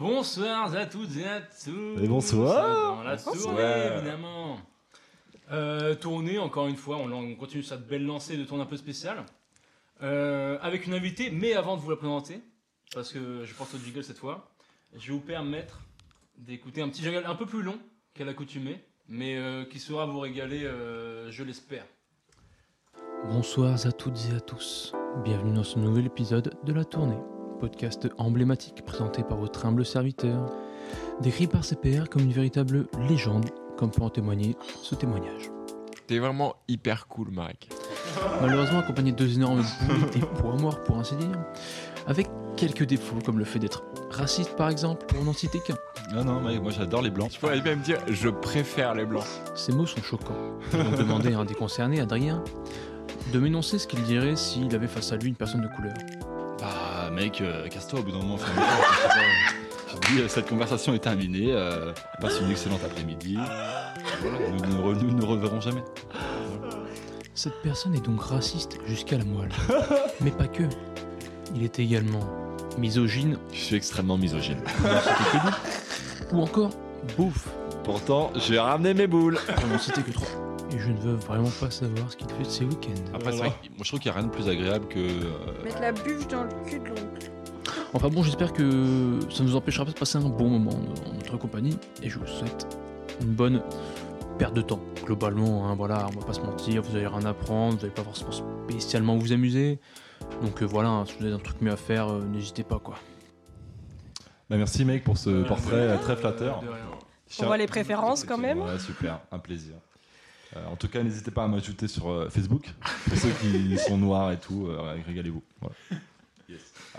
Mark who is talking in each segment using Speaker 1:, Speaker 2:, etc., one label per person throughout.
Speaker 1: Bonsoir à toutes et à tous.
Speaker 2: Et bonsoir.
Speaker 1: Dans la
Speaker 2: Bonsoir.
Speaker 1: tournée, évidemment. Euh, tournée, encore une fois, on, lan- on continue cette belle lancée de tournée un peu spéciale. Euh, avec une invitée, mais avant de vous la présenter, parce que je porte au jingle cette fois, je vais vous permettre d'écouter un petit jingle un peu plus long qu'à l'accoutumée, mais euh, qui saura vous régaler, euh, je l'espère.
Speaker 3: Bonsoir à toutes et à tous. Bienvenue dans ce nouvel épisode de La Tournée, podcast emblématique présenté par votre humble serviteur, décrit par CPR comme une véritable légende, comme peut en témoigner ce témoignage.
Speaker 4: T'es vraiment hyper cool, Marek.
Speaker 3: Malheureusement accompagné de deux énormes boules et poids morts pour ainsi dire, avec quelques défauts comme le fait d'être raciste par exemple, pour n'en citer qu'un.
Speaker 2: Non, non, mais moi j'adore les blancs.
Speaker 4: Tu pourrais même dire je préfère les blancs.
Speaker 3: Ces mots sont choquants. Ils ont demandé à un des concernés, Adrien, de m'énoncer ce qu'il dirait s'il avait face à lui une personne de couleur.
Speaker 2: Bah, mec, euh, casse-toi au bout d'un moment. frère. Je sais pas. Je dis, euh, cette conversation est terminée. euh, passe une excellente après-midi. Voilà, nous ne re- nous ne reverrons jamais.
Speaker 3: Cette personne est donc raciste jusqu'à la moelle. Mais pas que. Il était également misogyne
Speaker 2: Je suis extrêmement misogyne.
Speaker 3: ou encore bouffe,
Speaker 2: Pourtant, j'ai ramené mes boules.
Speaker 3: pour n'en citer que trois. Et je ne veux vraiment pas savoir ce qu'il fait de ses week-ends.
Speaker 2: Après, c'est vrai que- moi, je trouve qu'il n'y a rien de plus agréable que. euh,
Speaker 5: Mettre la bûche dans le cul de l'oncle.
Speaker 3: Enfin bon, j'espère que ça ne nous empêchera pas de passer un bon moment en notre compagnie. Et je vous souhaite une bonne perte de temps. Globalement, hein, voilà, on va pas se mentir, vous allez rien apprendre, vous n'allez pas forcément spécialement vous amuser. Donc euh, voilà, hein, si vous avez un truc mieux à faire, euh, n'hésitez pas quoi.
Speaker 2: bah, merci, mec, pour ce
Speaker 1: Euh,
Speaker 2: portrait
Speaker 1: de-
Speaker 2: euh, très flatteur.
Speaker 1: de rien.
Speaker 5: On voit les préférences quand même.
Speaker 2: Ouais, super, un plaisir. Euh, en tout cas, n'hésitez pas à m'ajouter sur euh, Facebook. Pour ceux qui sont noirs et tout, euh, régalez-vous. Voilà.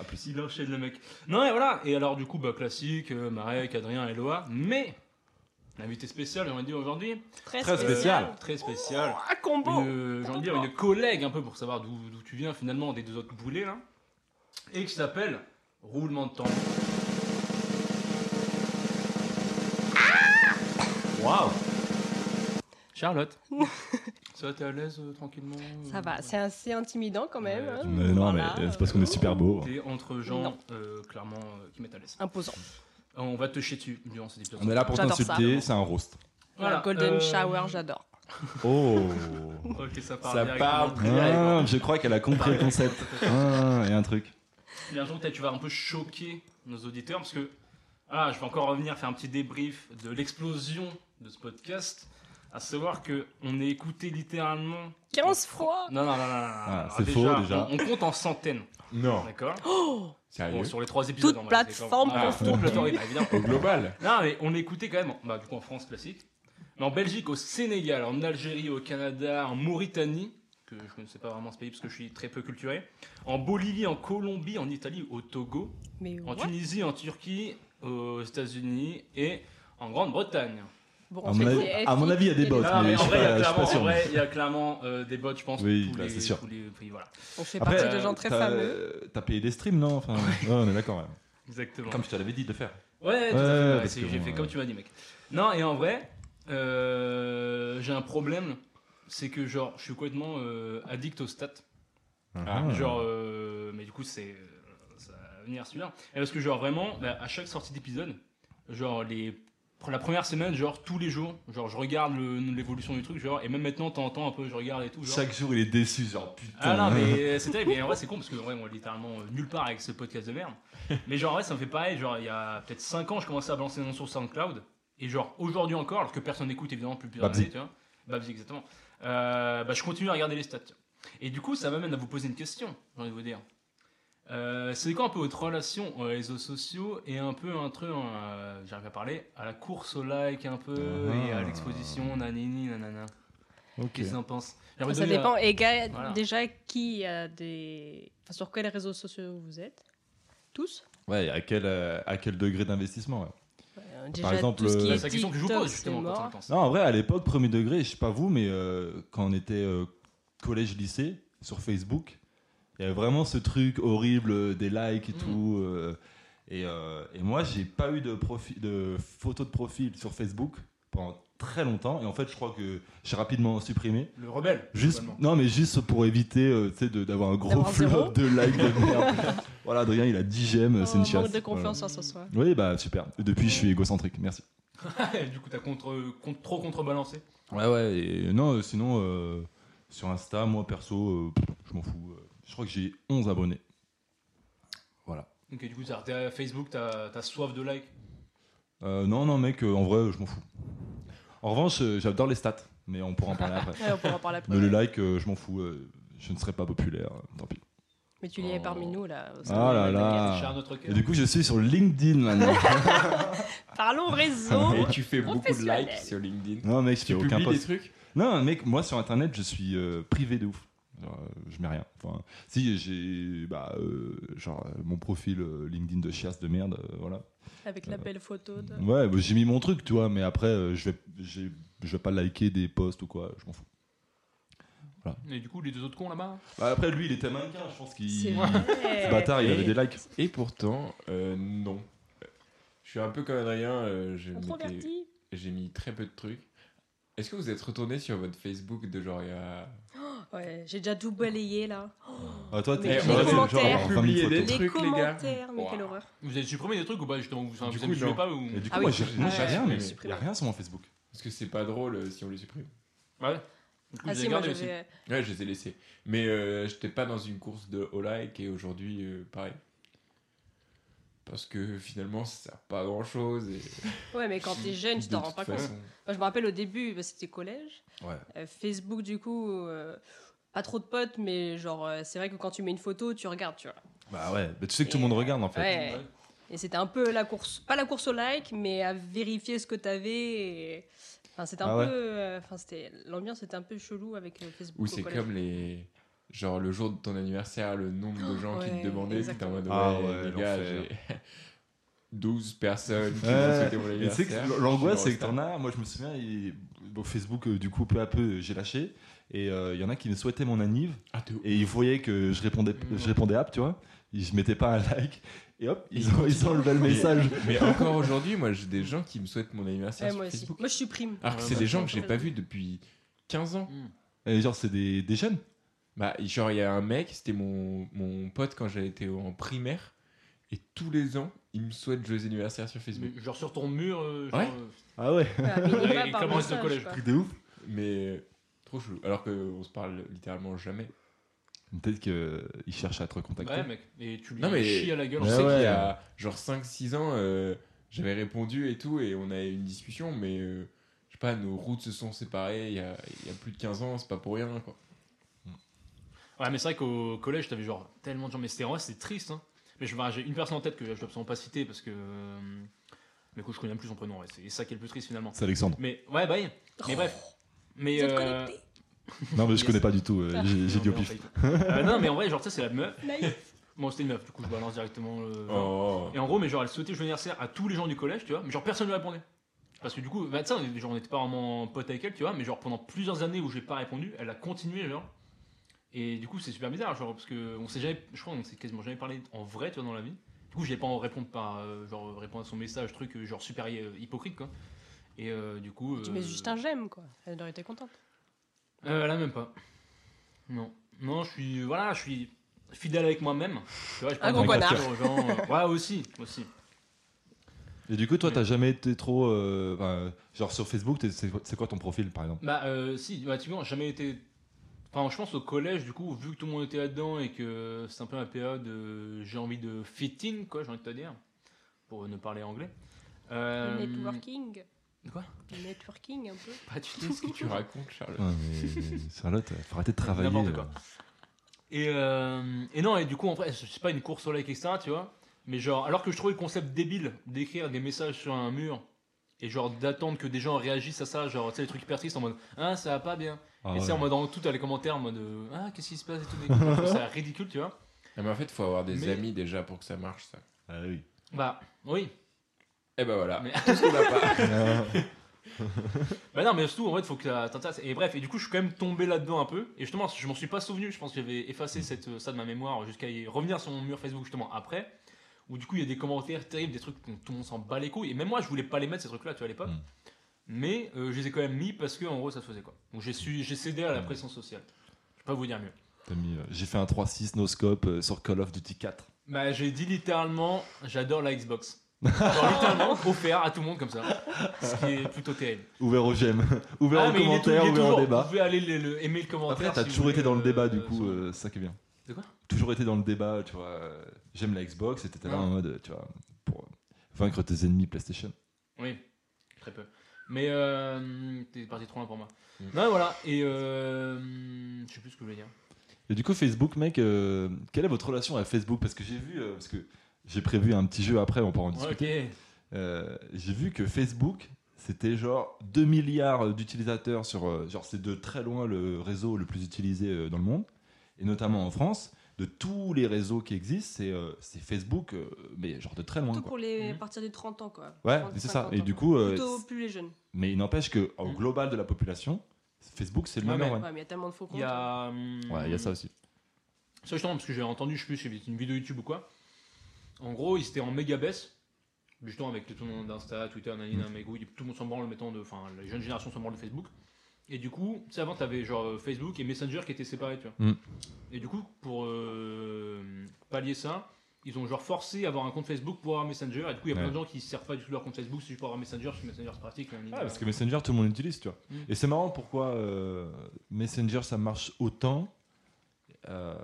Speaker 2: À plus.
Speaker 1: Il enchaîne le mec. Non, et voilà. Et alors, du coup, bah, classique, euh, Marek, Adrien, Eloa. Mais, l'invité spécial, j'ai envie de dire aujourd'hui.
Speaker 5: Très,
Speaker 2: Très spécial.
Speaker 1: euh, Très spécial.
Speaker 5: Ah, combo
Speaker 1: Une, euh, j'ai envie de dire une collègue un peu pour savoir d'où d'où tu viens finalement des deux autres brûlés là. Et qui s'appelle Roulement de temps.
Speaker 2: Waouh!
Speaker 1: Charlotte. Ça, t'es à l'aise euh, tranquillement euh,
Speaker 5: Ça va, c'est assez intimidant quand même.
Speaker 1: Ouais,
Speaker 5: hein.
Speaker 2: Mais non,
Speaker 5: Voilà,
Speaker 2: mais c'est parce qu'on est super beau.
Speaker 1: T'es entre gens
Speaker 5: Non.
Speaker 1: euh, clairement euh, qui mettent à l'aise.
Speaker 5: Imposant.
Speaker 1: On va te chier dessus durant cet épisode.
Speaker 2: On est là pour
Speaker 5: J'adore ça,
Speaker 2: t'insulter,
Speaker 5: vraiment.
Speaker 2: c'est un roast.
Speaker 1: Voilà,
Speaker 5: La golden
Speaker 1: euh,
Speaker 5: shower, j'adore.
Speaker 2: Oh!
Speaker 1: Ok, ça part.
Speaker 4: Ça
Speaker 1: direct.
Speaker 4: part
Speaker 2: Ah, je crois qu'elle a compris le concept. Ah, et un truc.
Speaker 1: Mais un jour, peut-être, tu vas un peu choquer nos auditeurs parce que ah, je vais encore revenir faire un petit débrief de l'explosion de ce podcast. À savoir que on est écouté littéralement.
Speaker 5: 15 fois
Speaker 1: Non, non, non, non, non.
Speaker 2: Ah,
Speaker 1: non.
Speaker 2: c'est faux, déjà. Ah
Speaker 1: On, on compte en centaines,
Speaker 4: Non.
Speaker 1: d'accord
Speaker 4: Sérieux
Speaker 1: Bon, Sur les trois épisodes.
Speaker 5: Toute
Speaker 1: en vrai, c'est
Speaker 5: plateforme
Speaker 1: quand même- Ah,
Speaker 5: confondue.
Speaker 1: toute plateforme, évidemment.
Speaker 4: Au global
Speaker 1: Non, mais on écoutait quand même, en- bah, du coup en France classique, mais en Belgique, au Sénégal, en Algérie, au Canada, en Mauritanie, que je ne sais pas vraiment ce pays parce que je suis très peu culturé, en Bolivie, en Colombie, en Italie, au Togo,
Speaker 5: Mais
Speaker 1: en
Speaker 5: what
Speaker 1: Tunisie, en Turquie, aux États-Unis et en Grande-Bretagne.
Speaker 5: Bon,
Speaker 2: À mon avis-
Speaker 5: c'est
Speaker 2: à mon
Speaker 5: FI,
Speaker 2: avis, il y a des
Speaker 5: et
Speaker 2: bots,
Speaker 1: Non, mais
Speaker 2: je
Speaker 1: en
Speaker 2: suis
Speaker 1: vrai, il y
Speaker 2: pas-
Speaker 1: a
Speaker 2: Oh, je suis pas
Speaker 1: clairement, en
Speaker 2: sûr.
Speaker 1: vrai, il y a clairement, euh, des bots, je pense,
Speaker 2: Oui,
Speaker 1: tous,
Speaker 2: là,
Speaker 1: les,
Speaker 2: c'est sûr.
Speaker 1: tous les prix, voilà. Euh,
Speaker 5: On fait
Speaker 2: Après,
Speaker 5: partie de gens très
Speaker 2: t'as-
Speaker 5: fameux.
Speaker 2: T'as payé des streams, non? Enfin, ouais, on est d'accord. ouais.
Speaker 1: Exactement.
Speaker 2: je te l'avais dit de faire.
Speaker 1: Ouais, tout
Speaker 2: Ouais,
Speaker 1: à fait. ouais,
Speaker 2: parce
Speaker 1: c'est-
Speaker 2: que
Speaker 1: j'ai
Speaker 2: bon,
Speaker 1: fait
Speaker 2: euh,
Speaker 1: comme tu m'as dit, mec. Non, et en vrai, euh, j'ai un problème. C'est que, genre, je suis complètement euh, addict aux stats.
Speaker 2: Ah,
Speaker 1: Genre, euh, mais du coup, c'est. euh, Ça va venir celui-là. Et parce que, genre, vraiment, bah, à chaque sortie d'épisode, genre, les. pour La première semaine, genre tous les jours, genre je regarde le- l'évolution du truc, genre et même maintenant de temps en temps un peu je regarde et tout. Genre.
Speaker 2: Chaque jour, il est déçu, genre putain.
Speaker 1: Ah non mais c'est terrible, mais en vrai c'est con parce que ouais, on est littéralement euh, nulle part avec ce podcast de merde. Mais genre en vrai ça me fait pareil, genre il y a peut-être 5 ans je commençais à balancer des noms sur SoundCloud et genre aujourd'hui encore, alors que personne n'écoute évidemment plus plusieurs
Speaker 2: Babzi.
Speaker 1: années, tu vois, Babzi exactement, Euh, bah, je continue à regarder les stats. tu vois. Et du coup ça m'amène à vous poser une question, j'ai envie de vous dire. Euh, c'est quoi un peu votre relation aux réseaux sociaux et un peu un truc, euh, j'arrive à parler, à la course au like un peu
Speaker 2: Ah.
Speaker 1: et à l'exposition, nanini, nanana.
Speaker 2: Ok.
Speaker 1: Qu'est-ce que t'en penses J'ai envie de
Speaker 5: Ça
Speaker 1: donner la-
Speaker 5: dépend. Et gars,
Speaker 1: euh, Voilà.
Speaker 5: déjà, qui a des. Enfin, sur quels réseaux sociaux vous êtes Tous
Speaker 2: Ouais, à quel, euh, à quel degré d'investissement ouais.
Speaker 5: Euh, Déjà,
Speaker 2: exemple,
Speaker 5: tout ce qui
Speaker 2: euh,
Speaker 5: est
Speaker 1: C'est la question que je vous
Speaker 5: TikTok,
Speaker 1: pose justement
Speaker 5: c'est
Speaker 1: quand on
Speaker 5: mort.
Speaker 1: le pense.
Speaker 2: Non, en vrai, à l'époque, premier degré, je sais pas vous, mais euh, quand on était euh, collège-lycée, sur Facebook, il y avait vraiment ce truc horrible euh, des likes et
Speaker 1: Mm.
Speaker 2: tout. euh, et, euh, et moi, j'ai pas eu de, profi- de photo de profil sur Facebook pendant très longtemps. Et en fait, je crois que j'ai rapidement supprimé.
Speaker 1: Le rebelle.
Speaker 2: Juste,
Speaker 1: globalement.
Speaker 2: non, mais juste pour éviter euh, tu sais, de- d'avoir un gros
Speaker 5: D'avoir zéro.
Speaker 2: flop de like de merde. voilà, Adrien, il a 10 j'aime, c'est une
Speaker 5: Oh,
Speaker 2: chasse.
Speaker 5: manque de confiance en soi.
Speaker 2: Voilà. Oui, bah super. Depuis, je suis égocentrique, merci.
Speaker 1: du coup, t'as contre, contre- trop contrebalancé.
Speaker 2: Ouais, ouais, et non, euh, sinon, euh, sur Insta, moi perso, euh, je m'en fous. Euh, Je crois que j'ai 11 abonnés. Voilà.
Speaker 1: Donc, du coup, t'as arrêté à Facebook, t'as t'as soif de likes.
Speaker 2: Euh, non, non, mec, euh, en vrai, euh, je m'en fous. En revanche, euh, j'adore les stats, mais on pourra en parler après.
Speaker 5: Ouais, on pourra en parler après.
Speaker 2: Mais le like, euh, je m'en fous. euh, je ne serai pas populaire, euh, tant pis.
Speaker 5: Mais tu l'es parmi nous là. au sein
Speaker 2: Ah
Speaker 5: de
Speaker 2: là
Speaker 5: la
Speaker 2: là. Ah.
Speaker 1: Cher à notre cœur.
Speaker 2: Et du coup, je suis sur LinkedIn maintenant.
Speaker 5: podcast. Parlons réseau.
Speaker 4: Et tu fais beaucoup de
Speaker 5: Professionnel.
Speaker 4: likes sur LinkedIn.
Speaker 2: non, mec, je fais
Speaker 4: Tu
Speaker 2: aucun
Speaker 4: publies des
Speaker 2: post.
Speaker 4: trucs
Speaker 2: Non, mec, moi sur internet, je suis euh, privé de ouf. Genre, euh, je mets rien. Enfin, si j'ai bah, euh, genre euh, mon profil euh, LinkedIn de chiasse de merde, euh, voilà.
Speaker 5: Avec la belle photo de.
Speaker 2: Ouais, bah, j'ai mis mon truc, tu vois, mais après, euh, je vais, j'ai- je vais pas liker des posts ou quoi, je m'en fous.
Speaker 1: Et du coup, les deux autres cons là-bas.
Speaker 2: Bah, après, lui, il était mannequin, je pense qu'il.
Speaker 5: C'est
Speaker 2: Ce
Speaker 5: vrai.
Speaker 2: bâtard, il avait des likes.
Speaker 4: Et pourtant, euh, non. Je suis un peu comme Adrien, euh, je m'étais-
Speaker 5: Controverti.
Speaker 4: j'ai mis très peu de trucs. Est-ce que vous êtes retourné sur votre Facebook de genre il y a.
Speaker 5: Ouais, j'ai déjà tout balayé là.
Speaker 2: Ah, toi,
Speaker 5: Mais
Speaker 2: t'es
Speaker 5: les commentaires.
Speaker 2: genre, en
Speaker 4: Publier
Speaker 2: photos.
Speaker 4: des-
Speaker 5: Les
Speaker 4: trucs, les gars.
Speaker 5: commentaires, mais quelle
Speaker 4: Ouah.
Speaker 5: horreur.
Speaker 1: Vous avez supprimé des trucs ou pas justement Vous, enfin,
Speaker 4: Du
Speaker 1: vous
Speaker 4: coup,
Speaker 1: avez supprimé
Speaker 4: non.
Speaker 1: pas ou...
Speaker 2: Et du coup,
Speaker 5: Ah oui,
Speaker 2: moi, j'ai
Speaker 4: j'ai
Speaker 2: moi, j'ai
Speaker 5: supprimé.
Speaker 2: rien, mais
Speaker 5: J'ai
Speaker 2: il y
Speaker 5: supprimé.
Speaker 2: a rien sur mon Facebook.
Speaker 4: Parce que c'est pas drôle euh, si on les supprime.
Speaker 1: Ouais. Du coup,
Speaker 5: Ah
Speaker 1: vous
Speaker 5: si,
Speaker 1: avez
Speaker 5: moi
Speaker 1: gardé
Speaker 5: je
Speaker 1: aussi.
Speaker 5: vais.
Speaker 4: Ouais, je les ai laissés. Mais euh, j'étais pas dans une course de au like et aujourd'hui, euh, pareil. Parce que finalement, ça sert pas à grand chose. Et...
Speaker 5: Ouais, mais quand t'es jeune, tu
Speaker 4: de
Speaker 5: t'en rends
Speaker 4: toute
Speaker 5: pas compte. hein.
Speaker 4: façon.
Speaker 5: Moi, je me rappelle au début, bah, c'était collège.
Speaker 2: Ouais.
Speaker 5: Euh, Facebook, du coup, euh, pas trop de potes, mais genre, euh, c'est vrai que quand tu mets une photo, tu regardes, tu vois.
Speaker 2: Bah ouais, mais tu sais que tout le monde regarde en fait.
Speaker 5: Ouais. Et c'était un peu la course, pas la course au like, mais à vérifier ce que t'avais. et- Enfin, c'était un
Speaker 2: Ah ouais.
Speaker 5: peu. euh, Enfin, c'était l'ambiance était un peu chelou avec euh, Facebook.
Speaker 4: Ou
Speaker 5: au
Speaker 4: c'est
Speaker 5: collège.
Speaker 4: comme les. Genre le jour de ton anniversaire, le nombre de gens qui
Speaker 5: Ouais,
Speaker 4: te demandaient, t'es en mode
Speaker 2: Ah
Speaker 4: ouais,
Speaker 2: ouais,
Speaker 4: les gars,
Speaker 2: l'enfer.
Speaker 4: j'ai 12 personnes qui m'ont
Speaker 2: Ouais.
Speaker 4: souhaité mon
Speaker 2: Et tu sais que
Speaker 4: anniversaire.
Speaker 2: l'angoisse, c'est que
Speaker 4: Je leur
Speaker 2: t'en as. Moi, je me souviens, il- bon, Facebook, euh, du coup, peu à peu, euh, j'ai lâché. Et euh, il y en a qui me souhaitaient mon anniv.
Speaker 4: Ah, t'es ouf.
Speaker 2: Et ils voyaient que je répondais,
Speaker 1: Mm.
Speaker 2: je répondais app, tu vois. Ils- Je mettais pas un like. Et hop, ils, ont, ils ont enlevé le message.
Speaker 4: Mais encore aujourd'hui, moi j'ai des gens qui me souhaitent mon anniversaire
Speaker 5: Ouais,
Speaker 4: sur
Speaker 5: moi aussi.
Speaker 4: Facebook. Ah.
Speaker 5: Moi, je supprime.
Speaker 4: Alors que
Speaker 1: Ouais,
Speaker 4: c'est
Speaker 1: bah,
Speaker 4: des
Speaker 1: je
Speaker 2: hein.
Speaker 4: gens
Speaker 1: vois
Speaker 4: que j'ai
Speaker 5: pas.
Speaker 4: pas vus depuis 15 ans.
Speaker 2: Et genre, c'est des, des jeunes.
Speaker 4: Bah, genre, il y a un mec, c'était mon, mon pote quand j'étais en primaire, et tous les ans, il me souhaite joyeux anniversaire sur Facebook.
Speaker 1: Mm. Genre sur ton mur. euh, genre,
Speaker 4: Ouais.
Speaker 1: euh,
Speaker 2: Ah ouais.
Speaker 5: Ah, mais il
Speaker 1: Ouais,
Speaker 5: va
Speaker 1: il
Speaker 5: par
Speaker 1: commence
Speaker 5: message,
Speaker 1: au collège.
Speaker 5: quoi.
Speaker 2: Truc de ouf.
Speaker 1: Mm.
Speaker 4: Mais euh, trop chelou. Alors qu'on se parle littéralement jamais.
Speaker 2: Peut-être qu'ils cherchent à te recontacter.
Speaker 1: Ouais, mec. Et tu lui
Speaker 4: Non, mais-
Speaker 1: chies à la gueule.
Speaker 4: Je
Speaker 2: Ouais,
Speaker 1: en
Speaker 4: sais
Speaker 1: fait.
Speaker 2: ouais.
Speaker 4: qu'il y a genre 5-6 ans, euh, j'avais répondu et tout, et on avait une discussion, mais euh, je sais pas, nos routes se sont séparées il y a, il y a plus de 15 ans, c'est pas pour rien quoi.
Speaker 1: Ouais, mais c'est vrai qu'au collège, t'avais genre tellement de gens. Mais c'était en vrai, c'était triste. hein. Mais je me rappelle, j'ai une personne en tête que je dois absolument pas citer parce que. euh, Mais que je connais même plus son prénom. ouais. C'est ça qui est le plus triste finalement.
Speaker 2: C'est Alexandre.
Speaker 1: Mais ouais, bah oui. Mais bref.
Speaker 5: Vous
Speaker 1: Mais.
Speaker 5: êtes
Speaker 1: euh,
Speaker 5: connectés.
Speaker 2: Non, mais je
Speaker 1: Yes.
Speaker 2: connais pas du tout. euh, j'ai j'ai dit au
Speaker 1: non, mais en
Speaker 2: pif.
Speaker 1: fait- Euh, non, mais en vrai, genre, tu sais, c'est la meuf.
Speaker 5: Naïf.
Speaker 1: Bon, c'était une meuf, du coup, je balance directement le.
Speaker 4: Oh.
Speaker 1: Et en gros, mais genre, elle souhaitait joyeux anniversaire à tous les gens du collège, tu vois, mais genre personne ne lui répondait. Parce que du coup, bah, ça, on est- genre, on n'était pas vraiment potes avec elle, tu vois, mais genre pendant plusieurs années où j'ai pas répondu, elle a continué, genre. Et du coup, c'est super bizarre, genre, parce que on s'est jamais, je crois, on s'est quasiment jamais parlé en vrai, tu vois, dans la vie. Du coup, j'ai pas en répondre par, euh, genre, répondre à son message, truc, euh, genre, super hy- euh, hypocrite, quoi. Et euh, du coup.
Speaker 5: Tu
Speaker 1: euh,
Speaker 5: mets juste un j'aime, quoi. Elle aurait été contente.
Speaker 1: euh, là, même pas. Non. Non, je suis. euh, Voilà, je suis fidèle avec moi-même. Tu vois, je
Speaker 5: Un
Speaker 1: prends
Speaker 5: gros
Speaker 1: pas
Speaker 5: connard.
Speaker 1: de plaisir aux gens, euh, ouais, aussi, aussi.
Speaker 2: Et du coup, toi,
Speaker 1: Mais-
Speaker 2: t'as jamais été trop. euh, enfin, genre, sur Facebook, t'es- c'est c'est quoi ton profil, par exemple
Speaker 1: Bah euh, si, bah, tu vois, jamais été. Enfin, je pense au collège, du coup, vu que tout le monde était là-dedans et que c'est un peu la période, euh, j'ai envie de fitting, quoi, j'ai envie de te dire, pour ne parler anglais. Euh,
Speaker 5: Le networking.
Speaker 1: Quoi
Speaker 5: Le networking, un peu.
Speaker 1: Pas du tout.
Speaker 4: Qu'est-ce que tu racontes, Charles
Speaker 2: Ouais, Ah, mais Charlotte, faut arrêter de travailler.
Speaker 1: N'importe quoi.
Speaker 2: euh.
Speaker 1: Et, euh, et non, et du coup, en vrai, c'est pas une course au like, etc., tu vois. Mais genre, alors que je trouvais le concept débile d'écrire des messages sur un mur et genre d'attendre que des gens réagissent à ça, genre, tu sais, les trucs hyper tristes en mode, ah, ça va pas bien.
Speaker 2: Ah
Speaker 1: et c'est
Speaker 2: ouais.
Speaker 1: en mode en tout, t'as les commentaires en mode euh, Ah, qu'est-ce qui se passe et tout. mais je trouve ça ridicule, tu vois.
Speaker 4: Ah, mais en fait, faut avoir des
Speaker 1: Mais-
Speaker 4: amis déjà pour que ça marche ça.
Speaker 2: Ah oui.
Speaker 1: Bah, oui.
Speaker 4: Et bah voilà,
Speaker 1: Mais-
Speaker 4: tout ce qu'on a pas.
Speaker 1: Ah Bah non, mais surtout, en fait, faut que t'as- t'intéresses. Et bref, et du coup, je suis quand même tombé là-dedans un peu. Et justement, je m'en suis pas souvenu. Je pense que j'avais effacé cette, euh, ça de ma mémoire jusqu'à y revenir sur mon mur Facebook, justement, après. Où du coup, il y a des commentaires terribles, des trucs dont tout le monde s'en bat les couilles. Et même moi, je voulais pas les mettre, ces trucs-là, tu vois, à l'époque.
Speaker 2: Mm.
Speaker 1: Mais euh, je les ai quand même mis parce que, en gros, ça se faisait quoi. Donc j'ai su- j'ai cédé à la pression sociale. Je peux pas vous dire mieux.
Speaker 2: T'as mis, euh, j'ai fait un 3-6 no scope euh, sur Call of Duty 4.
Speaker 1: Bah, j'ai dit littéralement, j'adore la Xbox. Genre, littéralement, offert à tout le monde comme ça. Ce qui est plutôt terrible.
Speaker 2: Ouvert au j'aime, ouvert
Speaker 1: Ah,
Speaker 2: aux
Speaker 1: mais il est tout- il est
Speaker 2: commentaires, ouvert
Speaker 1: toujours-
Speaker 2: au débat.
Speaker 1: Vous pouvez aller le, le- aimer le commentaire.
Speaker 2: Après, t'as
Speaker 1: si vous
Speaker 2: toujours été
Speaker 1: voulez,
Speaker 2: dans le
Speaker 1: euh,
Speaker 2: débat, du
Speaker 1: euh,
Speaker 2: coup,
Speaker 1: sur-
Speaker 2: euh, c'est ça qui est bien.
Speaker 1: De quoi
Speaker 2: Toujours été dans le débat, tu vois. euh, J'aime la Xbox, et t'étais là
Speaker 1: Ouais.
Speaker 2: en mode, tu vois, pour euh, vaincre tes ennemis PlayStation.
Speaker 1: Oui, très peu. Mais euh, t'es parti trop loin pour moi.
Speaker 4: Mm.
Speaker 1: Non, voilà, et euh, je sais plus ce que je voulais dire.
Speaker 2: Et du coup, Facebook, mec, euh, quelle est votre relation à Facebook Parce que j'ai vu, euh, parce que j'ai prévu un petit jeu après, on pourra en discuter.
Speaker 1: Ouais, ok.
Speaker 2: Euh, j'ai vu que Facebook, c'était genre 2 milliards d'utilisateurs sur. euh, Genre, c'est de très loin le réseau le plus utilisé euh, dans le monde, et notamment en France. De tous les réseaux qui existent, c'est euh, c'est Facebook, euh, mais genre de très loin.
Speaker 5: Surtout
Speaker 2: quoi.
Speaker 5: pour les
Speaker 1: Mhm.
Speaker 5: partir de 30 ans, quoi.
Speaker 2: Ouais,
Speaker 5: 30,
Speaker 2: c'est ça.
Speaker 5: 50
Speaker 2: Et
Speaker 5: ans.
Speaker 2: du coup, euh,
Speaker 5: Plutôt
Speaker 2: c'est-
Speaker 5: plus les jeunes.
Speaker 2: mais il n'empêche que au
Speaker 1: Mm. Ah
Speaker 2: global de la population, Facebook, c'est le
Speaker 1: Ouais,
Speaker 2: number
Speaker 1: mais-
Speaker 2: one.
Speaker 5: Ouais, mais il y a tellement de faux comptes.
Speaker 1: Il y a. hum,
Speaker 2: Ouais, il y a ça aussi.
Speaker 1: Ça, justement, parce que j'ai entendu, je sais plus, c'est une vidéo YouTube ou quoi. En gros, ils étaient en méga baisse. Justement, avec tout le monde d'Insta, Twitter,
Speaker 2: Mm.
Speaker 1: nanina, Megouille, tout le monde s'en branle, mettant de. Enfin, la jeune génération s'en branle de Facebook. Et du coup, tu sais, avant, t'avais genre euh, Facebook et Messenger qui étaient séparés, tu vois.
Speaker 2: Mm.
Speaker 1: Et du coup, pour euh, pallier ça, ils ont genre forcé à avoir un compte Facebook pour avoir Messenger. Et du coup, il y a plein
Speaker 2: Ouais.
Speaker 1: de gens qui ne servent pas du tout de leur compte Facebook, c'est juste pour avoir Messenger, parce que Messenger se pratique, nanina.
Speaker 2: Ouais, Ah, parce que Messenger, tout le monde utilise, tu vois.
Speaker 1: Mm.
Speaker 2: Et c'est marrant pourquoi euh, Messenger, ça marche autant. Euh,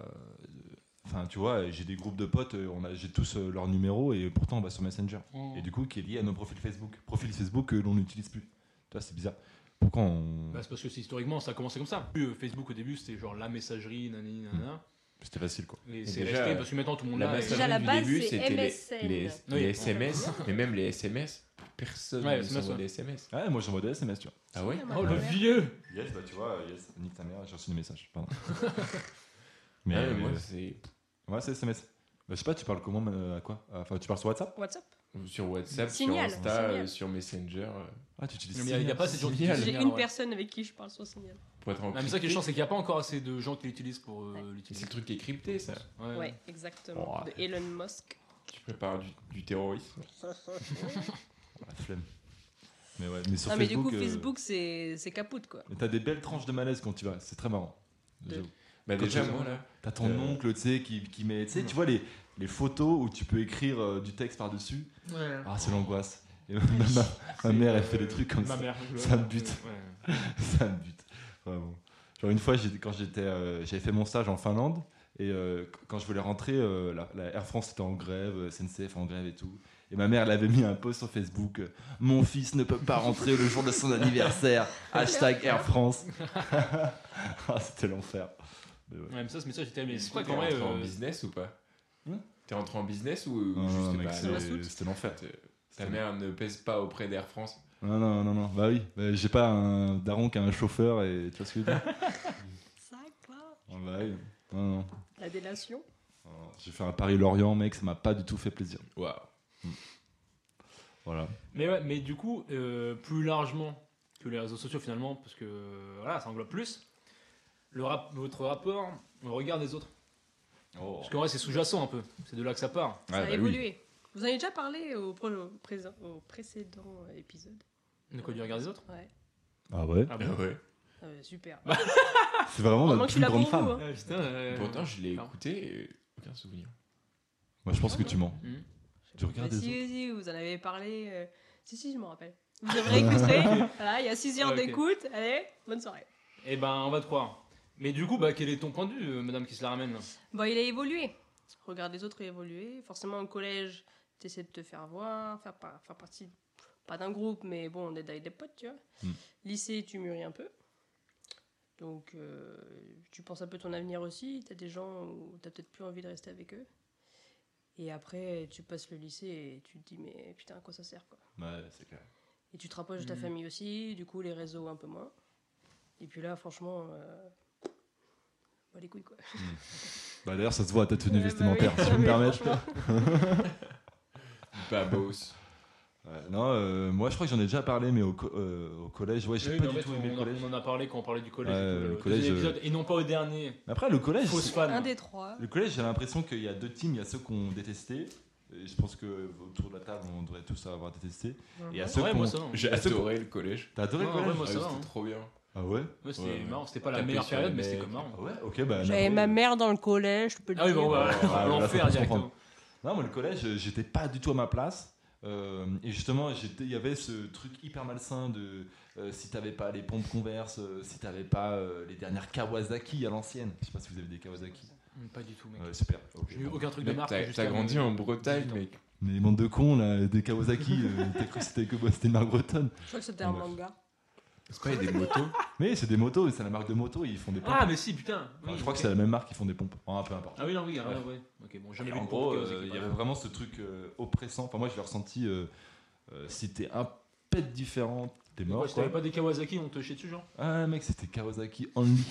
Speaker 2: Enfin, tu vois, j'ai des groupes de potes, euh, on a- j'ai tous euh, leurs numéros et pourtant on va sur Messenger.
Speaker 1: Oh.
Speaker 2: Et du coup, qui est lié à nos profils Facebook. Profil Facebook que l'on n'utilise plus. Tu vois, c'est bizarre. Pourquoi on.
Speaker 1: Bah, c'est parce que c'est historiquement, ça a commencé comme ça. Plus, euh, Facebook au début, c'était genre la messagerie, nanani, nanana.
Speaker 2: C'était facile, quoi.
Speaker 1: Et c'est
Speaker 4: déjà,
Speaker 1: resté
Speaker 4: euh,
Speaker 1: parce que maintenant tout le monde
Speaker 4: La
Speaker 1: l'a.
Speaker 4: messagerie
Speaker 5: Déjà, à la
Speaker 4: du
Speaker 5: base,
Speaker 4: début,
Speaker 5: c'est
Speaker 4: c'était les,
Speaker 5: MSN.
Speaker 4: les-
Speaker 1: Oui.
Speaker 4: les SMS, mais même les SMS, personne
Speaker 1: Ouais,
Speaker 4: ne
Speaker 1: SMS,
Speaker 4: s'envoie
Speaker 1: ouais.
Speaker 4: des SMS.
Speaker 2: Ouais, moi j'envoie des SMS, tu vois.
Speaker 4: Ah ouais
Speaker 1: Oh le
Speaker 4: Ouais.
Speaker 1: vieux
Speaker 2: Yes, bah tu vois, yes, nique ta mère, j'ai reçu des messages, pardon.
Speaker 4: Mais
Speaker 2: mais euh,
Speaker 4: Ah moi, c'est
Speaker 2: ouais, c'est SMS. Bah, je sais pas, tu parles comment, euh, à quoi Enfin, tu parles sur WhatsApp
Speaker 5: WhatsApp
Speaker 4: sur WhatsApp,
Speaker 5: Signal,
Speaker 4: sur Insta,
Speaker 5: signal.
Speaker 4: euh, sur Messenger. euh,
Speaker 2: Ah, tu utilises
Speaker 1: Mais il n'y a
Speaker 2: Signal.
Speaker 1: pas assez de gens qui
Speaker 4: Signal.
Speaker 1: l'utilisent.
Speaker 5: J'ai une
Speaker 1: Ouais.
Speaker 5: personne avec qui je parle sur Signal.
Speaker 4: Pour être en
Speaker 1: Ah, mais ça qui est
Speaker 4: crypté.
Speaker 1: chiant, c'est qu'il n'y a pas encore assez de gens qui l'utilisent pour euh,
Speaker 4: C'est
Speaker 1: l'utiliser.
Speaker 4: le truc qui est crypté, ça.
Speaker 1: Ouais.
Speaker 5: Ouais, exactement.
Speaker 4: Ouais.
Speaker 5: De Elon Musk.
Speaker 4: Tu prépares du, du terrorisme.
Speaker 2: La flemme. Mais ouais, mais sur
Speaker 5: Non, Ah, mais du
Speaker 2: Facebook.
Speaker 5: coup,
Speaker 2: euh,
Speaker 5: Facebook, c'est c'est capote, quoi.
Speaker 2: mais T'as des belles tranches de malaise quand tu vas, c'est très marrant.
Speaker 5: De-
Speaker 2: J'avoue.
Speaker 4: Bah,
Speaker 2: Quand
Speaker 4: déjà,
Speaker 2: tu-
Speaker 4: moi, là.
Speaker 2: T'as ton
Speaker 4: Euh.
Speaker 2: oncle, tu sais, qui, qui met. Tu sais, tu vois les, les photos où tu peux écrire euh, du texte par-dessus. Ah, c'est l'angoisse. Et ma, ma- ma mère, elle fait des trucs comme
Speaker 1: Ma
Speaker 2: ça.
Speaker 1: mère, je-
Speaker 2: Ça me bute.
Speaker 1: Ouais.
Speaker 2: ça me bute. Vraiment. Genre, une fois, j'ai- quand j'étais, euh, j'avais fait mon stage en Finlande. Et euh, qu- quand je voulais rentrer, euh, la, la Air France était en grève, euh, SNCF en grève et tout. Et ma mère, elle avait mis un post sur Facebook euh, Mon fils ne peut pas rentrer le jour de son anniversaire. Hashtag Air France. ah, c'était l'enfer. Mais ouais.
Speaker 1: Ouais, mais ça, ce message était. Mais c'est
Speaker 4: T'es
Speaker 1: vrai qu'en vrai.
Speaker 4: rentré en
Speaker 1: euh, Hmm?
Speaker 4: business ou pas
Speaker 2: Hein
Speaker 4: T'es rentré en business ou ou
Speaker 2: Non, non,
Speaker 4: juste
Speaker 2: mec,
Speaker 4: pas
Speaker 2: c'est-
Speaker 4: dans la soute
Speaker 2: c'était l'enfer.
Speaker 4: Ta mère ne pèse pas auprès d'Air France.
Speaker 2: Non, non, non, non. Bah oui, bah, j'ai pas un daron qui a un chauffeur et tu vois ce que je veux dire
Speaker 5: Ça, quoi
Speaker 2: Ah, Bah oui. Non, non.
Speaker 5: La délation
Speaker 2: Non, non. J'ai fait un Paris-Lorient, mec, ça m'a pas du tout fait plaisir.
Speaker 4: Waouh.
Speaker 2: Voilà.
Speaker 1: Mais ouais, mais du coup, euh, plus largement que les réseaux sociaux finalement, parce que euh, voilà, ça englobe plus. Le rap- votre rapport au regard des autres.
Speaker 4: Oh.
Speaker 1: Parce qu'en vrai, c'est sous-jacent un peu. C'est de là que ça part.
Speaker 2: Ah,
Speaker 5: Ça
Speaker 2: bah
Speaker 5: a évolué. Vous en avez déjà parlé au, pro- au présent- au précédent euh, épisode
Speaker 1: De quoi du regard des autres
Speaker 5: Ouais.
Speaker 2: Ah ouais
Speaker 1: Ah
Speaker 4: Ah
Speaker 1: bon
Speaker 4: ouais.
Speaker 5: Ah, ouais, super.
Speaker 2: C'est vraiment
Speaker 5: Heureusement
Speaker 2: notre Bah, plus
Speaker 5: que tu l'as
Speaker 2: grande
Speaker 5: pour
Speaker 2: fan.
Speaker 5: vous, hein.
Speaker 1: Ah, putain, euh,
Speaker 4: Pourtant, je l'ai
Speaker 1: non.
Speaker 4: écouté et aucun souvenir.
Speaker 2: Moi, je pense que tu mens.
Speaker 1: Mhm.
Speaker 2: Tu regardes
Speaker 5: Ah,
Speaker 2: les
Speaker 5: si,
Speaker 2: autres. Ah.
Speaker 5: si, vous en avez parlé. euh, Si, si, je m'en rappelle. Vous devrez écouter. Voilà, il y a 6 heures
Speaker 1: Ouais, ok.
Speaker 5: d'écoute. Allez, bonne soirée.
Speaker 1: Eh ben, on va te croire. Mais du coup, bah, quel est ton point de vue, euh, madame qui se la ramène là
Speaker 5: Bon, il a évolué. Regarde les autres évoluer. Forcément, au collège, tu essaies de te faire voir, faire, par- faire partie, pas d'un groupe, mais bon, on est avec des potes, tu vois.
Speaker 2: Mm.
Speaker 5: Lycée, tu mûris un peu. Donc, euh, tu penses un peu ton avenir aussi. Tu as des gens où tu peut-être plus envie de rester avec eux. Et après, tu passes le lycée et tu te dis, mais putain, à quoi ça sert, quoi.
Speaker 2: Bah, Ouais, c'est clair.
Speaker 5: Et tu te rapproches de ta
Speaker 1: Mhm.
Speaker 5: famille aussi, du coup les réseaux un peu moins. Et puis là, franchement, euh... bah, les couilles quoi.
Speaker 2: Bah d'ailleurs, ça se voit à ta tenue
Speaker 5: Ouais, bah
Speaker 2: vestimentaire,
Speaker 5: oui.
Speaker 2: si tu me
Speaker 5: Mais
Speaker 2: permets.
Speaker 5: franchement,
Speaker 4: Pas boss.
Speaker 2: Ouais, non, euh, moi, je crois que j'en ai déjà parlé, mais au, co- euh, au collège, ouais, j'ai
Speaker 1: Oui,
Speaker 2: pas
Speaker 1: mais en
Speaker 2: du
Speaker 1: fait,
Speaker 2: tout
Speaker 1: on,
Speaker 2: aimé le
Speaker 1: en-
Speaker 2: collège.
Speaker 1: on en a parlé quand on parlait du collège.
Speaker 2: Ouais,
Speaker 1: et, tout,
Speaker 2: le
Speaker 1: euh, au
Speaker 2: collège,
Speaker 1: deuxième
Speaker 2: euh,
Speaker 1: épisode, et non pas au dernier.
Speaker 2: Après, le collège,
Speaker 1: Fausse
Speaker 2: c'est-
Speaker 1: fan.
Speaker 5: un des trois.
Speaker 2: le collège, j'ai l'impression qu'il y a deux teams. Il y a ceux qu'on détestait Et je pense que euh, autour de la table, on devrait tous avoir détesté. Et à
Speaker 5: Ouais.
Speaker 2: ceux
Speaker 1: Ouais,
Speaker 2: qui
Speaker 1: moi
Speaker 2: ont-
Speaker 1: ça va. hein.
Speaker 4: J'ai
Speaker 2: Ah, c'est-
Speaker 4: adoré le collège.
Speaker 2: T'as adoré
Speaker 1: Ouais,
Speaker 2: quoi
Speaker 1: ouais, moi, ça
Speaker 4: Ah, oui,
Speaker 1: va, hein.
Speaker 4: C'était trop bien.
Speaker 2: Ah ouais
Speaker 1: Moi, c'était
Speaker 4: Ouais, ouais.
Speaker 1: marrant, c'était pas la
Speaker 4: Taper
Speaker 1: meilleure
Speaker 4: sur les
Speaker 1: période, mais
Speaker 4: mecs.
Speaker 1: c'était comme marrant.
Speaker 2: Ah ouais, ok, bah.
Speaker 5: J'avais
Speaker 2: non,
Speaker 5: ma
Speaker 2: oui.
Speaker 5: mère dans le collège, je peux le
Speaker 1: Ah oui,
Speaker 5: dire.
Speaker 1: bon, bah,
Speaker 2: Ah, voilà, faut
Speaker 1: l'enfer
Speaker 2: comprendre.
Speaker 1: directement.
Speaker 2: Non, moi, le collège, euh, j'étais pas du tout à ma place. Euh, et justement, j'étais- il y avait ce truc hyper malsain de euh, si t'avais pas les pompes converse, euh, si t'avais pas euh, les dernières Kawasaki à l'ancienne. Je sais pas si vous avez des Kawasaki.
Speaker 1: Hum, Pas du tout, mec.
Speaker 2: Ouais, super. ok,
Speaker 1: J'ai eu
Speaker 2: bon.
Speaker 1: aucun truc de
Speaker 4: Mec,
Speaker 1: marque.
Speaker 4: T'as
Speaker 1: jusqu'à-
Speaker 4: t'as grandi en Bretagne,
Speaker 1: Putain.
Speaker 4: mec.
Speaker 2: Mais les bandes de cons, là, des Kawasaki, euh, t'as cru que c'était que moi, c'était une marque bretonne.
Speaker 5: Je crois que c'était un
Speaker 2: Bref.
Speaker 5: manga.
Speaker 4: C'est pas des motos.
Speaker 2: Mais c'est des motos, c'est la marque de moto, ils font des pompes.
Speaker 1: Ah, mais si, putain.
Speaker 2: Enfin,
Speaker 1: Oui,
Speaker 2: je crois que
Speaker 1: ok.
Speaker 2: c'est la même marque, ils font des pompes. Ah, peu importe.
Speaker 1: Ah oui, non, oui, ah,
Speaker 2: Bref.
Speaker 1: ouais. Ok, bon,
Speaker 2: Et
Speaker 1: jamais
Speaker 2: en
Speaker 1: vu de
Speaker 2: gros,
Speaker 1: Kawasaki,
Speaker 2: euh, il y
Speaker 1: par
Speaker 2: avait
Speaker 1: exemple.
Speaker 2: vraiment ce truc euh, oppressant. Enfin, moi, je l'ai ressenti. euh, euh, si t'es un pet différent, t'es mort.
Speaker 1: Ouais, si t'avais
Speaker 2: quoi.
Speaker 1: pas des Kawasaki, on te chie dessus, genre.
Speaker 2: Ah, mec, c'était Kawasaki only.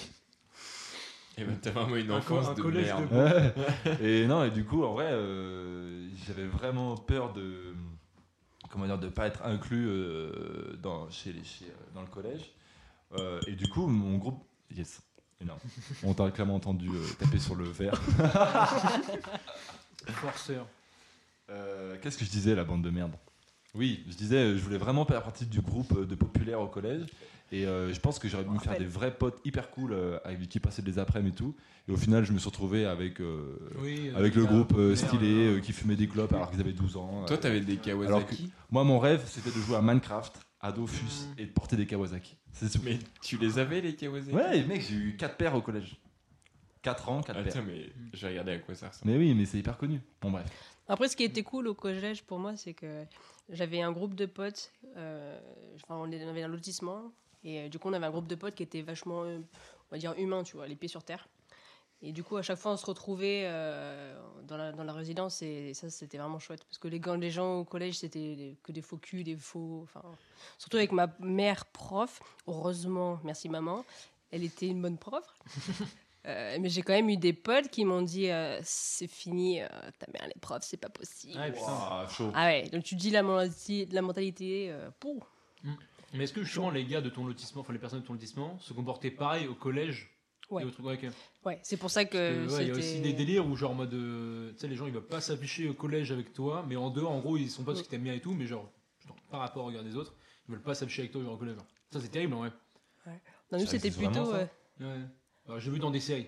Speaker 4: Et ben t'as vraiment une
Speaker 1: Un co-
Speaker 4: enfance
Speaker 1: un
Speaker 4: de
Speaker 1: collège
Speaker 4: merde.
Speaker 1: de-
Speaker 2: Ouais. et non, et du coup, en vrai, euh, j'avais vraiment peur de. Comment dire, de pas être inclus euh, dans, chez les, chez, euh, dans le collège. Euh, et du coup, mon groupe. Yes, énorme. On t'a clairement entendu euh, taper sur le verre.
Speaker 1: Forceur.
Speaker 2: Euh, Qu'est-ce que je disais, la bande de merde Oui, je disais, euh, je voulais vraiment faire partie du groupe euh, de populaires au collège. Et euh, je pense que j'aurais pu me faire
Speaker 5: Rappel.
Speaker 2: des vrais potes hyper cool euh, avec qui passer des après-midi et tout. Et au final, je me suis retrouvé avec. euh,
Speaker 1: Oui, euh,
Speaker 2: avec le
Speaker 1: putain,
Speaker 2: groupe euh,
Speaker 1: merde,
Speaker 2: stylé
Speaker 1: hein.
Speaker 2: euh, qui fumait des clopes alors qu'ils avaient 12 ans.
Speaker 4: Toi
Speaker 2: euh.
Speaker 4: t'avais des Kawasaki.
Speaker 2: Moi, mon rêve, c'était de jouer à Minecraft, à Dofus
Speaker 1: Mm.
Speaker 2: et de porter des Kawasaki. C'est tout.
Speaker 4: Mais tu les avais les Kawasaki
Speaker 2: Ouais, mec, j'ai eu 4 paires au collège. 4 ans, 4
Speaker 4: Attends
Speaker 2: paires.
Speaker 4: mais j'ai regardé à quoi ça ressemble.
Speaker 2: Mais oui, mais c'est hyper connu. Bon, bref.
Speaker 5: Après, ce qui était cool au collège pour moi, c'est que j'avais un groupe de potes. euh, enfin, on est- on avait un lotissement. Et euh, du coup, on avait un groupe de potes qui était vachement, euh, on va dire, humain, tu vois, les pieds sur terre. Et du coup, à chaque fois, on se retrouvait euh, dans, la, dans la résidence. Et ça, c'était vraiment chouette. Parce que les, gars- les gens au collège, c'était des- que des faux culs, des faux. Enfin, surtout avec ma mère prof. Heureusement, merci maman. Elle était une bonne prof. Euh, mais j'ai quand même eu des potes qui m'ont dit euh, c'est fini, euh, ta mère elle est prof, c'est pas possible.
Speaker 1: Ah, et
Speaker 4: Oh,
Speaker 1: putain.
Speaker 2: Ouah, chaud.
Speaker 5: Ah ouais, donc tu dis la, menti- la mentalité, euh, pou.
Speaker 1: Mais est-ce que justement les gars de ton lotissement, enfin les personnes de ton lotissement, se comportaient pareil au collège
Speaker 5: Ouais.
Speaker 1: et au truc- ouais, ok.
Speaker 5: Ouais, c'est pour ça que.
Speaker 1: Parce que, ouais, il y a aussi
Speaker 5: c'était-
Speaker 1: des délires où genre en mode, euh, tu sais les gens ils veulent pas s'afficher au collège avec toi, mais en dehors en gros ils sont pas parce qu'ils t'aiment bien et tout, mais genre putain, par rapport au regard des autres, ils veulent pas s'afficher avec toi genre au collège. genre. Ça c'est terrible ouais.
Speaker 5: Non, nous
Speaker 2: Ça
Speaker 5: c'était
Speaker 2: existe vraiment,
Speaker 5: plutôt
Speaker 2: ça
Speaker 5: euh,
Speaker 1: Ouais. Alors, Euh, J'ai vu dans des séries.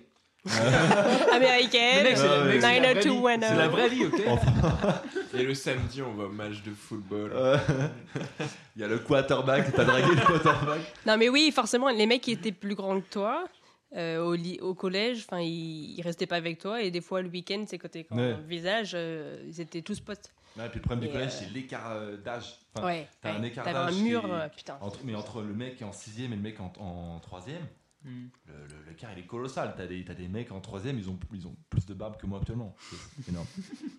Speaker 5: euh, américaine,
Speaker 1: Le mec, c'est la-
Speaker 2: Ah ouais.
Speaker 1: mec, c'est la vraie vie.
Speaker 5: 90210.
Speaker 1: C'est la vraie vie, ok.
Speaker 4: Et le samedi on va au match de football.
Speaker 2: Euh, Il y a le quarterback, t'as dragué le quarterback.
Speaker 5: Non, mais oui, forcément, les mecs qui étaient plus grands que toi. euh, au, ly- au collège, enfin, ils, ils restaient pas avec toi et des fois le week-end, c'est côté quand
Speaker 2: Ouais.
Speaker 5: le visage, euh, ils étaient tous potes.
Speaker 2: Ouais, puis le problème du
Speaker 5: Et,
Speaker 2: collège,
Speaker 5: euh,
Speaker 2: c'est l'écart euh, d'âge. Enfin,
Speaker 5: ouais,
Speaker 2: t'as un
Speaker 5: ouais.
Speaker 2: écart
Speaker 5: T'avais
Speaker 2: d'âge qui
Speaker 5: un mur,
Speaker 2: est-
Speaker 5: euh, putain.
Speaker 2: entre- mais entre le mec qui est en 6 et le mec en, en 3
Speaker 1: Hmm.
Speaker 2: Le, le, le quart, il est colossal. T'as des, t'as des mecs en troisième, ils ont, ils ont plus de barbe que moi actuellement. C'est énorme.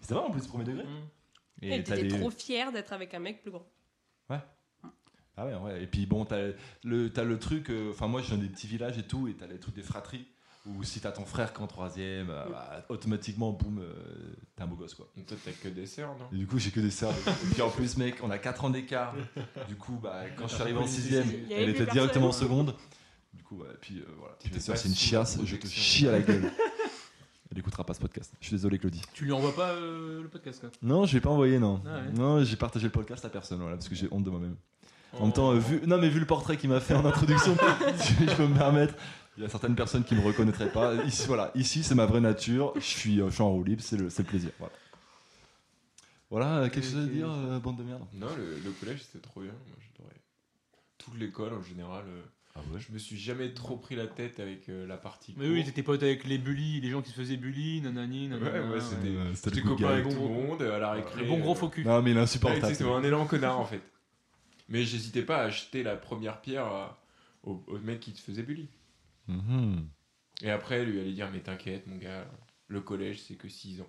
Speaker 2: C'est vrai en plus, premier degré.
Speaker 1: Hmm.
Speaker 5: Et t'étais trop fier d'être avec un mec plus grand.
Speaker 2: Ah ouais, ouais. Et puis bon, t'as le, t'as le truc. euh, Enfin, moi, je viens des petits villages et tout, et t'as les trucs des fratries. Où si t'as ton frère qu'en troisième, euh,
Speaker 5: Mm.
Speaker 2: bah, automatiquement, boum, euh, t'es un beau gosse, quoi.
Speaker 4: Mais Toi t'as que des sœurs non
Speaker 2: Et du coup, j'ai que des sœurs. et puis en plus, mec, on a 4 ans d'écart. Du coup, bah, quand je suis arrivé en sixième,
Speaker 5: Il y avait
Speaker 2: elle
Speaker 5: plus
Speaker 2: était
Speaker 5: personne.
Speaker 2: directement en seconde. Du coup, ouais, puis euh, voilà. Puis
Speaker 4: T'étais
Speaker 2: ma sœur,
Speaker 4: pas
Speaker 2: c'est une
Speaker 4: sous
Speaker 2: chiasse,
Speaker 4: la
Speaker 2: je te
Speaker 4: protection.
Speaker 2: chie à la gueule. Elle écoutera pas ce podcast. Je suis désolé, Claudie.
Speaker 1: Tu lui envoies pas euh, le podcast quoi.
Speaker 2: Non, je vais pas envoyer, non.
Speaker 1: Ah ouais.
Speaker 2: Non, j'ai partagé le podcast à personne, voilà, parce que j'ai honte de moi-même. En
Speaker 1: Oh.
Speaker 2: même temps, euh, vu, non, mais vu le portrait qu'il m'a fait en introduction, si je peux me permettre. Il y a certaines personnes qui me reconnaîtraient pas. Ici, voilà, ici c'est ma vraie nature. Je suis, euh, je suis en roue libre, c'est le, c'est le plaisir. Voilà. Voilà, euh, quelque
Speaker 1: Ok,
Speaker 2: chose à
Speaker 1: ok.
Speaker 2: dire, euh, bande de merde.
Speaker 4: Non le, le collège c'était trop bien. Moi j'adorais. Toute l'école en général. euh,
Speaker 2: Ah ouais.
Speaker 4: Je me suis jamais trop pris la tête avec euh, la partie.
Speaker 1: Mais oui,
Speaker 4: cours.
Speaker 1: t'étais pote avec les bullies, les gens qui se faisaient bully, nanani, nanana.
Speaker 4: Ouais, ouais, c'était-
Speaker 2: euh, c'était
Speaker 4: J'étais
Speaker 2: le good
Speaker 4: copain
Speaker 2: guy.
Speaker 4: avec
Speaker 1: bon
Speaker 4: tout le
Speaker 1: gros-
Speaker 4: monde à la récré.
Speaker 1: Le bon gros
Speaker 4: euh,
Speaker 1: faux cul.
Speaker 2: Non, mais il est
Speaker 4: Ouais,
Speaker 2: insupportable.
Speaker 4: tu sais, c'est un élan connard en fait. Mais j'hésitais pas à jeter la première pierre à- au, au mec qui te faisait bully.
Speaker 2: Mhm.
Speaker 4: Et après, lui allait dire Mais t'inquiète, mon gars, le collège c'est que 6 ans.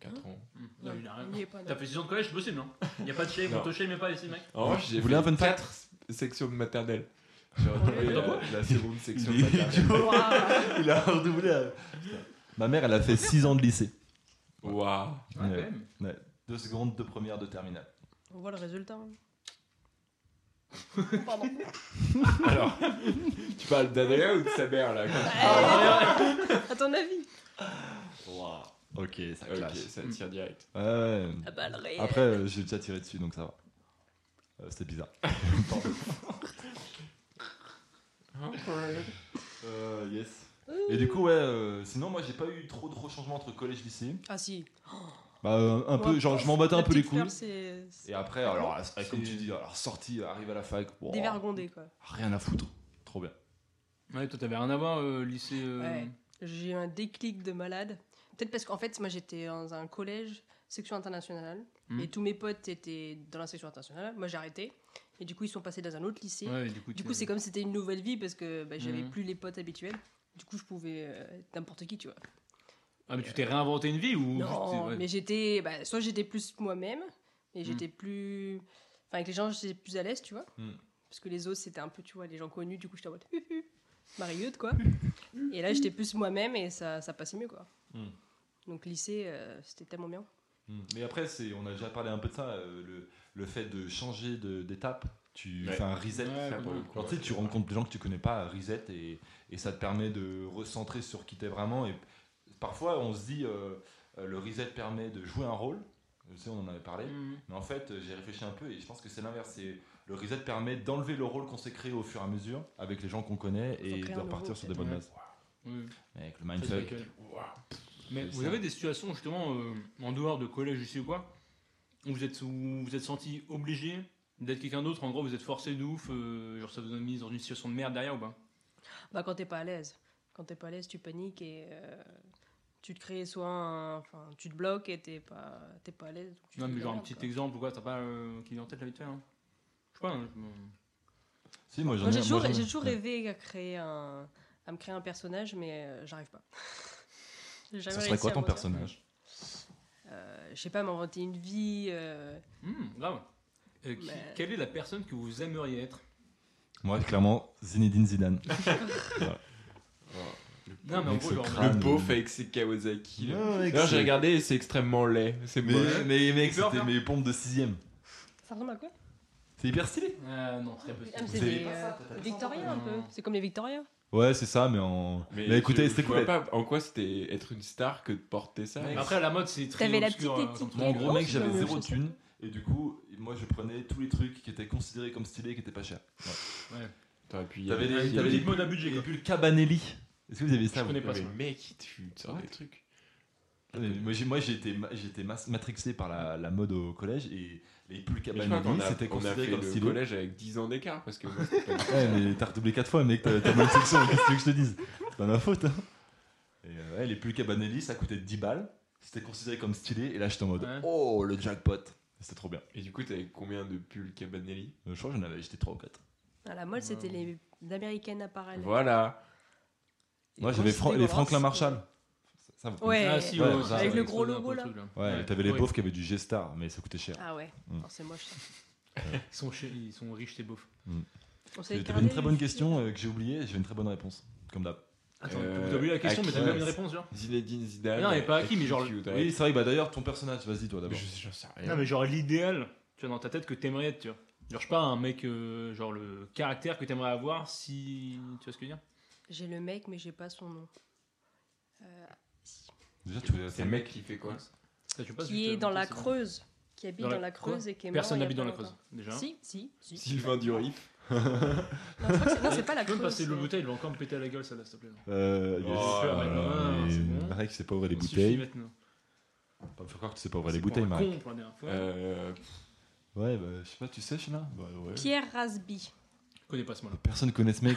Speaker 4: 4 ans.
Speaker 1: Hmm. Non, il a rien.
Speaker 5: Il y est pas, non.
Speaker 1: T'as fait 6 ans de collège, c'est possible, non Y'a pas de shame, on
Speaker 4: Non.
Speaker 1: te shame pas ici, mec.
Speaker 4: En revanche, j'ai
Speaker 2: Vous voulez un
Speaker 4: fait
Speaker 2: fun fact
Speaker 4: 4 sections de maternelle. J'ai retrouvé
Speaker 1: Attends,
Speaker 4: euh, la seconde section de
Speaker 2: Il est
Speaker 4: maternelle.
Speaker 5: Waouh.
Speaker 2: Il a redoublé. à- Ma mère, elle a fait 6 ans de lycée.
Speaker 4: Waouh
Speaker 1: Ouais,
Speaker 2: Ouais.
Speaker 1: quand même.
Speaker 2: Deux secondes, deux premières, deux terminales.
Speaker 5: On voit le résultat. hein. Pardon.
Speaker 4: Alors, tu
Speaker 1: Ah,
Speaker 4: parles d'Adrien ou de sa mère là quand tu-
Speaker 5: à ton avis
Speaker 2: Waouh. Ok, ça
Speaker 4: Ok,
Speaker 2: clash.
Speaker 4: ça tire direct.
Speaker 2: Ouais, ouais.
Speaker 5: Ah bah, le réel.
Speaker 2: Après, euh, j'ai déjà tiré dessus, donc ça va. Euh, C'était bizarre. Euh, yes. Et du coup, ouais, euh, sinon, moi, j'ai pas eu trop de gros changements entre collège-lycée.
Speaker 5: Ah si.
Speaker 2: Bah, euh, un peu,
Speaker 5: Ouais,
Speaker 2: genre, je m'en battais un
Speaker 5: la
Speaker 2: peu les
Speaker 5: petite fleur,
Speaker 2: couilles.
Speaker 5: c'est- c'est
Speaker 2: Et après, alors, à- à- comme
Speaker 1: C'est-
Speaker 2: tu dis, alors, sortie, euh, arrive à la fac, wow,
Speaker 5: Dévergondé, quoi.
Speaker 2: rien à foutre. Trop bien.
Speaker 1: Ouais, toi, t'avais rien à voir, euh, lycée. euh,
Speaker 5: Ouais. J'ai eu un déclic de malade. Peut-être parce qu'en fait, moi j'étais dans un collège section internationale
Speaker 1: Hmm.
Speaker 5: et tous mes potes étaient dans la section internationale. Moi j'ai arrêté et du coup ils sont passés dans un autre lycée.
Speaker 1: ouais, du coup,
Speaker 5: Du
Speaker 1: t'es-
Speaker 5: coup, c'est comme si c'était une nouvelle vie parce que bah, j'avais
Speaker 1: Mhm.
Speaker 5: plus les potes habituels. Du coup, je pouvais euh, être n'importe qui, tu vois.
Speaker 1: Ah, mais tu t'es réinventé une vie ou. juste,
Speaker 5: non,
Speaker 1: ouais. Hmm.
Speaker 5: mais j'étais. bah, soit j'étais plus moi-même, mais j'étais plus. Enfin, avec les gens, j'étais plus à l'aise, tu vois.
Speaker 1: Hmm.
Speaker 2: Mhm.
Speaker 5: Parce que les autres, c'était un peu, tu vois, les gens connus, du coup, j'étais en mode. Hu, hu Marieuse, quoi. et là, j'étais plus moi-même et ça, ça passait mieux, quoi.
Speaker 1: Hmm.
Speaker 2: Mhm.
Speaker 5: Donc, lycée, euh, c'était tellement bien.
Speaker 2: Mm. Mais après, c'est, on a déjà parlé un peu de ça, euh, le, le fait de changer de- d'étape. Tu
Speaker 4: Ouais.
Speaker 2: fais un reset.
Speaker 1: Ouais,
Speaker 4: Ça, pour
Speaker 1: ouais.
Speaker 4: le coup,
Speaker 2: Genre, tu sais,
Speaker 4: ouais.
Speaker 2: tu rencontres des gens que tu connais pas, reset, et, et ça te permet de recentrer sur qui t'es vraiment. Et parfois, on se dit, euh, euh, le reset permet de jouer un rôle. Euh, Tu sais, on en avait parlé.
Speaker 1: Mm.
Speaker 2: Mais en fait, euh, j'ai réfléchi un peu et je pense que c'est l'inverse. C'est le reset permet d'enlever le rôle qu'on s'est créé au fur et à mesure avec les gens qu'on connaît
Speaker 5: Faut
Speaker 2: et
Speaker 5: créer
Speaker 2: de
Speaker 5: un nouveau,
Speaker 2: repartir sur des
Speaker 5: peut-être.
Speaker 2: bonnes
Speaker 1: Ouais.
Speaker 2: bases.
Speaker 1: Ouais.
Speaker 2: Avec le
Speaker 1: mmh. Ça, c'est
Speaker 2: mindfuck.
Speaker 1: laquelle Mais
Speaker 2: C'est
Speaker 1: vous
Speaker 2: ça.
Speaker 1: avez des situations justement euh, en dehors de collège, lycée ou quoi, où vous êtes où vous êtes senti obligé d'être quelqu'un d'autre. En gros, vous êtes forcé de ouf. euh, genre ça vous a mis dans une situation de merde derrière ou pas
Speaker 5: Bah, quand t'es pas à l'aise. Quand t'es pas à l'aise, tu paniques et. euh, tu te crées soit un- Enfin, tu te bloques et t'es pas, t'es pas à l'aise. donc tu
Speaker 1: Non,
Speaker 5: fais de
Speaker 1: mais
Speaker 5: la
Speaker 1: genre un
Speaker 5: merde,
Speaker 1: petit
Speaker 5: quoi.
Speaker 1: exemple ou quoi, t'as pas euh, qui vient en tête là vite fait. hein Je sais pas. hein, je-
Speaker 2: Si, moi j'en
Speaker 5: Moi,
Speaker 2: ai
Speaker 5: j'ai toujours,
Speaker 2: moi, j'en ai-
Speaker 5: j'ai toujours
Speaker 2: Ouais.
Speaker 5: rêvé à, créer un, à me créer un personnage, mais euh, j'arrive pas. J'ai jamais
Speaker 2: Ça serait
Speaker 5: réussi
Speaker 2: quoi
Speaker 5: à
Speaker 2: ton
Speaker 5: me faire.
Speaker 2: personnage
Speaker 5: Euh, Je sais pas, m'inventer une vie. euh,
Speaker 1: Hmm, grave. Euh, qui-
Speaker 5: Mais-
Speaker 1: Quelle est la personne que vous aimeriez être
Speaker 2: Moi, clairement, Zinedine Zidane.
Speaker 1: Non, mais en
Speaker 2: Avec
Speaker 1: gros,
Speaker 2: ce
Speaker 1: genre,
Speaker 2: crâne.
Speaker 1: mais-
Speaker 4: Le pauvre avec ses Kawasaki. là.
Speaker 2: Ouais, mec,
Speaker 4: D'ailleurs,
Speaker 2: c'est-
Speaker 4: j'ai regardé et c'est extrêmement laid. C'est
Speaker 2: Mais,
Speaker 4: moche.
Speaker 2: mais mec,
Speaker 1: Tu peux en
Speaker 2: c'était
Speaker 1: faire
Speaker 2: mes pompes de 6ème.
Speaker 5: Ça ressemble à quoi
Speaker 2: C'est hyper stylé.
Speaker 1: Euh, non, très peu.
Speaker 5: Ah, mais
Speaker 2: Vous
Speaker 5: C'est
Speaker 2: avez
Speaker 5: des
Speaker 2: pas
Speaker 5: euh, Victoriens un peu.
Speaker 1: Non.
Speaker 5: C'est comme les Victoriens.
Speaker 2: Ouais, c'est ça, mais en. Mais, écoutez,
Speaker 4: je-
Speaker 2: c'était
Speaker 4: je
Speaker 2: cool.
Speaker 4: vois pas en quoi c'était être une star que de porter ça.
Speaker 2: Ouais.
Speaker 1: Mais Après, la mode, c'est très
Speaker 5: T'avais la
Speaker 1: obscur,
Speaker 5: petite
Speaker 1: hein,
Speaker 5: étiquette.
Speaker 1: comme
Speaker 2: en
Speaker 1: truc,
Speaker 2: gros,
Speaker 1: euh,
Speaker 2: mec, j'avais
Speaker 5: Ouais,
Speaker 2: zéro
Speaker 5: Ah, je sais.
Speaker 2: thune. Et du coup, moi, je prenais tous les trucs qui étaient considérés comme stylés et qui étaient pas chers.
Speaker 4: T'aurais pu y
Speaker 2: T'avais
Speaker 4: aller.
Speaker 2: des-
Speaker 4: Il y
Speaker 1: T'avais
Speaker 4: avait-
Speaker 1: des Ah, modes à budget.
Speaker 2: J'ai
Speaker 1: quoi.
Speaker 2: vu le Cabanelli. Est-ce que vous avez ça
Speaker 1: Je
Speaker 2: vous
Speaker 1: connais pas
Speaker 4: Mais
Speaker 1: ça.
Speaker 4: mec, tu te sors des trucs.
Speaker 2: Ouais, mais Moi, j'ai- moi, j'ai été, ma- j'ai été mas- matrixé par la, la mode au collège et les pulls
Speaker 4: Mais je crois qu'on
Speaker 2: Cabanelli,
Speaker 4: a,
Speaker 2: c'était
Speaker 4: on a fait
Speaker 2: considéré comme
Speaker 4: le
Speaker 2: stylé.
Speaker 4: collège avec 10 ans d'écart parce que moi, c'était pas-
Speaker 2: Ouais, mais t'as redoublé 4 fois, mec, t'as t'as mal section, qu'est-ce que tu veux que je te dise C'est pas ma faute, hein. Et euh, ouais, les pulls Cabanelli, ça coûtait 10 balles, c'était considéré comme stylé, et là, j'étais en mode
Speaker 1: Ouais.
Speaker 2: Oh, le jackpot C'était trop bien.
Speaker 4: Et du coup, t'avais combien de pulls Cabanelli
Speaker 2: Euh, Je crois que j'en avais, j'étais 3 ou 4.
Speaker 5: À la mode, c'était les Américaines Apparel.
Speaker 4: Voilà.
Speaker 5: Et
Speaker 2: Moi,
Speaker 5: quand
Speaker 2: j'avais
Speaker 5: c'est
Speaker 2: Fran- les
Speaker 5: dégueulasse,
Speaker 2: Franklin
Speaker 5: c'est-
Speaker 2: Marshall. Ça, ça, vous connaissez
Speaker 5: Ouais.
Speaker 1: Ah, si,
Speaker 2: Ouais,
Speaker 1: ouais,
Speaker 2: ça,
Speaker 1: avec
Speaker 2: ouais.
Speaker 1: le gros logo là.
Speaker 2: Ouais, et t'avais les beaufs qui avaient du G-Star, mais ça coûtait cher.
Speaker 5: Ah ouais,
Speaker 2: Hmm.
Speaker 5: Oh, c'est moche. ça.
Speaker 1: Ils sont, chez- ils sont riches, tes beaufs.
Speaker 5: On s'est
Speaker 2: T'avais
Speaker 5: gardé
Speaker 2: une très bonne
Speaker 5: les-
Speaker 2: question euh, que j'ai oubliée, et j'ai une très bonne réponse, comme d'hab.
Speaker 1: Attends,
Speaker 4: Euh,
Speaker 1: t'as oublié la question, mais t'as
Speaker 4: Hakim.
Speaker 1: même une réponse, genre
Speaker 4: Zinedine Zidane.
Speaker 1: Non, mais pas
Speaker 4: à
Speaker 1: Hakim, mais genre-
Speaker 4: tu voudrais
Speaker 2: Oui, c'est vrai, bah d'ailleurs, ton personnage, vas-y, toi
Speaker 4: Je
Speaker 2: d'abord. Ah,
Speaker 4: j'en sais rien.
Speaker 1: Non, mais genre l'idéal, tu vois, dans ta tête que t'aimerais être, tu vois. Genre, je sais pas, un mec, euh, genre le caractère que t'aimerais avoir si. Tu vois ce que je veux dire
Speaker 5: J'ai le mec, mais j'ai pas son nom. Euh,
Speaker 2: Déjà, tu voulais-
Speaker 4: C'est le mec qui fait quoi
Speaker 1: Ça, tu passes
Speaker 5: qui
Speaker 1: juste, euh,
Speaker 5: est dans
Speaker 1: vite,
Speaker 5: la
Speaker 1: c'est bon.
Speaker 5: Creuse. Qui habite
Speaker 1: Dans
Speaker 5: dans
Speaker 1: la-
Speaker 5: la Creuse et qui est mort.
Speaker 1: Personne
Speaker 5: il y a
Speaker 1: n'habite
Speaker 5: pas
Speaker 1: dans la
Speaker 5: longtemps.
Speaker 1: creuse, déjà.
Speaker 5: Si, si, si.
Speaker 4: Sylvain Durif.
Speaker 5: Non, je crois que c'est- non, c'est pas la
Speaker 1: Tu peux
Speaker 5: Creuse. euh,
Speaker 1: me passer de l'eau
Speaker 5: c'est-
Speaker 1: bouteille, il va encore me péter à la gueule, celle-là, s'il te plaît.
Speaker 2: Euh, yes.
Speaker 4: Oh là
Speaker 1: là,
Speaker 2: mais
Speaker 1: c'est bon.
Speaker 2: Marek, c'est pas ouvrir les
Speaker 1: Ça suffit
Speaker 2: bouteilles.
Speaker 1: maintenant.
Speaker 2: Pas me faire croire que tu sais pas ouvrir les
Speaker 1: C'est pour
Speaker 2: bouteilles,
Speaker 1: un
Speaker 2: Marek.
Speaker 1: con, pour la dernière fois.
Speaker 4: Euh,
Speaker 2: Ouais, bah, je sais pas, tu sais, Chena Bah, ouais.
Speaker 5: Pierre Rasby.
Speaker 1: Je connais pas ce mot-là.
Speaker 2: Personne connaît ce mec.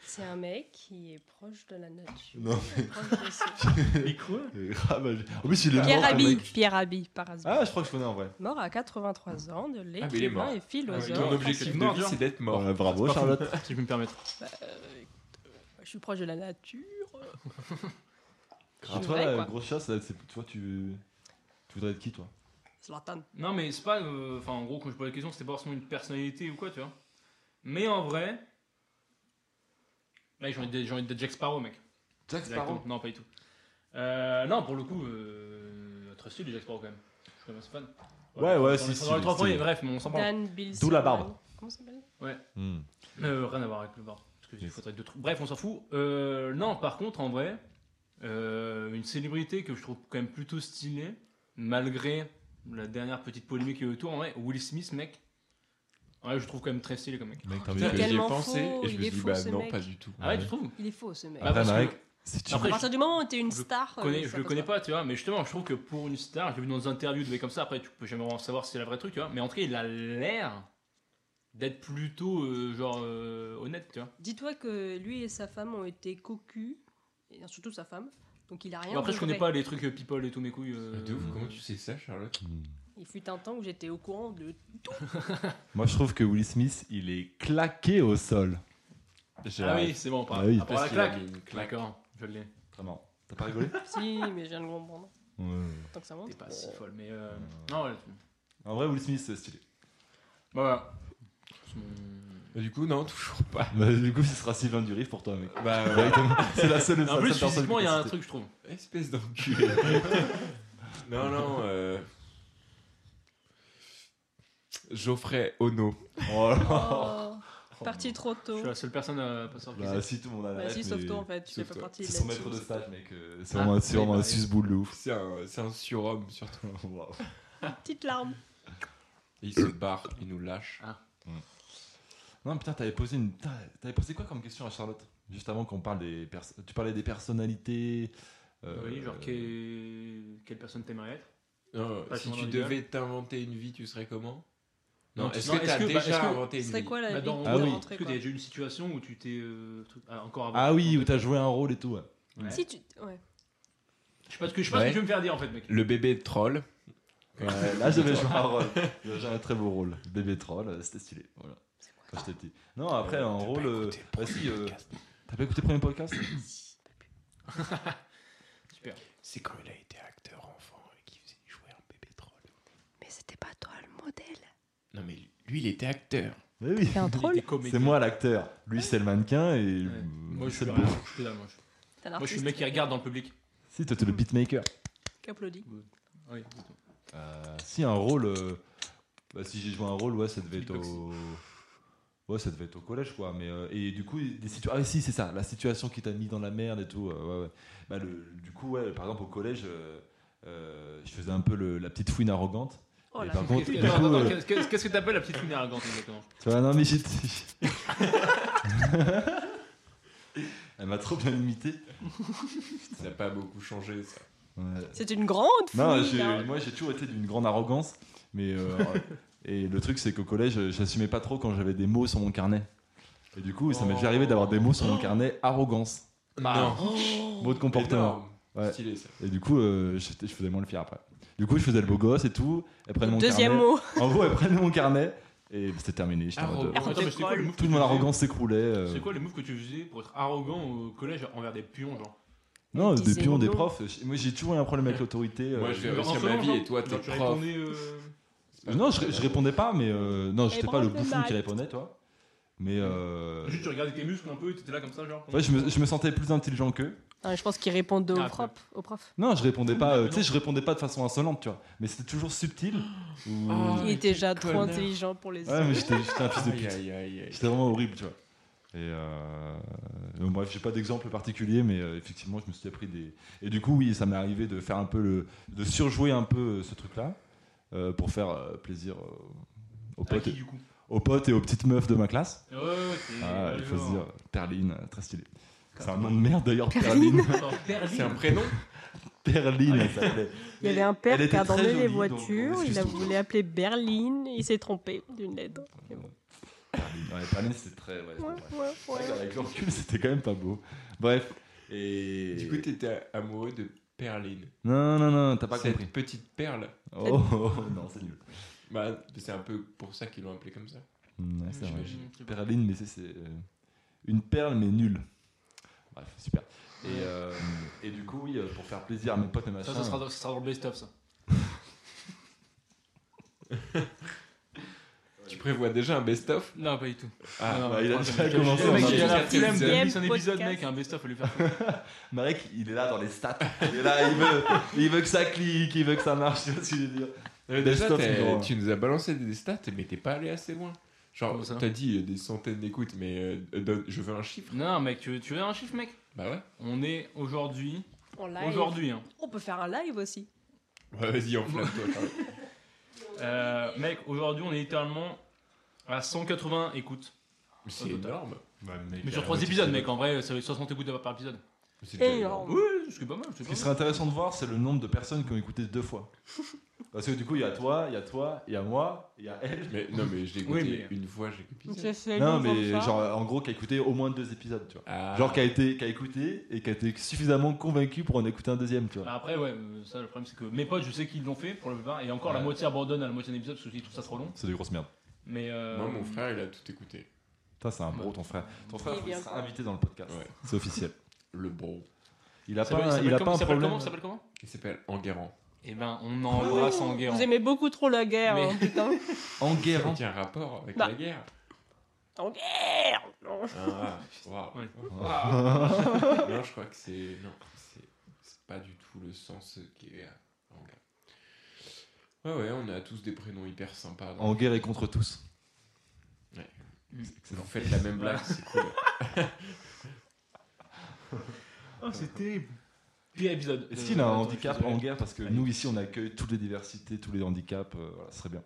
Speaker 5: C'est un mec qui est proche de la nature.
Speaker 2: non,
Speaker 5: proche de ses-
Speaker 1: Il creuse
Speaker 2: mais grave. Ah, bah, En plus, il est
Speaker 5: Pierre
Speaker 2: mort, le
Speaker 5: Rabhi.
Speaker 2: mec.
Speaker 5: Pierre Rabhi, par Rasby.
Speaker 2: Ah, je crois que je connais en vrai.
Speaker 5: Mort à 83 ans de
Speaker 4: Ah, mais il est mort.
Speaker 5: l'écrivain et philosophe.
Speaker 4: Ton objectif de
Speaker 1: mort,
Speaker 4: vie,
Speaker 1: genre.
Speaker 4: c'est d'être mort.
Speaker 2: Ouais, bah, bravo,
Speaker 1: C'est pas
Speaker 2: Charlotte.
Speaker 1: fou, Si je peux me permettre.
Speaker 5: Je suis proche de la nature.
Speaker 2: Et toi,
Speaker 5: C'est vrai,
Speaker 2: la
Speaker 5: quoi.
Speaker 2: grosse chasse, là, c'est- toi, tu... tu voudrais être qui, toi
Speaker 5: Zlatan.
Speaker 1: Non, mais c'est pas. euh, Enfin, en gros, quand je pose la question, c'était pas forcément une personnalité ou quoi, tu vois. Mais en vrai. Là, j'ai envie d'être- j'ai envie d'être Jack Sparrow, mec.
Speaker 2: Jack
Speaker 1: Directement. Non, pas du tout. Euh, non, pour le coup, euh, très stylé, Jack Sparrow, quand même. Je suis quand même assez fan.
Speaker 2: Ouais, ouais,
Speaker 1: dans
Speaker 2: si,
Speaker 1: les-
Speaker 2: si,
Speaker 1: Dans les
Speaker 2: si,
Speaker 1: trois
Speaker 2: si.
Speaker 1: premiers, bref, mais on s'en parle.
Speaker 5: Dan Bilzerian.
Speaker 2: Oh. D'où la barbe.
Speaker 5: Comment ça s'appelle
Speaker 2: Hmm.
Speaker 1: Euh, rien à voir avec le bar. Parce que il
Speaker 2: Yes.
Speaker 1: faudrait deux trucs. Bref, on s'en fout. Euh, non, par contre, en vrai, Euh, une célébrité que je trouve quand même plutôt stylée, malgré la dernière petite polémique qui est autour. En vrai, Will Smith, mec. Ouais, je le trouve quand même très stylé comme mec.
Speaker 2: Mec, t'as
Speaker 4: Putain,
Speaker 2: envie de-
Speaker 5: C'est
Speaker 4: que j'y ai
Speaker 5: tellement
Speaker 4: pensé
Speaker 5: faux,
Speaker 4: et je
Speaker 5: il
Speaker 4: me
Speaker 5: est
Speaker 4: suis dit,
Speaker 5: faux,
Speaker 4: bah
Speaker 5: ce
Speaker 4: non,
Speaker 5: mec.
Speaker 4: pas du tout.
Speaker 1: Ah ouais,
Speaker 2: ouais.
Speaker 1: tu trouves
Speaker 5: Il est faux ce mec.
Speaker 1: Ah,
Speaker 2: Après,
Speaker 1: parce que-
Speaker 2: Marek, si tu
Speaker 1: Après,
Speaker 5: à
Speaker 1: je-
Speaker 5: partir du moment où t'es une star. euh,
Speaker 1: connais-
Speaker 5: ça
Speaker 1: je le
Speaker 5: passe
Speaker 1: connais
Speaker 5: pas.
Speaker 1: pas, tu vois, mais justement, je trouve que pour une star, j'ai vu dans des interviews, des trucs comme ça, après, tu peux jamais vraiment savoir si c'est la vraie truc, tu vois, mais en tout cas, il a l'air d'être plutôt, euh, genre, euh, honnête, tu vois.
Speaker 5: Dis-toi que lui et sa femme ont été cocus, et surtout sa femme, donc il a rien.
Speaker 1: Bon, après,
Speaker 5: de
Speaker 1: je connais
Speaker 5: vrai.
Speaker 1: pas les trucs euh, people et tous mes couilles. euh,
Speaker 4: De ouf, comment tu sais ça, Charlotte
Speaker 2: Hmm.
Speaker 5: Il fut un temps où j'étais au courant de.
Speaker 2: Moi, je trouve que Will Smith, il est claqué au sol.
Speaker 1: Ah oui, c'est bon,
Speaker 2: Ah
Speaker 1: par
Speaker 2: oui,
Speaker 1: rapport à la
Speaker 4: parce qu'il a
Speaker 1: claque.
Speaker 4: mis une claque.
Speaker 1: D'accord, je l'ai.
Speaker 2: Vraiment. T'as pas rigolé
Speaker 5: si, mais je viens de comprendre.
Speaker 2: Ouais.
Speaker 5: Tant que ça monte.
Speaker 1: T'es pas si folle, mais. euh, Non, ouais.
Speaker 2: En vrai, Will Smith, c'est stylé.
Speaker 1: Bah, voilà.
Speaker 4: Bah, Du coup, non, toujours pas.
Speaker 2: Bah, du coup, ce sera Sylvain Durif pour toi, mec.
Speaker 4: Bah, ouais.
Speaker 2: Directement. c'est la seule,
Speaker 1: En
Speaker 2: seule
Speaker 1: plus,
Speaker 2: personne
Speaker 1: physiquement,
Speaker 2: que
Speaker 1: il y a un
Speaker 2: t'as citée.
Speaker 1: truc, je trouve.
Speaker 4: Espèce d'enculé. non, non. euh, Geoffrey Ono.
Speaker 2: Oh là là.
Speaker 5: Oh, parti trop
Speaker 1: Je
Speaker 5: tôt.
Speaker 1: suis la seule personne à pas savoir qui
Speaker 2: Bah,
Speaker 1: c'est.
Speaker 2: si tout le monde a la
Speaker 5: Vas-y,
Speaker 2: ref, mais
Speaker 5: sauve-toi en fait, tu fais pas
Speaker 4: sauve-toi.
Speaker 5: partie de
Speaker 2: C'est son
Speaker 5: la
Speaker 2: maître de
Speaker 5: team.
Speaker 2: stage, mec. euh, C'est
Speaker 1: Ah,
Speaker 2: vraiment, c'est vraiment
Speaker 1: oui,
Speaker 2: un
Speaker 1: bah,
Speaker 2: susboule de ouf.
Speaker 4: C'est un, c'est un surhomme, surtout.
Speaker 2: Waouh.
Speaker 5: Petite larme.
Speaker 4: Et il se barre, il nous lâche.
Speaker 2: Non, putain, t'avais posé une. putain, T'avais posé quoi comme question à Charlotte Juste avant qu'on parle des perso- Tu parlais des personnalités. euh,
Speaker 1: Oui, genre, qu'est- quelle personne t'aimerais être
Speaker 4: Non,
Speaker 1: Pas
Speaker 4: si
Speaker 1: comment
Speaker 4: tu
Speaker 1: dans le
Speaker 4: devais t'inventer une vie, tu serais comment Non,
Speaker 1: Non,
Speaker 4: est-ce
Speaker 1: non,
Speaker 4: que
Speaker 1: est-ce
Speaker 4: t'as
Speaker 1: que- bah,
Speaker 4: déjà
Speaker 1: est-ce que-
Speaker 4: inventé
Speaker 5: Ce
Speaker 4: une vie
Speaker 5: serait quoi la
Speaker 1: Bah,
Speaker 5: vie
Speaker 1: dans
Speaker 5: de
Speaker 2: Ah oui.
Speaker 1: Est-ce
Speaker 5: rentrer
Speaker 1: que
Speaker 5: quoi
Speaker 1: t'as déjà eu une situation où tu t'es. euh, truc- ah, encore avant
Speaker 2: Ah oui, où t'as joué un rôle et tout. ouais.
Speaker 1: Ouais.
Speaker 5: Si tu. Ouais.
Speaker 1: Je sais pas ce que je sais pas ce que
Speaker 4: Ouais.
Speaker 1: tu veux me faire dire en fait, mec.
Speaker 4: Le bébé de troll.
Speaker 2: Ouais, là, j'avais joué un rôle. J'avais joué un très beau rôle. Bébé troll, euh, c'était stylé. Voilà. Quand j'étais petit. Non, après, un rôle. euh, Bah, si. euh, T'as pas écouté le premier podcast
Speaker 1: Super.
Speaker 4: C'est quand il a été acteur enfant et qu'il faisait jouer un bébé troll.
Speaker 5: Mais c'était pas toi le modèle.
Speaker 4: Non, mais lui, il était acteur.
Speaker 2: Mais oui.
Speaker 5: T'es un troll
Speaker 2: C'est moi l'acteur. Lui, c'est le mannequin et.
Speaker 1: Ouais. Moi, je suis
Speaker 2: c'est le
Speaker 1: rien.
Speaker 2: beau.
Speaker 1: Je suis là, moi. je-
Speaker 5: T'es un
Speaker 1: Moi, je suis
Speaker 5: artiste
Speaker 1: le mec qui regarde dans le public.
Speaker 2: Si, toi, t'es le beatmaker.
Speaker 5: qui applaudit.
Speaker 1: Oui, c'est tout.
Speaker 2: Euh, si, un rôle. euh, Bah, si j'ai joué un rôle, ouais, ça devait être au. Ouais, ça devait être au collège, quoi. Mais, euh, et du coup, des situations. Ah, si, c'est ça, la situation qui t'a mis dans la merde et tout. euh, ouais, ouais. Bah, le, du coup, ouais, par exemple, au collège, euh, euh, je faisais un peu le- la petite fouine arrogante.
Speaker 5: Oh
Speaker 2: Et
Speaker 5: là
Speaker 2: par
Speaker 5: là.
Speaker 2: contre,
Speaker 1: Qu'est-ce
Speaker 2: du
Speaker 1: que- attends,
Speaker 2: coup,
Speaker 1: attends,
Speaker 2: euh,
Speaker 1: qu'est-ce que- Qu'est-ce que t'appelles la petite fouine arrogante exactement
Speaker 2: tu vois, non, mais j'ai. Elle m'a trop bien imité.
Speaker 4: Ça n'a pas beaucoup changé, ça.
Speaker 2: Ouais.
Speaker 5: C'est une grande hein. fouille.
Speaker 2: Non, j'ai-
Speaker 5: là.
Speaker 2: moi j'ai toujours été d'une grande arrogance, mais euh, et le truc c'est qu'au collège, j'assumais pas trop quand j'avais des mots sur mon carnet. Et du coup, ça m'est déjà arrivé d'avoir des mots sur mon carnet arrogance,
Speaker 4: non,
Speaker 2: mot de comportement.
Speaker 4: Ah. Oh. Énorme.
Speaker 2: Ouais.
Speaker 4: Stylé, ça.
Speaker 2: Et du coup, euh, j'étais- je faisais moins le fier après. Du coup, je faisais le beau gosse et tout. Elles prenaient mon
Speaker 5: Deuxième
Speaker 2: carnet.
Speaker 5: mot.
Speaker 2: En gros, elles prenaient mon carnet et bah, c'était terminé. J'étais en mode,
Speaker 4: Arrogant.
Speaker 2: euh,
Speaker 1: Attends, mais c'est quoi le move que
Speaker 2: toute
Speaker 1: tu
Speaker 2: mon
Speaker 1: faisais
Speaker 2: arrogance s'écroulait. euh.
Speaker 1: C'est quoi les moves que tu faisais pour être arrogant au collège envers des pions, genre
Speaker 2: Non,
Speaker 5: Ils
Speaker 2: des
Speaker 5: disaient
Speaker 2: pions, des
Speaker 5: non.
Speaker 2: profs. J'ai- Moi, j'ai toujours eu un problème avec l'autorité.
Speaker 4: Moi,
Speaker 2: euh,
Speaker 4: je vais
Speaker 1: Genre, en
Speaker 4: réussir ma
Speaker 1: solo,
Speaker 4: vie
Speaker 1: genre,
Speaker 4: et toi, t'es
Speaker 1: genre, tu
Speaker 4: prof.
Speaker 1: répondais, euh,
Speaker 4: C'est pas
Speaker 2: non, je,
Speaker 4: grave.
Speaker 2: je répondais pas, mais euh, non, j'étais pas le
Speaker 5: branle le
Speaker 2: bouffon
Speaker 5: mat.
Speaker 2: qui répondait, toi. Mais euh,
Speaker 1: Juste, tu regardais tes muscles un peu et t'étais là comme ça, genre.
Speaker 2: Ouais, je me, je me sentais plus intelligent qu'eux.
Speaker 5: Ah, je pense qu'ils répondent au
Speaker 1: Ah,
Speaker 5: prof. Au prof.
Speaker 2: Non, je répondais pas, euh, tu sais,
Speaker 1: non.
Speaker 2: je répondais pas de façon insolente, tu vois. Mais c'était toujours subtil. ou-
Speaker 4: Ah,
Speaker 5: Il
Speaker 4: mais
Speaker 5: était déjà
Speaker 4: quel
Speaker 5: trop
Speaker 4: connard.
Speaker 5: intelligent pour les
Speaker 2: Ouais,
Speaker 5: autres.
Speaker 2: mais j'étais j'étais un fils de
Speaker 4: Aïe,
Speaker 2: pute.
Speaker 4: aïe, aïe, aïe.
Speaker 2: J'étais vraiment horrible, tu vois. Et euh, euh, bref, j'ai pas d'exemple particulier, mais euh, effectivement, je me suis appris des. Et du coup, oui, ça m'est arrivé de faire un peu le, de surjouer un peu euh, ce truc-là euh, pour faire euh, plaisir euh, aux
Speaker 1: À
Speaker 2: potes,
Speaker 1: qui, du coup
Speaker 2: aux potes et aux petites meufs de ma classe.
Speaker 1: Ouais, ouais, t'es-
Speaker 2: Ah, il faut se
Speaker 1: genre-
Speaker 2: dire, Perline, euh, très stylé. C'est un nom de merde d'ailleurs, Perline.
Speaker 5: Perline.
Speaker 1: Attends, Berlin.
Speaker 4: C'est un prénom
Speaker 2: Perline, elle s'appelait.
Speaker 5: Il y avait un père
Speaker 2: Elle
Speaker 5: qui
Speaker 2: était très
Speaker 5: abandonnait
Speaker 2: jolie,
Speaker 5: les
Speaker 2: donc on
Speaker 5: voitures.
Speaker 2: excuse
Speaker 5: Il a
Speaker 2: tout.
Speaker 5: voulu appeler Berlin. Il s'est trompé d'une lettre. Et bon.
Speaker 2: Perline, ouais, Perline, c'était très. ouais,
Speaker 5: Ouais,
Speaker 2: ouais.
Speaker 5: ouais, ouais.
Speaker 2: Avec le recul, c'était quand même pas beau. Bref. Et...
Speaker 4: Du coup, t'étais amoureux de Perline.
Speaker 2: Non, non, non, t'as pas
Speaker 4: Cette
Speaker 2: compris.
Speaker 4: petite perle.
Speaker 2: Oh, oh, oh, non, c'est nul.
Speaker 4: Bah, c'est un peu pour ça qu'ils l'ont appelé comme ça.
Speaker 2: Mm, ouais, c'est vrai.
Speaker 1: J'imagine.
Speaker 2: Perline, mais c'est c'est, euh, une perle, mais nulle. Bref, super. Et, euh, et du coup, oui, euh, pour faire plaisir à mes potes et machin.
Speaker 1: Ça, ça sera dans ça sera dans le best-of, ça.
Speaker 4: Tu prévois déjà un best-of
Speaker 1: Non, pas du tout.
Speaker 4: Ah,
Speaker 1: Non, non,
Speaker 2: bah, il a
Speaker 1: franchement,
Speaker 2: déjà
Speaker 1: je- je-
Speaker 2: commencé
Speaker 1: Le mec,
Speaker 4: en
Speaker 1: il a la
Speaker 4: avance.
Speaker 1: flemme de
Speaker 5: Quatrième
Speaker 1: c'est un épisode,
Speaker 5: podcast.
Speaker 1: mec, un best-of, faut lui faire.
Speaker 2: Marek, il est là dans les stats. Il est là, il veut, il veut que ça clique, il veut que ça marche, tu vois ce que je veux dire.
Speaker 4: Euh,
Speaker 2: Best
Speaker 4: Déjà,
Speaker 2: of,
Speaker 4: t'as-
Speaker 2: c'est grand.
Speaker 4: tu nous as balancé des stats, mais t'es pas allé assez loin.
Speaker 1: Comment
Speaker 4: Genre,
Speaker 1: ça
Speaker 4: t'as dit euh, des centaines d'écoutes, mais euh, euh, donne- je veux un chiffre.
Speaker 1: Non, mec, tu veux, tu veux un chiffre, mec
Speaker 4: Bah ouais.
Speaker 1: On est aujourd'hui
Speaker 5: En live.
Speaker 1: Aujourd'hui. hein.
Speaker 5: On peut faire un live aussi.
Speaker 4: Ouais, Vas-y, enflamme-toi. Charles.
Speaker 1: Euh, mec, aujourd'hui, on est littéralement à 180 écoutes.
Speaker 4: Mais
Speaker 1: Au
Speaker 4: C'est
Speaker 1: total.
Speaker 4: énorme.
Speaker 1: Mais sur 3 épisodes, mec, en vrai, c'est 60 écoutes par épisode.
Speaker 4: C'est déjà énorme.
Speaker 5: Énorme.
Speaker 1: Oui, c'est pas mal. C'est
Speaker 2: Ce
Speaker 1: pas
Speaker 2: qui
Speaker 1: mal.
Speaker 2: serait intéressant de voir, c'est le nombre de personnes qui ont écouté deux fois. Parce que du coup, il y a toi, il y a toi, il y a moi, il y a elle.
Speaker 4: Mais non, mais je l'ai
Speaker 1: Oui,
Speaker 4: écouté
Speaker 1: mais-
Speaker 4: une fois, j'ai écouté.
Speaker 2: Non, mais genre, en gros, qui a écouté au moins deux épisodes, tu vois.
Speaker 4: Ah.
Speaker 2: Genre, qui a, été, qui a écouté et qui a été suffisamment convaincu pour en écouter un deuxième, tu vois.
Speaker 1: Bah, Après, ouais, euh, ça, le problème, c'est que mes potes, je sais qu'ils l'ont fait pour le plupart, et encore la
Speaker 4: Ouais.
Speaker 1: moitié abandonne à la moitié de l'épisode parce qu'ils trouvent ça trop long.
Speaker 2: C'est des grosses merdes.
Speaker 1: Mais. euh,
Speaker 4: Moi, mon frère, il a tout écouté.
Speaker 2: Putain, c'est un bro, ton frère. Ton frère
Speaker 5: Il est
Speaker 2: faut
Speaker 5: bien
Speaker 2: qu'il sera
Speaker 5: con.
Speaker 2: invité dans le podcast.
Speaker 4: Ouais.
Speaker 2: C'est officiel.
Speaker 4: Le bro.
Speaker 2: Il a
Speaker 1: ça s'appelle-
Speaker 2: pas, un-
Speaker 1: il
Speaker 2: il
Speaker 1: s'appelle
Speaker 2: a
Speaker 1: comment-
Speaker 2: pas un
Speaker 1: il s'appelle
Speaker 2: problème.
Speaker 1: comment, il s'appelle comment
Speaker 4: Il s'appelle Enguerrand.
Speaker 1: Eh ben, on embrasse en guerre.
Speaker 5: Vous aimez beaucoup trop la guerre,
Speaker 1: Mais-
Speaker 5: hein, putain.
Speaker 4: Enguerrand
Speaker 2: Enguerrand.
Speaker 4: Aucun rapport avec
Speaker 5: Bah.
Speaker 4: la guerre.
Speaker 5: En guerre non.
Speaker 4: Ah, waouh.
Speaker 1: Ouais.
Speaker 4: Non, je crois que c'est. Non, c'est c'est pas du tout le sens qui est. à Enguerrand. Ouais, ouais, on a tous des prénoms hyper sympas. donc
Speaker 2: En guerre et contre tous.
Speaker 4: Vous faites la même blague, c'est cool.
Speaker 1: Oh, c'est terrible. Pire épisode.
Speaker 2: Est-ce
Speaker 1: Euh,
Speaker 2: qu'il a un
Speaker 1: attends,
Speaker 2: handicap
Speaker 1: je suis
Speaker 2: en
Speaker 1: désolé.
Speaker 2: guerre Parce que
Speaker 1: Allez.
Speaker 2: nous, ici, on accueille toutes les diversités, tous les handicaps. euh, voilà, ce serait bien.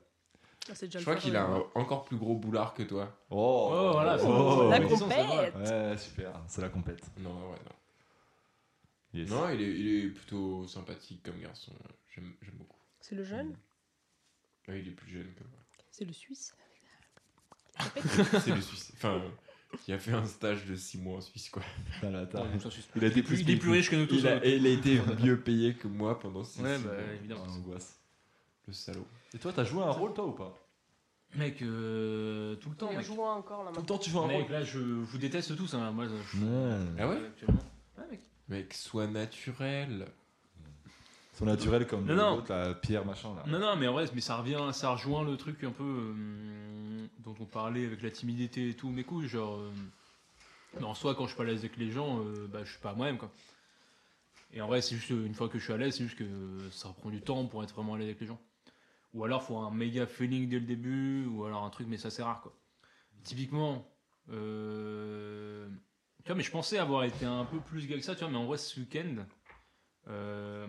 Speaker 5: Ah, c'est déjà
Speaker 4: Je
Speaker 5: le
Speaker 4: crois
Speaker 5: cas,
Speaker 4: qu'il
Speaker 5: ouais.
Speaker 4: a un encore plus gros boulard que toi.
Speaker 2: Oh,
Speaker 1: Oh, voilà, c'est
Speaker 2: Oh.
Speaker 5: La
Speaker 1: mais disons, c'est vrai.
Speaker 5: compète
Speaker 2: Ouais, super, c'est la compète.
Speaker 4: Non, ouais, non.
Speaker 2: Yes.
Speaker 4: Non, il est, il est plutôt sympathique comme garçon. J'aime j'aime beaucoup.
Speaker 5: C'est le jeune
Speaker 4: Ouais, il est plus jeune que moi.
Speaker 5: C'est le suisse
Speaker 4: C'est le Suisse. Enfin, euh, qui a fait un stage de 6 mois en Suisse, quoi.
Speaker 2: Putain, là, t'as-
Speaker 1: Ouais, donc ça, c'est-
Speaker 2: Il a été plus
Speaker 1: Il est plus riche que nous tous.
Speaker 4: Il a,
Speaker 1: hein.
Speaker 4: et il a été mieux payé que moi pendant 6
Speaker 1: Ouais,
Speaker 4: mois.
Speaker 1: bah, évidemment.
Speaker 2: Ah, angoisse.
Speaker 4: Le salaud.
Speaker 2: Et toi, t'as joué un rôle, toi, ou pas
Speaker 1: Mec, euh, tout le temps,
Speaker 5: On
Speaker 1: mec.
Speaker 5: joue encore là
Speaker 2: Tout le
Speaker 5: maintenant.
Speaker 2: temps, tu joues un
Speaker 1: Mec,
Speaker 2: rôle.
Speaker 1: là, je vous déteste tous. hein, Moi, je-
Speaker 2: Ouais.
Speaker 4: Ah ouais
Speaker 1: actuellement. Ouais, mec.
Speaker 4: Mec, sois naturel.
Speaker 2: Son naturel comme
Speaker 1: Non, non.
Speaker 2: l'autre, la Pierre, machin, là.
Speaker 1: Non, non, mais en vrai, mais ça revient, ça rejoint le truc un peu euh, dont on parlait avec la timidité et tout, mes couilles, genre. euh, mais en soi, quand je suis pas à l'aise avec les gens, euh, bah, je suis pas moi-même, quoi. Et en vrai, c'est juste euh, une fois que je suis à l'aise, c'est juste que euh, ça prend du temps pour être vraiment à l'aise avec les gens. Ou alors, faut un méga feeling dès le début, ou alors un truc, mais ça c'est rare, quoi. Typiquement, euh, tu vois, mais je pensais avoir été un peu plus gars que ça, tu vois, mais en vrai, ce week-end. euh,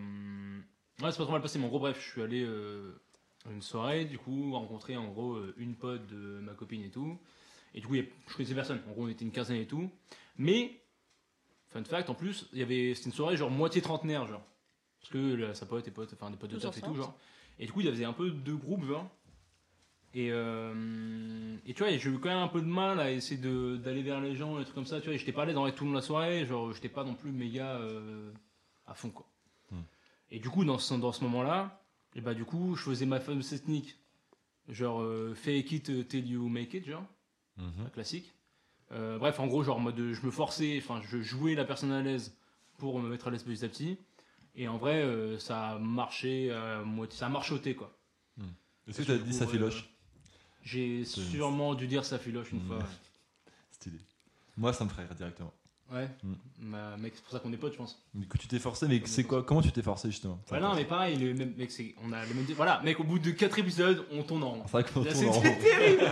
Speaker 1: Ouais, c'est pas trop mal passé, mais en gros, bref, je suis allé euh, à une soirée, du coup, rencontrer en gros euh, une pote de ma copine et tout. Et du coup, il y a- je connaissais personne, en gros, on était une quinzaine et tout. Mais, fun fact, en plus, il y avait, c'était une soirée genre moitié trentenaire, genre. Parce que là, sa pote et pote, enfin des potes de
Speaker 5: Tous
Speaker 1: taf et tout,
Speaker 5: ensemble.
Speaker 1: genre. Et du coup, il y avait un peu deux groupes, genre. Et, euh, et tu vois, j'ai eu quand même un peu de mal à essayer de- d'aller vers les gens, des trucs comme ça, tu vois. Et j'étais pas allé dans les tout le long de la soirée, genre, j'étais pas non plus méga euh, à fond, quoi. Et du coup, dans ce, dans ce moment-là, et bah, du coup, je faisais ma fameuse technique. Genre, euh, fake it euh, till you make it, genre,
Speaker 2: Mhm.
Speaker 1: la classique. Euh, bref, en gros, genre, en mode, euh, je me forçais, enfin, je jouais la personne à l'aise pour me mettre à l'aise petit à petit. Et en vrai, euh, ça a marché, à moitié- ça a marchoté, quoi.
Speaker 2: Est-ce que euh, t'as dit sa filoche
Speaker 1: J'ai
Speaker 2: C'est-
Speaker 1: sûrement dû dire ça filoche une
Speaker 2: Mm.
Speaker 1: fois.
Speaker 2: Stylé. Moi, ça me ferait rire directement.
Speaker 1: Ouais.
Speaker 2: Mm.
Speaker 1: Bah, mec, c'est pour ça qu'on est potes, je pense.
Speaker 2: Du coup, tu t'es forcé, mais c'est quoi Comment tu t'es forcé, justement
Speaker 1: Bah, non, mais pareil, le même, mec, c'est- on a le même. Voilà, mec, au bout de 4 épisodes, on tourne en rond.
Speaker 2: C'est vrai qu'on
Speaker 1: Là,
Speaker 2: tourne en
Speaker 1: C'était
Speaker 2: rond.
Speaker 1: terrible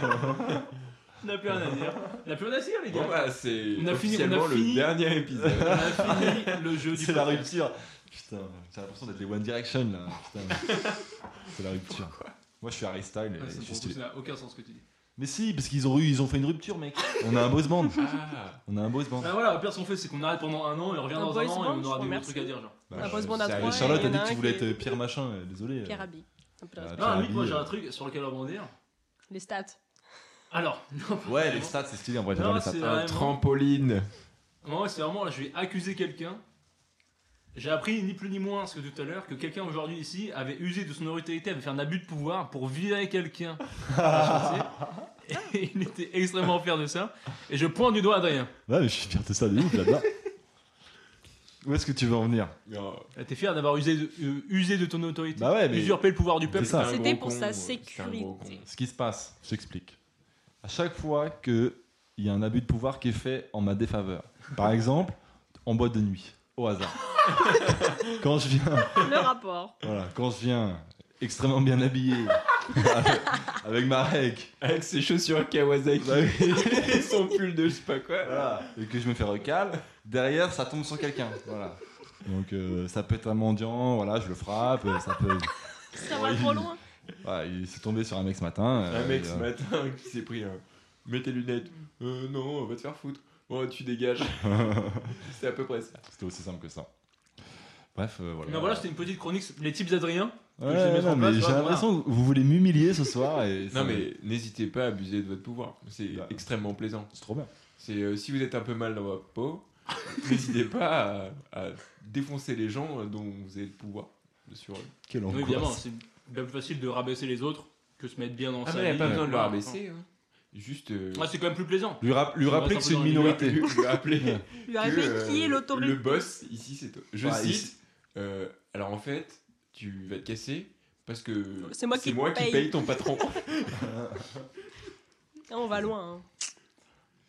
Speaker 1: On n'a plus rien à dire. On n'a plus rien à dire, les gars.
Speaker 4: Bon, bah, c'est
Speaker 1: On a fini- on a
Speaker 4: officiellement
Speaker 1: fini.
Speaker 4: le dernier épisode.
Speaker 1: On a fini le jeu du
Speaker 2: C'est la
Speaker 1: podcast.
Speaker 2: rupture. Putain, j'ai l'impression d'être les One Direction là. Putain. C'est la rupture. Moi je suis Harry Style
Speaker 1: Ouais,
Speaker 2: et je
Speaker 1: c'est
Speaker 2: suis
Speaker 1: pour tout,
Speaker 2: stylé.
Speaker 1: Ça n'a aucun sens ce que tu dis.
Speaker 2: Mais si, parce qu'ils ont, eu- ils ont fait une rupture, mec. On a un boys band.
Speaker 4: Ah,
Speaker 2: On a un boys band.
Speaker 1: Bah voilà, au pire, ce qu'on fait, c'est qu'on arrête pendant un an et on revient
Speaker 5: Un
Speaker 1: dans un
Speaker 5: Ah, boys
Speaker 1: an
Speaker 5: band,
Speaker 1: et on aura
Speaker 5: je
Speaker 1: des
Speaker 5: vous
Speaker 1: nouveaux trucs à
Speaker 5: remercie.
Speaker 1: dire. genre.
Speaker 2: Bah,
Speaker 5: La
Speaker 4: je-
Speaker 5: boys band à
Speaker 4: ça-
Speaker 5: trois,
Speaker 4: Ouais,
Speaker 2: Charlotte
Speaker 5: il y
Speaker 2: a
Speaker 5: en
Speaker 2: dit
Speaker 5: un
Speaker 2: que tu voulais
Speaker 5: qui est-
Speaker 2: être Pierre Machin, euh, désolé.
Speaker 5: Pierre Rabhi. Un peu de
Speaker 2: Ah,
Speaker 5: respect.
Speaker 2: Pierre
Speaker 1: Non, oui, moi
Speaker 2: Rabhi,
Speaker 1: j'ai un
Speaker 2: euh.
Speaker 1: truc sur lequel rebondir.
Speaker 5: Les stats.
Speaker 1: Alors, non,
Speaker 2: Ouais, les stats, c'est euh, stylé en vrai, j'adore
Speaker 1: Non,
Speaker 2: les stats.
Speaker 1: c'est-
Speaker 4: un
Speaker 1: Vraiment.
Speaker 4: trampoline.
Speaker 1: Moi, c'est vraiment là, je vais accuser quelqu'un. J'ai appris ni plus ni moins parce que tout à l'heure que quelqu'un aujourd'hui ici avait usé de son autorité, avait fait un abus de pouvoir pour virer quelqu'un. à la chantier. Et il était extrêmement fier de ça. Et je pointe du doigt Adrien.
Speaker 2: Ouais, mais je suis fier de ça de ouf là-dedans. Où est-ce que tu veux en venir
Speaker 4: Non,
Speaker 1: Ah, T'es fier d'avoir usé, de- euh, usé de ton autorité,
Speaker 2: Bah ouais, mais-
Speaker 1: usurpé le pouvoir du peuple.
Speaker 2: C'est ça.
Speaker 4: un
Speaker 5: C'était
Speaker 4: gros
Speaker 5: pour sa
Speaker 4: c'était un gros con.
Speaker 5: sécurité.
Speaker 2: Ce qui se passe, je t'explique. À chaque fois qu'il y a un abus de pouvoir qui est fait en ma défaveur, par exemple, en boîte de nuit, au hasard. quand je viens,
Speaker 5: Le rapport.
Speaker 2: voilà, quand je viens extrêmement bien habillé, avec, avec ma règle,
Speaker 4: Avec ses chaussures Kawasaki et son pull de je sais pas quoi.
Speaker 2: et que je me fais recal, derrière ça tombe sur quelqu'un. Voilà. Donc euh, ça peut être un mendiant, voilà, je le frappe, euh, ça peut.
Speaker 5: Ça va
Speaker 2: Oui.
Speaker 5: trop loin.
Speaker 2: Voilà, il s'est tombé sur un mec ce matin.
Speaker 4: Un
Speaker 2: euh,
Speaker 4: mec
Speaker 2: et,
Speaker 4: ce
Speaker 2: euh,
Speaker 4: matin qui s'est pris un. Mets tes lunettes. Euh, non, va te faire foutre. Oh, tu dégages. C'est à peu près ça.
Speaker 2: euh, C'était aussi simple que ça. Bref, euh, voilà.
Speaker 1: Non, voilà, c'était une petite chronique, les tips d'Adrien.
Speaker 2: Ouais,
Speaker 1: je vais mettre
Speaker 2: non,
Speaker 1: en
Speaker 2: mais
Speaker 1: place,
Speaker 2: j'ai
Speaker 1: voilà.
Speaker 2: l'impression que vous voulez m'humilier ce soir. Et ça
Speaker 4: Non,
Speaker 2: me-
Speaker 4: mais n'hésitez pas à abuser de votre pouvoir. C'est
Speaker 2: Bah.
Speaker 4: extrêmement plaisant.
Speaker 2: C'est trop bien.
Speaker 4: C'est euh, si vous êtes un peu mal dans votre peau, n'hésitez pas à, à défoncer les gens euh, dont vous avez le pouvoir sur eux.
Speaker 2: Quelle
Speaker 1: Oui,
Speaker 2: angoisse.
Speaker 1: évidemment, c'est bien plus facile de rabaisser les autres que se mettre bien dans
Speaker 4: Ah,
Speaker 1: sa
Speaker 4: mais il n'y
Speaker 1: vie,
Speaker 4: a pas besoin de le
Speaker 1: voilà.
Speaker 4: rabaisser. hein. Juste. euh,
Speaker 1: Ah, c'est quand même plus plaisant.
Speaker 2: lui rap- lui
Speaker 1: On
Speaker 2: rappeler
Speaker 1: va
Speaker 2: que c'est une
Speaker 1: sortir dans
Speaker 2: minorité.
Speaker 4: lui- lui rappeler
Speaker 2: Ouais.
Speaker 5: Lui
Speaker 4: que,
Speaker 5: arriver
Speaker 4: euh,
Speaker 5: qui est
Speaker 4: Le
Speaker 5: l'autorité.
Speaker 4: boss, ici, c'est toi. Je
Speaker 2: Bah, ici-
Speaker 4: cite. euh, alors en fait, tu vas te casser parce que
Speaker 5: C'est moi qui paye.
Speaker 4: paye ton patron.
Speaker 5: Ah, on va loin. hein.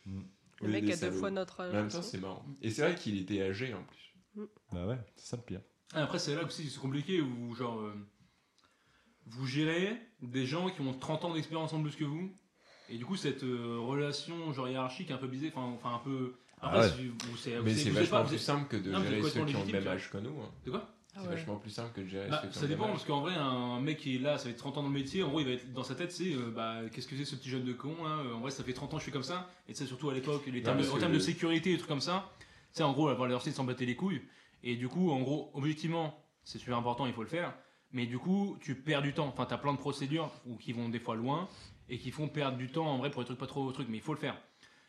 Speaker 2: Mm.
Speaker 5: Le
Speaker 4: Oui,
Speaker 5: mec
Speaker 4: des
Speaker 5: a deux
Speaker 4: salauds.
Speaker 5: fois notre âge.
Speaker 4: Mais en même temps, c'est marrant. Et c'est vrai qu'il était âgé en plus.
Speaker 2: Bah ouais, c'est ça le pire.
Speaker 1: Ah, après, c'est là aussi c'est compliqué où, genre, euh, vous gérez des gens qui ont 30 ans d'expérience en plus que vous. Et du coup, cette euh, relation, genre, hiérarchique un peu biaisée, enfin, enfin, un peu. Après,
Speaker 2: Ah ouais.
Speaker 1: si vous, c'est,
Speaker 4: Mais
Speaker 1: vous-
Speaker 4: c'est
Speaker 1: vous savez pas,
Speaker 4: vachement
Speaker 1: vous
Speaker 4: plus
Speaker 1: êtes-
Speaker 4: simple que de
Speaker 1: Non, mais
Speaker 4: gérer
Speaker 1: c'est
Speaker 4: ceux qui
Speaker 1: complètement
Speaker 4: ont le même
Speaker 1: légitime,
Speaker 4: âge que nous. hein.
Speaker 1: De quoi
Speaker 5: Ah
Speaker 4: C'est
Speaker 5: ouais.
Speaker 4: vachement plus simple que de gérer
Speaker 1: Bah,
Speaker 4: ceux qui ont
Speaker 1: ça
Speaker 4: le même
Speaker 1: dépend,
Speaker 4: âge.
Speaker 1: parce qu'en vrai, un mec qui est là, ça fait 30 ans dans le métier, en gros, il va être dans sa tête, c'est euh, bah, qu'est-ce que c'est ce petit jeune de con là Euh, En vrai, ça fait 30 ans que je suis comme ça, et c'est surtout à l'époque, les termes,
Speaker 4: parce
Speaker 1: en
Speaker 4: que
Speaker 1: termes de
Speaker 4: le-
Speaker 1: sécurité, des trucs comme ça, c'est en gros, avoir l'université de s'en battre les couilles, et du coup, en gros, objectivement, c'est super important, il faut le faire, mais du coup, tu perds du temps, enfin, t'as plein de procédures ou qui vont des fois loin, et qui font perdre du temps en vrai pour des trucs pas trop trucs, mais il faut le faire.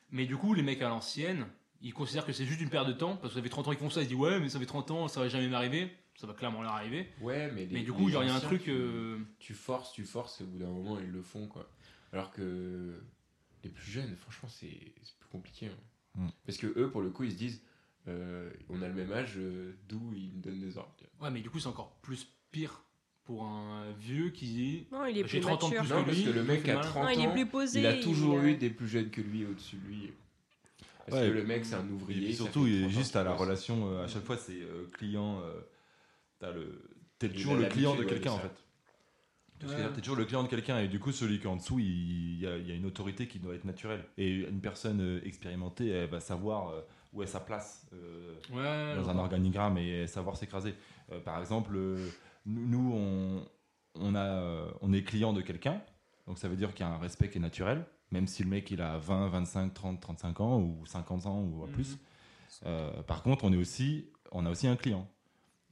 Speaker 1: Mais du coup, les mecs à l'ancienne, ils considèrent que c'est juste une perte de temps, parce que ça fait 30 ans qu'ils font ça, ils se disent ouais, mais ça fait 30 ans, ça va jamais m'arriver, ça va clairement leur arriver.
Speaker 4: Ouais, mais, les-
Speaker 1: Mais du
Speaker 4: les
Speaker 1: coup, genre, il y a un
Speaker 4: anciens,
Speaker 1: truc.
Speaker 4: tu-
Speaker 1: euh,
Speaker 4: Tu forces, tu forces, et au bout d'un moment, ils le font quoi. Alors que les plus jeunes, franchement, c'est c'est plus compliqué. hein.
Speaker 2: Mm.
Speaker 4: Parce que eux, pour le coup, ils se disent euh, on a le même âge, euh, d'où ils me donnent des ordres.
Speaker 1: Ouais, mais du coup, c'est encore plus pire pour un vieux qui dit.
Speaker 5: Non, il est
Speaker 1: J'ai
Speaker 5: plus
Speaker 1: 30 ans de
Speaker 5: mature.
Speaker 1: plus.
Speaker 4: Non,
Speaker 1: que
Speaker 4: parce
Speaker 1: lui,
Speaker 4: que le
Speaker 1: il
Speaker 4: mec
Speaker 1: fait
Speaker 4: a
Speaker 1: mal.
Speaker 4: 30
Speaker 5: Non,
Speaker 4: ans.
Speaker 5: il est plus posé.
Speaker 4: Il a toujours
Speaker 5: est-
Speaker 4: eu des plus jeunes que lui au-dessus de lui. Parce
Speaker 2: Ouais.
Speaker 4: que le mec, c'est un
Speaker 2: Et
Speaker 4: ouvrier.
Speaker 2: puis
Speaker 4: ça
Speaker 2: surtout,
Speaker 4: fait
Speaker 2: il
Speaker 4: 30
Speaker 2: est
Speaker 4: ans
Speaker 2: juste
Speaker 4: qu'il
Speaker 2: à la
Speaker 4: bosse.
Speaker 2: relation, euh, à chaque fois, c'est euh, client. euh, T'as le. T'es
Speaker 4: Il
Speaker 2: toujours
Speaker 4: a
Speaker 2: le client de
Speaker 4: l'habitude, ouais,
Speaker 2: quelqu'un en
Speaker 4: c'est
Speaker 2: fait.
Speaker 4: ça.
Speaker 2: Tu vois ce que je veux dire T'es toujours le client de quelqu'un et du coup celui qui est en dessous, il il y, a, il y a une autorité qui doit être naturelle. Et une personne euh, expérimentée, elle va savoir euh, où est sa place euh,
Speaker 1: Ouais,
Speaker 2: dans un organigramme et savoir s'écraser. Euh, par exemple, euh, nous, nous, on, on, a, euh, on est client de quelqu'un, donc ça veut dire qu'il y a un respect qui est naturel, même si le mec il a 20, 25, 30, 35 ans ou 50 ans ou
Speaker 1: Mhm.
Speaker 2: plus. Euh, par contre, on, est aussi, on a aussi un client.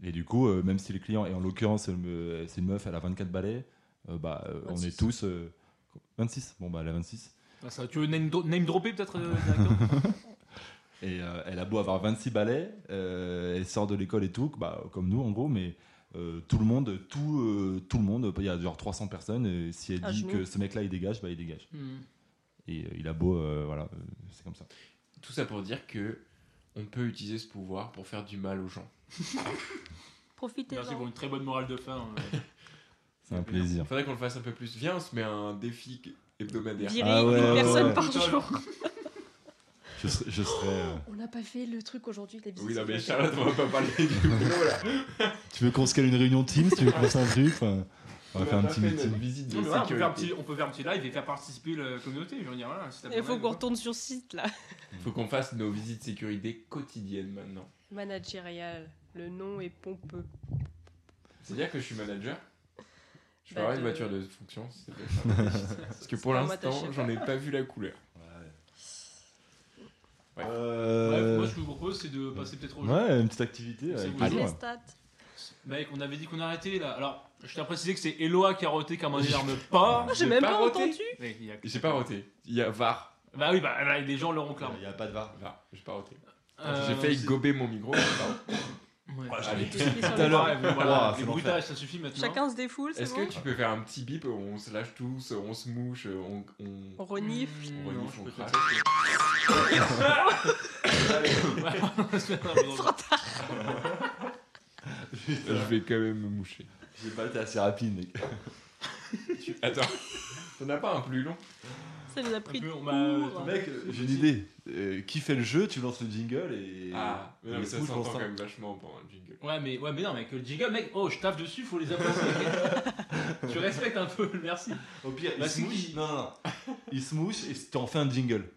Speaker 2: Et du coup, euh, même si le client, et en l'occurrence, euh, c'est une meuf, elle a 24 balais, euh, bah, euh, on
Speaker 5: 26.
Speaker 2: est tous. euh, 26 Bon, bah, elle a 26.
Speaker 1: Ah, ça, tu veux name, dro- name dropper peut-être euh, directement
Speaker 2: Et euh, elle a beau avoir 26 balais, euh, elle sort de l'école et tout, bah, comme nous en gros, mais euh, tout le monde, tout, euh, tout le monde, il y a genre 300 personnes, et si elle
Speaker 5: À
Speaker 2: dit
Speaker 5: genoux.
Speaker 2: que ce mec-là il dégage, bah il dégage.
Speaker 1: Hmm.
Speaker 2: Et euh, il a beau, euh, voilà, euh, c'est comme ça.
Speaker 4: Tout ça pour dire que on peut utiliser ce pouvoir pour faire du mal aux gens.
Speaker 1: Merci
Speaker 5: Profitez-en.
Speaker 1: pour une très bonne morale de fin. euh.
Speaker 2: C'est un plaisir.
Speaker 4: Faudrait qu'on le fasse un peu plus. Viens, on se met un défi hebdomadaire.
Speaker 5: Virer
Speaker 2: Ah ouais,
Speaker 5: une
Speaker 2: ouais,
Speaker 5: personne
Speaker 2: ouais.
Speaker 5: par jour.
Speaker 2: Je, serais- je serais. euh,
Speaker 5: On n'a pas fait le truc aujourd'hui. les
Speaker 4: Oui, non, mais
Speaker 5: bisous.
Speaker 4: Charlotte, on va pas parler du boulot là.
Speaker 2: Tu veux qu'on se cale une réunion Teams Tu veux qu'on se fasse un truc Enfin, On va
Speaker 4: a
Speaker 2: faire un
Speaker 4: pas
Speaker 2: petit
Speaker 4: fait
Speaker 2: meeting.
Speaker 4: notre visite de
Speaker 1: Non, mais voilà, on, peut faire un petit,
Speaker 4: sécurité.
Speaker 1: on peut faire un petit live et faire participer la communauté. Je veux dire, voilà, si t'as
Speaker 5: Il
Speaker 1: besoin,
Speaker 5: faut qu'on
Speaker 1: quoi.
Speaker 5: retourne sur site là.
Speaker 4: Faut qu'on fasse nos visites sécurité quotidiennes maintenant.
Speaker 5: Managérial. Le nom est pompeux.
Speaker 4: C'est-à-dire que je suis manager je peux
Speaker 5: Bah,
Speaker 4: avoir une
Speaker 5: de-
Speaker 4: vocation de fonction si ça peut être ça. Parce que pour
Speaker 5: Ah, moi, t'as
Speaker 4: l'instant,
Speaker 5: chez
Speaker 4: j'en ai pas vu la couleur. Ouais.
Speaker 1: Bref,
Speaker 2: Euh,
Speaker 1: moi, ce que je vous propose, c'est de passer peut-être au jeu.
Speaker 2: Ouais, une petite activité.
Speaker 1: C'est
Speaker 2: avec
Speaker 1: vous.
Speaker 2: plaisir.
Speaker 5: Les stats.
Speaker 1: Mec, on avait dit qu'on arrêtait là. Alors, je t'ai précisé que c'est Eloa qui a roté comme un énorme pas.
Speaker 5: J'ai
Speaker 4: J'ai
Speaker 5: même
Speaker 4: pas
Speaker 5: pas
Speaker 4: voté.
Speaker 5: entendu.
Speaker 1: Mais il y a-
Speaker 4: J'ai pas roté. Il y a VAR.
Speaker 1: Bah oui, bah, bah, les gens l'auront clairement.
Speaker 2: Il n'y a pas de var.
Speaker 4: VAR. J'ai pas roté.
Speaker 1: Euh,
Speaker 4: J'ai failli
Speaker 1: c'est-
Speaker 4: gober mon micro. j'ai pas roté.
Speaker 1: Ouais.
Speaker 2: Ouais,
Speaker 4: Allez.
Speaker 5: Tous mis sur
Speaker 2: Tout à
Speaker 5: les
Speaker 2: l'heure.
Speaker 5: bras.
Speaker 1: Ouais, mais voilà,
Speaker 2: Oh,
Speaker 1: les
Speaker 2: c'est
Speaker 1: bruitages, ça suffit maintenant.
Speaker 5: Chacun se défoule, c'est
Speaker 4: Est-ce
Speaker 5: bon
Speaker 4: que tu peux faire un petit bip On se lâche tous, on se mouche, on. on...
Speaker 5: On renifle.
Speaker 1: Mmh,
Speaker 4: on
Speaker 1: non,
Speaker 4: renifle,
Speaker 1: je
Speaker 4: on
Speaker 1: peux
Speaker 4: crache.
Speaker 1: te-
Speaker 4: Je vais quand même me moucher.
Speaker 2: J'ai pas été assez rapide, mec.
Speaker 4: Attends, t'en as pas un plus long
Speaker 5: Ça nous a pris
Speaker 1: Un peu,
Speaker 5: de
Speaker 1: on m'a-
Speaker 5: court.
Speaker 2: Mec, j'ai une idée. Euh, qui fait le jeu, tu lances le jingle et.
Speaker 4: Ah, mais non,
Speaker 2: et
Speaker 4: mais ça
Speaker 2: tout, je
Speaker 4: s'entend
Speaker 2: pense,
Speaker 4: quand
Speaker 2: hein.
Speaker 4: même vachement pendant le jingle.
Speaker 1: Ouais mais ouais mais non mec le jingle mec oh je taffe dessus faut les applaudir. tu respectes un peu merci.
Speaker 2: Au pire,
Speaker 1: Bah,
Speaker 2: il se
Speaker 1: c'est
Speaker 2: mouche.
Speaker 1: qui
Speaker 2: Non, non, non. il se mouche et t'en fais un jingle.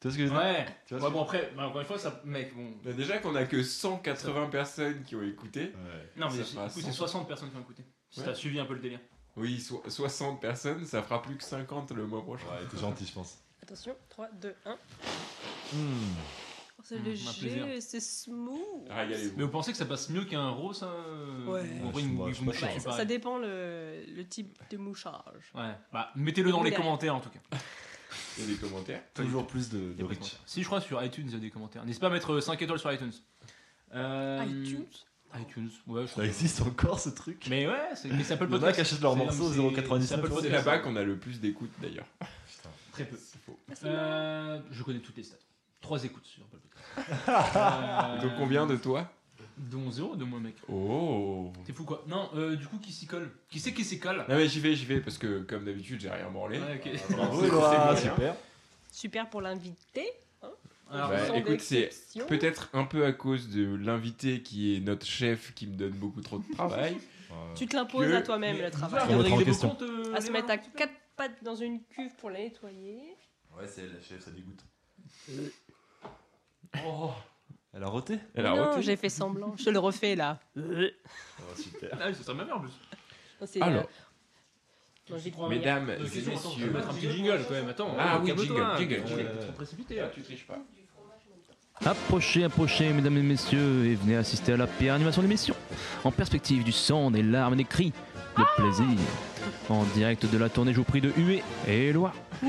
Speaker 2: Tu vois ce que je veux dire
Speaker 1: Ouais.
Speaker 2: Tu vois ce
Speaker 1: Ouais,
Speaker 2: que-
Speaker 1: bon, après, bah, encore une fois, ça. Mec, bon.
Speaker 4: Bah, déjà qu'on a que 180 personnes qui ont écouté.
Speaker 2: Ouais.
Speaker 1: Non, mais
Speaker 4: Ça
Speaker 1: c'est-
Speaker 4: fera
Speaker 1: du coup, c'est
Speaker 4: 100.
Speaker 1: 60 personnes qui ont écouté. Si
Speaker 4: Ouais.
Speaker 1: t'as suivi un peu le délire.
Speaker 4: Oui, so- 60 personnes, ça fera plus que 50 le mois prochain.
Speaker 2: Ouais, t'es gentil, je pense.
Speaker 5: Attention, 3, 2, 1.
Speaker 2: Hmm.
Speaker 5: C'est
Speaker 1: Mm, un
Speaker 5: léger,
Speaker 1: plaisir.
Speaker 5: c'est smooth.
Speaker 1: Mais
Speaker 4: Régalez-vous.
Speaker 1: vous pensez que ça passe mieux qu'un raw, ça euh,
Speaker 5: Ouais.
Speaker 1: ou
Speaker 2: Ouais,
Speaker 1: en vrai,
Speaker 2: je-
Speaker 1: une-
Speaker 2: moi,
Speaker 1: une
Speaker 2: je suis pas
Speaker 1: mouche,
Speaker 2: sûr.
Speaker 1: c'est
Speaker 5: Ça
Speaker 1: pareil.
Speaker 5: dépend le, le type de mouchage.
Speaker 1: Ouais. Bah, mettez-le dans les
Speaker 5: Derrière.
Speaker 1: commentaires en tout cas.
Speaker 4: Et les commentaires.
Speaker 2: Toujours plus de,
Speaker 1: Il y
Speaker 2: de
Speaker 1: a pas de
Speaker 2: reach.
Speaker 1: commentaires. Si je crois sur iTunes, il y a des commentaires. N'hésitez pas à mettre 5 étoiles sur iTunes. Euh,
Speaker 4: Hum.
Speaker 5: iTunes
Speaker 1: iTunes, ouais, je
Speaker 2: Ça existe encore ce truc
Speaker 1: Mais ouais, c'est mais c'est Apple
Speaker 2: Il y en a qui
Speaker 1: Podcast.
Speaker 2: achètent leurs
Speaker 1: C'est-
Speaker 2: morceaux
Speaker 1: c'est-
Speaker 2: 0,99.
Speaker 1: c'est Apple
Speaker 4: C'est
Speaker 1: Podcast.
Speaker 4: là-bas qu'on a le plus d'écoute d'ailleurs.
Speaker 2: Oh,
Speaker 1: Très peu.
Speaker 4: C'est faux.
Speaker 5: Ah, c'est marrant.
Speaker 1: Euh, je connais toutes les stats. 3 écoutes sur Apple Podcast. Euh,
Speaker 4: Donc combien de toi
Speaker 1: Dont 0 de moins, mec.
Speaker 4: Oh
Speaker 1: T'es fou quoi Non, euh, du coup, qui s'y colle Qui c'est qui s'y colle
Speaker 2: Ah,
Speaker 4: Non mais j'y vais, j'y vais, parce que comme d'habitude, j'ai rien branlé.
Speaker 1: Ouais, ok.
Speaker 2: Bravo,
Speaker 4: C'est-
Speaker 2: Eloi,
Speaker 4: c'est moyen.
Speaker 2: super.
Speaker 5: Super pour l'invité.
Speaker 1: Alors,
Speaker 4: Bah,
Speaker 5: Sans
Speaker 4: écoute, c'est
Speaker 5: exception.
Speaker 4: Peut-être un peu à cause de l'invité qui est notre chef qui me donne beaucoup trop de travail.
Speaker 5: Tu te l'imposes
Speaker 4: que-
Speaker 5: à toi-même
Speaker 1: mais-
Speaker 5: le
Speaker 1: Vous
Speaker 5: travail.
Speaker 1: avez
Speaker 2: On reprend
Speaker 1: réglé
Speaker 2: en
Speaker 1: vos
Speaker 2: question.
Speaker 1: comptes, euh,
Speaker 5: À se
Speaker 1: les
Speaker 5: mettre
Speaker 1: mains
Speaker 5: à quatre pattes dans une cuve pour la nettoyer.
Speaker 2: Ouais, c'est la chef, ça dégoûte.
Speaker 1: Oh,
Speaker 2: Elle a roté
Speaker 4: Elle a
Speaker 5: non,
Speaker 4: roté.
Speaker 5: j'ai fait semblant. Je le refais là.
Speaker 2: Oh, super.
Speaker 1: ah, c'est ça ma mère en plus.
Speaker 2: Euh,
Speaker 5: C'est,
Speaker 4: Alors,
Speaker 5: euh, non, j'ai trop rien.
Speaker 4: mesdames
Speaker 1: Euh,
Speaker 4: et
Speaker 1: question, attends, je
Speaker 4: messieurs,
Speaker 1: vais mettre un petit jingle quand même. Attends,
Speaker 4: Ah
Speaker 1: euh,
Speaker 4: oui,
Speaker 1: calme-toi,
Speaker 4: jingle,
Speaker 1: hein,
Speaker 4: jingle,
Speaker 1: t'es
Speaker 2: jingle.
Speaker 1: trop précipité là.
Speaker 4: tu triches pas.
Speaker 3: Approchez, approchez, mesdames et messieurs, et venez assister à la pire animation de l'émission. En perspective du sang, des larmes et des cris de plaisir. En direct de la tournée, je vous prie de huer et loi.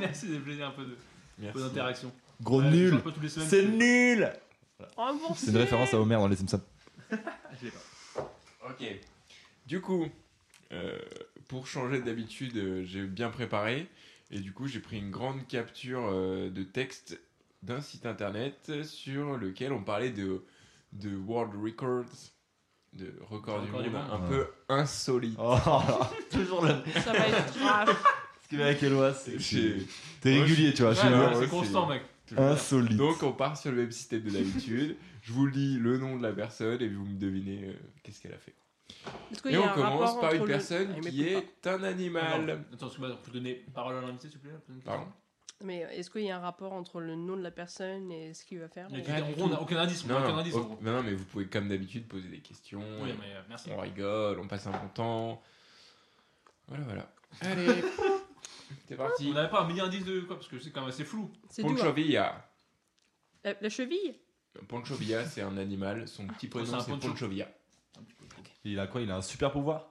Speaker 1: Merci de plaisir un peu de peu
Speaker 4: Merci.
Speaker 1: d'interaction.
Speaker 2: Gros
Speaker 1: Euh, je
Speaker 2: nul
Speaker 1: parle pas toutes les semaines.
Speaker 2: C'est nul
Speaker 5: Remboursé.
Speaker 2: C'est une référence à Homer dans les Simpsons.
Speaker 1: Ah, je l'ai pas.
Speaker 4: Ok. Du coup, euh, pour changer d'habitude, euh, j'ai bien préparé. Et du coup, j'ai pris une grande capture euh, de texte d'un site internet sur lequel on parlait de, de World Records, de record du
Speaker 1: Record
Speaker 4: monde,
Speaker 1: du monde.
Speaker 4: un
Speaker 2: Ouais.
Speaker 4: peu insolite.
Speaker 2: Oh là, toujours le.
Speaker 5: Ça va être grave.
Speaker 2: Ce qu'il y a avec Eloi, c'est. que
Speaker 4: J'ai-
Speaker 2: T'es
Speaker 4: Moi,
Speaker 2: régulier, tu vois.
Speaker 1: Ouais,
Speaker 2: je suis
Speaker 1: ouais,
Speaker 2: un-
Speaker 4: ouais,
Speaker 1: c'est constant, mec.
Speaker 2: Insolite.
Speaker 4: Donc, on part sur le même système de d'habitude. Je vous lis le nom de la personne et vous me devinez euh, qu'est-ce qu'elle a fait.
Speaker 5: Est-ce qu'il
Speaker 4: et
Speaker 5: y a
Speaker 4: on
Speaker 5: un
Speaker 4: commence
Speaker 5: rapport
Speaker 4: par
Speaker 5: entre
Speaker 4: une
Speaker 5: le-
Speaker 4: personne
Speaker 5: Ah, il
Speaker 4: qui
Speaker 5: m'écoute
Speaker 4: est un animal.
Speaker 1: Attends, excuse-moi, on peut donner parole à l'invité, s'il vous plaît la prochaine question
Speaker 4: Pardon.
Speaker 5: pas. Mais est-ce qu'il y a un rapport entre le nom de la personne et ce qu'il va faire
Speaker 1: Il y a
Speaker 5: ou-
Speaker 1: quelqu'un- En gros, on n'a aucun indice. On
Speaker 4: Non,
Speaker 1: n'a aucun
Speaker 4: non,
Speaker 1: indice.
Speaker 4: oh,
Speaker 1: en gros.
Speaker 4: non, non, mais vous pouvez comme d'habitude poser des questions.
Speaker 1: Oui,
Speaker 4: et
Speaker 1: mais euh, merci.
Speaker 4: On rigole, on passe un bon temps. Voilà, voilà. Allez, c'est
Speaker 1: On
Speaker 4: parti.
Speaker 1: n'avait pas un millier indice de quoi Parce que c'est quand même assez flou.
Speaker 5: C'est doux. hein.
Speaker 4: Poncho Villa.
Speaker 5: La, la cheville
Speaker 4: Poncho Villa, c'est un animal. Son petit
Speaker 1: c'est
Speaker 4: prénom,
Speaker 1: un
Speaker 4: c'est
Speaker 1: poncho.
Speaker 4: Poncho Villa.
Speaker 2: Il a quoi Il a un super pouvoir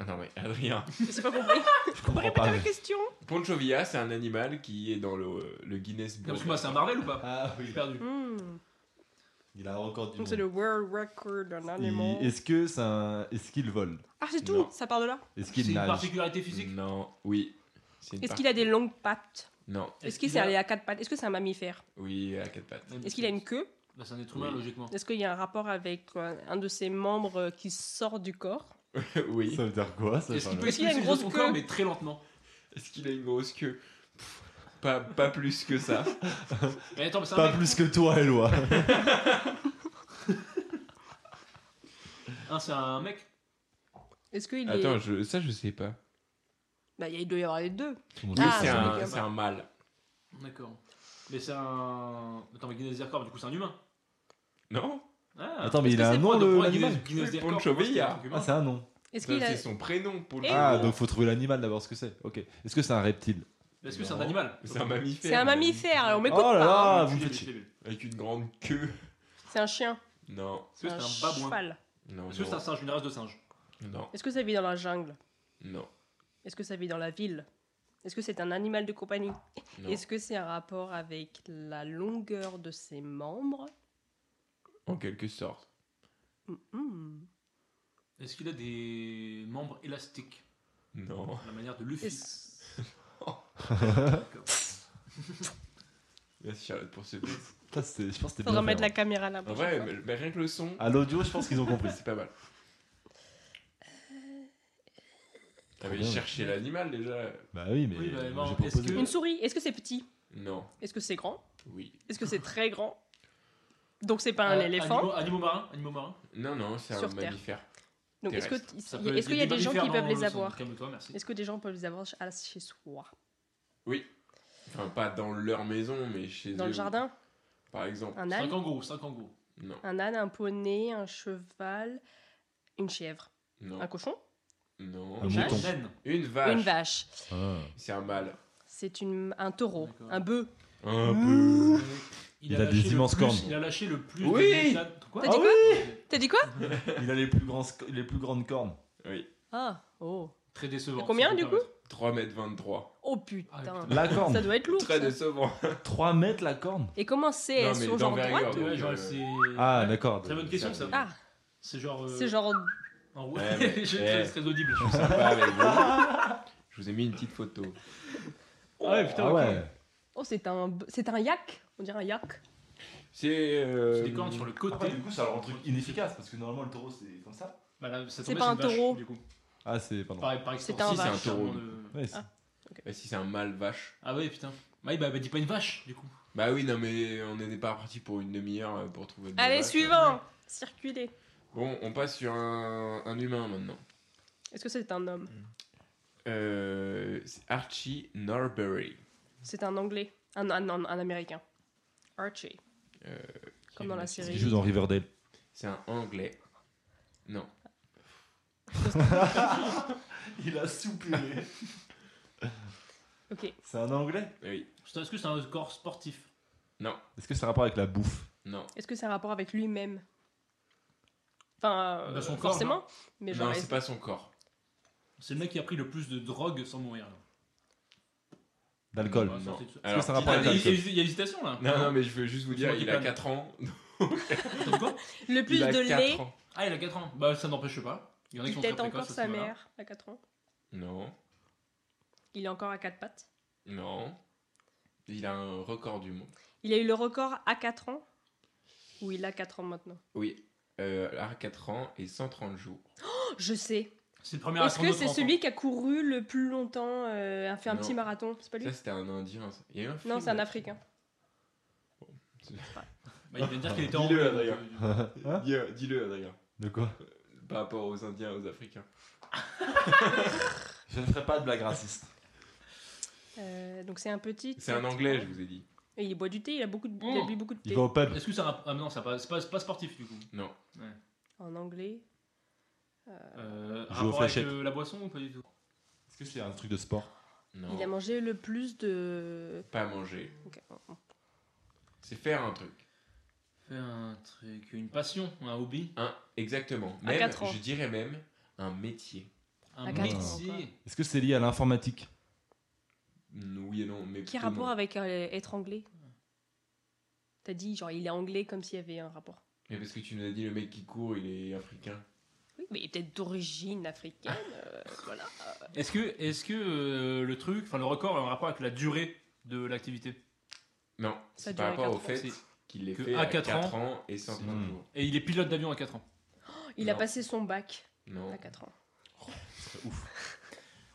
Speaker 4: Ah non, mais Adrien.
Speaker 5: C'est pas compris.
Speaker 2: Je comprends
Speaker 5: Répétez
Speaker 2: pas.
Speaker 5: la
Speaker 2: mais-
Speaker 5: question.
Speaker 4: Poncho Villa, c'est un animal qui est dans le, le Guinness
Speaker 1: Non, parce
Speaker 4: Book.
Speaker 1: que moi, c'est un Marvel ou pas
Speaker 2: Ah
Speaker 1: J'ai
Speaker 2: oui,
Speaker 1: perdu.
Speaker 5: Hmm.
Speaker 2: il a un record du
Speaker 5: Donc c'est
Speaker 2: monde.
Speaker 5: le World Record en animal.
Speaker 2: Il- Est-ce que c'est un. Est-ce qu'il vole
Speaker 5: Ah, c'est tout
Speaker 4: Non.
Speaker 5: Ça part de là
Speaker 2: Est-ce
Speaker 1: C'est
Speaker 2: qu'il
Speaker 1: une
Speaker 2: nage
Speaker 1: particularité physique
Speaker 4: Non, oui. C'est une
Speaker 5: Est-ce
Speaker 4: par-
Speaker 5: qu'il a des longues pattes
Speaker 4: Non,
Speaker 5: Est-ce qu'il est allé à quatre pattes Est-ce que c'est un mammifère
Speaker 4: oui, à quatre pattes.
Speaker 5: Est-ce qu'il a une queue
Speaker 1: Bah, C'est un être humain,
Speaker 4: Oui.
Speaker 1: logiquement.
Speaker 5: Est-ce qu'il y a un rapport avec euh, un de ses membres euh, qui sort du corps
Speaker 4: oui.
Speaker 2: Ça veut dire quoi ça
Speaker 1: Est-ce qu'il
Speaker 2: parle-
Speaker 1: peut
Speaker 5: Est-ce qu'il
Speaker 1: expulser
Speaker 5: a une
Speaker 1: de son
Speaker 5: grosse
Speaker 1: corps,
Speaker 5: queue
Speaker 1: mais très lentement
Speaker 4: Est-ce qu'il a une grosse queue Pff, pas, pas plus que ça.
Speaker 1: Mais attends, mais c'est un
Speaker 2: Pas
Speaker 1: mec.
Speaker 2: plus que toi, Eloi.
Speaker 1: Hein, c'est un mec.
Speaker 5: Est-ce qu'il est...
Speaker 4: Attends, je, ça je sais pas.
Speaker 5: Bah, il doit y avoir les deux.
Speaker 2: Comment
Speaker 4: Oui,
Speaker 5: Ah,
Speaker 4: c'est
Speaker 5: c'est
Speaker 4: un-
Speaker 5: un-
Speaker 4: c'est un mâle.
Speaker 1: D'accord. Mais c'est un. Attends, mais Guinness des records, du coup, c'est un humain.
Speaker 4: Non
Speaker 1: Ah.
Speaker 2: Attends, mais
Speaker 1: Est-ce
Speaker 2: il
Speaker 1: que
Speaker 2: a
Speaker 1: c'est
Speaker 2: un
Speaker 1: pour-
Speaker 2: nom,
Speaker 1: de-
Speaker 2: le-
Speaker 1: pour un
Speaker 2: l'animal
Speaker 1: Guinness- Guinness des records, je
Speaker 4: Poncho
Speaker 1: pense que c'est
Speaker 4: Villa.
Speaker 1: un truc humain.
Speaker 2: Ah, c'est un nom.
Speaker 5: Est-ce
Speaker 4: Non,
Speaker 5: qu'il a...
Speaker 4: C'est son prénom pour le
Speaker 5: Eh
Speaker 4: coup.
Speaker 2: Ah,
Speaker 5: oui.
Speaker 2: donc faut trouver l'animal d'abord ce que c'est. Ok. Est-ce que c'est un reptile
Speaker 1: Est-ce que Ah, c'est un animal
Speaker 4: C'est un mammifère.
Speaker 5: C'est un mammifère, alors on m'écoute
Speaker 2: Oh là
Speaker 5: pas. hein.
Speaker 2: Ah,
Speaker 1: Je
Speaker 2: vous
Speaker 1: l'ai
Speaker 2: me
Speaker 1: vu,
Speaker 2: faites
Speaker 1: je l'ai vu.
Speaker 4: Avec une grande queue.
Speaker 5: C'est un chien.
Speaker 4: Non.
Speaker 1: Est-ce que c'est un babouin
Speaker 5: cheval.
Speaker 4: Non.
Speaker 1: Est-ce que c'est un singe, une race de singe
Speaker 4: Non.
Speaker 5: Est-ce que ça vit dans la jungle
Speaker 4: Non.
Speaker 5: Est-ce que ça vit dans la ville Est-ce que c'est un animal de compagnie
Speaker 4: Non.
Speaker 5: Est-ce que c'est un rapport avec la longueur de ses membres
Speaker 4: En quelque sorte.
Speaker 5: Hum, hum.
Speaker 1: Est-ce qu'il a des membres élastiques
Speaker 4: Non.
Speaker 1: à La manière de Luffy.
Speaker 5: Est-ce-
Speaker 1: D'accord.
Speaker 4: Merci Charlotte pour ce buzz.
Speaker 2: Putain, c'était- Je pense que c'était
Speaker 5: Faudra
Speaker 2: bien.
Speaker 5: mettre
Speaker 2: fait,
Speaker 5: la caméra là.
Speaker 4: En vrai, mais, mais rien que le son,
Speaker 2: hein.
Speaker 5: Ah.
Speaker 2: À l'audio, je pense qu'ils ont compris.
Speaker 4: c'est pas mal.
Speaker 2: Euh,
Speaker 4: Ah, mais
Speaker 2: bien.
Speaker 4: chercher l'animal déjà.
Speaker 2: Bah oui, mais
Speaker 1: Oui, bah,
Speaker 2: j'ai
Speaker 1: bon, est-ce
Speaker 2: proposé.
Speaker 1: que-
Speaker 5: Une souris, est-ce que c'est petit
Speaker 4: Non.
Speaker 5: Est-ce que c'est grand
Speaker 4: Oui.
Speaker 5: Est-ce que c'est très grand Donc c'est pas un
Speaker 1: Euh,
Speaker 5: éléphant.
Speaker 1: Animaux, animaux marins Animaux marins
Speaker 4: Non, non, c'est un
Speaker 5: Sur Terre.
Speaker 4: mammifère.
Speaker 5: Donc est-ce que
Speaker 4: terrestre.
Speaker 1: Ça
Speaker 5: y
Speaker 1: peut
Speaker 5: a- est-ce
Speaker 1: être
Speaker 5: qu'il y a des gens qui
Speaker 1: mammifères
Speaker 5: peuvent
Speaker 1: dans
Speaker 5: les
Speaker 1: le-
Speaker 5: avoir
Speaker 1: Calme-toi, merci.
Speaker 5: Est-ce que des gens peuvent les avoir à- chez soi
Speaker 4: Oui. Enfin, pas dans leur maison, mais chez
Speaker 5: Dans
Speaker 4: eux.
Speaker 5: le jardin, Ah.
Speaker 4: Par exemple.
Speaker 5: un
Speaker 1: 5
Speaker 5: âne,
Speaker 1: kangourous, 5 kangourous.
Speaker 4: Non.
Speaker 5: un âne, un poney, un cheval, une chèvre, un
Speaker 4: Non.
Speaker 5: cochon,
Speaker 4: Non.
Speaker 2: Un
Speaker 1: Une
Speaker 2: mouton.
Speaker 1: reine.
Speaker 4: Une vache.
Speaker 5: Ah. une vache.
Speaker 2: Ah.
Speaker 4: C'est un mâle.
Speaker 5: C'est une, un taureau,
Speaker 1: D'accord.
Speaker 5: un bœuf.
Speaker 4: Un
Speaker 2: Il a des
Speaker 1: lâché le
Speaker 2: immenses
Speaker 1: plus-
Speaker 2: cornes.
Speaker 1: Il Euh, a lâché le plus.
Speaker 4: Oui.
Speaker 1: de mouchades. Quoi
Speaker 5: T'as dit
Speaker 1: Ah
Speaker 5: quoi
Speaker 1: oui
Speaker 5: T'as dit quoi
Speaker 2: Il a les plus, grands, sc- les plus grandes cornes.
Speaker 4: Oui.
Speaker 5: Ah, oh.
Speaker 1: Très décevant.
Speaker 5: Et combien,
Speaker 1: ça peut
Speaker 5: du
Speaker 1: permettre.
Speaker 4: 3m23.
Speaker 5: Oh
Speaker 1: Ah,
Speaker 5: putain.
Speaker 1: putain.
Speaker 2: La corne.
Speaker 5: Ça doit être lourd.
Speaker 4: Très
Speaker 5: ça.
Speaker 4: décevant.
Speaker 2: 3 mètres la corne
Speaker 5: Et comment c'est
Speaker 4: Non,
Speaker 5: Elles
Speaker 4: mais
Speaker 5: sont
Speaker 4: dans
Speaker 5: genre
Speaker 4: Verrières,
Speaker 5: droites ou-
Speaker 4: oui.
Speaker 1: Ouais, genre,
Speaker 4: Euh,
Speaker 1: c'est.
Speaker 2: Ah,
Speaker 1: Ouais.
Speaker 2: d'accord.
Speaker 1: Très bonne question, ça.
Speaker 5: Ah,
Speaker 1: C'est genre. euh,
Speaker 5: c'est genre.
Speaker 1: En
Speaker 4: Ouais,
Speaker 1: ouais,
Speaker 4: mais-
Speaker 1: je-
Speaker 4: eh.
Speaker 1: très, très audible. je trouve ça.
Speaker 4: Sympa avec vous. Je vous ai mis une petite photo.
Speaker 1: Ah ouais, putain,
Speaker 2: Ah
Speaker 1: ok.
Speaker 2: ouais.
Speaker 5: Oh, c'est un, b- c'est un yak. On dirait un yak.
Speaker 4: C'est. euh,
Speaker 1: C'est des cornes sur le côté.
Speaker 2: Après, du coup, ça rend un truc inefficace parce que normalement le taureau c'est comme ça.
Speaker 1: Bah là, ça
Speaker 5: C'est
Speaker 1: tombait,
Speaker 5: pas un
Speaker 1: une vache,
Speaker 5: taureau.
Speaker 1: du coup.
Speaker 2: Ah, c'est. Pardon.
Speaker 1: Pareil, par
Speaker 5: C'est
Speaker 1: extension.
Speaker 5: un Si, c'est
Speaker 4: vache. un taureau.
Speaker 1: Sûrement de-
Speaker 2: Ouais, c'est-
Speaker 5: Ah.
Speaker 4: Bah, si c'est un mâle vache.
Speaker 1: Ah ouais, putain. Ouais, bah, bah, dis pas une vache, du coup.
Speaker 4: Bah oui, non, mais on n'est pas parti pour une demi-heure euh, pour trouver. deux
Speaker 5: Allez,
Speaker 4: vaches.
Speaker 5: suivant. Circuler.
Speaker 4: Bon, on passe sur un, un humain maintenant.
Speaker 5: Est-ce que c'est un homme
Speaker 4: Euh, c'est Archie Norbury.
Speaker 5: C'est un anglais. Un, un, un- un américain. Archie.
Speaker 4: Euh,
Speaker 5: Comme dans la
Speaker 4: c'est-
Speaker 2: Il
Speaker 5: série.
Speaker 2: joue dans Riverdale.
Speaker 4: C'est un anglais. Non.
Speaker 2: Il a soupiré.
Speaker 5: Ok.
Speaker 2: c'est un anglais
Speaker 4: Oui.
Speaker 1: C'est- Est-ce que c'est un corps sportif
Speaker 2: Est-ce que ça a rapport avec la bouffe
Speaker 4: Non.
Speaker 5: Est-ce que c'est un rapport avec lui-même Enfin, euh,
Speaker 1: Bah, son corps,
Speaker 5: forcément. mais genre,
Speaker 4: Non,
Speaker 5: est-ce-
Speaker 4: c'est pas son corps.
Speaker 1: C'est le mec qui a pris le plus de drogue sans mourir. là.
Speaker 2: D'alcool
Speaker 1: Ouais, ça,
Speaker 4: Non.
Speaker 1: c'est- ça-
Speaker 4: Alors,
Speaker 2: que ça a rapport
Speaker 1: Il y a-
Speaker 2: avec
Speaker 1: il y a- il y a hésitation là.
Speaker 4: Non, non, mais je veux juste vous
Speaker 1: C'est
Speaker 4: dire,
Speaker 1: moi qui
Speaker 4: il a
Speaker 1: plane.
Speaker 4: 4 ans.
Speaker 1: Comme quoi
Speaker 5: le plus
Speaker 4: il a
Speaker 5: de
Speaker 4: 4
Speaker 5: lait.
Speaker 4: ans.
Speaker 1: Ah, il a 4 ans. Bah, ça n'empêche pas. Il y en a qui
Speaker 5: Il
Speaker 1: sont très
Speaker 5: tête
Speaker 1: précoces.
Speaker 5: encore
Speaker 1: à ce
Speaker 5: sa
Speaker 1: niveau-là.
Speaker 5: mère à 4 ans.
Speaker 4: Non.
Speaker 5: Il est encore à 4 pattes.
Speaker 4: Non. Il a un record du monde.
Speaker 5: Il a eu le record à 4 ans Ou il a 4 ans maintenant
Speaker 4: Oui. Euh, à 4 ans et 130 jours.
Speaker 5: Oh, Je sais.
Speaker 1: C'est le premier
Speaker 4: Ah,
Speaker 5: Est-ce que
Speaker 1: astronaute
Speaker 5: c'est
Speaker 1: enfant.
Speaker 5: celui qui a couru le plus longtemps, euh, a fait un
Speaker 4: Non.
Speaker 5: petit marathon C'est pas lui
Speaker 4: Ça, c'était un Indien. ça. Il y a eu un film.
Speaker 5: Non, c'est un Africain.
Speaker 1: Bah, il vient de dire qu'il était en euh,
Speaker 4: Dis-le, Adrien.
Speaker 2: Hein
Speaker 4: Dis- euh, Dis-le, Adrien.
Speaker 2: De quoi
Speaker 4: Par rapport aux Indiens et aux Africains.
Speaker 2: Je ne ferai pas de blague raciste.
Speaker 5: Euh, donc c'est un petit.
Speaker 4: C'est un Anglais, je Oh. vous ai dit.
Speaker 5: Et il boit du thé, il a, beaucoup de- il a
Speaker 1: Mm.
Speaker 5: bu beaucoup de
Speaker 2: Il
Speaker 5: thé.
Speaker 2: va au pub.
Speaker 1: Est-ce que c'est un. Ah, non, ça pas- c'est pas, c'est pas sportif du coup.
Speaker 4: Non.
Speaker 5: En anglais.
Speaker 1: Euh,
Speaker 2: aux
Speaker 1: rapport avec
Speaker 2: fléchettes.
Speaker 1: euh, la boisson ou pas du tout
Speaker 2: Est-ce que c'est un truc de sport
Speaker 4: Non.
Speaker 5: Il a mangé le plus de.
Speaker 4: Pas manger.
Speaker 5: Ok. oh,
Speaker 4: C'est faire un truc.
Speaker 1: Faire un truc. Une passion, un hobby,
Speaker 4: Un, exactement.
Speaker 5: À
Speaker 4: Même,
Speaker 5: quatre ans.
Speaker 4: je dirais même, un métier.
Speaker 1: un
Speaker 5: À
Speaker 2: quatre ans,
Speaker 1: métier.
Speaker 2: Est-ce que c'est lié à l'informatique
Speaker 4: Mm, Oui et non, mais
Speaker 5: Qui
Speaker 4: plutôt
Speaker 5: a rapport
Speaker 4: non.
Speaker 5: avec euh, être anglais T'as dit genre il est anglais comme s'il y avait un rapport.
Speaker 4: Mais parce que tu nous as dit le mec qui court, il est africain.
Speaker 5: Oui, mais il est peut-être d'origine africaine. euh, voilà.
Speaker 1: Est-ce que, est-ce que euh, le truc, enfin le record a un rapport avec la durée de l'activité
Speaker 4: Non,
Speaker 5: Ça
Speaker 4: c'est
Speaker 5: dure à
Speaker 4: par rapport au
Speaker 5: quatre ans.
Speaker 4: fait qu'il l'ait
Speaker 1: que
Speaker 4: fait
Speaker 1: à
Speaker 4: à
Speaker 1: quatre Hmm.
Speaker 4: 4 ans, et 130
Speaker 2: Mm.
Speaker 4: jours.
Speaker 1: Et il est pilote d'avion à 4 ans.
Speaker 5: Il a
Speaker 4: Non.
Speaker 5: passé son bac
Speaker 4: Non.
Speaker 5: à 4 ans.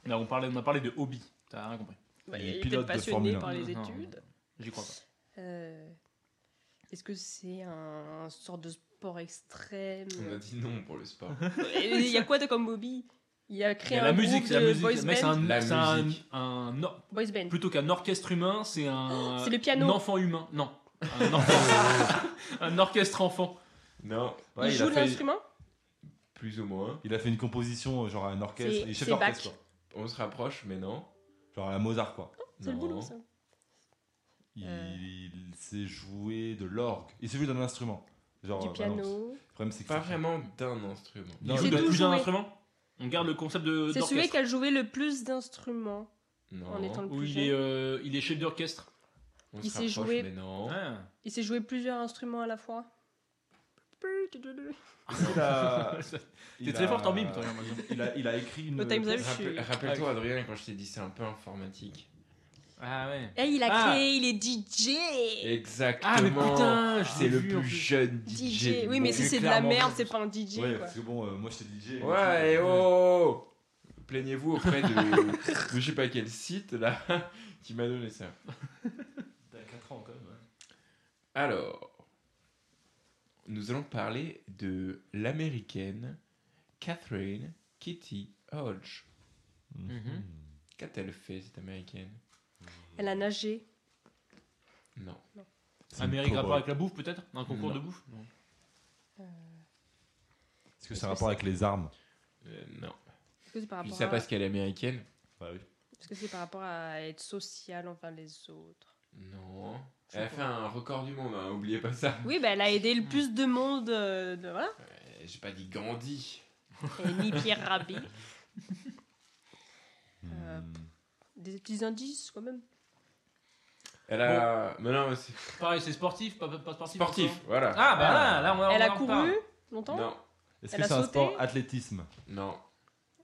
Speaker 1: On a, on parlait, on a parlé de hobby, t'as rien compris.
Speaker 5: Bah,
Speaker 2: Il
Speaker 5: il
Speaker 2: est
Speaker 5: est
Speaker 2: pilote
Speaker 5: peut-être
Speaker 2: de
Speaker 5: passionné
Speaker 2: Formule un.
Speaker 5: par les
Speaker 1: Non.
Speaker 5: études.
Speaker 1: J'y crois pas.
Speaker 5: Euh, Est-ce que c'est un, un sorte de sport extrême
Speaker 4: On a dit non pour le sport.
Speaker 5: Et Il y a quoi de comme hobby Il a
Speaker 1: Il y
Speaker 5: créé
Speaker 1: a
Speaker 5: un
Speaker 1: la
Speaker 5: groupe
Speaker 1: musique, c'est
Speaker 5: de
Speaker 1: la musique.
Speaker 5: boys
Speaker 1: Mec, c'est
Speaker 5: band.
Speaker 1: un,
Speaker 4: La
Speaker 1: c'est un-
Speaker 4: musique.
Speaker 1: un or-
Speaker 5: Boys band.
Speaker 1: plutôt qu'un orchestre humain, c'est un,
Speaker 5: C'est le piano.
Speaker 1: un enfant humain. Non, un, enfant- un orchestre enfant.
Speaker 4: non,
Speaker 5: il, joue de
Speaker 2: fait,
Speaker 5: l'instrument
Speaker 4: plus ou moins.
Speaker 2: il a fait une composition euh, genre à un orchestre.
Speaker 5: C'est-
Speaker 2: Il est chef
Speaker 5: c'est Bach.
Speaker 2: d'orchestre. quoi.
Speaker 4: On se rapproche, mais non.
Speaker 2: Genre à la Mozart quoi.
Speaker 5: C'est le
Speaker 4: Non.
Speaker 5: boulot, ça.
Speaker 2: Il,
Speaker 5: Euh.
Speaker 2: sait jouer de l'orgue. Il sait jouer d'un instrument.
Speaker 1: Oh,
Speaker 2: Genre,
Speaker 5: du
Speaker 2: euh, bah non,
Speaker 5: piano.
Speaker 2: le problème c'est que
Speaker 4: Pas
Speaker 2: c'est-
Speaker 4: vraiment d'un instrument.
Speaker 1: Il
Speaker 2: Non,
Speaker 1: joue
Speaker 5: c'est
Speaker 1: de
Speaker 5: tout
Speaker 1: plus d'un
Speaker 5: joué.
Speaker 1: instrument. On garde le concept de Euh,
Speaker 5: C'est celui
Speaker 1: d'orchestre.
Speaker 5: qui a joué le plus d'instruments
Speaker 4: Non.
Speaker 5: en étant le
Speaker 1: Où
Speaker 5: plus
Speaker 1: il
Speaker 5: jeune.
Speaker 1: est, euh, il est chef d'orchestre.
Speaker 4: On
Speaker 5: qui
Speaker 4: se
Speaker 5: sait
Speaker 4: rapproche,
Speaker 5: jouer.
Speaker 4: mais non.
Speaker 1: Ah.
Speaker 5: Il s'est joué plusieurs instruments à la fois.
Speaker 1: Euh,
Speaker 2: il a-
Speaker 1: T'es
Speaker 2: il
Speaker 1: très
Speaker 2: a-
Speaker 1: fort en mime, toi. Herman.
Speaker 2: Il a, il a écrit une.
Speaker 5: Le Time's Up.
Speaker 4: euh, Rappel-
Speaker 5: suis-
Speaker 4: Rappelle-toi, Adrien, quand je t'ai dit c'est un peu informatique.
Speaker 1: Ah ouais.
Speaker 5: Et Eh, il a
Speaker 1: Ah.
Speaker 5: créé, il est DJ.
Speaker 4: Exactement.
Speaker 1: Ah mais putain, je
Speaker 4: c'est
Speaker 1: l'ai
Speaker 4: le
Speaker 1: vu, en
Speaker 4: plus
Speaker 1: plus.
Speaker 4: jeune DJ.
Speaker 5: DJ.
Speaker 4: du
Speaker 5: Oui, mais
Speaker 4: monde.
Speaker 5: si c'est de la
Speaker 4: Clairement.
Speaker 5: merde, c'est pas un DJ.
Speaker 2: Ouais,
Speaker 5: quoi.
Speaker 2: parce que bon, euh, moi j'étais DJ. mais tu-
Speaker 4: Ouais, et oh Plaignez-vous auprès de, de je sais pas quel site là qui m'a donné ça.
Speaker 2: T'as 4 ans quand même. ouais.
Speaker 4: Alors, nous allons parler de l'américaine Catherine Kitty Hodge.
Speaker 1: Mhm.
Speaker 2: mm.
Speaker 4: Qu'a-t-elle fait cette américaine
Speaker 5: Elle a nagé.
Speaker 4: Non.
Speaker 2: C'est euh, une
Speaker 1: Amérique, rapport
Speaker 2: cobra.
Speaker 1: avec la bouffe peut-être Un concours
Speaker 4: Non.
Speaker 1: de bouffe Non.
Speaker 2: Est-ce que c'est un rapport avec les armes
Speaker 4: Euh, non.
Speaker 5: Est-ce que c'est par
Speaker 4: Je dis
Speaker 5: rapport
Speaker 4: ça
Speaker 5: à...
Speaker 4: parce qu'elle est américaine
Speaker 2: Bah oui.
Speaker 5: Est-ce que c'est par rapport à être social envers les autres
Speaker 4: Non. Elle a fait un record du monde, hein, oubliez pas ça.
Speaker 5: Oui, bah, elle a aidé le plus de monde. euh, de, voilà.
Speaker 4: Euh, J'ai pas dit Gandhi.
Speaker 5: Et ni Pierre Rabhi. Euh,
Speaker 2: Hmm.
Speaker 5: Des petits indices, quand même.
Speaker 4: Elle a. Mais non, c'est
Speaker 1: Pareil, c'est sportif, pas, pas sportif.
Speaker 4: sportif,
Speaker 1: encore
Speaker 4: voilà.
Speaker 1: Ah bah là, là on
Speaker 5: elle a
Speaker 1: on en
Speaker 5: couru
Speaker 1: parle.
Speaker 5: longtemps
Speaker 4: Non,
Speaker 2: Est-ce
Speaker 5: Elle
Speaker 2: que
Speaker 5: a
Speaker 2: c'est un
Speaker 5: sauté
Speaker 2: sport athlétisme
Speaker 4: non,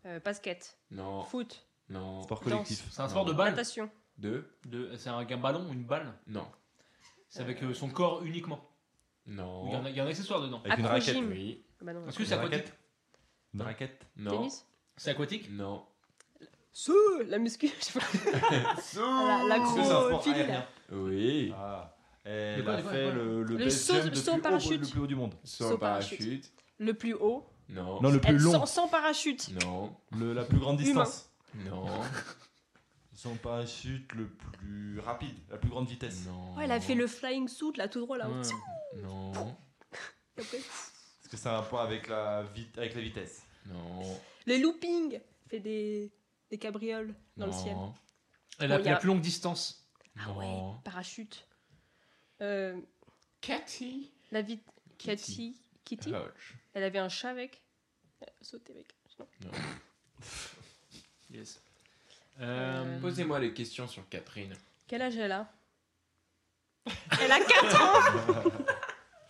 Speaker 5: Euh, basket,
Speaker 4: non,
Speaker 5: foot,
Speaker 4: non.
Speaker 2: Sport collectif
Speaker 1: C'est un sport
Speaker 4: Non.
Speaker 1: de balle.
Speaker 5: natation.
Speaker 4: Deux
Speaker 1: De- C'est un, un ballon, une balle.
Speaker 4: Non,
Speaker 1: C'est avec euh, son corps uniquement. Il y, en
Speaker 4: non.
Speaker 1: a, il y a un accessoire dedans.
Speaker 2: Avec une
Speaker 5: Acrogyme.
Speaker 2: raquette
Speaker 4: Oui,
Speaker 5: Ah Bah non,
Speaker 1: Est-ce que c'est
Speaker 2: Une
Speaker 1: aquatique
Speaker 2: raquette Une raquette
Speaker 4: non,
Speaker 5: tennis
Speaker 1: C'est aquatique
Speaker 4: non.
Speaker 5: Sous la muscu. je sais pas. la, la
Speaker 2: Est-ce que c'est Ah, un sport
Speaker 5: fille,
Speaker 2: aérien
Speaker 5: là.
Speaker 4: Oui.
Speaker 2: Ah.
Speaker 1: De
Speaker 2: Elle
Speaker 1: quoi,
Speaker 2: a
Speaker 1: de quoi, de
Speaker 2: fait
Speaker 1: quoi
Speaker 2: le, le
Speaker 5: Le
Speaker 2: best
Speaker 5: saut-
Speaker 2: jump le
Speaker 5: saut
Speaker 2: plus haut-
Speaker 5: parachute.
Speaker 2: le plus haut du monde.
Speaker 4: Sans
Speaker 5: Saut
Speaker 4: parachute.
Speaker 5: Le plus haut.
Speaker 4: Non.
Speaker 2: Non, le plus
Speaker 5: Elle
Speaker 2: long,
Speaker 5: Sans, sans parachute.
Speaker 4: Non.
Speaker 2: le- la plus grande distance.
Speaker 4: Non.
Speaker 2: Son parachute le plus rapide, la plus grande vitesse.
Speaker 4: Non.
Speaker 5: Oh, elle a fait le flying suit là tout droit là.
Speaker 1: Ouais.
Speaker 4: Non.
Speaker 5: Et après,
Speaker 2: Est-ce que c'est un rapport avec la, vit- avec la vitesse
Speaker 4: Non.
Speaker 5: Les loopings. Elle Fait des, des cabrioles dans le
Speaker 4: non,
Speaker 5: ciel.
Speaker 1: Elle a
Speaker 5: Bon, il y
Speaker 1: fait la
Speaker 5: a-
Speaker 1: plus longue distance.
Speaker 5: Ah ouais.
Speaker 4: non.
Speaker 5: Parachute. Euh,
Speaker 4: Cathy.
Speaker 5: la vite.
Speaker 4: Kitty. Ah.
Speaker 5: Cathy. Kitty.
Speaker 4: Hodge.
Speaker 5: Elle avait un chat avec. Elle a sauté avec. Non.
Speaker 1: Yes. Euh,
Speaker 4: Posez-moi les questions sur Catherine.
Speaker 5: Quel âge elle a Elle a 4 ans.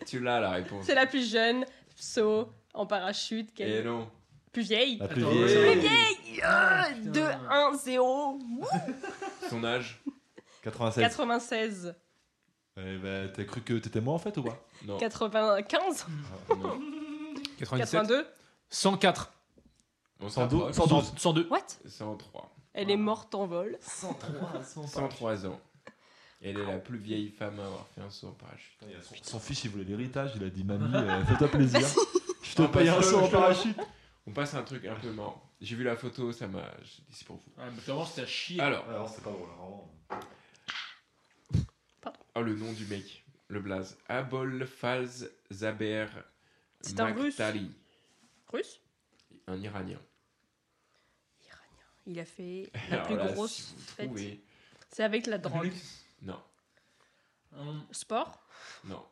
Speaker 4: Tu l'as la réponse.
Speaker 5: C'est la plus jeune. Saut en parachute. qu'elle
Speaker 4: Et
Speaker 5: est
Speaker 4: non.
Speaker 5: Plus vieille.
Speaker 2: La plus
Speaker 1: Attends,
Speaker 2: vieille.
Speaker 1: oui.
Speaker 5: Plus vieille
Speaker 1: Ah, putain.
Speaker 5: 2, 1, 0.
Speaker 4: Son âge
Speaker 2: 96.
Speaker 5: 96.
Speaker 2: Eh ben, t'as cru que t'étais moi en fait ou pas
Speaker 4: Non.
Speaker 5: 95.
Speaker 4: non.
Speaker 5: 82.
Speaker 1: 104.
Speaker 4: On
Speaker 2: 112.
Speaker 4: s'approche.
Speaker 2: 112.
Speaker 1: 102.
Speaker 5: What
Speaker 4: 103.
Speaker 5: Elle est morte en vol.
Speaker 2: 103.
Speaker 4: 103 ans. Elle est la plus vieille femme à avoir fait un saut en parachute.
Speaker 2: Son, son fils, il voulait l'héritage, il a dit Mamie, euh, fais-toi plaisir. Je te
Speaker 4: Ah,
Speaker 2: paye
Speaker 4: bah,
Speaker 2: un
Speaker 4: je-
Speaker 2: saut en
Speaker 4: je-
Speaker 2: parachute.
Speaker 4: On passe à un truc un peu marrant. J'ai vu la photo, ça m'a. j'ai dit, C'est pour vous.
Speaker 1: Ah, mais vraiment, c'était à chier.
Speaker 4: Alors,
Speaker 2: Ah, Alors, c'est pas drôle, hein, vraiment.
Speaker 4: oh, le nom du mec, le blaze. Abol Falz Zaber
Speaker 5: C'est un Russe.
Speaker 4: Makhtali,
Speaker 5: Russe
Speaker 4: un Iranien.
Speaker 5: Iranien. Il a fait la
Speaker 4: Alors
Speaker 5: plus
Speaker 4: là,
Speaker 5: grosse
Speaker 4: si vous
Speaker 5: fête.
Speaker 4: trouvez-
Speaker 5: C'est avec la drogue.
Speaker 4: Non,
Speaker 1: Hum,
Speaker 5: Sport.
Speaker 4: non.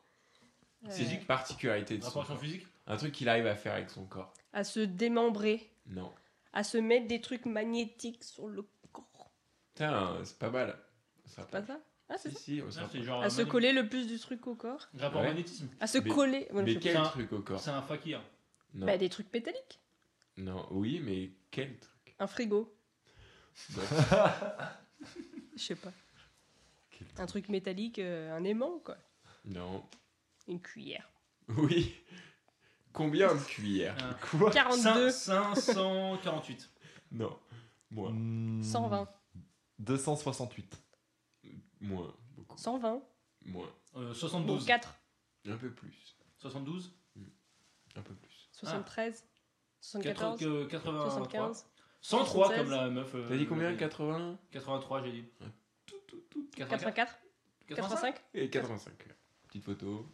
Speaker 5: euh,
Speaker 4: C'est une particularité de son
Speaker 1: Rapport à son
Speaker 4: corps.
Speaker 1: physique
Speaker 4: Un truc qu'il arrive à faire avec son corps.
Speaker 5: à se démembrer.
Speaker 4: Non.
Speaker 5: À se mettre des trucs magnétiques sur le corps.
Speaker 4: Putain, c'est pas mal. Ça
Speaker 5: Pas ça Ah, c'est
Speaker 4: Si,
Speaker 5: ça.
Speaker 4: si, on
Speaker 1: Ah,
Speaker 4: s'approche.
Speaker 1: c'est genre.
Speaker 5: À se
Speaker 1: mani-
Speaker 5: coller le plus du truc au corps.
Speaker 1: Rapport
Speaker 4: Ouais.
Speaker 1: au magnétisme.
Speaker 5: À se
Speaker 4: Mais-
Speaker 5: coller. Bon, je
Speaker 4: Mais
Speaker 5: sais
Speaker 4: quel
Speaker 1: C'est un-
Speaker 4: truc au corps
Speaker 1: C'est un fakir.
Speaker 5: pas.
Speaker 4: Non.
Speaker 5: Bah, des trucs métalliques.
Speaker 4: non, oui, mais quel truc
Speaker 5: Un frigo.
Speaker 4: Non.
Speaker 5: Je sais pas.
Speaker 2: Quel truc.
Speaker 5: Un truc métallique, euh, un aimant, quoi.
Speaker 4: Non.
Speaker 5: Une cuillère.
Speaker 4: Oui. Combien de cuillères
Speaker 1: Un-
Speaker 2: Quoi
Speaker 5: 42.
Speaker 4: Hmm.
Speaker 1: 5- 548.
Speaker 4: Non. Moins.
Speaker 2: Hmm,
Speaker 5: 120.
Speaker 2: 268.
Speaker 4: Moins. Beaucoup.
Speaker 5: 120.
Speaker 4: Moins.
Speaker 1: Euh,
Speaker 5: Ou
Speaker 1: 72.
Speaker 5: 4.
Speaker 4: Ah. Un peu plus.
Speaker 1: 72.
Speaker 4: Un peu plus.
Speaker 5: 73. 74.
Speaker 1: 94. 95.
Speaker 5: 75.
Speaker 1: 103
Speaker 5: 76.
Speaker 1: comme la meuf. euh,
Speaker 4: T'as dit combien
Speaker 1: le-
Speaker 4: 80
Speaker 1: 83 j'ai dit.
Speaker 4: tout, tout, tout.
Speaker 5: 84. 85.
Speaker 4: Et 85. Petite photo.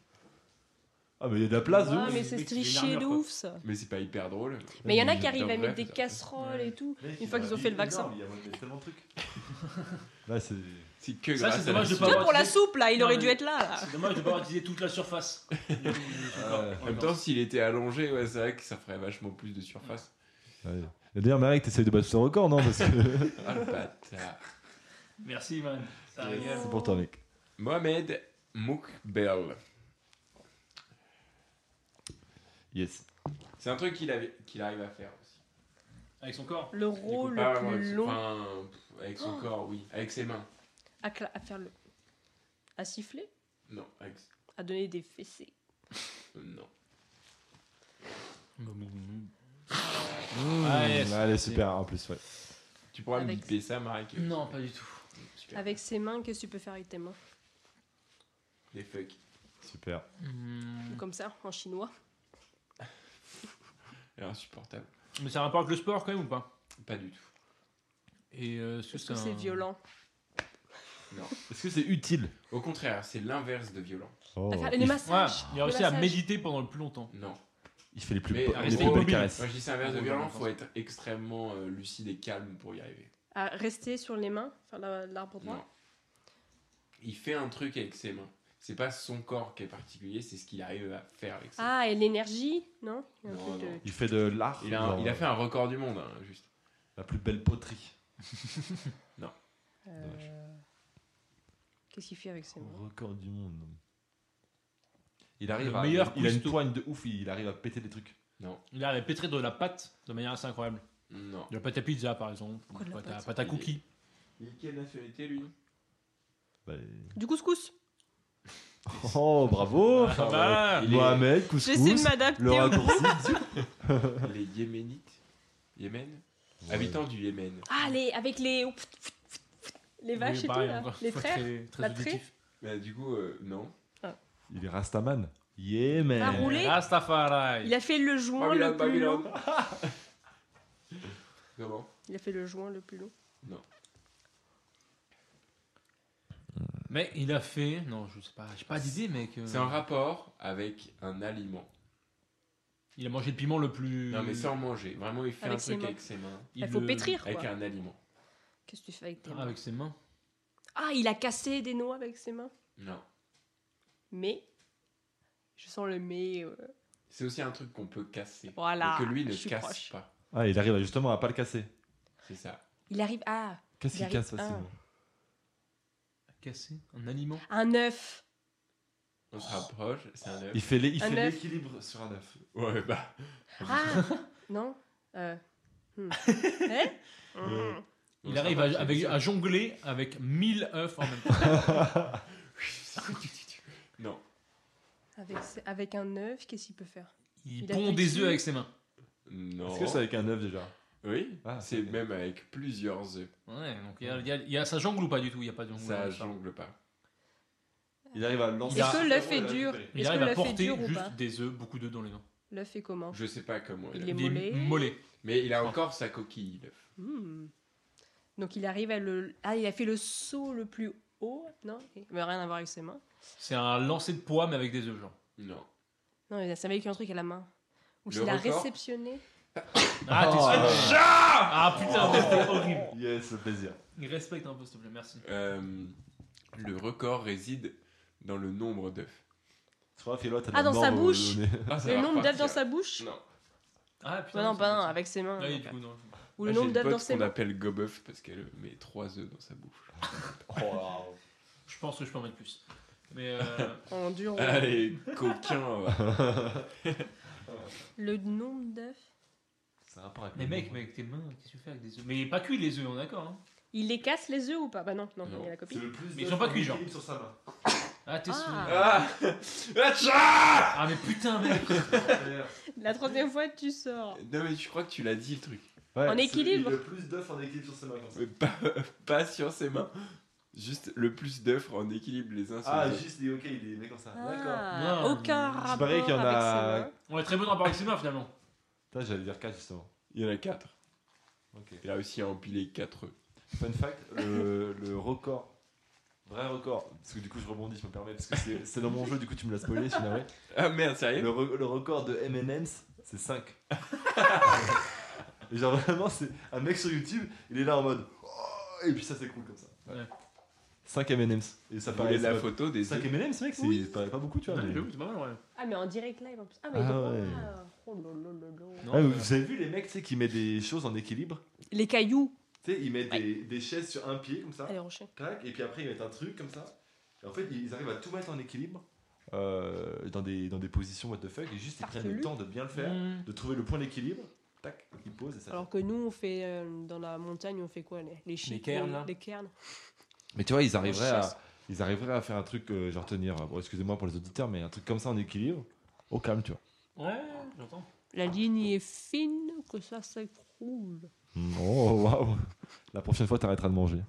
Speaker 2: Ah, mais il y a de la place de
Speaker 5: Ah,
Speaker 1: ouf.
Speaker 5: mais
Speaker 1: Mais
Speaker 5: c'est
Speaker 1: c'est
Speaker 5: triché
Speaker 1: l'armure,
Speaker 5: de
Speaker 1: quoi.
Speaker 5: ouf, ça.
Speaker 4: Mais c'est pas hyper drôle.
Speaker 5: Mais il y en a
Speaker 2: Mais
Speaker 5: qui arrivent à
Speaker 4: j'adorerais
Speaker 5: mettre des
Speaker 4: faire ça.
Speaker 5: casseroles
Speaker 1: Ouais.
Speaker 5: et tout.
Speaker 2: Mec,
Speaker 5: Une fois
Speaker 2: il
Speaker 5: qu'ils
Speaker 2: a
Speaker 5: ont fait le
Speaker 2: dit
Speaker 5: vaccin.
Speaker 2: énorme, Il y a il y a tellement de trucs. Là, c'est.
Speaker 4: C'est que
Speaker 1: Ça, c'est
Speaker 4: grâce à la
Speaker 1: dommage de
Speaker 4: sou-
Speaker 1: pas
Speaker 5: Toi,
Speaker 1: avoir-
Speaker 5: pour la
Speaker 1: c'est-
Speaker 5: soupe, là, il
Speaker 1: Non,
Speaker 5: aurait
Speaker 1: mais-
Speaker 5: dû être là, là.
Speaker 1: C'est dommage de pas avoir utilisé toute la surface.
Speaker 2: Euh,
Speaker 4: En même temps, s'il était allongé, ouais, c'est vrai que ça ferait vachement plus de surface.
Speaker 2: Ouais. Et D'ailleurs, Marek, t'essayes de battre ce record, non Parce que.
Speaker 4: Ah le bâtard.
Speaker 1: Merci man.
Speaker 2: Ah,
Speaker 1: Ça
Speaker 4: Yes.
Speaker 1: régale.
Speaker 2: c'est pour toi, mec.
Speaker 4: Mohamed Moukbel.
Speaker 2: Yes.
Speaker 4: C'est un truc qu'il avait- qu'il arrive à faire aussi.
Speaker 1: Avec son corps.
Speaker 5: Le
Speaker 4: Du coup,
Speaker 5: rôle
Speaker 4: pas
Speaker 5: Oh, le
Speaker 4: vraiment avec
Speaker 5: plus
Speaker 4: son-
Speaker 5: long Oh.
Speaker 4: enfin, pff, avec son corps, oui. Avec ses mains.
Speaker 5: à, cla- à faire le. à siffler,
Speaker 4: Non, avec.
Speaker 5: à donner des fessées.
Speaker 4: euh, Non.
Speaker 1: Ah, yes.
Speaker 2: Ah, elle est super en plus, ouais.
Speaker 4: Tu pourras me
Speaker 5: Avec-
Speaker 4: biper ça, Marek
Speaker 1: Non, pas du tout.
Speaker 4: Super.
Speaker 5: Avec ses mains, qu'est-ce que tu peux faire avec tes mains
Speaker 4: Des fuck.
Speaker 2: Super.
Speaker 1: Hmm.
Speaker 5: Ou Comme ça, en chinois.
Speaker 4: Elle est insupportable.
Speaker 1: Mais ça a rapport avec le sport quand même ou pas
Speaker 4: Pas du tout.
Speaker 1: Et euh, est-ce que
Speaker 5: Parce que c'est violent.
Speaker 2: Est-ce que c'est utile Oh.
Speaker 4: Au contraire, c'est l'inverse de violent.
Speaker 5: À faire
Speaker 2: Il,
Speaker 5: les massages.
Speaker 1: il a réussi
Speaker 5: le
Speaker 1: à
Speaker 5: massage.
Speaker 1: méditer pendant le plus longtemps.
Speaker 4: Non.
Speaker 2: il fait les plus,
Speaker 4: Mais
Speaker 2: bo-
Speaker 4: à
Speaker 2: les
Speaker 4: rester
Speaker 2: plus belles
Speaker 4: immobile.
Speaker 2: caresses.
Speaker 4: Moi, je dis c'est l'inverse de violent, faut être extrêmement euh, lucide et calme pour y arriver.
Speaker 5: À rester sur les mains, faire la- l'arbre droit.
Speaker 4: Non. Il fait un truc avec ses mains. C'est pas son corps qui est particulier, c'est ce qu'il arrive à faire avec ses mains.
Speaker 5: Ah, et l'énergie Non, Il y a un
Speaker 4: Non,
Speaker 5: truc de-
Speaker 4: non.
Speaker 2: Il fait de l'art.
Speaker 4: Il a, un-
Speaker 2: genre,
Speaker 4: il a fait un record du monde, hein, juste.
Speaker 2: La plus belle poterie.
Speaker 5: euh, Qu'est-ce qu'il fait avec ses mains
Speaker 2: Record du monde. Il arrive
Speaker 1: Le
Speaker 2: à.
Speaker 1: meilleur
Speaker 2: il a une
Speaker 1: cousteau.
Speaker 2: poigne de ouf, il arrive à péter des trucs.
Speaker 1: Il a pétré de la pâte de manière assez incroyable.
Speaker 4: Non.
Speaker 1: De la pâte à pizza, par exemple.
Speaker 5: Pourquoi de la
Speaker 1: pâte, à,
Speaker 5: pâte
Speaker 1: pâte à cookies.
Speaker 4: Il est quelle nationalité, lui
Speaker 2: Bah,
Speaker 5: Du couscous
Speaker 2: Oh, bravo
Speaker 1: Ah bah,
Speaker 4: Il est-
Speaker 2: Mohamed,
Speaker 5: J'essaie de
Speaker 2: couscous,
Speaker 5: m'adapter
Speaker 2: le
Speaker 5: au
Speaker 2: raccourci.
Speaker 4: Les Yéménites Yémen Habitants du Yémen.
Speaker 5: Ah, les, avec les. Les
Speaker 1: oui,
Speaker 5: vaches et tout,
Speaker 1: pareil,
Speaker 5: là.
Speaker 1: encore une
Speaker 5: Les
Speaker 1: fois,
Speaker 5: traits.
Speaker 1: très- très
Speaker 5: la traire.
Speaker 1: auditif.
Speaker 4: Bah, du coup, euh, non.
Speaker 2: Il est Rastaman. Yeah, man.
Speaker 5: Ah, roulé.
Speaker 1: Euh, Rastafari.
Speaker 5: Il a fait le joint le
Speaker 4: Babylone,
Speaker 5: plus long.
Speaker 4: Babylone. Comment
Speaker 5: Il a fait le joint le plus long.
Speaker 1: Mais il a fait. Non, je sais pas. J'ai pas d'idée, mec. euh,
Speaker 4: C'est
Speaker 2: Mm.
Speaker 4: un rapport avec un aliment.
Speaker 1: Il a mangé le piment le plus.
Speaker 4: Non, mais
Speaker 2: Mm.
Speaker 4: sans manger. Vraiment, il fait
Speaker 5: Avec
Speaker 4: un truc
Speaker 5: ses mains.
Speaker 4: avec ses mains.
Speaker 1: Il
Speaker 5: Il faut
Speaker 1: le-
Speaker 5: pétrir,
Speaker 4: Avec
Speaker 5: quoi.
Speaker 4: un aliment.
Speaker 5: Qu'est-ce que tu fais avec tes
Speaker 1: Ah,
Speaker 5: mains
Speaker 1: Avec ses mains.
Speaker 5: Ah, il a cassé des noix avec ses mains.
Speaker 4: Non.
Speaker 5: Mais. Je sens le mais. euh,
Speaker 4: C'est aussi un truc qu'on peut casser.
Speaker 5: Voilà,
Speaker 4: Et que lui
Speaker 5: je
Speaker 4: ne
Speaker 5: suis
Speaker 4: casse
Speaker 5: proche.
Speaker 4: pas.
Speaker 2: Ah, il arrive justement à pas le casser.
Speaker 4: C'est ça.
Speaker 5: Il arrive. Ah,
Speaker 2: Qu'est-ce
Speaker 5: Il
Speaker 2: qu'il
Speaker 5: arrive-
Speaker 2: casse facilement
Speaker 1: Cassé. Un aliment.
Speaker 5: un œuf.
Speaker 4: On se rapproche, c'est un œuf.
Speaker 2: Oh. Il fait les- il
Speaker 5: Un
Speaker 2: fait
Speaker 5: œuf.
Speaker 2: l'équilibre sur un œuf.
Speaker 4: Ouais, bah.
Speaker 5: Ah Non euh, hmm. Hein
Speaker 4: Euh, on
Speaker 1: Il
Speaker 4: se
Speaker 1: arrive
Speaker 4: rapproche,
Speaker 1: à, avec-
Speaker 4: c'est-
Speaker 1: à jongler avec 1000 œufs en même temps.
Speaker 4: Non.
Speaker 5: avec, avec un œuf, qu'est-ce qu'il peut faire
Speaker 1: Il,
Speaker 5: Il a
Speaker 1: pond
Speaker 5: fait
Speaker 1: des
Speaker 5: dessus.
Speaker 1: œufs avec ses mains.
Speaker 4: Non.
Speaker 2: Est-ce que c'est avec un œuf déjà
Speaker 4: Oui,
Speaker 2: Ah,
Speaker 4: c'est
Speaker 2: ok.
Speaker 4: même avec plusieurs œufs.
Speaker 1: Ouais, donc il y a, il y a- il y a- ça jongle ou pas du tout Il y a pas de jongle.
Speaker 4: Ça
Speaker 1: Ouais,
Speaker 4: jongle pas.
Speaker 2: Il arrive à lancer.
Speaker 1: Il a-
Speaker 5: Est-ce que l'œuf est dur
Speaker 1: Il
Speaker 5: Est-ce que
Speaker 1: arrive à
Speaker 5: l'œuf est
Speaker 1: porter
Speaker 5: dur ou pas
Speaker 1: juste des œufs, beaucoup d'œufs dans les mains.
Speaker 5: L'œuf est comment
Speaker 4: Je sais pas comment il,
Speaker 5: Oh. Il
Speaker 4: a-
Speaker 5: est Oh.
Speaker 1: Il
Speaker 5: mollet.
Speaker 1: est mollet.
Speaker 4: Mais il a encore sa coquille, l'œuf.
Speaker 5: Hmm. Donc il arrive à le. Ah, il a fait le saut le plus haut Non Il veut rien à voir avec ses mains.
Speaker 1: C'est un lancer de poids mais avec des œufs, genre.
Speaker 4: Non.
Speaker 5: Non, il a servi avec un truc à la main. Ou
Speaker 4: Le
Speaker 5: s'il a
Speaker 4: record
Speaker 5: réceptionné.
Speaker 1: Ah, t'es
Speaker 2: Oh.
Speaker 1: sûr Ah putain, mais c'était horrible.
Speaker 2: Yes, le plaisir.
Speaker 1: Respecte un peu, s'il te plaît, merci.
Speaker 4: Euh, le record réside dans le nombre d'œufs.
Speaker 2: Tu vois, Philo, t'as de
Speaker 5: Ah,
Speaker 2: la
Speaker 5: dans sa
Speaker 2: mort au-
Speaker 5: bouche.
Speaker 2: au nez.
Speaker 4: Ah, ça
Speaker 5: Le
Speaker 4: va
Speaker 5: nombre d'œufs
Speaker 4: repartir.
Speaker 5: dans sa bouche
Speaker 4: Non.
Speaker 1: Ah
Speaker 5: Non,
Speaker 1: putain.
Speaker 5: non,
Speaker 1: ça-
Speaker 5: pas non, avec ses mains.
Speaker 1: Ah, oui,
Speaker 5: donc,
Speaker 1: du
Speaker 5: euh,
Speaker 1: coup, non.
Speaker 5: Ou le
Speaker 4: Ah, j'ai
Speaker 5: nombre
Speaker 4: une
Speaker 5: d'œufs
Speaker 4: pote
Speaker 5: dans ses
Speaker 4: qu'on
Speaker 5: mains.
Speaker 4: appelle gobeuf parce qu'elle met trois œufs dans sa bouche.
Speaker 2: Oh,
Speaker 1: Je pense que je peux en mettre plus. Mais euh,
Speaker 5: En dur. ouais.
Speaker 4: Ah, Allez, coquin va.
Speaker 5: Le nombre d'œufs.
Speaker 2: C'est un rapport avec
Speaker 1: mais
Speaker 2: le
Speaker 1: mec,
Speaker 2: nom.
Speaker 1: mais avec tes mains, qu'est-ce que tu fais avec des œufs Mais pas cuits les œufs, on est d'accord. hein.
Speaker 5: Il les casse les œufs ou pas Bah non, non,
Speaker 4: Non.
Speaker 5: il y a la
Speaker 2: C'est
Speaker 5: copie.
Speaker 2: le plus
Speaker 1: Mais ils
Speaker 2: d'œufs
Speaker 1: sont pas cuits,
Speaker 2: en
Speaker 1: genre.
Speaker 2: équilibre sur sa main.
Speaker 1: Ah, t'es
Speaker 5: Ah.
Speaker 1: sûr.
Speaker 4: Ah Atcha
Speaker 1: Ah mais putain, mec.
Speaker 5: La troisième fois, tu sors.
Speaker 4: Non mais je crois que tu l'as dit le truc.
Speaker 2: Ouais,
Speaker 5: En
Speaker 2: c'est-
Speaker 5: équilibre.
Speaker 2: il a Le plus d'œufs en équilibre sur sa main. comme ça.
Speaker 4: Mais Pas, pas sur ses mains. Juste le plus d'œufs en équilibre les uns sur
Speaker 2: Ah,
Speaker 4: les autres.
Speaker 2: juste, il est ok, il est mec comme ça. D'accord.
Speaker 5: Ah,
Speaker 1: Non.
Speaker 5: aucun
Speaker 1: C'est
Speaker 5: rapport
Speaker 2: pareil qu'il y en
Speaker 5: avec hein.
Speaker 2: a-
Speaker 5: ses mains.
Speaker 1: On est très bon dans parler de ses mains finalement.
Speaker 2: Putain, j'allais dire 4 justement.
Speaker 4: Il y en a quatre.
Speaker 2: Ok.
Speaker 4: Il a réussi à empiler quatre œufs.
Speaker 2: Fun fact, le, le record, vrai record, parce que du coup je rebondis, je me permets, parce que c'est- c'est dans mon jeu, du coup tu me l'as spoilé, je suis navré.
Speaker 4: Ah merde, sérieux
Speaker 2: Le, re- le record de M&M's, c'est 5. Et genre vraiment, c'est un mec sur YouTube, il est là en mode, oh, et puis ça s'écroule comme ça.
Speaker 1: Ouais.
Speaker 2: 5 M&M's. Et ça
Speaker 4: Vous voulez
Speaker 2: paraît
Speaker 4: la photo des
Speaker 2: 5
Speaker 4: œufs
Speaker 2: M&M's mec, c'est
Speaker 5: Oui.
Speaker 2: ça paraît pas beaucoup, tu vois. mais-
Speaker 1: c'est pas mal, ouais.
Speaker 5: Ah, mais en direct live en plus. Ah, mais
Speaker 2: Ah
Speaker 5: donc,
Speaker 2: ouais.
Speaker 5: ah, oh là là là là.
Speaker 1: Non,
Speaker 2: Ah,
Speaker 1: euh,
Speaker 2: vous, vous avez vu les mecs, tu sais, qui mettent des choses en équilibre
Speaker 5: Les cailloux.
Speaker 2: Tu sais, ils mettent des, des chaises sur un pied comme ça.
Speaker 5: Allez, rocher.
Speaker 2: Tac, et puis après ils mettent un truc comme ça. Et en fait, ils arrivent à tout mettre en équilibre euh, dans, des, dans des positions what the fuck et juste ils prennent le
Speaker 5: Farfelu. Mm.
Speaker 2: temps de bien le faire,
Speaker 1: hmm,
Speaker 2: de trouver le point d'équilibre. Tac, ils posent et ça.
Speaker 5: Alors que nous, on fait euh, dans la montagne, on fait quoi Les, les chicots,
Speaker 1: cairns, là.
Speaker 5: Les cairns.
Speaker 2: Mais tu vois, ils
Speaker 5: arriveraient
Speaker 2: arriveraient
Speaker 5: à-
Speaker 2: à, ils arriveraient à faire un truc, euh, genre tenir, euh, bon, excusez-moi pour les auditeurs, mais un truc comme ça en équilibre, au calme, tu vois.
Speaker 1: Ouais, j'entends.
Speaker 5: La ligne est fine, que ça s'écroule.
Speaker 2: Mm, Oh waouh La prochaine fois, t'arrêteras de manger.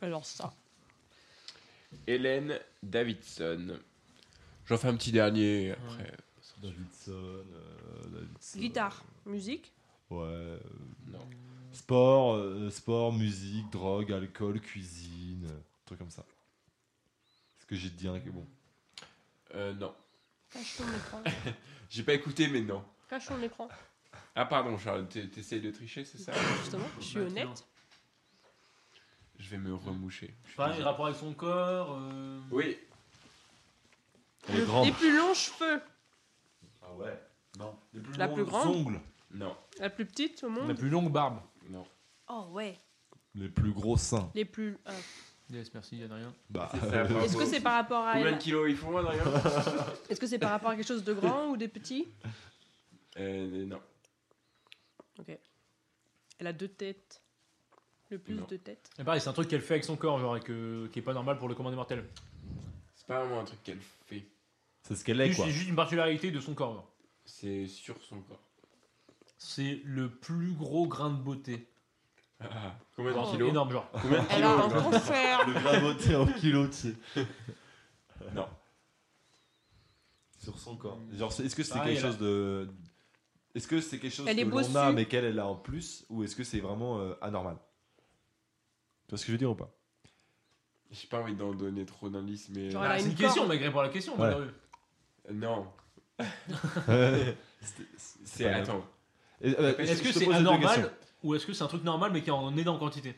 Speaker 5: Alors ça.
Speaker 4: Hélène Davidson. J'en fais un petit dernier après.
Speaker 2: Davidson, euh,
Speaker 5: Guitare, musique.
Speaker 2: Ouais.
Speaker 4: Non.
Speaker 2: Sport, euh, sport, musique, drogue, alcool, cuisine, euh, truc comme ça. Est-ce que j'ai dit un que bon
Speaker 4: Euh, non.
Speaker 5: Cache ton écran.
Speaker 4: J'ai pas écouté, mais non.
Speaker 5: Cache ton écran.
Speaker 4: Ah, pardon, Charles, t'es- t'essayes de tricher, c'est ça
Speaker 5: Justement, je suis honnête.
Speaker 4: Je vais me remoucher. Je suis
Speaker 1: Pareil,
Speaker 4: désolé.
Speaker 1: rapport avec son corps. euh,
Speaker 4: Oui.
Speaker 2: Les
Speaker 5: Le-
Speaker 2: grandes.
Speaker 5: les plus longs cheveux.
Speaker 2: Ah ouais Non. Les plus
Speaker 5: La plus
Speaker 2: longues
Speaker 5: grande
Speaker 2: ongles.
Speaker 4: Non.
Speaker 5: La plus petite au
Speaker 1: La
Speaker 5: monde.
Speaker 1: plus longue barbe.
Speaker 4: Non.
Speaker 5: Oh ouais.
Speaker 2: Les plus gros seins.
Speaker 5: Les plus. ah.
Speaker 6: Yes, merci, y a de rien.
Speaker 2: Bah,
Speaker 4: C'est ça,
Speaker 2: euh,
Speaker 5: Est-ce que c'est par rapport à.
Speaker 4: Combien de kilos ils font, Adrien
Speaker 5: Est-ce que c'est par rapport à quelque chose de grand ou de petit
Speaker 4: euh, Non.
Speaker 5: Elle a deux têtes. Le plus
Speaker 4: Non.
Speaker 5: de têtes.
Speaker 1: Et pareil, c'est un truc qu'elle fait avec son corps, genre, et que, qui est pas normal pour le commun des mortels.
Speaker 4: C'est pas vraiment un truc qu'elle fait.
Speaker 2: c'est ce qu'elle est,
Speaker 1: Juste-
Speaker 2: quoi.
Speaker 1: C'est juste une particularité de son corps. genre.
Speaker 4: C'est sur son corps.
Speaker 1: C'est le plus gros grain de beauté.
Speaker 4: Ah, combien
Speaker 1: Genre,
Speaker 4: de
Speaker 1: c'est
Speaker 4: kilos
Speaker 1: énorme, genre.
Speaker 4: Combien de
Speaker 5: Oh, Elle
Speaker 4: kilos
Speaker 5: a un
Speaker 4: Adrien
Speaker 5: cancer.
Speaker 2: Le gravoté en kilo, tu sais.
Speaker 4: Non.
Speaker 2: Sur son corps. Ah, Genre, c'est- est-ce que c'est
Speaker 1: Pareil,
Speaker 2: quelque
Speaker 1: là.
Speaker 2: chose de. Est-ce que c'est quelque chose
Speaker 5: Elle est
Speaker 2: que l'on a
Speaker 5: bossue.
Speaker 2: mais qu'elle elle a en plus ou est-ce que c'est vraiment euh, anormal Tu vois ce que je veux dire ou pas
Speaker 4: J'ai pas envie d'en donner trop d'indices, mais.
Speaker 5: Genre,
Speaker 1: Bah,
Speaker 5: elle a
Speaker 1: c'est
Speaker 5: une
Speaker 1: une question,
Speaker 5: corne.
Speaker 1: malgré pour la question.
Speaker 2: Ouais.
Speaker 1: malgré-
Speaker 4: Euh, Non.
Speaker 2: Euh, C'était-
Speaker 4: C'est.
Speaker 2: pas
Speaker 4: Attends.
Speaker 2: Et, euh,
Speaker 4: Est-ce
Speaker 1: Est-ce
Speaker 2: je
Speaker 1: que
Speaker 2: te
Speaker 1: c'est
Speaker 2: pose deux
Speaker 1: anormal
Speaker 2: questions.
Speaker 1: ou est-ce que c'est un truc normal mais qui est en énorme quantité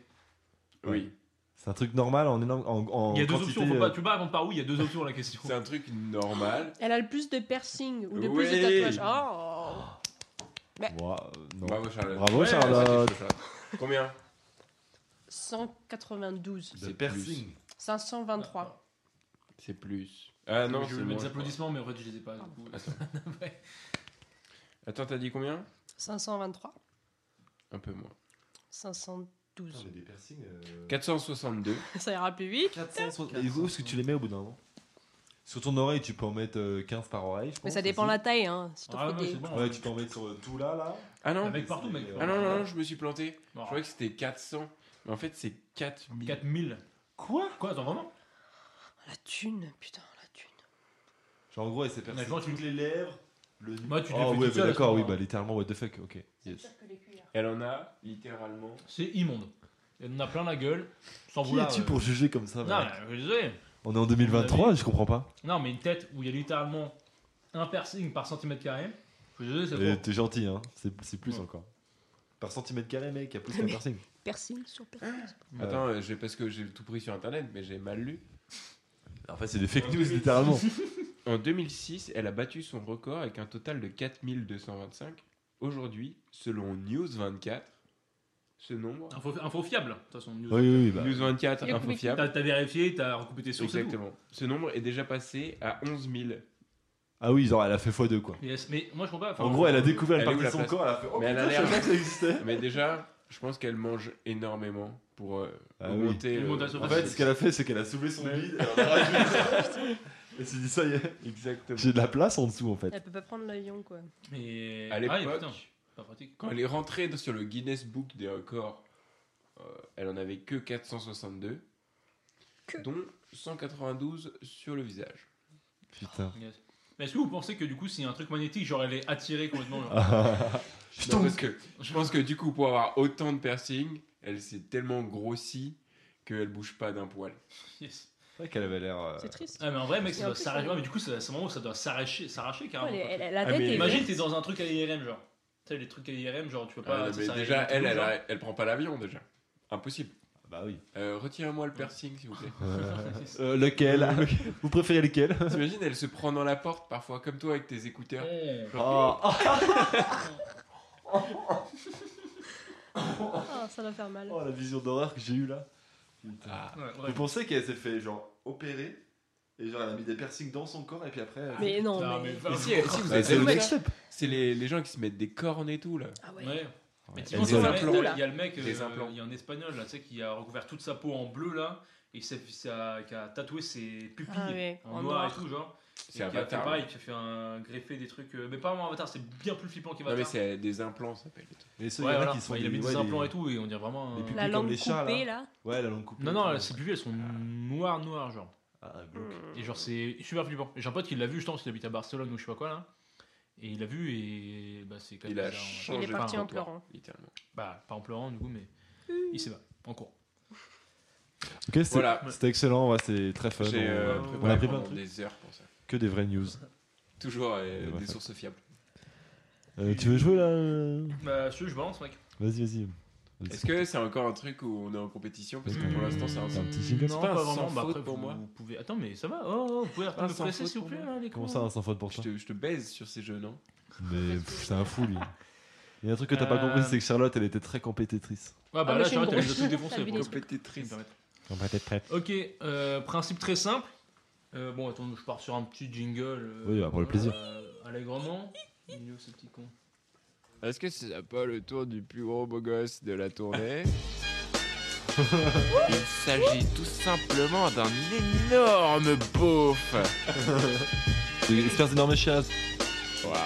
Speaker 4: Oui.
Speaker 2: C'est un truc normal en énorme. En, en
Speaker 1: Il y a deux
Speaker 2: quantité,
Speaker 1: options, faut pas,
Speaker 2: euh,
Speaker 1: tu peux pas répondre par oui, il y a deux options dans la question.
Speaker 4: C'est un truc normal.
Speaker 5: Elle a le plus de piercings ou de
Speaker 4: Oui.
Speaker 5: plus de tatouages. Oh
Speaker 2: ouah, euh, non.
Speaker 4: Oh. Bravo, Charlotte.
Speaker 2: Bravo,
Speaker 4: Ouais,
Speaker 2: Charlotte.
Speaker 4: c'est chaud, Charlotte. Combien
Speaker 5: 192.
Speaker 2: De
Speaker 4: C'est
Speaker 2: piercing.
Speaker 5: 523.
Speaker 4: C'est plus. Ah non,
Speaker 1: je
Speaker 4: c'est
Speaker 1: veux mettre des
Speaker 4: moins, je crois.
Speaker 1: applaudissements, mais en fait, je les ai pas. Ah, du coup.
Speaker 4: Attends, t'as dit combien
Speaker 5: 523.
Speaker 4: Un peu moins.
Speaker 5: 512.
Speaker 2: Putain, mais des piercings, euh,
Speaker 4: 462.
Speaker 5: Ça ira plus vite.
Speaker 2: 460. Et où est-ce que tu les mets au bout d'un moment Sur ton oreille, tu peux en mettre euh, 15 par oreille, je pense.
Speaker 5: Mais ça dépend la
Speaker 2: aussi.
Speaker 5: taille. Hein. Si t'en
Speaker 1: Ah
Speaker 5: fais
Speaker 1: ouais,
Speaker 5: des-
Speaker 1: c'est bon.
Speaker 2: Ouais, tu peux en mettre sur euh, tout là, là.
Speaker 4: Ah non
Speaker 1: Avec partout, mec.
Speaker 4: Ah non, non, Ah. non, je me suis planté. Je croyais que c'était 400. Mais en fait, c'est 4000.
Speaker 1: 4000. Quoi Quoi Attends, vraiment
Speaker 5: La thune, putain, la thune.
Speaker 2: Genre en gros, elle s'est percée
Speaker 1: Honnêtement, tu-
Speaker 2: toutes les lèvres. Le...
Speaker 1: Moi, tu te fais
Speaker 2: Ah ouais,
Speaker 1: toute
Speaker 2: bah
Speaker 1: seule,
Speaker 2: d'accord,
Speaker 1: à ce
Speaker 2: oui,
Speaker 1: moment-là.
Speaker 2: bah littéralement, what the fuck, ok. Yes.
Speaker 4: Elle en a littéralement.
Speaker 1: C'est immonde. Il y en a plein la gueule, sans
Speaker 2: Qui
Speaker 1: vouloir.
Speaker 2: es-tu
Speaker 1: euh,
Speaker 2: pour juger comme ça
Speaker 1: Non,
Speaker 2: mec
Speaker 1: mais, je suis désolé.
Speaker 2: On est en 2023, je comprends pas.
Speaker 1: Non, mais une tête où il y a littéralement un piercing par centimètre carré. Je suis désolé, c'est
Speaker 2: Et
Speaker 1: trop.
Speaker 2: T'es gentil, hein. C'est c'est plus
Speaker 1: Ouais.
Speaker 2: encore. Par centimètre carré, mec, il y a plus qu'un piercing.
Speaker 5: Piercing sur piercing.
Speaker 2: Euh.
Speaker 4: Attends, euh, j'ai- parce que j'ai tout pris sur internet, mais j'ai mal lu.
Speaker 2: En fait, c'est des fake news, littéralement.
Speaker 4: En 2006, elle a battu son record avec un total de 4225. Aujourd'hui, selon News24, ce nombre.
Speaker 1: Info, info fiable, de toute façon. News.
Speaker 2: Oui, oui, oui, bah.
Speaker 4: News24,
Speaker 5: Le
Speaker 4: info
Speaker 5: public.
Speaker 4: fiable.
Speaker 1: T'as t'as vérifié, t'as recoupé tes sources. et tout.
Speaker 4: Exactement. Ce nombre est déjà passé à 11 000.
Speaker 2: Ah oui, genre, elle a fait x2, quoi.
Speaker 1: Yes, mais moi je comprends pas. enfin,
Speaker 2: En gros, elle a découvert
Speaker 4: elle
Speaker 2: une
Speaker 4: est
Speaker 2: partie
Speaker 4: où,
Speaker 2: de
Speaker 4: la
Speaker 2: son
Speaker 4: place
Speaker 2: corps, elle a fait. Oh,
Speaker 4: Mais elle a
Speaker 2: putain, je savais
Speaker 4: l'air-
Speaker 2: pas que ça existait.
Speaker 4: Mais déjà, je pense qu'elle mange énormément pour euh,
Speaker 2: Ah oui.
Speaker 4: augmenter.
Speaker 1: Elle
Speaker 4: le-
Speaker 1: monte à son-
Speaker 2: En fait, ce qu'elle a fait, c'est qu'elle a soulevé son
Speaker 1: Ouais.
Speaker 2: bide et elle en a rajouté. Elle s'est dit, ça y est,
Speaker 4: Exactement.
Speaker 2: j'ai de la place en dessous, en fait.
Speaker 5: Elle peut pas prendre l'avion, quoi.
Speaker 1: Mais.
Speaker 4: À
Speaker 1: Ah,
Speaker 4: l'époque,
Speaker 1: et putain, pas pratique.
Speaker 4: quand elle est rentrée dans- sur le Guinness Book des records, euh, elle en avait que 462,
Speaker 5: Que-
Speaker 4: dont 192 sur le visage.
Speaker 2: Putain.
Speaker 1: Yes. Mais est-ce que vous pensez que du coup, c'est un truc magnétique, genre elle est attirée complètement
Speaker 4: Ah.
Speaker 1: genre
Speaker 2: Je
Speaker 4: Non,
Speaker 2: tombe.
Speaker 4: parce que je pense que du coup, pour avoir autant de piercings, elle s'est tellement grossie qu'elle bouge pas d'un poil.
Speaker 1: Yes.
Speaker 2: C'est vrai qu'elle avait l'air. euh,
Speaker 5: C'est triste.
Speaker 1: Ah, mais en vrai, mec,
Speaker 5: Et
Speaker 1: ça
Speaker 5: en
Speaker 1: doit
Speaker 5: plus,
Speaker 1: s'arracher.
Speaker 5: elle-
Speaker 1: Ouais, mais du coup, ça- c'est moment où ça doit s'arracher s'arracher
Speaker 5: Ouais,
Speaker 1: carrément.
Speaker 5: elle-
Speaker 1: quoi.
Speaker 5: elle- elle- la
Speaker 4: Ah,
Speaker 5: tête
Speaker 4: mais
Speaker 5: est
Speaker 1: Imagine,
Speaker 5: verte.
Speaker 1: t'es dans un truc à l'IRM, genre. Tu sais, les trucs à l'IRM, genre, tu peux
Speaker 4: Ah,
Speaker 1: pas.
Speaker 4: non,
Speaker 1: ça,
Speaker 4: mais
Speaker 1: ça
Speaker 4: déjà,
Speaker 1: arrive
Speaker 4: elle,
Speaker 1: tout,
Speaker 4: elle,
Speaker 1: genre.
Speaker 4: a- elle prend pas l'avion déjà. Impossible.
Speaker 2: Bah oui.
Speaker 4: Euh, Retirez-moi le piercing, s'il vous plaît.
Speaker 2: Euh, lequel Vous préférez lequel
Speaker 4: T'imagines, elle se prend dans la porte parfois, comme toi avec tes écouteurs.
Speaker 1: Oh.
Speaker 2: Ah,
Speaker 5: Ah, ça doit faire mal.
Speaker 2: Oh, la vision d'horreur que j'ai eue là.
Speaker 4: Ah,
Speaker 1: Ouais,
Speaker 2: Vous
Speaker 1: bref.
Speaker 2: pensez qu'elle s'est fait genre opérer et genre elle a mis des piercings dans son corps et puis après. euh,
Speaker 5: Mais non,
Speaker 1: Ah,
Speaker 5: mais.
Speaker 1: mais-
Speaker 4: Mais si, si, vous avez
Speaker 2: c'est
Speaker 4: vu
Speaker 2: le
Speaker 4: ça
Speaker 2: next step.
Speaker 4: C'est les, les gens qui se mettent des cornes et tout là.
Speaker 5: Ah ouais.
Speaker 1: Ouais. Mais
Speaker 2: Elle
Speaker 1: t'imagines,
Speaker 2: nous
Speaker 1: il y
Speaker 2: a-
Speaker 1: a
Speaker 5: implants,
Speaker 1: le mec-
Speaker 5: là.
Speaker 1: il y a le mec, euh,
Speaker 4: Les implants.
Speaker 1: il y a un espagnol là, tu sais, qui a recouvert toute sa peau en bleu là, et qui s'est- qui a, qui a tatoué ses pupilles
Speaker 5: Ah ouais,
Speaker 1: en,
Speaker 5: en
Speaker 1: noir,
Speaker 5: noir.
Speaker 1: et tout, genre. Et
Speaker 4: C'est
Speaker 1: qui a fait
Speaker 4: Avatar. hein.
Speaker 1: pareil, qui a fait un greffé des trucs. euh, mais pas vraiment Avatar, c'est bien plus flippant
Speaker 4: Non
Speaker 1: qu'Avatar.
Speaker 4: mais c'est des implants, ça s'appelle.
Speaker 2: Mais ceux
Speaker 1: Ouais,
Speaker 2: il y en a
Speaker 1: voilà.
Speaker 2: qui sont
Speaker 1: Ouais, il a mis
Speaker 2: des-
Speaker 1: des
Speaker 2: ouais,
Speaker 1: implants
Speaker 2: des-
Speaker 1: et tout, et on dirait vraiment.
Speaker 2: des
Speaker 1: euh,
Speaker 2: pupilles.
Speaker 5: La
Speaker 2: comme
Speaker 5: langue
Speaker 2: les chats,
Speaker 5: coupée, là.
Speaker 2: Ouais, la langue coupée.
Speaker 1: Non, non, ces pupilles elles sont noires, noires, genre.
Speaker 2: Ah, glauque.
Speaker 5: Hmm.
Speaker 1: Et genre, c'est super flippant. Et J'ai un pote qui l'a vu, je pense, il habite à Barcelone ou je sais pas quoi là. Et il l'a vu et bah, c'est quand même
Speaker 4: Il a
Speaker 1: bizarre, ouais.
Speaker 4: changé.
Speaker 5: Il est parti
Speaker 4: de
Speaker 5: en
Speaker 4: trottoir,
Speaker 5: pleurant.
Speaker 4: Littéralement.
Speaker 1: Bah, pas en pleurant du coup, mais il s'est va en cours.
Speaker 2: Ok, c'était
Speaker 4: Voilà.
Speaker 2: c'était excellent, ouais, c'est très fun.
Speaker 4: J'ai euh,
Speaker 2: on, on
Speaker 4: préparé
Speaker 2: a pris plein de
Speaker 4: pendant
Speaker 2: trucs.
Speaker 4: des heures pour ça.
Speaker 2: Que des vraies news.
Speaker 4: Toujours euh,
Speaker 2: Et voilà.
Speaker 4: des sources fiables.
Speaker 2: Euh, tu veux jouer là euh
Speaker 6: Bah, celui je balance, mec.
Speaker 2: Vas-y, vas-y. Vas-y.
Speaker 4: Est-ce que c'est encore un truc où on est en compétition Parce que pour
Speaker 2: Mmh.
Speaker 4: l'instant, c'est un
Speaker 2: T'as un
Speaker 4: sans-
Speaker 2: petit jingle
Speaker 4: Non,
Speaker 2: ça
Speaker 4: pas un
Speaker 1: vraiment.
Speaker 4: sans
Speaker 1: bah,
Speaker 4: faute
Speaker 1: après,
Speaker 4: pour
Speaker 1: vous,
Speaker 4: moi.
Speaker 1: vous pouvez. Attends, mais ça va. Oh, oh, vous pouvez arrêter
Speaker 4: Un
Speaker 1: de me
Speaker 4: Ah, sans
Speaker 1: presser,
Speaker 4: faute
Speaker 1: s'il vous
Speaker 4: pour
Speaker 1: plaît,
Speaker 4: moi.
Speaker 1: là, les
Speaker 2: Comment
Speaker 1: cons.
Speaker 2: ça, un sans faute pour
Speaker 4: Je
Speaker 2: toi
Speaker 4: te, je te baise sur ces jeux, non
Speaker 2: Mais pff, c'est un fou, lui. Il y a un truc que t'as pas compris, c'est que Charlotte, elle était très compétitrice.
Speaker 1: Ah, bah
Speaker 5: Ah, mais
Speaker 1: là,
Speaker 5: je suis
Speaker 1: tu vois,
Speaker 5: une
Speaker 1: t'as les
Speaker 5: grosse.
Speaker 1: tout défoncés. pour le coup.
Speaker 4: Compétitrice.
Speaker 2: On va être prête.
Speaker 1: Ok, euh, principe très simple. Euh, bon, attends, je pars sur un petit jingle. euh,
Speaker 2: Oui, bah, pour le plaisir.
Speaker 1: euh, allègrement. Il est où, ce petit con
Speaker 4: Est-ce que c'est pas le tour du plus gros beau gosse de la tournée Il s'agit tout simplement d'un énorme beauf
Speaker 2: Expert d'énorme chasse.
Speaker 4: Waouh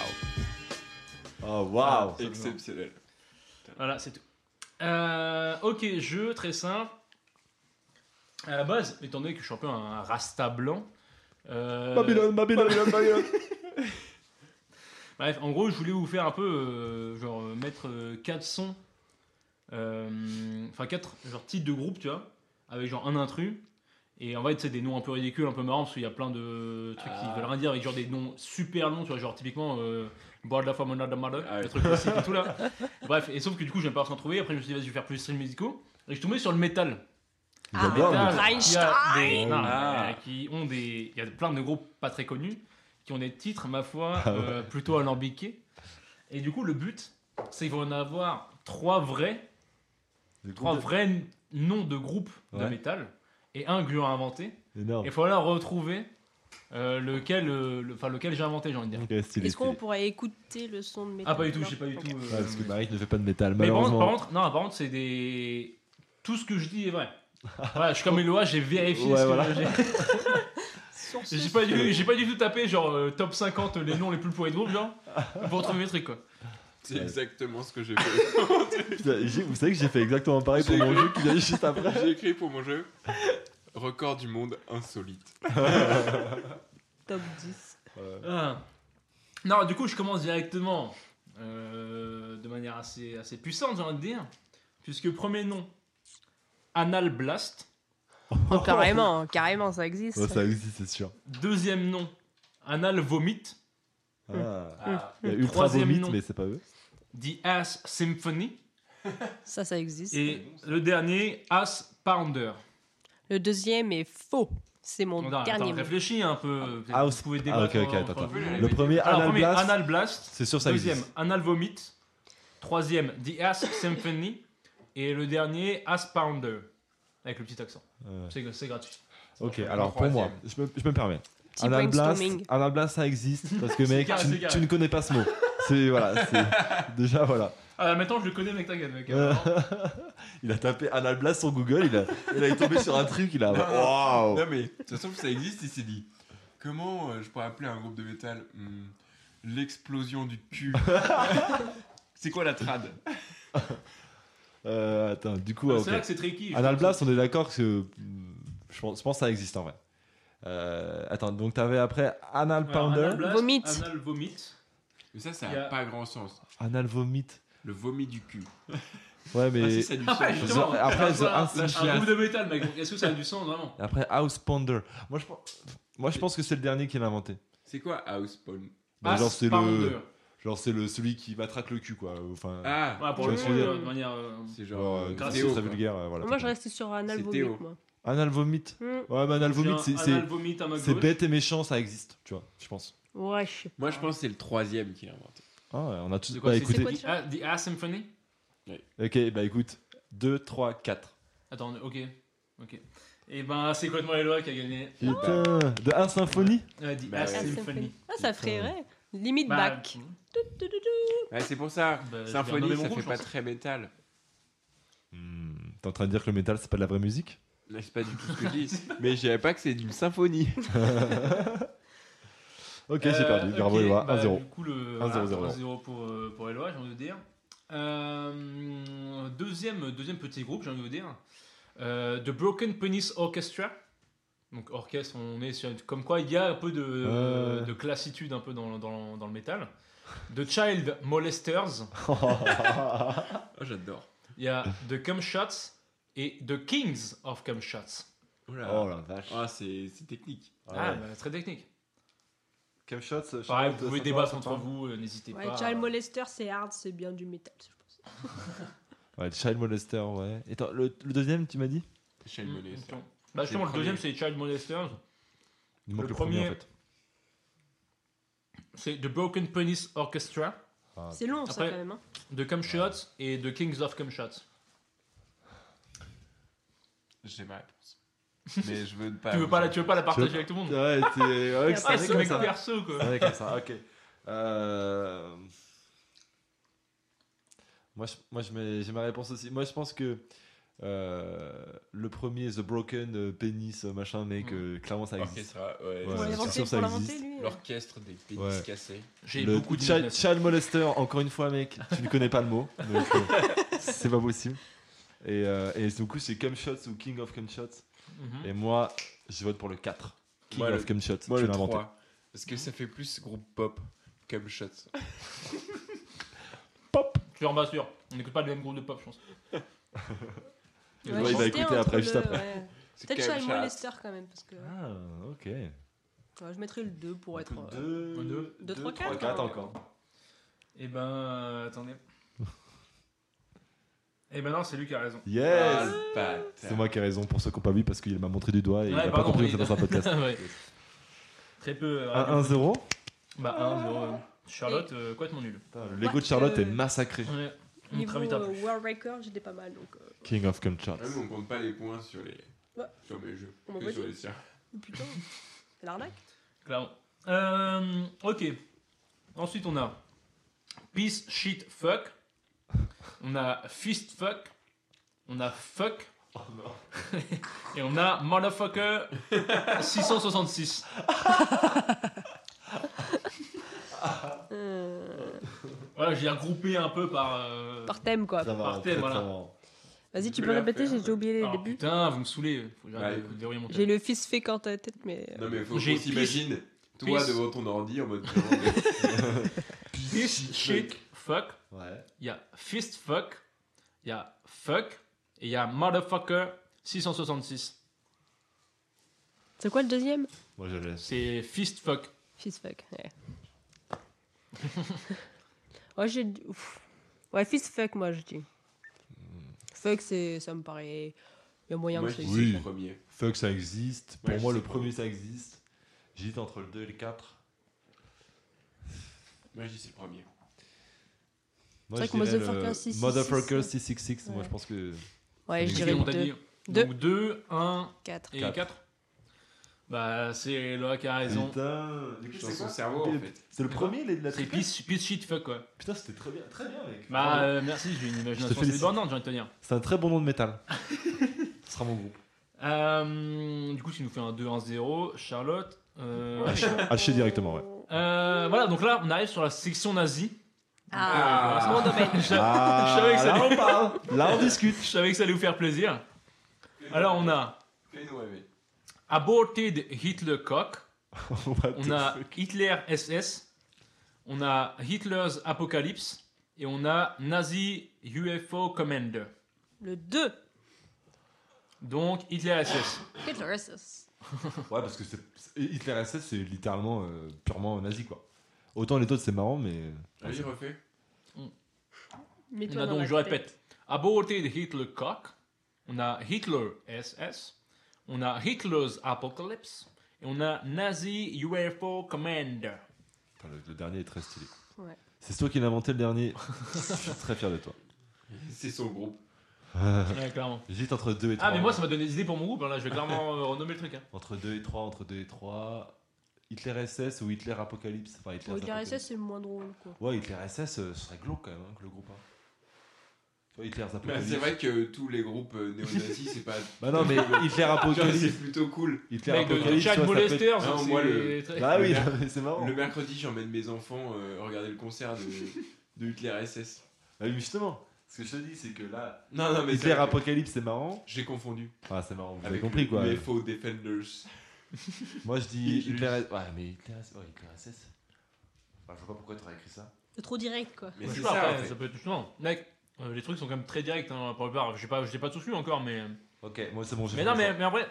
Speaker 2: Oh, waouh
Speaker 4: Ah. Exceptionnel.
Speaker 1: Voilà, c'est tout. Euh, ok, jeu très simple. À la base, étant donné que je suis un peu un rasta blanc. euh,
Speaker 2: Babylone, Babylone, Babylone, Babylone.
Speaker 1: Bref, en gros, je voulais vous faire un peu, euh, genre, euh, mettre 4 sons, euh, enfin 4 genre, titres de groupe, tu vois, avec genre un intrus. Et en vrai, tu sais, des noms un peu ridicules, un peu marrants, parce qu'il y a plein de trucs
Speaker 4: Ah.
Speaker 1: qui veulent rien dire, avec genre des noms super longs, tu vois, genre typiquement euh, Board la Femme, Honor de Mother,
Speaker 4: Ah ouais.
Speaker 1: des trucs classiques et tout là. Bref, et sauf que du coup, j'aime pas s'en trouver, après je me suis dit, vas-y, je vais faire plus de streams musicaux. Et je suis tombé sur le métal.
Speaker 5: Ah,
Speaker 2: J'adore,
Speaker 1: Metal,
Speaker 2: mais-
Speaker 1: qui a des- non,
Speaker 4: Ah.
Speaker 1: euh, qui ont des, il y a plein de groupes pas très connus qui ont des titres, ma foi,
Speaker 2: Ah ouais.
Speaker 1: euh, plutôt alambiqués. Et du coup, le but, c'est qu'il va en avoir trois vrais,
Speaker 2: Le groupe
Speaker 1: trois
Speaker 2: de-
Speaker 1: vrais n- noms de groupes de
Speaker 2: Ouais. Oh.
Speaker 1: métal et un que j'ai inventé.
Speaker 2: Énorme.
Speaker 1: Et il faut alors retrouver euh, lequel, euh, le- enfin lequel j'ai inventé, j'ai envie de dire.
Speaker 2: Ok, stylé, stylé.
Speaker 5: Est-ce qu'on pourrait écouter le son de métal
Speaker 1: Ah pas du tout, je sais pas du
Speaker 5: Ok.
Speaker 1: tout. euh,
Speaker 2: Ouais, parce que
Speaker 1: mais-
Speaker 2: Marie ne fait pas de métal,
Speaker 1: mais par contre, par
Speaker 2: malheureusement.
Speaker 1: contre, non, par contre, c'est des, tout ce que je dis est vrai. Voilà, je suis comme Eloa, j'ai vérifié
Speaker 2: Ouais,
Speaker 1: ce que
Speaker 2: voilà.
Speaker 1: j'ai-
Speaker 5: Sur ce,
Speaker 1: J'ai pas, du, j'ai pas du tout tapé genre euh, top 50 les noms les plus pourris de groupe genre pour retrouver mes trucs quoi.
Speaker 4: C'est exactement ce que j'ai fait.
Speaker 2: Putain, j'ai- Vous savez que j'ai fait exactement pareil pour
Speaker 4: J'ai-
Speaker 2: mon jeu qui vient juste après.
Speaker 4: j'ai écrit pour mon jeu Record du monde insolite.
Speaker 5: top 10.
Speaker 1: Ah. Non du coup je commence directement euh, de manière assez, assez puissante j'ai envie de dire puisque premier nom Anal Blast
Speaker 5: Oh, carrément, carrément, ça existe.
Speaker 2: Ouais, ça aussi, c'est sûr.
Speaker 1: deuxième nom Anal Vomit
Speaker 2: Ah.
Speaker 1: Ah.
Speaker 2: Il y a Ultra
Speaker 1: Troisième
Speaker 2: Vomit,
Speaker 1: nom.
Speaker 2: mais c'est pas eux.
Speaker 1: The Ass Symphony
Speaker 5: Ça, ça existe.
Speaker 1: et le dernier Ass Pounder.
Speaker 5: Le deuxième est faux. C'est mon
Speaker 1: Attends,
Speaker 5: dernier
Speaker 1: attends,
Speaker 5: mot.
Speaker 1: réfléchis un peu.
Speaker 2: Ah,
Speaker 1: vous
Speaker 2: c'est-
Speaker 1: pouvez
Speaker 2: Ah, ok,
Speaker 1: débattre.
Speaker 2: ok,
Speaker 1: entre
Speaker 2: attends. attends.
Speaker 1: vous.
Speaker 2: Le premier,
Speaker 1: Alors,
Speaker 2: Anal
Speaker 1: premier,
Speaker 2: Blast,
Speaker 1: Anal Blast.
Speaker 2: c'est sûr, ça
Speaker 1: Deuxième,
Speaker 2: existe.
Speaker 1: Anal Vomit. Troisième, The Ass Symphony. Et le dernier, Ass Pounder. Avec le petit accent.
Speaker 2: Ouais.
Speaker 1: C'est, c'est gratuit.
Speaker 2: Euh, Ok, alors pour moi, je me, je me permets.
Speaker 5: Petit
Speaker 2: Anal Blast,
Speaker 5: brainstorming.
Speaker 2: Anal Blast, ça existe parce que mec,
Speaker 1: carré, c'est
Speaker 2: tu,
Speaker 1: carré.
Speaker 2: tu ne connais pas ce mot. C'est voilà, c'est- déjà voilà.
Speaker 1: Ah, maintenant, je le connais, mec, ta gueule, mec.
Speaker 2: Euh, il a tapé Anal Blast sur Google, il, a, il est tombé sur un truc, il a waouh.
Speaker 4: Non mais, de toute façon, ça existe, il s'est dit. Comment euh, je pourrais appeler un groupe de métal Hmm, L'explosion du cul. c'est quoi la trad
Speaker 2: Euh, attends, du coup,
Speaker 1: C'est
Speaker 2: ok.
Speaker 1: vrai que c'est tricky.
Speaker 2: Anal Blast, on est d'accord que je pense, je pense que ça existe en vrai. Euh, attends, donc t'avais après Anal
Speaker 1: Alors,
Speaker 2: Pounder,
Speaker 1: Anal Blast,
Speaker 5: Vomit.
Speaker 1: Anal Vomit.
Speaker 4: Mais ça, ça
Speaker 1: Il y
Speaker 4: n'a
Speaker 1: a-
Speaker 4: pas grand sens.
Speaker 2: Anal Vomit.
Speaker 4: Le vomi du cul.
Speaker 2: Ouais,
Speaker 4: Ah si,
Speaker 2: mais
Speaker 4: ça a du
Speaker 1: Ah,
Speaker 4: sens.
Speaker 1: justement.
Speaker 2: après,
Speaker 1: Voilà,
Speaker 2: The Ass-
Speaker 1: un
Speaker 4: Symphony.
Speaker 1: groupe de métal, mec. Donc, Est-ce que ça a du sens, vraiment
Speaker 2: après House Pounder. Moi, je pense, moi, je pense que c'est le dernier qui l'a inventé.
Speaker 4: C'est quoi House Pawn
Speaker 2: Bah,
Speaker 1: Ass
Speaker 2: genre c'est
Speaker 1: Pounder.
Speaker 2: le, genre c'est le celui qui matraque le cul quoi. Enfin,
Speaker 4: Ah
Speaker 1: Voilà, pour
Speaker 2: Tu
Speaker 1: le
Speaker 2: vois
Speaker 1: coup,
Speaker 2: ce que je veux
Speaker 1: euh, de manière. euh,
Speaker 4: C'est
Speaker 2: genre,
Speaker 4: genre. euh,
Speaker 2: euh,
Speaker 1: grâce
Speaker 2: c'est
Speaker 1: au-
Speaker 4: Théo,
Speaker 2: très
Speaker 4: quoi.
Speaker 2: vulgaire. euh, voilà.
Speaker 5: Moi, je restais sur Anal
Speaker 4: C'est
Speaker 5: Vomit,
Speaker 4: Théo.
Speaker 5: moi.
Speaker 2: Anal Vomit.
Speaker 5: Hmm.
Speaker 2: Ouais, mais Anal
Speaker 1: j'ai un
Speaker 2: Vomit, c'est,
Speaker 1: Anal
Speaker 2: c'est,
Speaker 1: Vomit à ma
Speaker 2: c'est
Speaker 1: gauche.
Speaker 2: bête et méchant, ça existe, tu vois, je pense.
Speaker 5: Ouais, je sais
Speaker 4: Moi, je pense que c'est le troisième qui l'a inventé.
Speaker 2: Ah ouais, on a tous.
Speaker 1: C'est quoi
Speaker 2: bah
Speaker 1: c'est-
Speaker 2: écoutez,
Speaker 5: quoi
Speaker 1: c'est- Ah, The Ass Symphony
Speaker 2: ok, bah écoute, 2, 3, 4.
Speaker 1: Attends, ok. Ok. Et ben, c'est complètement Eloi qui a gagné.
Speaker 2: Putain, de 1 symphonie
Speaker 1: Euh, The
Speaker 4: Bah,
Speaker 1: Ass
Speaker 5: pas.
Speaker 4: ouais.
Speaker 1: Symphony.
Speaker 5: Ah, ça ferait vrai. Limite
Speaker 1: Bah,
Speaker 5: back.
Speaker 4: Ah, c'est pour ça.
Speaker 1: Bah, je vais
Speaker 4: Symphonie,
Speaker 1: renommer mon
Speaker 4: ça
Speaker 1: groupe,
Speaker 4: fait
Speaker 1: je
Speaker 4: pas
Speaker 1: pense.
Speaker 4: très métal.
Speaker 2: Hmm, T'es en train de dire que le métal, c'est pas de la vraie musique
Speaker 4: Là, c'est pas du tout ce que je dis. Mais je savais pas que c'est d'une symphonie.
Speaker 2: Ok, j'ai
Speaker 1: Euh,
Speaker 2: perdu,
Speaker 1: ok,
Speaker 2: bravo, Eloi,
Speaker 1: bah,
Speaker 2: 1-0.
Speaker 1: Du coup, le
Speaker 2: 1-0,
Speaker 1: 1-0
Speaker 2: zéro.
Speaker 1: pour, euh, pour Eloi, j'ai envie de dire. Euh, deuxième, deuxième petit groupe, j'ai envie de dire. Euh, The Broken Penis Orchestra. Donc, orchestre, on est sur. Comme quoi, il y a un peu de,
Speaker 2: Euh.
Speaker 1: de classitude un peu dans, dans, dans le métal. The Child Molesters.
Speaker 4: Oh, j'adore.
Speaker 1: Il y a The Cumshots et The Kings of Cumshots.
Speaker 2: Oh la vache.
Speaker 4: Ah, c'est c'est technique.
Speaker 1: Ah, bah, très technique.
Speaker 2: Camshots, shots.
Speaker 1: Pareil, vous pouvez débattre entre vous, euh, n'hésitez
Speaker 5: Ouais,
Speaker 1: pas.
Speaker 5: Child Molester, c'est hard, c'est bien du métal, je pense.
Speaker 2: Ouais, Child Molester, ouais. Et attends, le, le deuxième, tu m'as dit
Speaker 4: Shane
Speaker 1: Mm,
Speaker 4: Mollet, ça.
Speaker 1: justement. Bah, justement,
Speaker 4: le
Speaker 1: le deuxième, c'est Child Molesters.
Speaker 2: Il manque
Speaker 1: Le
Speaker 2: le, premier,
Speaker 1: premier.
Speaker 2: en fait.
Speaker 1: C'est The Broken Penis Orchestra
Speaker 2: Ah,
Speaker 5: C'est long, ça,
Speaker 1: Après-
Speaker 5: quand même. hein.
Speaker 1: de Cumshots et de Kings of Cumshots.
Speaker 4: J'ai ma réponse. Mais je veux pas.
Speaker 1: tu, veux pas la, tu veux pas la partager avec tout le monde
Speaker 2: Ouais, t'es- ouais,
Speaker 5: Ah,
Speaker 2: c'est
Speaker 1: Ah,
Speaker 2: vrai
Speaker 1: ce
Speaker 2: comme
Speaker 1: mec
Speaker 2: ça.
Speaker 1: perso,
Speaker 2: C'est
Speaker 1: quoi.
Speaker 2: vrai comme ça, ok. Euh, Moi, je, moi je mets- j'ai ma réponse aussi. Moi, je pense que euh, le premier, The Broken euh, Penis, euh, machin, mec, euh, clairement, ça existe.
Speaker 4: Orchestra, ouais.
Speaker 2: Ouais,
Speaker 5: Pour
Speaker 2: c'est
Speaker 5: l'inventer-
Speaker 2: sûr, ça
Speaker 5: pour l'inventer,
Speaker 2: existe.
Speaker 5: lui. euh.
Speaker 4: L'orchestre des pénis
Speaker 2: Ouais.
Speaker 4: cassés.
Speaker 1: J'ai
Speaker 2: le
Speaker 1: beaucoup de
Speaker 2: Chi- Child Molester, encore une fois, mec, tu ne connais pas le mot. donc, euh, c'est pas possible. Et, euh, et du coup, c'est Cumshots ou King of Cumshots.
Speaker 1: Mhm.
Speaker 2: Et moi, je vote pour le 4. King
Speaker 4: Moi,
Speaker 2: of
Speaker 4: le-
Speaker 2: Cumshots,
Speaker 4: Moi,
Speaker 2: tu
Speaker 4: le
Speaker 2: l'as
Speaker 4: 3.
Speaker 2: inventé.
Speaker 4: Parce que ça fait plus groupe pop comme shot.
Speaker 1: Tu en bats sûr. bah, On n'écoute pas le même groupe de pop, je pense.
Speaker 5: Ouais,
Speaker 2: Ouais, il va
Speaker 5: j'hésitais
Speaker 2: écouter
Speaker 5: euh, entre
Speaker 2: après, juste
Speaker 5: le-
Speaker 2: après.
Speaker 5: ouais.
Speaker 4: C'est Ah,
Speaker 5: Peut-être Child
Speaker 4: Cumshot.
Speaker 5: Molester, quand même, parce que
Speaker 2: Ah, ok.
Speaker 5: ouais, je mettrais le 2 pour être. euh,
Speaker 2: 2,
Speaker 5: deux, trois, quatre, hein.
Speaker 2: encore.
Speaker 1: Et ben, euh, attendez. Et ben non, c'est lui qui a raison.
Speaker 2: Yes
Speaker 4: Ah, le bâtard.
Speaker 2: C'est moi qui ai raison pour ceux qui n'ont pas vu parce qu'il m'a montré du doigt et il
Speaker 1: Ouais,
Speaker 2: n'a pas
Speaker 1: pardon,
Speaker 2: compris que
Speaker 1: oui.
Speaker 2: c'était dans un podcast.
Speaker 1: Ouais. Très peu. euh,
Speaker 2: 1-0.
Speaker 1: Bah, 1, 0. Charlotte, euh, quoi de mon nul
Speaker 2: Putain, Le Lego de Charlotte
Speaker 5: Euh,
Speaker 2: est massacré.
Speaker 1: Ouais. On
Speaker 5: Niveau
Speaker 1: très vite à
Speaker 5: euh,
Speaker 1: plus.
Speaker 5: World Record, j'étais pas mal, donc. euh,
Speaker 2: King of Cumshats.
Speaker 4: Même Ah, on compte pas les points sur les.
Speaker 5: Ouais.
Speaker 4: Sur mes jeux.
Speaker 5: On m'en
Speaker 4: que
Speaker 5: veut
Speaker 4: sur
Speaker 5: dire.
Speaker 4: les siens.
Speaker 5: Putain, c'est l'arnaque.
Speaker 1: Clairement. Euh, ok. Ensuite, on a Peace, Shit, Fuck. On a Fist, Fuck. On a Fuck. Et on a Motherfucker 666.
Speaker 5: Euh,
Speaker 1: Ah, Voilà, j'ai regroupé un peu par. euh,
Speaker 5: Par thème, quoi.
Speaker 2: Ça
Speaker 1: Par
Speaker 2: va,
Speaker 1: thème,
Speaker 2: très,
Speaker 1: voilà.
Speaker 2: très marrant.
Speaker 5: Vas-y, tu
Speaker 4: Je
Speaker 5: peux
Speaker 4: vais la
Speaker 5: répéter,
Speaker 4: faire.
Speaker 5: j'ai déjà oublié les
Speaker 1: alors,
Speaker 5: débuts.
Speaker 1: putain, vous me saoulez. Faut que j'arrête
Speaker 4: Ouais.
Speaker 1: de verrouiller mon
Speaker 5: J'ai
Speaker 1: téléphone.
Speaker 5: le fils fait quand t'as la tête, mais. euh,
Speaker 4: Non, mais faut
Speaker 1: J'ai
Speaker 4: qu'on s'imagine. Toi
Speaker 1: Peace.
Speaker 4: devant ton ordi en mode. genre,
Speaker 1: Peace, Shit, Fuck.
Speaker 2: Ouais.
Speaker 1: Il y a Fist, Fuck. Il y a Fuck. Et il y a Motherfucker 666.
Speaker 5: C'est quoi le deuxième
Speaker 2: Moi je laisse.
Speaker 1: C'est Fist, Fuck.
Speaker 5: Fist fuck, ouais. ouais, j'ai. ouf. Ouais, fist fuck, moi, je dis. Fuck, c'est... ça me paraît. Il y a moyen
Speaker 4: Moi,
Speaker 5: que
Speaker 4: je
Speaker 5: ça
Speaker 4: dis
Speaker 2: Oui.
Speaker 4: le premier.
Speaker 2: Fuck, ça existe. Pour
Speaker 4: Ouais, je
Speaker 2: moi,
Speaker 4: sais
Speaker 2: le
Speaker 4: pas.
Speaker 2: premier, ça existe. J'hésite entre le 2 et le 4.
Speaker 4: Moi, je dis c'est le premier.
Speaker 2: Moi,
Speaker 5: vrai
Speaker 2: je
Speaker 5: que
Speaker 2: dirais
Speaker 5: Motherfucker
Speaker 2: le-
Speaker 5: 666,
Speaker 2: Motherfucker 666. Moi,
Speaker 5: Ouais.
Speaker 2: je pense que.
Speaker 5: Ouais, je
Speaker 2: Ok,
Speaker 5: dirais
Speaker 1: on t'a dit.
Speaker 5: 2, Deux.
Speaker 1: Donc 2, 1
Speaker 5: 4.
Speaker 1: et
Speaker 2: Quatre.
Speaker 1: 4. Bah, c'est Loa qui a raison.
Speaker 2: Putain,
Speaker 4: Du coup, c'est son cerveau en fait.
Speaker 2: C'est le premier, les- la
Speaker 1: C'est
Speaker 2: triple
Speaker 1: peace, peace shit fuck quoi.
Speaker 2: Putain, c'était très bien, très bien, mec.
Speaker 1: Bah, euh, merci, j'ai une
Speaker 2: Je te
Speaker 1: imagination assez
Speaker 2: félicite.
Speaker 1: débordante, j'ai envie de te dire.
Speaker 2: C'est un très bon nom de métal. Ce sera mon groupe.
Speaker 1: Euh, du coup, tu nous fais un 2-1-0, Charlotte. euh,
Speaker 2: Haché directement, ouais.
Speaker 1: euh, voilà, donc là, on arrive sur la section nazie. euh,
Speaker 5: Ah,
Speaker 4: Ah.
Speaker 5: c'est mon domaine.
Speaker 1: Je, je savais que ça allait-
Speaker 2: Ah, là, on parle. Là, on discute.
Speaker 1: je savais que ça allait vous faire plaisir. Alors, on a
Speaker 4: Fais-nous rêver.
Speaker 1: Aborted Hitler Cock.
Speaker 2: What the
Speaker 1: On a
Speaker 2: fuck.
Speaker 1: Hitler SS, on a Hitler's Apocalypse et on a Nazi UFO Commander.
Speaker 5: Le 2.
Speaker 1: Donc Hitler SS.
Speaker 2: Ah,
Speaker 5: Hitler SS.
Speaker 2: Ouais, parce que c'est- c'est- Hitler SS, c'est littéralement euh, purement nazi, quoi. Autant les autres, c'est marrant, mais.
Speaker 1: Ah
Speaker 4: Vas-y, refais.
Speaker 5: Mais
Speaker 1: On a Ah, donc, je répète, Aborted Hitler Cock, on a Hitler SS, on a Hitler's Apocalypse et on a Nazi UFO Commander.
Speaker 2: Putain, le, le dernier est très stylé.
Speaker 5: Ouais.
Speaker 2: C'est toi qui l'as inventé le dernier. Je suis très fier de toi.
Speaker 4: C'est son groupe.
Speaker 1: Ouais, clairement.
Speaker 2: J'hésite entre 2 et 3.
Speaker 1: Ah, mais moi ça m'a donné des idées pour mon groupe, hein. là je vais clairement euh, renommer le truc. hein.
Speaker 2: Entre 2 et 3, entre 2 et 3. Hitler SS ou Hitler Apocalypse Enfin, Hitler
Speaker 5: Hitler SS, c'est le moins drôle, quoi.
Speaker 2: Ouais, Hitler SS, euh, ce serait glauque quand même, hein, que le groupe. Hein. Tu vois, Hitler
Speaker 4: Bah,
Speaker 2: Apocalypse.
Speaker 4: c'est vrai que tous les groupes euh, néo-nazis, c'est pas.
Speaker 2: Bah non, mais Hitler
Speaker 4: Genre,
Speaker 2: Apocalypse.
Speaker 4: c'est plutôt cool.
Speaker 2: Hitler
Speaker 1: Mec, de, de
Speaker 2: Apocalypse.
Speaker 1: Jack
Speaker 2: tu vois, ça peut être-
Speaker 1: Molesters,
Speaker 4: Non,
Speaker 1: c'est-
Speaker 4: moi, le-
Speaker 2: Bah oui,
Speaker 4: Le-
Speaker 2: non, mais c'est marrant.
Speaker 4: Le mercredi, j'emmène mes enfants euh, regarder le concert de, de Hitler SS.
Speaker 2: Bah oui, justement, ce que je te dis, c'est que là,
Speaker 4: Non, non, mais c'est
Speaker 2: Hitler
Speaker 4: vrai que
Speaker 2: Apocalypse, c'est marrant.
Speaker 4: J'ai confondu.
Speaker 2: Ah, c'est marrant, vous avez
Speaker 4: Avec
Speaker 2: compris quoi.
Speaker 4: Les faux Defenders.
Speaker 2: Moi je dis
Speaker 4: Il-
Speaker 2: Hitler SS. Ouais, mais Hitler SS. Ouais, Hitler SS. Enfin, je vois pas pourquoi tu aurais écrit ça.
Speaker 5: C'est trop direct, quoi.
Speaker 4: Mais
Speaker 1: Ouais, je sais
Speaker 4: c'est
Speaker 1: pas,
Speaker 4: ça, en
Speaker 1: après,
Speaker 4: fait.
Speaker 1: ça peut être justement. Mec, euh, les trucs sont quand même très directs hein, pour la plupart. J'ai pas, j'ai pas tout su encore, mais.
Speaker 2: Ok, moi c'est bon, j'ai
Speaker 1: Mais
Speaker 2: fait
Speaker 1: non,
Speaker 2: ça.
Speaker 1: mais, mais en vrai,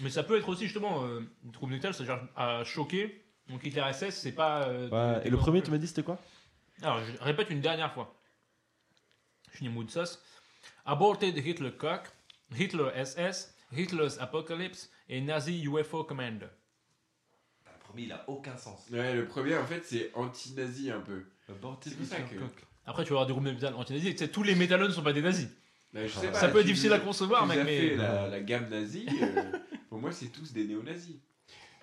Speaker 1: Mais ça peut être aussi justement euh, une trouble mentale, c'est-à-dire à choquer. Donc Hitler SS, c'est pas. euh,
Speaker 2: Ouais,
Speaker 1: des-
Speaker 2: Et
Speaker 1: des
Speaker 2: le
Speaker 1: bonnes
Speaker 2: premier,
Speaker 1: choses.
Speaker 2: tu m'as dit, c'était quoi
Speaker 1: Alors, je répète une dernière fois. Schneemood sauce. Aborted Hitler Cock, Hitler SS, Hitler's Apocalypse et Nazi UFO Commander.
Speaker 2: Le premier, il a aucun sens.
Speaker 4: Ouais, le premier, en fait, c'est anti-nazi un peu. C'est pour ça que-
Speaker 1: Après, tu vas avoir des groupes de métal anti-nazis. Tu sais, tous les métallones ne sont pas des nazis.
Speaker 4: Là, Bah, je
Speaker 2: Ah,
Speaker 4: sais pas,
Speaker 1: ça peut
Speaker 4: tu-
Speaker 1: être difficile à concevoir,
Speaker 4: tu
Speaker 1: mec,
Speaker 4: as
Speaker 1: mais.
Speaker 4: fait la, la gamme nazie, euh, pour moi, c'est tous des néo-nazis.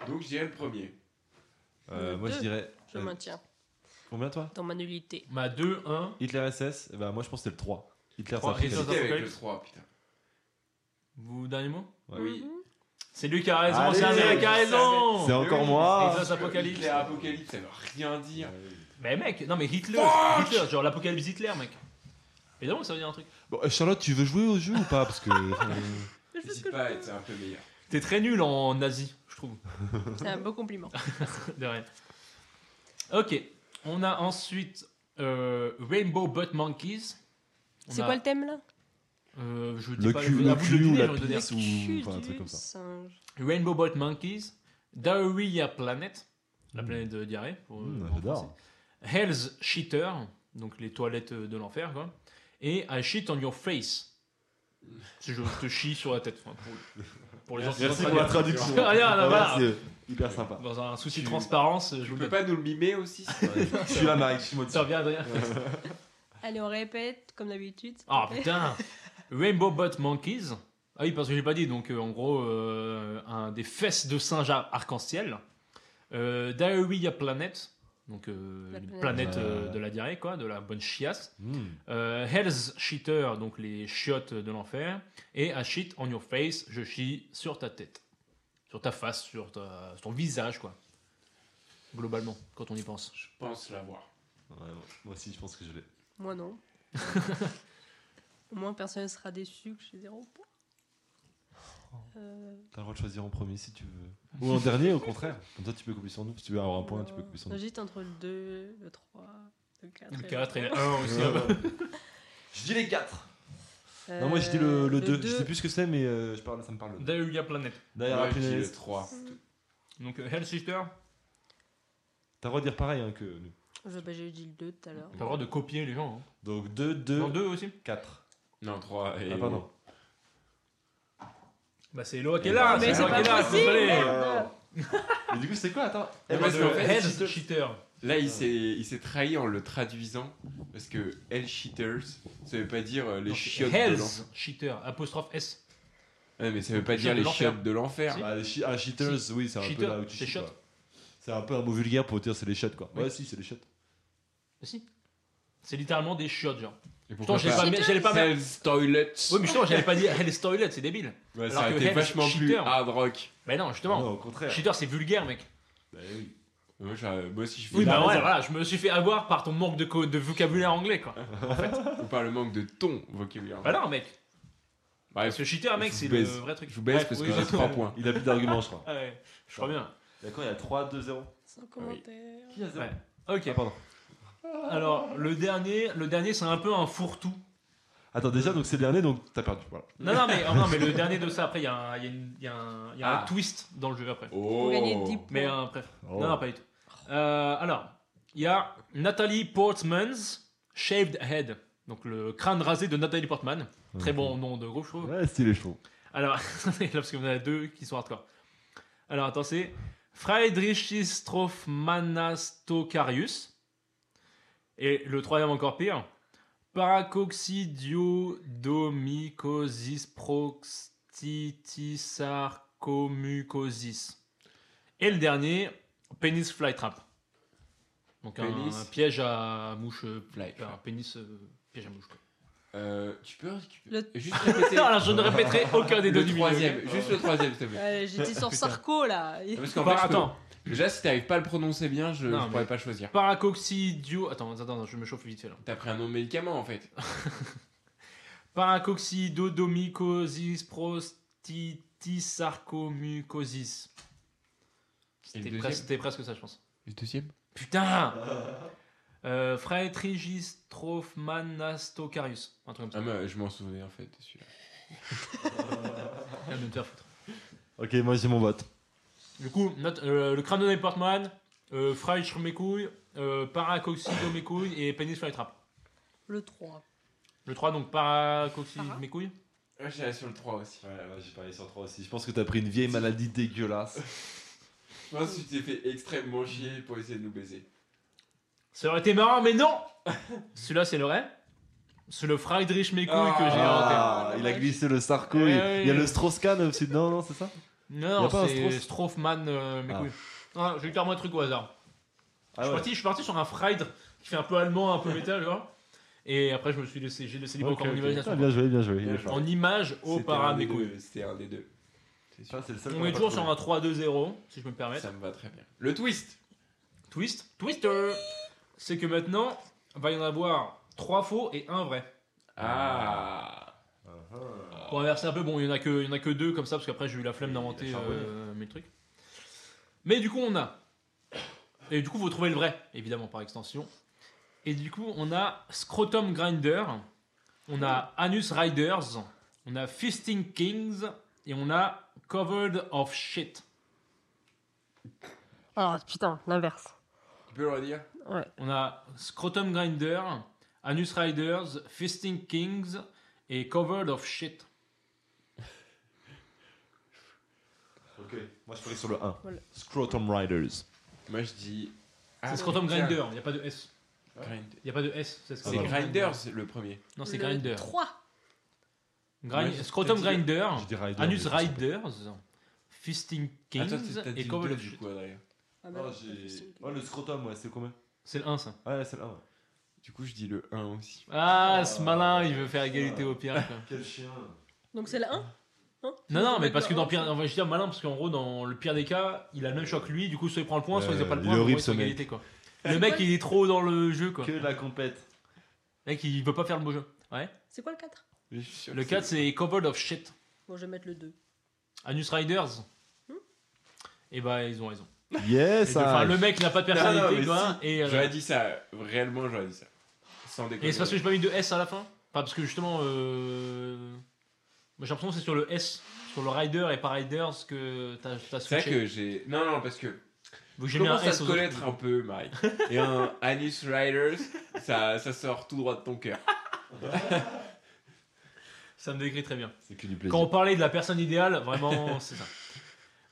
Speaker 4: Donc, je dirais le premier.
Speaker 2: Euh, moi, je
Speaker 5: Deux.
Speaker 2: dirais.
Speaker 5: Je
Speaker 2: euh,
Speaker 5: maintiens
Speaker 2: Combien toi
Speaker 5: dans ma nullité.
Speaker 1: Ma 2, 1.
Speaker 2: Hitler SS eh ben, Moi, je pense que c'est le 3. Hitler
Speaker 1: Trois,
Speaker 2: s'appelle-
Speaker 1: Hitler,
Speaker 4: J'étais avec le
Speaker 1: Apocalypse.
Speaker 4: 3, putain.
Speaker 1: Vous, dernier mot
Speaker 2: Ouais.
Speaker 4: Oui.
Speaker 5: Mhm.
Speaker 1: C'est lui qui a raison,
Speaker 2: Allez,
Speaker 1: c'est un mec qui a
Speaker 4: ça,
Speaker 1: raison
Speaker 2: C'est encore moi
Speaker 1: Hitler's Apocalypse.
Speaker 4: Hitler Apocalypse, ça veut rien dire.
Speaker 1: Mais mec, non mais Hitler, Hitler genre l'apocalypse Hitler, mec. Évidemment que ça veut dire un truc.
Speaker 2: Bon, euh, Charlotte, tu veux jouer au jeu ou pas Parce que. euh,
Speaker 5: Je fais ce
Speaker 4: N'hésite
Speaker 5: que je
Speaker 4: pas à
Speaker 5: peux.
Speaker 4: être un peu meilleur.
Speaker 1: T'es très nul en nazi, je trouve.
Speaker 5: C'est un beau compliment.
Speaker 1: De rien. Ok, on a ensuite euh, Rainbow Butt Monkeys. On
Speaker 5: C'est
Speaker 1: a,
Speaker 5: quoi le thème là
Speaker 1: euh, je dis
Speaker 2: le
Speaker 1: pas,
Speaker 2: cul,
Speaker 1: à
Speaker 2: le
Speaker 1: vous de
Speaker 2: cul ou
Speaker 1: deviner,
Speaker 2: la
Speaker 1: j'ai envie de dire.
Speaker 2: pisse ou. Enfin, un
Speaker 5: du
Speaker 2: truc comme ça.
Speaker 5: singe.
Speaker 1: Rainbow Butt Monkeys, Diarrhea Planet, la planète de diarrhée. Pour,
Speaker 2: Mmh,
Speaker 1: euh, en
Speaker 2: j'adore.
Speaker 1: français. Hell's Cheater, donc les toilettes de l'enfer, quoi. Et I shit on your face. Si je te chie sur la tête. enfin, pour, pour les gens qui
Speaker 2: Merci
Speaker 1: sont
Speaker 2: pour la
Speaker 1: très-
Speaker 2: traduction.
Speaker 1: Rien, là,
Speaker 2: Ah,
Speaker 1: voilà.
Speaker 2: merci, euh, Hyper sympa.
Speaker 1: Dans un souci de
Speaker 4: Tu-
Speaker 1: transparence, je
Speaker 4: Tu
Speaker 1: vous
Speaker 4: peux
Speaker 1: le
Speaker 4: pas nous le mimer aussi s'il te plaît
Speaker 2: Je suis là, Marie, je suis
Speaker 1: Ça revient, Adrien.
Speaker 5: Allez, on répète comme d'habitude. s'il te
Speaker 1: Ah
Speaker 5: plaît.
Speaker 1: putain Rainbow Butt Monkeys. Ah oui, parce que j'ai pas dit, donc euh, en gros, euh, un des fesses de singe à- arc-en-ciel. Euh, Diarrhea Planet, donc euh,
Speaker 5: La
Speaker 1: une
Speaker 5: planète.
Speaker 1: planète euh,
Speaker 2: Ouais.
Speaker 1: de la diarrhée, quoi, de la bonne chiasse.
Speaker 2: Mmh.
Speaker 1: Euh, Hell's Cheater, donc les chiottes de l'enfer. Et I shit on your face, je chie sur ta tête. Sur ta face, sur, ta- sur ton visage, quoi. Globalement, quand on y pense.
Speaker 4: Je pense l'avoir.
Speaker 2: Ouais, moi aussi, je pense que je l'ai.
Speaker 5: Moi non. Au moins personne ne sera déçu que j'ai zéro point.
Speaker 4: Oh.
Speaker 5: Euh,
Speaker 2: T'as le droit de choisir en premier si tu veux. Ou en dernier, au contraire. Comme ça, tu peux couper sur nous. Si tu veux avoir un point, tu peux
Speaker 5: non.
Speaker 2: couper sur nous.
Speaker 5: J'hésite entre le 2, le 3, le 4.
Speaker 1: Le 4 et le 1 aussi. hein.
Speaker 2: Je dis les 4.
Speaker 5: Euh,
Speaker 2: Non, moi, je dis le, 2. Je sais plus ce que c'est, mais euh, je parle, ça me parle.
Speaker 1: Diarrhea Planet.
Speaker 2: D'ailleurs,
Speaker 4: je dis
Speaker 2: après,
Speaker 4: le 3.
Speaker 1: Donc euh, Hell's Cheater,
Speaker 2: t'as le droit de dire pareil hein, que nous.
Speaker 5: Je, bah, j'ai dit le 2 tout à l'heure.
Speaker 1: T'as le droit de copier les gens. Hein.
Speaker 2: Donc 2,
Speaker 1: Dans
Speaker 2: 2,
Speaker 1: deux aussi
Speaker 2: 4.
Speaker 4: Non, 3. Et...
Speaker 2: Ah, pardon.
Speaker 1: Bah c'est
Speaker 4: Eh
Speaker 1: Eloa qui est là,
Speaker 5: Mais
Speaker 4: ben,
Speaker 1: c'est
Speaker 5: c'est
Speaker 1: Eloa qui
Speaker 5: pas
Speaker 1: est là,
Speaker 5: possible,
Speaker 1: désolé
Speaker 5: merde.
Speaker 2: Mais du coup, c'est quoi Attends.
Speaker 4: Eh ben,
Speaker 1: Parce
Speaker 4: c'est en
Speaker 1: que
Speaker 4: fait,
Speaker 1: Hell's Cheater.
Speaker 4: Là, il s'est il s'est trahi en le traduisant parce que Hell Cheaters, ça veut pas dire euh, les
Speaker 1: Donc,
Speaker 4: chiottes de l'enfer.
Speaker 1: Hell's Cheater, apostrophe S.
Speaker 4: Ouais, mais ça veut pas dire
Speaker 1: Chiottes
Speaker 4: les
Speaker 1: de l'enfer.
Speaker 4: chiottes de l'enfer.
Speaker 2: Bah, les chi- ah, cheaters, oui, c'est un peu
Speaker 1: Cheater,
Speaker 2: là où tu
Speaker 1: c'est
Speaker 2: chies,
Speaker 1: shot.
Speaker 2: quoi. C'est un peu un mot vulgaire pour dire c'est les shots, quoi.
Speaker 1: Oui.
Speaker 2: Ouais, si, c'est les shots.
Speaker 1: Eh, Si. C'est littéralement des chiottes, genre.
Speaker 4: Et
Speaker 1: Pourtant, j'allais pas, mis- j'allais pas mettre-
Speaker 4: Hell's Toilets.
Speaker 1: Oui, mais justement, j'allais pas dire Hell's Toilet, c'est débile.
Speaker 4: Ouais,
Speaker 1: Alors
Speaker 4: ça a
Speaker 1: que
Speaker 4: été
Speaker 1: Hell's
Speaker 4: vachement plus
Speaker 1: Cheater. hein.
Speaker 4: hard rock.
Speaker 1: Mais non, justement,
Speaker 2: Non, au
Speaker 4: Ah
Speaker 2: contraire.
Speaker 1: Cheater c'est vulgaire, mec.
Speaker 2: Bah, oui.
Speaker 4: Moi, j'ai- moi aussi, je fais
Speaker 1: Oui, bah,
Speaker 4: ça.
Speaker 1: ouais, voilà, je me suis fait avoir par ton manque de, co- de vocabulaire anglais, quoi.
Speaker 4: Ah. ou par le manque de ton vocabulaire.
Speaker 1: Bah non, mec.
Speaker 4: Bref,
Speaker 1: Parce que Cheater, mec,
Speaker 4: Je vous
Speaker 1: c'est le
Speaker 4: baise.
Speaker 1: vrai truc.
Speaker 4: je vous baisse
Speaker 1: Bref,
Speaker 4: parce
Speaker 1: oui,
Speaker 4: que j'ai
Speaker 1: je-
Speaker 4: 3 points.
Speaker 2: Il a plus d'arguments, je crois.
Speaker 1: Ah ouais, je crois bien.
Speaker 2: D'accord, il y a 3, 2, 0.
Speaker 5: Sans commentaire.
Speaker 2: Qui a 0
Speaker 1: Ouais. Ok,
Speaker 2: Ah, pardon.
Speaker 1: alors le dernier, le dernier c'est un peu un fourre-tout.
Speaker 2: Attends, déjà, donc c'est le dernier, donc t'as perdu. Voilà.
Speaker 1: Non, non, mais, oh, non, mais le dernier de ça, après, il y a, un, il y a une- il y a un- il y a un
Speaker 4: Ah.
Speaker 1: twist dans le jeu après.
Speaker 4: Oh.
Speaker 5: gagner 10
Speaker 1: Mais
Speaker 5: Bon.
Speaker 1: euh, bref,
Speaker 2: Oh.
Speaker 1: non, non, pas du tout. Euh, alors, il y a Nathalie Portman's Shaved Head, donc le crâne rasé de Nathalie Portman. Très bon nom de groupe, je trouve.
Speaker 2: Oh. Ouais, stylé, je trouve.
Speaker 1: Alors, là, parce qu'on a deux qui sont hardcore. Alors, attends, c'est Friedrichistrophanastocarius. Et le troisième encore pire, Paracoxidiodomycosis proxtitisarcomucosis. Et le dernier, Penis Flytrap. Donc un,
Speaker 4: Pénis.
Speaker 1: un piège à mouche, euh,
Speaker 4: Fly.
Speaker 1: un pénis euh, piège à mouche. quoi.
Speaker 4: Euh, tu peux récupérer-
Speaker 5: Le-
Speaker 4: juste répéter
Speaker 1: Alors, je ne répéterai aucun des deux
Speaker 4: le
Speaker 1: du milieu.
Speaker 4: troisième, juste le troisième, s'il te plaît.
Speaker 5: Ouais, J'étais sur Sarko là.
Speaker 4: Parce qu'en
Speaker 1: Par-
Speaker 4: fait, je
Speaker 1: Bah,
Speaker 4: peux-
Speaker 1: attends,
Speaker 4: Déjà, si t'arrives pas à le prononcer bien, je,
Speaker 1: Non,
Speaker 4: je
Speaker 1: mais-
Speaker 4: pourrais pas choisir.
Speaker 1: Paracoxidio. Attends, attends, attends, je me chauffe vite fait là.
Speaker 4: T'as pris un nom de médicament en fait.
Speaker 1: Paracoxidodomycosis prostitisarcomucosis.
Speaker 4: Et le
Speaker 1: C'était
Speaker 4: deuxième
Speaker 1: presque, c'était presque ça, je pense.
Speaker 4: Le deuxième
Speaker 1: Putain euh, Fraetrigistrophmanastocarius.
Speaker 4: euh,
Speaker 1: Un truc comme ça.
Speaker 4: Ah, mais je m'en souvenais en fait de celui-là.
Speaker 1: Ah, mais me faire foutre.
Speaker 2: Ok, moi j'ai mon vote.
Speaker 1: Du coup, note, euh, le crâne de Nate Portman, euh, Fry sur mes couilles, euh, Paracoxy de mes couilles et Penis sur les trappes.
Speaker 5: Le 3.
Speaker 1: Le 3, donc Paracoxy
Speaker 5: Para.
Speaker 1: de mes couilles.
Speaker 4: Ouais, j'allais sur le 3 aussi.
Speaker 2: Ouais, moi j'ai parlé sur 3 aussi. Je pense que t'as pris une vieille maladie dégueulasse.
Speaker 4: Je pense que tu t'es fait extrêmement chier pour essayer de nous baiser.
Speaker 1: Ça aurait été marrant, mais non Celui-là, c'est le vrai. C'est le Friedrich mes couilles que j'ai inventé. Eh
Speaker 2: Ah,
Speaker 5: inventé.
Speaker 2: il a glissé le Sarko.
Speaker 1: Ouais,
Speaker 2: il-
Speaker 1: ouais,
Speaker 2: il y a
Speaker 1: ouais.
Speaker 2: le Strauss-Kahn aussi. Non, non, c'est ça Ah, Y a
Speaker 1: Non,
Speaker 2: pas un
Speaker 1: c'est
Speaker 2: Stroff
Speaker 1: Stroffman euh, mes
Speaker 2: Ah.
Speaker 1: couilles. Ah, j'ai eu clairement un truc au hasard.
Speaker 2: Ah
Speaker 1: je, suis
Speaker 2: ouais.
Speaker 1: parti, je suis parti sur un Fried qui fait un peu allemand, un peu métal, genre. Et après, je me suis laissé, j'ai laissé libre
Speaker 2: Ok,
Speaker 1: encore mon
Speaker 2: ok.
Speaker 1: imagination.
Speaker 2: Ah, bien joué, bien joué. il est fort.
Speaker 1: En image au
Speaker 4: C'était
Speaker 1: para
Speaker 4: un des
Speaker 1: mes couilles.
Speaker 4: deux, C'était un des deux. C'est sûr.
Speaker 2: Ah, c'est le seul qu'on
Speaker 1: On
Speaker 2: a
Speaker 1: est
Speaker 2: pas
Speaker 1: toujours
Speaker 2: trouvé.
Speaker 1: sur un 3-2-0, si je peux me permettre.
Speaker 4: Ça me va très bien. Le twist
Speaker 1: Twist, twister, c'est que maintenant, va y en avoir 3 faux et 1 vrai.
Speaker 4: Ah
Speaker 1: Pour inverser un peu, bon, il y en a que, il y en a que 2 comme ça, parce qu'après j'ai eu la flemme
Speaker 2: Et
Speaker 1: d'inventer
Speaker 2: il a charbonné.
Speaker 1: euh, mes trucs. Mais du coup, on a. Et du coup, vous trouvez le vrai, évidemment, par extension. Et du coup, on a Scrotum Grinder, on a Anus Riders, on a Fisting Kings, et on a Covered of Shit.
Speaker 5: Ah putain, l'inverse.
Speaker 4: Tu peux le redire
Speaker 5: Ouais.
Speaker 1: On a Scrotum Grinder, Anus Riders, Fisting Kings et Covered of Shit.
Speaker 2: Ok, moi je parie sur le 1.
Speaker 5: Voilà.
Speaker 2: Scrotum Riders.
Speaker 4: Moi je dis.
Speaker 1: C'est
Speaker 4: Ah,
Speaker 1: Scrotum
Speaker 4: tiens.
Speaker 1: Grinder, il n'y a pas de S.
Speaker 4: Grind-
Speaker 1: Il n'y a pas de S, c'est
Speaker 4: C'est
Speaker 1: Scrotum
Speaker 4: Grinders le premier.
Speaker 1: Non, c'est
Speaker 5: Le
Speaker 1: Grinder.
Speaker 5: 3.
Speaker 1: Grind-
Speaker 4: Ouais, je-
Speaker 1: Scrotum
Speaker 4: je t'ai dit-
Speaker 1: Grinder,
Speaker 2: Je dis Riders.
Speaker 1: Ah. Anus
Speaker 2: mais je sais pas.
Speaker 1: Riders, Fisting
Speaker 4: Ah,
Speaker 1: Kings
Speaker 4: toi, t'as- t'as dit
Speaker 1: et
Speaker 4: le
Speaker 1: Covered
Speaker 4: deux,
Speaker 1: of
Speaker 4: du
Speaker 1: Shit.
Speaker 4: coup, Adrien.
Speaker 5: Ah,
Speaker 4: Oh,
Speaker 5: bah,
Speaker 2: Non,
Speaker 5: non,
Speaker 2: j'ai-
Speaker 5: c'est le
Speaker 2: Ouais, le Scrotum, ouais, c'est combien Ah,
Speaker 1: C'est le 1 ça.
Speaker 2: Ouais, c'est le 1. ouais.
Speaker 4: Du coup, je dis le 1 aussi.
Speaker 1: Ah,
Speaker 2: Ah,
Speaker 1: ce malin, il veut faire égalité
Speaker 2: ah.
Speaker 1: au pire. quoi.
Speaker 2: Quel chien
Speaker 5: Donc c'est la 1
Speaker 1: Non, non, mais parce que dans
Speaker 5: D'accord.
Speaker 1: le pire, on va dire malin, parce qu'en gros, dans le pire des cas, il a le même choix que lui, du coup, soit il prend le point, soit il n'a
Speaker 2: Euh,
Speaker 1: pas le
Speaker 2: il est
Speaker 1: point,
Speaker 2: horrible,
Speaker 1: soit
Speaker 2: ce mec.
Speaker 1: égalité quoi. Le mec, il est trop dans le jeu quoi.
Speaker 2: Que la compète.
Speaker 1: Le mec, il veut pas faire le beau jeu. Ouais.
Speaker 5: C'est quoi le 4
Speaker 4: Je suis sûr
Speaker 1: Le
Speaker 4: que
Speaker 1: 4, c'est Covered of Shit.
Speaker 5: Bon, je vais mettre le 2.
Speaker 1: Anus Riders.
Speaker 5: Hmm.
Speaker 1: Et bah, ils ont raison.
Speaker 2: Yes, ah,
Speaker 1: Les deux- Enfin, le mec, il n'a pas de personnalité,
Speaker 4: Non, non, mais
Speaker 1: quoi. Et, euh,
Speaker 4: J'aurais dit ça, réellement j'aurais dit ça. Sans déconner.
Speaker 1: et c'est parce que j'ai pas mis de S à la fin. Enfin, parce que justement, euh... moi, j'ai l'impression que c'est sur le S, sur le Rider et par Riders que t'as t'as
Speaker 4: C'est vrai
Speaker 1: switché.
Speaker 4: que j'ai. Non, non, parce que.
Speaker 1: Donc
Speaker 4: Je
Speaker 1: j'ai mis un
Speaker 4: commence à
Speaker 1: S
Speaker 4: te
Speaker 1: aux autres.
Speaker 4: connaître un peu, Mike. Et un Anus Riders, ça, ça sort tout droit de ton cœur.
Speaker 1: Ça me décrit très bien.
Speaker 2: C'est que du plaisir.
Speaker 1: Quand on parlait de la personne idéale, vraiment, c'est ça.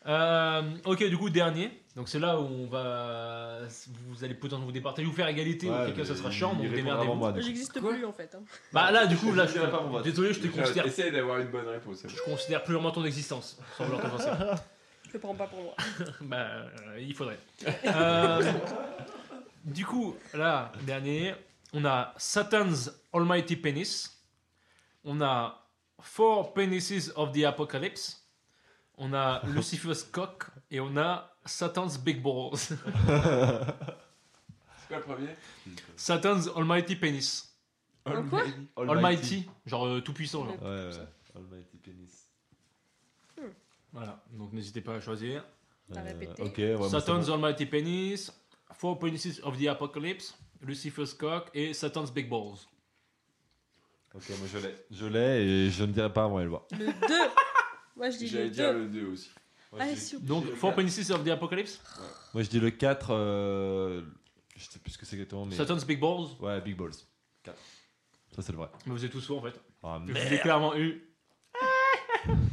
Speaker 1: Euh, ok, du coup, dernier. Donc c'est là où on va. Vous allez potentiellement vous départager, vous faire égalité,
Speaker 2: Ouais,
Speaker 1: auquel cas ça
Speaker 2: mais
Speaker 1: sera
Speaker 2: il
Speaker 1: chiant, donc
Speaker 2: répondra
Speaker 1: démerdez-vous.
Speaker 2: avant moi, du coup.
Speaker 5: J'existe
Speaker 4: Quoi
Speaker 5: plus en fait. hein.
Speaker 1: Bah là, du coup, Ah, là, je
Speaker 2: Je vais pas, on va-
Speaker 1: désolé, je te
Speaker 4: Déjà,
Speaker 1: considère,
Speaker 4: Essaye d'avoir une bonne réponse.
Speaker 1: je considère purement ton existence, sans vouloir t'en penser.
Speaker 5: Je le prends pas pour moi.
Speaker 1: Bah, euh, il faudrait. Euh, du coup, là, dernier, on a Satan's Almighty Penis. On a Four Penises of the Apocalypse. On a Lucifer's Cock. Et on a Satan's Big Balls.
Speaker 4: C'est quoi le premier
Speaker 1: Satan's Almighty Penis.
Speaker 5: Un quoi
Speaker 4: Almighty.
Speaker 1: Almighty, genre euh, tout puissant. Genre.
Speaker 2: Ouais, ouais. Almighty Penis.
Speaker 1: Voilà, donc n'hésitez pas à choisir.
Speaker 5: T'as
Speaker 2: Euh,
Speaker 5: répété.
Speaker 2: Ok, ouais, moi, c'est
Speaker 1: Satan's
Speaker 2: bon.
Speaker 1: Almighty Penis. Four Penises of the Apocalypse. Lucifer's Cock. Et Satan's Big Balls.
Speaker 2: Ok, moi je l'ai. Je l'ai et je ne dirai pas avant elle voit.
Speaker 5: Le 2 Moi je dis
Speaker 4: J'allais
Speaker 5: le
Speaker 4: dire
Speaker 5: 2.
Speaker 4: le 2 aussi.
Speaker 2: Moi,
Speaker 5: Ah,
Speaker 2: je dis-
Speaker 5: si.
Speaker 1: Donc,
Speaker 4: J'ai le
Speaker 1: Four
Speaker 4: quatre.
Speaker 1: Penises of the Apocalypse,
Speaker 2: moi, je dis le 4. euh, Je sais plus ce que c'est exactement, mais.
Speaker 1: Satan's Big Balls.
Speaker 2: Ouais, Big Balls. 4. Ça, c'est le vrai.
Speaker 1: Mais vous êtes tous faux en fait.
Speaker 2: Ah,
Speaker 1: Je
Speaker 2: merde.
Speaker 1: vous ai clairement eu.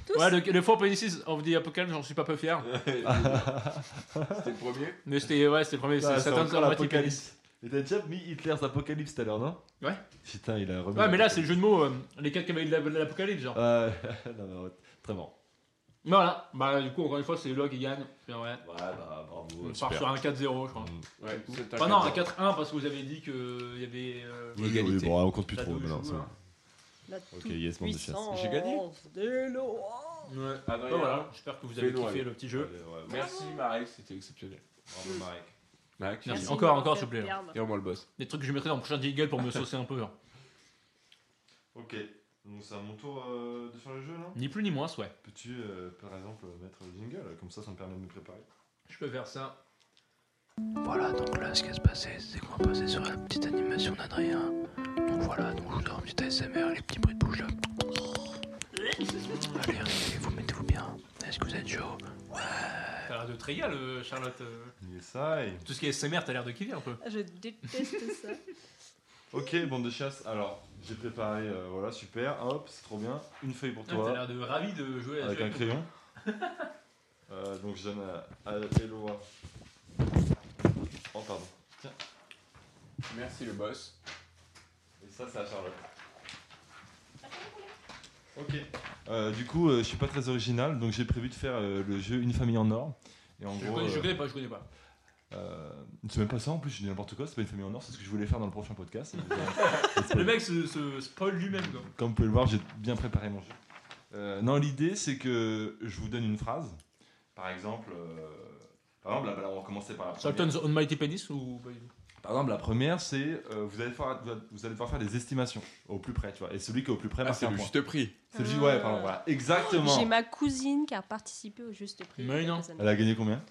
Speaker 5: Tous
Speaker 1: Ouais, le, le Four Penises of the Apocalypse, j'en suis pas peu fier.
Speaker 4: C'était le premier
Speaker 1: Mais c'était ouais, c'était le premier,
Speaker 2: Ah,
Speaker 1: c'est
Speaker 2: c'est
Speaker 1: Satan's
Speaker 2: encore
Speaker 1: Almighty
Speaker 2: l'Apocalypse. Mais t'as déjà mis Hitler's Apocalypse tout à l'heure, non
Speaker 1: Ouais.
Speaker 2: Putain, il a remis.
Speaker 1: Penis. Ouais, mais là, c'est le jeu de mots, euh, les 4 cavaliers de la- de l'Apocalypse, genre.
Speaker 2: Ouais, non, mais ouais, très bon.
Speaker 1: Voilà, bah du coup, encore une fois, c'est Log qui gagne. Bien, Ouais.
Speaker 2: Ouais, bah bravo.
Speaker 1: On part sur un 4-0, je crois.
Speaker 2: Mm.
Speaker 4: Ouais, c'est
Speaker 1: Enfin, non, un 4-1 parce que vous avez dit qu'il y avait. euh,
Speaker 2: Oui, oui,
Speaker 4: Égalité.
Speaker 2: bon, on compte plus
Speaker 1: la
Speaker 2: trop.
Speaker 1: double
Speaker 2: maintenant,
Speaker 1: joue,
Speaker 2: ça va.
Speaker 1: hein.
Speaker 5: La
Speaker 2: Ok, yes, mon déchets.
Speaker 5: toute-puissance
Speaker 4: J'ai gagné
Speaker 5: de l'eau.
Speaker 1: Ouais.
Speaker 4: Adrien,
Speaker 1: Bah, voilà, j'espère que vous avez
Speaker 4: Fais-nous
Speaker 1: kiffé
Speaker 4: rêver.
Speaker 1: le petit jeu.
Speaker 4: Merci Marek, c'était exceptionnel.
Speaker 2: Bravo, Marek.
Speaker 4: Marek, tu
Speaker 1: Merci.
Speaker 4: dis-
Speaker 1: Encore, encore, s'il vous plaît.
Speaker 4: Et on moi le boss.
Speaker 1: Des trucs que je mettrai dans le prochain jingle pour me saucer un peu, genre.
Speaker 2: Ok, donc c'est à mon tour euh, de faire le jeu, non
Speaker 1: Ni plus ni moins, ouais.
Speaker 2: Peux-tu, euh, par exemple, mettre le jingle Comme ça, ça me permet de me préparer.
Speaker 1: Je peux faire ça.
Speaker 3: Voilà, donc là, ce qui se passait, c'est qu'on passait sur la petite animation d'Adrien. Donc voilà, donc je vous donne un petit ASMR, les petits bruits de bouche là. Allez, vous mettez-vous bien. Est-ce que vous êtes chaud
Speaker 1: T'as l'air de Trégal, euh, Charlotte. euh.
Speaker 2: Yesai.
Speaker 1: Tout ce qui est SMR, t'as l'air de kiffer un peu.
Speaker 5: Je déteste ça.
Speaker 2: Ok, bande de chasse. Alors, j'ai préparé, euh, voilà, super. Hop, c'est trop bien. Une feuille pour
Speaker 1: T'as
Speaker 2: toi,
Speaker 1: l'air de ravi de jouer à ce
Speaker 2: avec
Speaker 1: jeu.
Speaker 2: un crayon. Euh, donc, je donne à, à Eloa. Oh, pardon.
Speaker 4: Merci le boss.
Speaker 2: Et ça, c'est à Charlotte. Ok. Euh, du coup, euh, je suis pas très original, donc j'ai prévu de faire euh, le jeu Une famille en or. Et en
Speaker 1: Je
Speaker 2: gros,
Speaker 1: connais, je
Speaker 2: euh,
Speaker 1: connais pas, je connais pas.
Speaker 2: euh, c'est même pas ça en plus, je dis n'importe quoi, c'est pas une famille en or, c'est ce que je voulais faire dans le prochain podcast. euh,
Speaker 1: Le mec se, se spoil lui-même, quoi.
Speaker 2: Comme vous pouvez le voir, j'ai bien préparé mon jeu. Euh, non, l'idée, c'est que je vous donne une phrase. Par exemple, euh, par exemple, là, bah, là, on va commencer par la première.
Speaker 1: Sultan's on Mighty Penis ou pas du tout
Speaker 2: Par exemple, la première, c'est euh, vous, allez devoir- vous allez devoir faire des estimations au plus près, tu vois. Et celui qui est au plus près
Speaker 4: Ah,
Speaker 2: marque
Speaker 4: c'est
Speaker 2: un
Speaker 4: le
Speaker 2: point.
Speaker 4: juste prix.
Speaker 2: C'est le ju- ouais, pardon, voilà, exactement.
Speaker 5: J'ai ma cousine qui a participé au juste prix.
Speaker 1: Mais non.
Speaker 5: Ça ne-
Speaker 2: Elle a gagné combien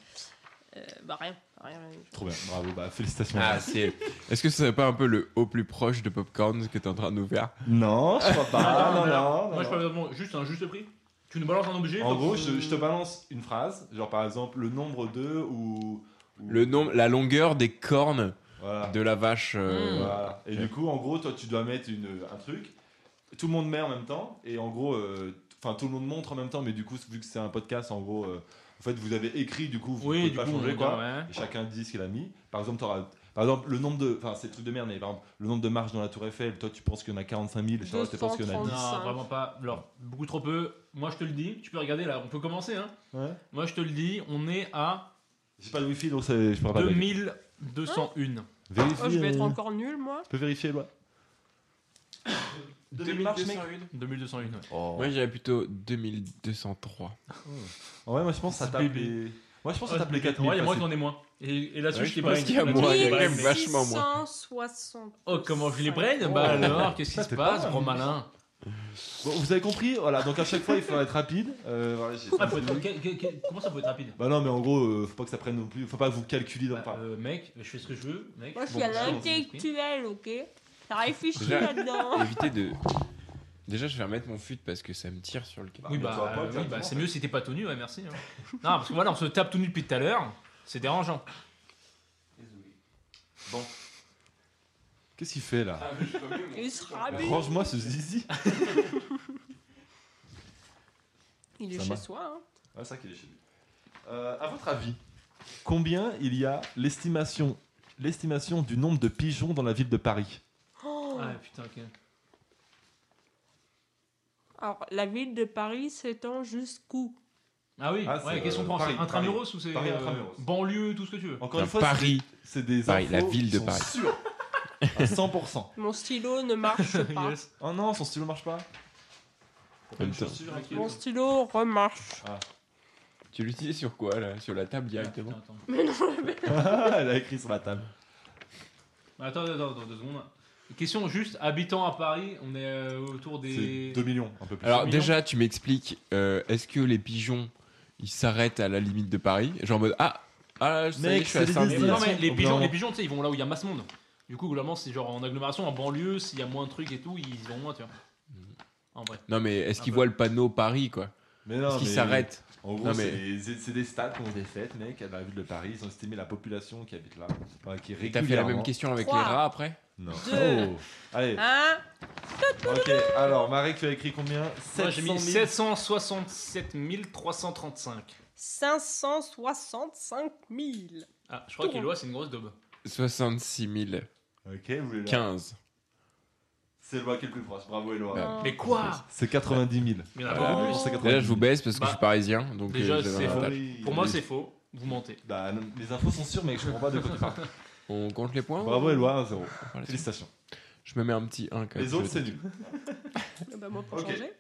Speaker 5: Euh, bah rien. rien.
Speaker 2: Trop bien, bravo, bah félicitations.
Speaker 4: Ah, c'est. Est-ce que ce serait pas un peu le au plus proche de Popcorn que t'es en train de nous faire
Speaker 2: Non, je crois pas.
Speaker 1: Attends,
Speaker 2: non,
Speaker 1: alors,
Speaker 2: non,
Speaker 1: Moi, je
Speaker 2: non.
Speaker 1: parle vraiment juste un juste prix. Tu nous balances un objet.
Speaker 2: En
Speaker 1: donc,
Speaker 2: gros,
Speaker 1: euh,
Speaker 2: je, je te balance une phrase, genre par exemple le nombre de ou. ou-
Speaker 4: Le nombre, la longueur des cornes
Speaker 2: Voilà.
Speaker 4: de la vache. euh,
Speaker 2: Voilà. Et du coup, en gros, toi, tu dois mettre une, un truc. Tout le monde met en même temps. Et en gros, euh, enfin, tout le monde montre en même temps. Mais du coup, vu que c'est un podcast, en gros, euh, en fait, vous avez écrit, du coup, vous
Speaker 1: Oui,
Speaker 2: pouvez
Speaker 1: du
Speaker 2: pas
Speaker 1: coup, on hein.
Speaker 2: changer
Speaker 1: dit,
Speaker 2: quoi.
Speaker 1: ouais.
Speaker 2: Et chacun dit ce qu'il a mis. Par exemple, t'auras- Par exemple, le nombre de. Enfin, c'est truc de merde, mais par exemple, le nombre de marches dans la Tour Eiffel, toi, tu penses qu'il y en a 45 000, toi, tu penses qu'il y en a 10.
Speaker 5: 230.
Speaker 1: Non,
Speaker 5: Cinq.
Speaker 1: vraiment pas. Alors, beaucoup trop peu. Moi, je te le dis. Tu peux regarder là. On peut commencer, hein.
Speaker 2: Ouais.
Speaker 1: Moi, je te le dis. On est à
Speaker 2: J'ai pas de wifi, donc c'est- je parle pas. de
Speaker 1: 2201.
Speaker 2: Vérifie.
Speaker 5: Oh, je vais être
Speaker 2: euh,
Speaker 5: encore nul, moi.
Speaker 2: Tu peux vérifier, Eloi
Speaker 1: 2201. ouais.
Speaker 4: Moi, j'irais plutôt 2203.
Speaker 2: En vrai, moi je pense que ça
Speaker 1: C'est
Speaker 2: tape
Speaker 1: bébé.
Speaker 2: les... Moi je pense que ça tape les 4000.
Speaker 1: Ouais, et moi,
Speaker 2: facile.
Speaker 1: j'en ai moins. Et, et là-dessus,
Speaker 4: Ouais,
Speaker 1: je
Speaker 4: je
Speaker 1: t'ai
Speaker 4: pense
Speaker 1: brain.
Speaker 4: qu'il y a
Speaker 1: Là-dessus,
Speaker 4: moins.
Speaker 1: je t'ai
Speaker 4: Il y a
Speaker 1: brain.
Speaker 4: même vachement moins.
Speaker 5: 660.
Speaker 1: Bah, Oh, comment je les brain Bah
Speaker 2: Oh.
Speaker 1: alors, qu'est-ce qui
Speaker 2: Ça,
Speaker 1: se
Speaker 2: t'es pas
Speaker 1: passe,
Speaker 2: mal.
Speaker 1: gros malin
Speaker 2: Bon, vous avez compris, voilà, donc à chaque fois il faut être rapide. Euh, voilà, j'ai-
Speaker 1: Ah, faut être- que- que- que- Comment ça peut être rapide
Speaker 2: Bah non, mais en gros, euh, faut pas que ça prenne non plus, faut pas que vous calculiez dans
Speaker 1: Bah,
Speaker 2: pas.
Speaker 1: euh, Mec, je fais ce que je veux. Mec. bah,
Speaker 5: Moi, je
Speaker 2: Bon,
Speaker 5: suis à
Speaker 2: c'est bon,
Speaker 5: l'intellectuel, ok Ça réfléchit
Speaker 4: Déjà-
Speaker 5: là-dedans.
Speaker 4: Évitez de. Déjà, je vais remettre mon fut parce que ça me tire sur le cas.
Speaker 1: Oui,
Speaker 2: mais
Speaker 1: bah,
Speaker 2: tu vois pas,
Speaker 1: euh, oui,
Speaker 2: exactement,
Speaker 1: bah, c'est
Speaker 2: en fait.
Speaker 1: mieux si t'es pas tout nu, ouais, merci. hein. non, parce que voilà, on se tape tout nu depuis tout à l'heure, c'est dérangeant.
Speaker 2: Bon. Qu'est-ce qu'il fait là
Speaker 5: Il se rabute.
Speaker 2: Range-moi ce zizi.
Speaker 5: Il est
Speaker 2: Ça
Speaker 5: chez
Speaker 2: va.
Speaker 5: soi, hein.
Speaker 2: Ah, ça qu'il est chez lui. Euh, à votre avis, combien il y a l'estimation l'estimation du nombre de pigeons dans la ville de Paris
Speaker 5: Oh.
Speaker 1: Ah putain, ok.
Speaker 5: Alors, la ville de Paris s'étend jusqu'où
Speaker 1: Ah oui,
Speaker 2: Ah, c'est,
Speaker 1: ouais, qu'est-ce qu'on
Speaker 2: euh,
Speaker 1: prend C'est
Speaker 2: Paris,
Speaker 1: intramuros ou c'est
Speaker 2: Paris,
Speaker 1: euh,
Speaker 2: intramuros.
Speaker 1: banlieue, tout ce que tu veux
Speaker 2: Encore
Speaker 4: Non,
Speaker 2: une fois, c'est
Speaker 4: Paris.
Speaker 2: des- c'est des
Speaker 4: Paris, la
Speaker 2: infos
Speaker 4: ville de
Speaker 2: qui sont
Speaker 4: Paris.
Speaker 2: sûres. à 100%.
Speaker 5: Mon stylo ne marche pas.
Speaker 1: Yes.
Speaker 2: Oh non, son stylo marche pas.
Speaker 4: Comme ça.
Speaker 5: Mon stylo remarche.
Speaker 4: Tu l'utilises sur quoi là Sur la table directement
Speaker 1: Attends, attends.
Speaker 2: Ah, Elle a écrit sur la table.
Speaker 1: Attends, attends, attends, deux secondes. Question juste, habitant à Paris, on est euh, autour des...
Speaker 2: C'est 2 millions, un peu plus.
Speaker 4: Alors,
Speaker 1: millions.
Speaker 4: déjà, tu m'expliques, euh, est-ce que les pigeons ils s'arrêtent à la limite de Paris Genre en mode Ah, ah ça y est,
Speaker 2: Mec,
Speaker 4: je suis à
Speaker 2: c'est
Speaker 4: saint
Speaker 1: Mais
Speaker 2: des idées.
Speaker 1: non,
Speaker 2: Bien
Speaker 1: mais
Speaker 2: sûr,
Speaker 1: les
Speaker 2: au
Speaker 1: pigeons,
Speaker 2: bout d'un
Speaker 1: les pigeons, tu sais, ils vont là où il y a masse monde. Du coup, globalement, c'est genre en agglomération, en banlieue, s'il y a moins de trucs et tout, ils vont moins, tu vois. En vrai.
Speaker 4: Non, mais est-ce
Speaker 1: Un
Speaker 4: qu'ils
Speaker 1: peu.
Speaker 4: voient le panneau Paris quoi
Speaker 2: Mais Ah bah. non,
Speaker 4: Est-ce qu'ils
Speaker 2: mais-
Speaker 4: s'arrêtent
Speaker 2: En gros,
Speaker 4: Non,
Speaker 2: c'est
Speaker 4: mais-
Speaker 2: des- c'est des stats qu'on des faites, mec, à la ville de Paris. Ils ont estimé la population qui habite là. Enfin, qui
Speaker 4: Et t'as fait la
Speaker 2: régulièrement.
Speaker 4: même question avec
Speaker 5: Trois.
Speaker 4: les rats après
Speaker 2: Non.
Speaker 5: Deux.
Speaker 2: Oh. Allez,
Speaker 5: Hein
Speaker 2: ok. Alors, Marek, tu as écrit combien
Speaker 1: Moi, j'ai
Speaker 2: 700 000.
Speaker 1: mis 767 335.
Speaker 5: 565 000.
Speaker 1: Ah, je crois qu'Éloi, c'est une grosse daube.
Speaker 4: 66 000.
Speaker 2: Ok, vous voulez la-
Speaker 4: 15.
Speaker 2: C'est Eloi qui est le plus proche. Bravo, Eloi.
Speaker 5: Bah. Oh.
Speaker 4: Ouais.
Speaker 1: Ah, Mais quoi
Speaker 2: C'est 90 000.
Speaker 1: Il y en a
Speaker 5: Ah.
Speaker 4: Voilà.
Speaker 1: beaucoup plus.
Speaker 2: C'est
Speaker 4: Déjà,
Speaker 2: 90
Speaker 4: je
Speaker 2: 000.
Speaker 4: vous baisse parce que
Speaker 1: Bah,
Speaker 4: je suis parisien. Donc,
Speaker 1: déjà,
Speaker 4: euh, j'avais
Speaker 1: c'est
Speaker 4: un
Speaker 1: faux.
Speaker 4: avantage.
Speaker 2: Ah Oui.
Speaker 1: Pour moi, c'est faux. Vous mentez.
Speaker 2: Bah, non, les infos sont sûres, mec. Je comprends pas de quoi tu parles.
Speaker 4: On compte les points
Speaker 2: Bravo, Eloi, 1-0.
Speaker 4: Oh. Voilà, c'est-
Speaker 2: Félicitations.
Speaker 4: Je me mets un petit 1 quand même.
Speaker 2: Les autres, c'est nul.
Speaker 5: Ah Bah moi pour
Speaker 2: Ok.
Speaker 5: changer.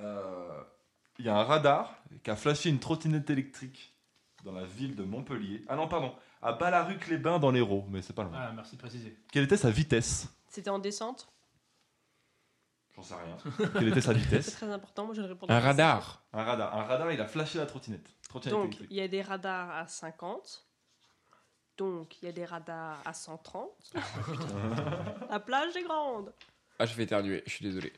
Speaker 2: Euh, Il y a un radar qui a flashé une trottinette électrique dans la ville de Montpellier. Ah non, pardon, à Ballaruc-les-Bains dans l'Hérault, mais c'est pas loin.
Speaker 1: Ah, merci de préciser.
Speaker 2: Quelle était sa vitesse
Speaker 5: C'était en descente.
Speaker 2: J'en sais rien. Quelle était sa
Speaker 5: C'est
Speaker 2: vitesse
Speaker 5: très important. Moi je le réponds.
Speaker 4: Un radar.
Speaker 2: Un radar. Un radar, il a flashé la trottinette. Trottinette
Speaker 5: Donc il
Speaker 2: électrique.
Speaker 5: y a des radars à 50. Donc il y a des radars à 130. La plage est grande.
Speaker 4: Ah, je vais éternuer, je suis désolé.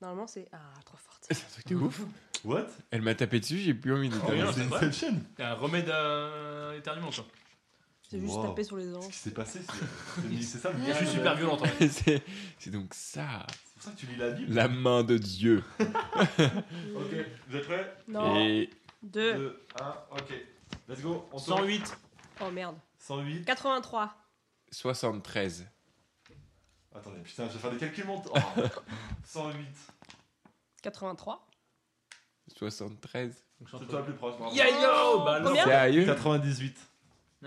Speaker 5: Normalement, c'est. Ah, trop forte.
Speaker 4: C'est un truc de ouf.
Speaker 2: What
Speaker 4: Elle m'a tapé dessus, j'ai plus envie de
Speaker 1: Oh,
Speaker 4: taper.
Speaker 1: merde.
Speaker 2: C'est
Speaker 1: c'est vrai
Speaker 2: Inception
Speaker 1: C'est un remède à éternuement, quoi.
Speaker 5: C'est juste
Speaker 2: Wow.
Speaker 5: taper sur les
Speaker 2: Qu'est-ce qui
Speaker 5: anges.
Speaker 2: s'est passé c'est- c'est- C'est ça le
Speaker 1: Je suis super violent, en fait.
Speaker 4: c'est c'est donc ça.
Speaker 2: C'est pour ça que tu lis la Bible
Speaker 4: La main de Dieu.
Speaker 2: Ok, vous êtes prêts
Speaker 5: Non.
Speaker 4: Et
Speaker 5: Deux.
Speaker 2: 2, 1, ok. Let's go, on tourne.
Speaker 1: 108.
Speaker 5: Oh merde.
Speaker 2: 108.
Speaker 5: 83.
Speaker 4: 73.
Speaker 2: Attendez, putain, je vais faire des calculs mentaux. Oh. 108.
Speaker 5: 83.
Speaker 4: 73.
Speaker 2: C'est toi le plus proche. bravo.
Speaker 1: Ya yo Bah non.
Speaker 5: Combien
Speaker 4: Sérieux
Speaker 2: 98.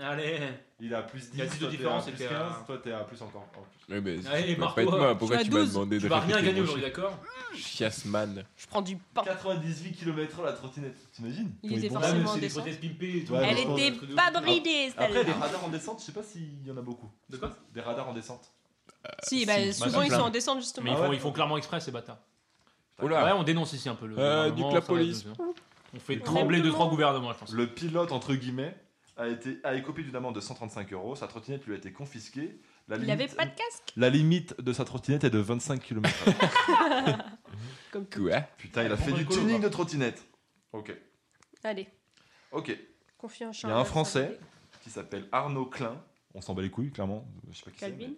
Speaker 1: Allez
Speaker 2: Il a plus 10.
Speaker 1: Il y a 10 de
Speaker 2: toi, t'es
Speaker 1: différence,
Speaker 2: à
Speaker 1: et
Speaker 2: plus
Speaker 1: t'es à-
Speaker 2: 15, toi t'es à plus encore. en plus.
Speaker 4: Ouais, mais
Speaker 1: Allez,
Speaker 4: ça peut
Speaker 1: Ah, Marco, euh,
Speaker 4: pas être moi. Pourquoi
Speaker 5: tu as
Speaker 4: tu m'as
Speaker 5: 12.
Speaker 4: demandé de
Speaker 1: Tu vas
Speaker 4: répéter
Speaker 1: rien gagner
Speaker 4: mon
Speaker 1: aujourd'hui, d'accord
Speaker 4: chiffre Chiasman.
Speaker 5: Je prends du
Speaker 2: Oh.
Speaker 5: pain.
Speaker 2: 98 km la trottinette, t'imagines
Speaker 5: Il
Speaker 1: Ouais,
Speaker 5: était
Speaker 1: mais
Speaker 5: forcément
Speaker 1: c'est
Speaker 5: en
Speaker 1: des
Speaker 5: descente.
Speaker 1: prothèses pimpées et tout.
Speaker 2: Ouais,
Speaker 5: Elle
Speaker 2: mais je pense-
Speaker 5: était pas bridée,
Speaker 2: Après, des
Speaker 5: celle-là.
Speaker 2: radars en descente, je sais pas s'il y en a beaucoup.
Speaker 1: De quoi
Speaker 2: Des radars en descente.
Speaker 5: Si,
Speaker 4: si,
Speaker 5: bah,
Speaker 4: bah,
Speaker 5: souvent ils
Speaker 4: plein.
Speaker 5: sont en descente,
Speaker 1: Mais
Speaker 5: justement.
Speaker 1: ils
Speaker 2: Ah ouais.
Speaker 1: font, ils font clairement exprès ces bâtards.
Speaker 4: Oula.
Speaker 1: Ouais, on dénonce ici un peu le.
Speaker 4: Euh,
Speaker 1: gouvernement,
Speaker 4: nique
Speaker 1: ça
Speaker 4: la
Speaker 1: va,
Speaker 4: police.
Speaker 1: tout ça. On fait
Speaker 2: On
Speaker 1: trembler
Speaker 5: aime tout
Speaker 1: deux
Speaker 5: le
Speaker 1: trois
Speaker 5: monde.
Speaker 1: gouvernements, je pense.
Speaker 2: Le pilote, entre guillemets, a, été, a écopé d'une amende de 135 euros. Sa trottinette lui a été confisquée. La
Speaker 5: Il avait pas de casque.
Speaker 2: La limite de sa trottinette est de 25 km.
Speaker 5: Comme tout.
Speaker 4: Quoi
Speaker 2: Putain, il a
Speaker 1: On
Speaker 2: fait
Speaker 1: prend
Speaker 2: du
Speaker 1: le colo,
Speaker 2: tuning
Speaker 1: quoi.
Speaker 2: de trottinette. Ok,
Speaker 5: Allez,
Speaker 2: ok.
Speaker 5: confie en
Speaker 2: Il y
Speaker 5: Charles.
Speaker 2: a un Français qui s'appelle Arnaud Klein. On s'en bat les couilles, clairement. Je sais pas qui c'est.
Speaker 5: Calvin.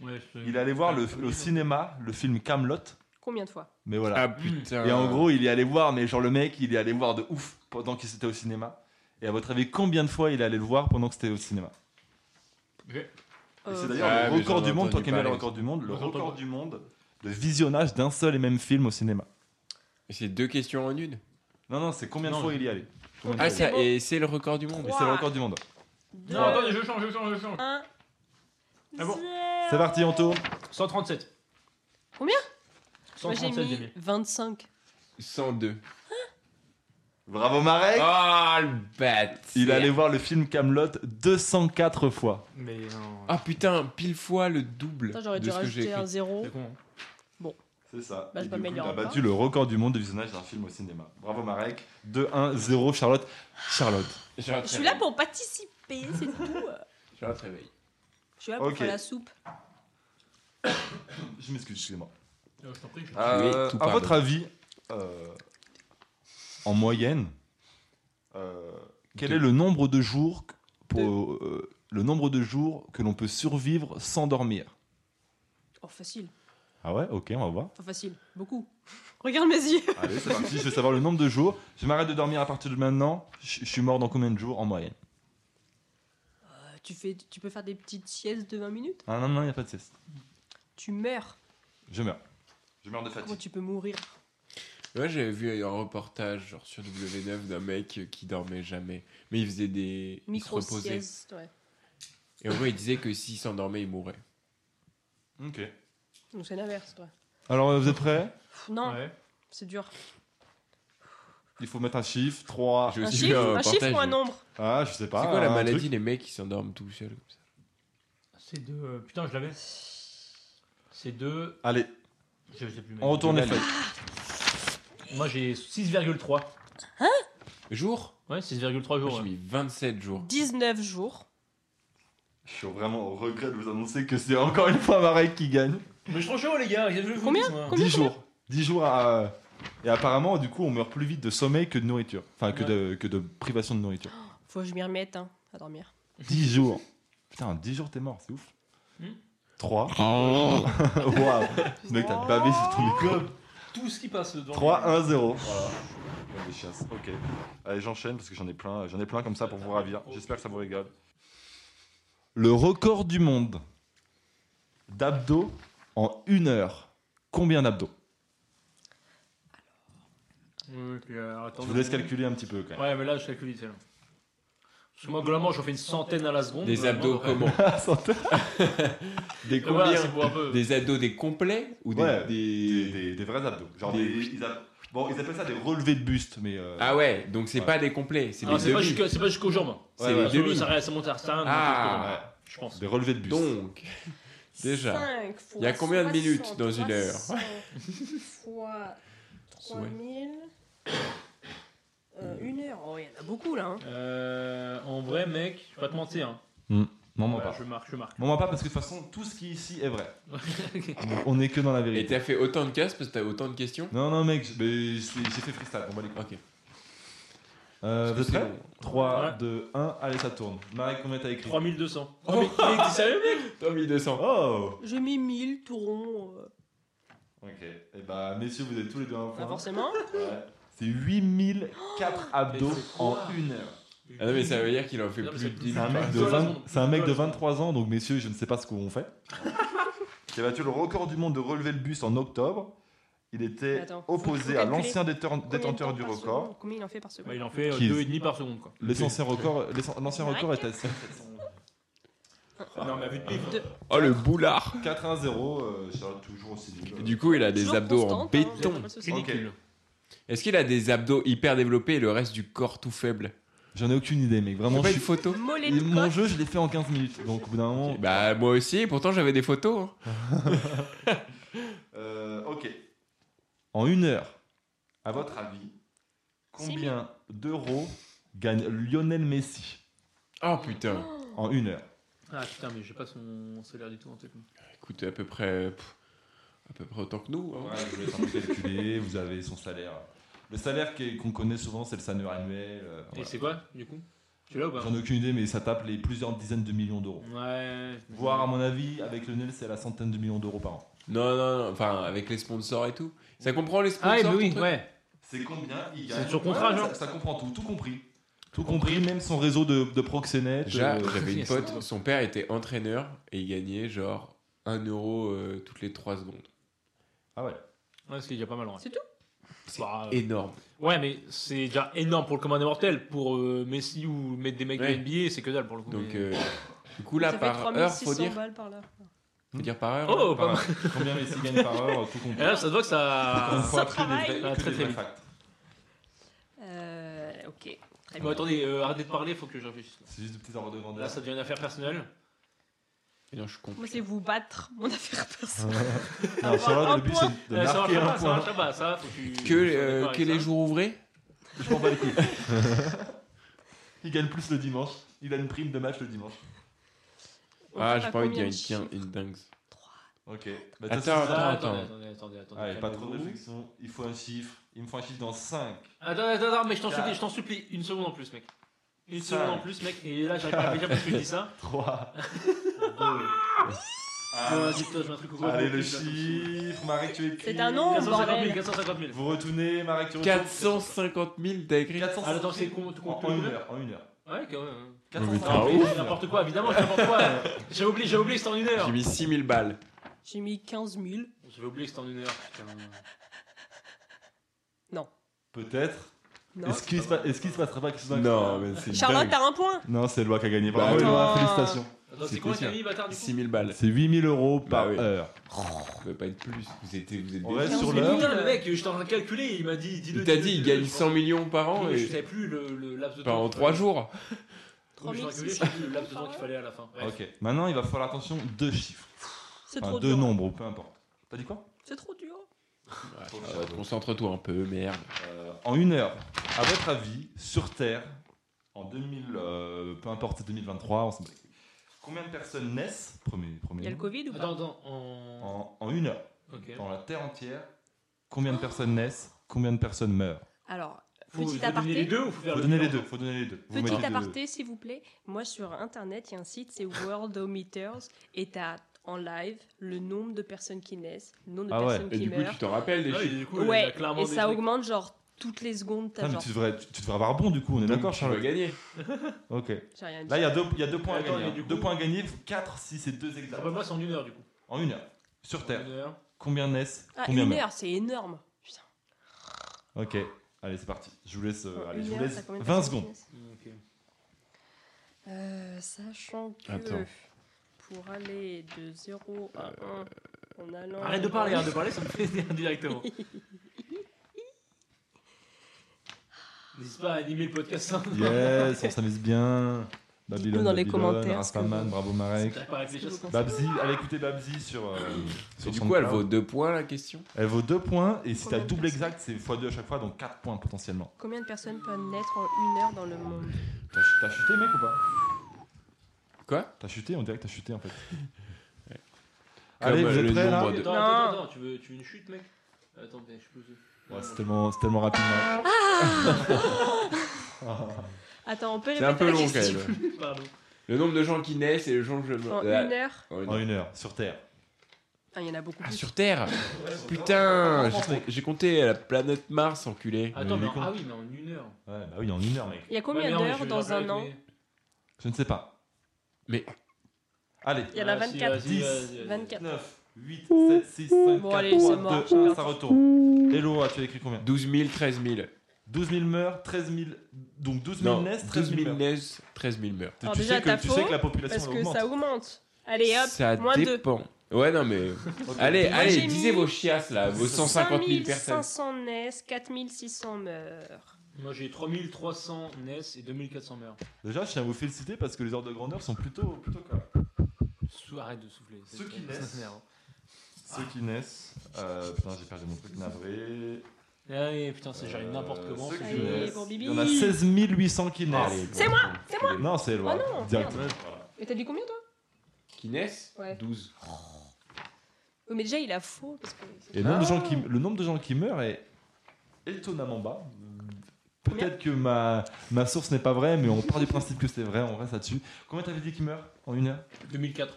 Speaker 2: mais- Il est allé voir le, au cinéma le film Camelot,
Speaker 5: Combien de fois
Speaker 2: mais voilà.
Speaker 1: Hmm.
Speaker 4: Ah putain.
Speaker 2: Et en gros, il est allé voir, mais genre le mec, il est allé voir de ouf pendant qu'il était au cinéma. Et à votre avis, combien de fois il est allé le voir pendant que c'était au cinéma Et
Speaker 5: Euh,
Speaker 2: C'est d'ailleurs
Speaker 4: Ah,
Speaker 2: le
Speaker 4: mais
Speaker 2: record
Speaker 4: j'en ai
Speaker 2: du monde, toi
Speaker 4: entendu
Speaker 2: qui aimais le
Speaker 4: parler.
Speaker 2: record du monde, le
Speaker 1: Moi, j'entends
Speaker 2: record
Speaker 1: pas.
Speaker 2: du monde de visionnage d'un seul et même film au cinéma.
Speaker 4: Et C'est deux questions en une.
Speaker 2: Non, non, c'est combien de
Speaker 1: Non,
Speaker 2: fois
Speaker 1: je-
Speaker 2: il y est allé Combien de
Speaker 4: Ah,
Speaker 2: fois
Speaker 4: ça, et c'est le record du
Speaker 2: il
Speaker 4: monde.
Speaker 2: y est allé Et c'est le record du monde.
Speaker 5: deux,
Speaker 1: Non, attendez, je change, je change, je change.
Speaker 5: un,
Speaker 1: Ah bon
Speaker 5: zéro.
Speaker 2: C'est parti, on tourne.
Speaker 1: 137.
Speaker 5: Combien Moi j'ai
Speaker 1: 137, j'ai
Speaker 5: mis
Speaker 1: mis.
Speaker 5: 25.
Speaker 4: 102.
Speaker 2: Bravo Marek
Speaker 4: Ah le bâtard.
Speaker 2: Il est allé voir le film Camelot 204 fois.
Speaker 1: Mais non.
Speaker 4: Ah putain, pile fois le double
Speaker 5: Putain, j'aurais
Speaker 4: de
Speaker 5: dû
Speaker 4: ce que j'ai
Speaker 5: rajouter un
Speaker 4: écrit.
Speaker 5: zéro.
Speaker 1: C'est con. hein.
Speaker 2: C'est ça.
Speaker 5: Bah, je
Speaker 2: Et du coup, il
Speaker 5: m'améliore
Speaker 2: a
Speaker 5: pas.
Speaker 2: battu le record du monde de visionnage d'un film au cinéma. Bravo Marek. 2-1-0 Charlotte. Charlotte.
Speaker 4: J'ai un
Speaker 5: Je
Speaker 4: très
Speaker 5: suis là
Speaker 4: bon-
Speaker 5: pour participer, c'est tout.
Speaker 4: j'ai un très bon.
Speaker 5: Je suis là pour
Speaker 2: Ok.
Speaker 5: faire la soupe.
Speaker 2: Je m'excuse, excusez-moi.
Speaker 1: Euh, Je t'en prie. je t'en prie.
Speaker 2: Euh,
Speaker 4: tout
Speaker 2: à
Speaker 4: pardon.
Speaker 2: votre avis, euh, en moyenne, euh, quel
Speaker 4: Deux.
Speaker 2: est le nombre de jours que- pour, euh, le nombre de jours que l'on peut survivre sans dormir
Speaker 5: Oh, facile.
Speaker 2: Ah ouais, ok, on va voir.
Speaker 5: Enfin, facile. Beaucoup. Regarde mes yeux.
Speaker 2: Allez, c'est parti. Je veux savoir le nombre de jours. Je m'arrête de dormir à partir de maintenant. Je je suis mort dans combien de jours en moyenne
Speaker 5: Euh, Tu, fais, tu peux faire des petites siestes de 20 minutes
Speaker 2: Ah non non, il n'y a pas de sieste.
Speaker 5: Tu meurs.
Speaker 2: Je meurs. Je meurs de
Speaker 5: Comment tu peux mourir
Speaker 4: Moi j'avais vu un reportage genre sur W9 d'un mec qui dormait jamais. Mais il faisait des. il se reposait.
Speaker 5: Micro-sieste. Ouais.
Speaker 4: Et en gros il disait que s'il s'endormait il mourait.
Speaker 2: Ok.
Speaker 5: Donc c'est l'inverse, toi.
Speaker 2: Alors euh, vous êtes prêts
Speaker 5: Pff, Non,
Speaker 1: Ouais.
Speaker 5: c'est dur.
Speaker 2: Il faut mettre un chiffre. 3
Speaker 4: J'ai
Speaker 5: Un
Speaker 4: aussi vu
Speaker 5: chiffre, un chiffre
Speaker 4: reportage
Speaker 5: ou un
Speaker 4: de-
Speaker 5: nombre
Speaker 2: Ah, je sais pas.
Speaker 4: C'est quoi la
Speaker 2: un
Speaker 4: maladie
Speaker 2: truc.
Speaker 4: des mecs qui s'endorment tout seuls comme ça
Speaker 1: C'est deux. euh, Putain, je l'avais. C'est deux.
Speaker 2: Allez,
Speaker 1: Je sais plus. mais-
Speaker 2: on retourne les
Speaker 4: Maladie.
Speaker 2: feuilles.
Speaker 1: Moi j'ai 6,3.
Speaker 4: Jour
Speaker 1: Ouais, 6,3
Speaker 4: Moi,
Speaker 1: jours.
Speaker 4: J'ai
Speaker 1: ouais.
Speaker 4: mis 27 jours.
Speaker 5: 19 jours.
Speaker 2: Je suis vraiment au regret de vous annoncer que c'est encore une fois Marek qui gagne.
Speaker 1: Mais je suis trop chaud, les gars. je vous le dis,
Speaker 5: Combien
Speaker 1: moi.
Speaker 5: Combien,
Speaker 2: 10 jours. 10 jours à. Et apparemment, du coup, on meurt plus vite de sommeil que de nourriture. Enfin, que, de, que de privation de nourriture.
Speaker 5: Faut que je m'y remette, hein, à dormir.
Speaker 2: 10 jours. Putain, en 10 jours, t'es mort, c'est ouf.
Speaker 1: Hmm.
Speaker 2: 3. Waouh, mec, t'as bavé sur ton micro.
Speaker 1: Tout ce qui passe devant.
Speaker 2: 3, 1, 0. Voilà. Ouais, des chasses, ok. Allez, j'enchaîne parce que j'en ai plein, j'en ai plein comme ça pour vous ravir. J'espère que ça vous régale. Le record du monde d'abdos en une heure. Combien d'abdos
Speaker 1: Ok, alors, attends.
Speaker 2: Je vous laisse calculer un petit peu quand même.
Speaker 1: Ouais, mais là je calcule vite. là. Parce que moi, globalement, j'en fais une centaine à la seconde.
Speaker 4: Des abdos comment Des
Speaker 1: Et voilà,
Speaker 4: combien
Speaker 1: c'est pour un peu. Ah,
Speaker 4: Des abdos des complets ou des,
Speaker 2: Ouais,
Speaker 4: des-
Speaker 2: Des, des- des vrais abdos. Genre
Speaker 4: Des-
Speaker 2: des- ils a- bon, ils appellent ça des relevés de buste, mais. euh,
Speaker 4: Ah ouais, donc c'est
Speaker 2: Ouais.
Speaker 4: pas des complets, c'est
Speaker 1: Non,
Speaker 4: des
Speaker 1: c'est pas
Speaker 4: demi.
Speaker 1: jusqu'à- c'est pas jusqu'aux jambes.
Speaker 4: C'est
Speaker 2: Ouais,
Speaker 4: les
Speaker 2: ouais.
Speaker 1: Parce que
Speaker 4: demi.
Speaker 1: Ça reste- ça monte à ça. euh,
Speaker 4: Ah.
Speaker 2: ouais,
Speaker 1: Je pense.
Speaker 2: des relevés de buste.
Speaker 4: Donc, déjà,
Speaker 5: Cinq fois
Speaker 4: Il y a combien de minutes dans une
Speaker 5: 60,
Speaker 4: heure
Speaker 5: 300 fois 3000. Euh, une heure. Oh, il y en a beaucoup là. hein.
Speaker 1: Euh, en vrai, mec, je vais pas te mentir. hein.
Speaker 2: Hmm. M'en mens
Speaker 1: Voilà,
Speaker 2: pas.
Speaker 1: je marque, je marque.
Speaker 2: M'en mens pas parce que de toute façon, tout ce qui est ici est vrai. Donc, on est que dans la
Speaker 4: Et
Speaker 2: vérité.
Speaker 4: t'as fait autant de cases parce que t'as autant de questions
Speaker 2: Non, non, mec, je- mais c'est- j'ai fait freestyle. On va les couilles.
Speaker 4: Ok.
Speaker 2: Euh, vous
Speaker 4: Parce
Speaker 2: êtes
Speaker 4: que
Speaker 2: prêts
Speaker 4: c'est
Speaker 2: 3,
Speaker 1: Ouais.
Speaker 2: 2, 1, allez, ça tourne. Marie, combien t'as écrit
Speaker 1: 3200.
Speaker 4: Oh, mais-
Speaker 1: mais t'es sérieux, mec
Speaker 4: T'as 1200.
Speaker 2: Oh
Speaker 5: J'ai mis 1000 tout rond. euh,
Speaker 2: Ok. Et bah, messieurs, vous êtes tous les deux un
Speaker 5: Pas
Speaker 2: point.
Speaker 5: forcément.
Speaker 2: Ouais. C'est 8004 abdos en une heure.
Speaker 4: Ah non, mais ça veut dire qu'il en fait
Speaker 1: Non, mais
Speaker 4: plus de
Speaker 1: ça-
Speaker 4: 10
Speaker 2: C'est un mec de,
Speaker 1: Dans la
Speaker 2: 20
Speaker 1: seconde.
Speaker 2: c'est un
Speaker 1: Dans
Speaker 2: mec de
Speaker 1: la seconde.
Speaker 2: 23 ans, donc messieurs, je ne sais pas ce qu'on fait. Qui a battu le record du monde de relever le bus en octobre. Il était
Speaker 5: Attends, faut-
Speaker 2: opposé
Speaker 5: faut
Speaker 2: à
Speaker 5: calculer.
Speaker 2: l'ancien détenteur,
Speaker 5: Combien de
Speaker 2: détenteur
Speaker 5: temps
Speaker 2: du
Speaker 5: par
Speaker 2: record.
Speaker 5: seconde Combien il en fait par seconde
Speaker 1: Bah, il en fait
Speaker 2: Qui-
Speaker 1: 2,5 par seconde, quoi.
Speaker 2: L'ancien record, l'essent- l'ancien
Speaker 5: Marie.
Speaker 2: record est à
Speaker 1: Non, mais à vue de pipe.
Speaker 4: Oh le boulard
Speaker 2: 4-1-0, euh, Charlotte toujours aussi nul.
Speaker 4: Du coup, il a des
Speaker 5: Toujours
Speaker 4: abdos en
Speaker 5: constante, hein, vous avez
Speaker 4: béton.
Speaker 5: pas le souci.
Speaker 2: Ridicule.
Speaker 4: Est-ce qu'il a des abdos hyper développés et le reste du corps tout faible
Speaker 2: J'en ai aucune idée, mec.
Speaker 4: T'as
Speaker 2: Vraiment,
Speaker 4: pas
Speaker 2: je
Speaker 4: une
Speaker 2: suis-
Speaker 4: photo
Speaker 5: Mollet
Speaker 2: Et
Speaker 5: de
Speaker 2: mon
Speaker 5: coq.
Speaker 2: jeu, je l'ai fait en 15 minutes. Donc, au bout d'un moment.
Speaker 4: Bah moi aussi, et pourtant j'avais des photos. hein.
Speaker 2: Euh, ok. En une heure, à votre avis, combien d'euros gagne Lionel Messi
Speaker 4: Oh putain.
Speaker 2: en une heure
Speaker 1: Ah putain, mais j'ai pas son salaire du tout en tête.
Speaker 4: Écoute, à peu près... pff, à peu près autant que nous. hein.
Speaker 2: Vous êtes un peu calculé, vous avez son salaire. Le salaire qui est- qu'on connaît souvent, c'est le salaire annuel. euh,
Speaker 1: Et
Speaker 2: voilà.
Speaker 1: c'est quoi, du coup Tu l'as ou pas
Speaker 2: J'en ai aucune idée, mais ça tape les plusieurs dizaines de millions d'euros.
Speaker 1: Ouais.
Speaker 2: Voire, à mon avis, avec Lionel, c'est la centaine de millions d'euros par an.
Speaker 4: Non, non, non, enfin avec les sponsors et tout. Ça comprend les sponsors
Speaker 1: Ah, mais oui,
Speaker 4: ton truc
Speaker 1: ouais.
Speaker 2: C'est combien il
Speaker 1: gagne sur contrat,
Speaker 2: Ouais,
Speaker 1: genre.
Speaker 2: ça, ça comprend tout, tout compris. Tout compris, même son réseau de, de proxénètes.
Speaker 4: Ja-
Speaker 2: euh,
Speaker 4: J'avais une
Speaker 1: c'est
Speaker 4: pote, son père était entraîneur et il gagnait genre 1 euro euh, toutes les 3 secondes.
Speaker 2: Ah ouais.
Speaker 1: Ouais, c'est déjà pas mal, ouais.
Speaker 5: C'est tout
Speaker 1: Bah, euh,
Speaker 4: Énorme.
Speaker 1: Ouais, mais c'est déjà énorme pour le commun des mortels. Pour euh, Messi ou mettre des mecs
Speaker 4: Ouais.
Speaker 1: de NBA, c'est que dalle pour le coup. mais-
Speaker 4: Donc euh, du coup
Speaker 5: Ça
Speaker 4: là
Speaker 5: fait
Speaker 4: par heure, faut
Speaker 5: 3600
Speaker 4: dire,
Speaker 5: balles par là.
Speaker 4: faut dire par heure.
Speaker 1: Oh,
Speaker 4: hein, par
Speaker 1: pas
Speaker 4: heure.
Speaker 1: mal.
Speaker 2: Combien Messi gagne par heure, tout compris.
Speaker 1: Et là, ça se voit que
Speaker 2: Encore
Speaker 1: ça.
Speaker 2: une fois,
Speaker 5: Ça
Speaker 2: que des vrais-
Speaker 5: travaille.
Speaker 2: que
Speaker 1: Ah, très,
Speaker 2: des
Speaker 1: très
Speaker 2: vrais
Speaker 1: vite.
Speaker 2: facts.
Speaker 5: Euh, ok, très
Speaker 1: Bon,
Speaker 5: bien.
Speaker 1: attendez, euh, arrêtez de parler, faut que je réfléchisse.
Speaker 2: C'est juste des petites ordres de grandeur.
Speaker 1: Là, ça devient une affaire personnelle.
Speaker 4: Mais non, je suis con.
Speaker 5: Moi, c'est vous battre, mon affaire perso.
Speaker 2: Non, sur l'ordre,
Speaker 5: Un
Speaker 2: le but
Speaker 5: point.
Speaker 2: c'est de
Speaker 1: Euh, ça
Speaker 2: marquer
Speaker 1: marchera
Speaker 2: un
Speaker 1: pas, ça
Speaker 2: point.
Speaker 1: marchera pas, ça. Faut que, tu-
Speaker 4: Que,
Speaker 1: sois
Speaker 4: euh,
Speaker 1: d'accord
Speaker 4: que
Speaker 1: avec
Speaker 4: les
Speaker 1: ça.
Speaker 4: jours ouvrés
Speaker 2: Je m'en bats les couilles. Il gagne plus le dimanche. Il a une prime de match le dimanche.
Speaker 5: On
Speaker 4: Ah,
Speaker 5: fait
Speaker 4: j'ai pas envie de
Speaker 5: combien
Speaker 4: dire une,
Speaker 5: chiffres
Speaker 4: tiens, une dingue.
Speaker 2: Ok. Bah,
Speaker 4: Attends,
Speaker 2: t'as-
Speaker 1: Ah, Attendez,
Speaker 4: Attends, attends. Ah,
Speaker 1: attendez, attendez. attendez,
Speaker 2: Allez, pas trop de
Speaker 1: calmez-vous.
Speaker 2: réflexion. Il faut un chiffre. Il me faut un chiffre dans 5.
Speaker 1: Attends, attends, attends, mais je t'en
Speaker 4: Ah.
Speaker 1: supplie, je t'en supplie. Une seconde en plus, mec. Une
Speaker 2: Cinq.
Speaker 1: seconde en plus, mec. Et là, j'arrive pas à réfléchir parce que je dis ça.
Speaker 2: 3. 2.
Speaker 4: Ah.
Speaker 1: Bon, dis-toi, je mets un truc au courant.
Speaker 2: Ah. Allez, le chiffre. Marie, tu écris.
Speaker 5: C'est un nom.
Speaker 1: 450 000,
Speaker 5: Oh, Bordel.
Speaker 1: 450 000.
Speaker 2: Vous retournez, Marie, tu retournes.
Speaker 4: 450 000 t'as écrit
Speaker 2: 400.
Speaker 1: Ah, attends, c'est con- tu comptes
Speaker 2: En
Speaker 1: le
Speaker 2: une
Speaker 1: nombre
Speaker 2: heure. En une heure.
Speaker 1: Ouais, quand même.
Speaker 4: mais
Speaker 2: 400.
Speaker 4: t'es Ah,
Speaker 1: Ah, oui, n'importe quoi, évidemment, j'ai n'importe quoi. J'ai oublié, j'ai oublié que c'était en une heure.
Speaker 4: J'ai mis 6 000 balles.
Speaker 5: J'ai mis 15 000.
Speaker 1: J'avais oublié que c'était en une heure. putain.
Speaker 2: Peut-être.
Speaker 5: Non.
Speaker 2: Est-ce qu'il se, pa- est-ce qu'il se passera pas quelque chose
Speaker 4: Non, mais c'est
Speaker 5: Charlotte,
Speaker 4: dingue.
Speaker 5: t'as un point
Speaker 2: Non, c'est Loi qui a gagné.
Speaker 4: Bah
Speaker 2: Bravo,
Speaker 4: oui.
Speaker 2: Eloi,
Speaker 5: Attends.
Speaker 2: félicitations.
Speaker 1: Attends,
Speaker 2: C'est
Speaker 1: c'est combien
Speaker 2: spécial.
Speaker 1: t'as mis, bâtard, du coup
Speaker 4: 6 000 balles.
Speaker 2: C'est 8000 euros
Speaker 4: Bah
Speaker 2: par
Speaker 4: oui.
Speaker 2: heure.
Speaker 4: Ça peut pas être plus. Vous êtes, vous êtes
Speaker 2: On
Speaker 4: des-
Speaker 2: reste sur
Speaker 5: Quinze
Speaker 2: l'heure.
Speaker 5: minutes.
Speaker 1: Putain, le mec, j'étais en train de calculer, il m'a dit. dis-le,
Speaker 4: Il t'a
Speaker 1: dis-le,
Speaker 4: dit, il
Speaker 1: dis-le,
Speaker 4: gagne
Speaker 1: je
Speaker 4: 100 millions par
Speaker 1: pense.
Speaker 4: an
Speaker 1: Je
Speaker 4: et
Speaker 1: savais plus le, le laps de
Speaker 4: enfin,
Speaker 1: temps.
Speaker 4: en 3 jours.
Speaker 1: Au lieu de
Speaker 5: 3000,
Speaker 1: calculer, Je savais plus le laps de temps qu'il fallait à la fin. Bref.
Speaker 2: Ok. Maintenant, il va falloir attention deux chiffres.
Speaker 5: C'est
Speaker 2: Enfin,
Speaker 5: trop
Speaker 2: deux
Speaker 5: dur.
Speaker 2: nombres, peu importe. T'as dit quoi
Speaker 5: C'est trop dur.
Speaker 4: Euh, Concentre-toi un peu, merde.
Speaker 2: Euh, En une heure. À votre avis, sur Terre, en 2000, euh, peu importe, c'est 2023, on s'en bat les couilles. Combien de personnes naissent Premier, premier.
Speaker 5: Il y a le
Speaker 2: nombre.
Speaker 5: Covid ou pas
Speaker 1: Attends, attends, en.
Speaker 2: En, en une heure.
Speaker 1: Ok.
Speaker 2: Dans la Terre entière, combien de personnes naissent Combien de personnes meurent
Speaker 5: Alors,
Speaker 1: Faut,
Speaker 5: Petit
Speaker 1: faut donner
Speaker 5: aparté.
Speaker 1: les deux ou faut faire
Speaker 2: Faut
Speaker 1: le
Speaker 2: donner les
Speaker 1: bilan
Speaker 2: deux. Faut donner les deux. Vous mettez
Speaker 5: petit
Speaker 2: les deux.
Speaker 5: aparté, s'il vous plaît. Moi, sur Internet, il y a un site, c'est Worldometers. Et t'as en live le nombre de personnes qui naissent, le nombre de
Speaker 2: Ah ouais.
Speaker 5: personnes
Speaker 4: Et
Speaker 5: qui
Speaker 4: du coup, tu
Speaker 5: meurent.
Speaker 4: t'en rappelles des
Speaker 1: Ah oui,
Speaker 4: chiffres.
Speaker 1: du coup, il y a
Speaker 5: ouais,
Speaker 1: clairement
Speaker 5: et
Speaker 1: des
Speaker 5: ça
Speaker 1: trucs.
Speaker 5: augmente genre toutes les secondes. T'as
Speaker 2: Putain, mais
Speaker 5: genre.
Speaker 2: tu devrais, tu, tu devrais avoir bon du coup, on est
Speaker 4: Donc,
Speaker 2: d'accord,
Speaker 4: tu vas
Speaker 2: Charlotte
Speaker 4: gagner.
Speaker 2: Ok.
Speaker 5: J'ai rien dit.
Speaker 2: Là, il y a deux, il y a deux points à
Speaker 1: Attends,
Speaker 2: gagner.
Speaker 1: mais
Speaker 2: hein.
Speaker 1: du coup-
Speaker 2: Deux points à gagner, 4 si c'est deux exacts.
Speaker 1: Rappelle-moi, c'est en une heure du coup.
Speaker 2: En une heure. Sur
Speaker 1: En
Speaker 2: Terre,
Speaker 1: une heure.
Speaker 2: combien naissent
Speaker 5: Ah,
Speaker 2: Combien
Speaker 5: une
Speaker 2: meurent
Speaker 5: heure, c'est énorme. Putain.
Speaker 2: Ok. Allez, c'est parti. Je vous laisse, euh,
Speaker 5: En
Speaker 2: allez,
Speaker 5: une
Speaker 2: je vous
Speaker 5: heure,
Speaker 2: laisse
Speaker 5: Oh, t'as combien de
Speaker 2: 20
Speaker 5: personnes qui
Speaker 2: secondes.
Speaker 5: naissent
Speaker 1: Ok.
Speaker 5: Euh, sachant que
Speaker 4: Attends.
Speaker 5: pour aller de 0 à 1 en allant.
Speaker 1: Arrête de parler, arrête de parler, ça me fait dire directement. N'hésite pas à animer le podcast. Hein.
Speaker 2: Yes, on s'amuse bien. Babylone,
Speaker 5: dans les
Speaker 2: Babylone,
Speaker 5: commentaires
Speaker 2: Rastaman,
Speaker 5: ce que-
Speaker 2: bravo Marek.
Speaker 1: T'as pas réfléchi à ça.
Speaker 2: Babzi, allez écouter Babzi sur. euh, sur
Speaker 4: Et du
Speaker 2: son
Speaker 4: coup, elle
Speaker 2: cloud.
Speaker 4: vaut 2 points la question.
Speaker 2: Elle vaut 2 points et si t'as
Speaker 5: Combien de
Speaker 2: double
Speaker 5: personnes
Speaker 2: exact, c'est x2 à chaque fois, donc 4 points potentiellement.
Speaker 5: Combien de personnes peuvent naître en une heure dans le monde
Speaker 2: T'as, ch- t'as chuté, mec, ou pas
Speaker 4: Quoi
Speaker 2: T'as chuté, on dirait que t'as chuté en fait.
Speaker 4: Comme,
Speaker 2: Allez,
Speaker 4: euh,
Speaker 2: vous
Speaker 4: le
Speaker 2: êtes prêts là
Speaker 4: nombre de-
Speaker 1: Attends, attends, attends, tu veux, tu veux une chute, mec Attends, je sais
Speaker 2: Ouais, C'est tellement, c'est tellement rapide. hein.
Speaker 5: Ah Attends, on peut
Speaker 4: C'est un peu
Speaker 5: répéter la
Speaker 4: long quand
Speaker 5: question.
Speaker 4: même.
Speaker 1: Pardon.
Speaker 4: Le nombre de gens qui naissent et le nombre
Speaker 2: Euh,
Speaker 4: de gens
Speaker 5: En
Speaker 4: qui Ah,
Speaker 5: une heure,
Speaker 4: en une
Speaker 2: En
Speaker 4: heure.
Speaker 2: une heure, sur Terre.
Speaker 5: Ah, il y en a beaucoup
Speaker 4: Ah,
Speaker 5: plus.
Speaker 4: sur Terre Putain j'ai- J'ai compté la planète Mars, enculé.
Speaker 1: Attends, mais
Speaker 2: Mais il est
Speaker 1: en-
Speaker 2: con.
Speaker 1: ah oui, mais en une heure.
Speaker 2: Ouais, bah oui, en une heure, mec.
Speaker 5: Il y a
Speaker 1: Ouais,
Speaker 5: combien
Speaker 1: mais non, mais je
Speaker 5: d'heures
Speaker 1: vais
Speaker 5: dans
Speaker 1: faire
Speaker 5: un
Speaker 1: avec,
Speaker 5: an
Speaker 1: mais-
Speaker 2: Je ne sais pas.
Speaker 4: Mais-
Speaker 2: Allez.
Speaker 5: Il y en a
Speaker 1: Ah, si,
Speaker 5: 24.
Speaker 1: vas-y,
Speaker 2: 10,
Speaker 1: vas-y, vas-y.
Speaker 5: 24.
Speaker 2: 9, 8, 7, 6, 5,
Speaker 5: Bon,
Speaker 2: 4,
Speaker 5: allez,
Speaker 2: 3,
Speaker 5: c'est mort,
Speaker 2: 2,
Speaker 5: j'ai
Speaker 2: 1,
Speaker 5: peur.
Speaker 2: ça retourne. Hello, ah, tu as écrit combien
Speaker 4: 12 000, 13 000.
Speaker 2: 12 000 meurent, 13 000. Donc 12 000
Speaker 4: Non,
Speaker 2: naissent,
Speaker 4: 12
Speaker 2: 13 000
Speaker 4: 000
Speaker 2: meurent.
Speaker 4: naissent, 13 000 meurent.
Speaker 2: Tu,
Speaker 5: Alors
Speaker 2: tu
Speaker 5: déjà,
Speaker 2: sais
Speaker 5: t'as
Speaker 2: que, tu sais
Speaker 5: faux,
Speaker 2: que la population
Speaker 5: Parce
Speaker 2: elle
Speaker 5: que
Speaker 2: augmente.
Speaker 5: ça augmente. Allez hop,
Speaker 4: Ça
Speaker 5: moins 2.
Speaker 4: dépend. Ouais, non, mais.
Speaker 2: Ok.
Speaker 4: allez,
Speaker 5: Moi,
Speaker 4: allez,
Speaker 5: j'ai
Speaker 4: disez
Speaker 5: mis
Speaker 4: vos chiasses là, vos 150 000 personnes.
Speaker 5: 500 naissent, 4600 meurent.
Speaker 1: Moi j'ai 3300 NES et 2400 meurs.
Speaker 2: Déjà, je tiens à vous féliciter parce que les ordres de grandeur sont plutôt, plutôt comme
Speaker 1: Sou- Arrête de souffler. c'est-
Speaker 2: Ceux qui
Speaker 1: c'est
Speaker 2: naissent.
Speaker 1: énervant.
Speaker 2: ceux
Speaker 1: Ah.
Speaker 2: qui naissent. Euh, putain, j'ai perdu mon truc navré.
Speaker 1: Allez, Ah putain, c'est j'arrive
Speaker 2: Euh,
Speaker 1: n'importe comment.
Speaker 2: ceux
Speaker 1: faut que
Speaker 2: qui
Speaker 5: Allez,
Speaker 1: je-
Speaker 2: naissent.
Speaker 5: bon,
Speaker 2: Il
Speaker 5: Bibi.
Speaker 2: y en a 16 800 qui naissent.
Speaker 4: C'est moi, c'est moi.
Speaker 2: Non, c'est Eloi.
Speaker 5: Oh non,
Speaker 2: Direct.
Speaker 1: merde.
Speaker 2: Voilà.
Speaker 5: Et t'as dit combien toi
Speaker 4: Qui naissent
Speaker 5: Ouais.
Speaker 4: 12.
Speaker 5: Oh, Mais déjà, il a faux. Parce que...
Speaker 2: Et le nombre, de gens qui, le nombre de gens qui meurent est étonnamment bas. Peut-être que ma, ma source n'est pas vraie, mais on part du principe que c'est vrai, on reste là-dessus. Combien t'avais dit qui meurent en une heure
Speaker 1: 2004.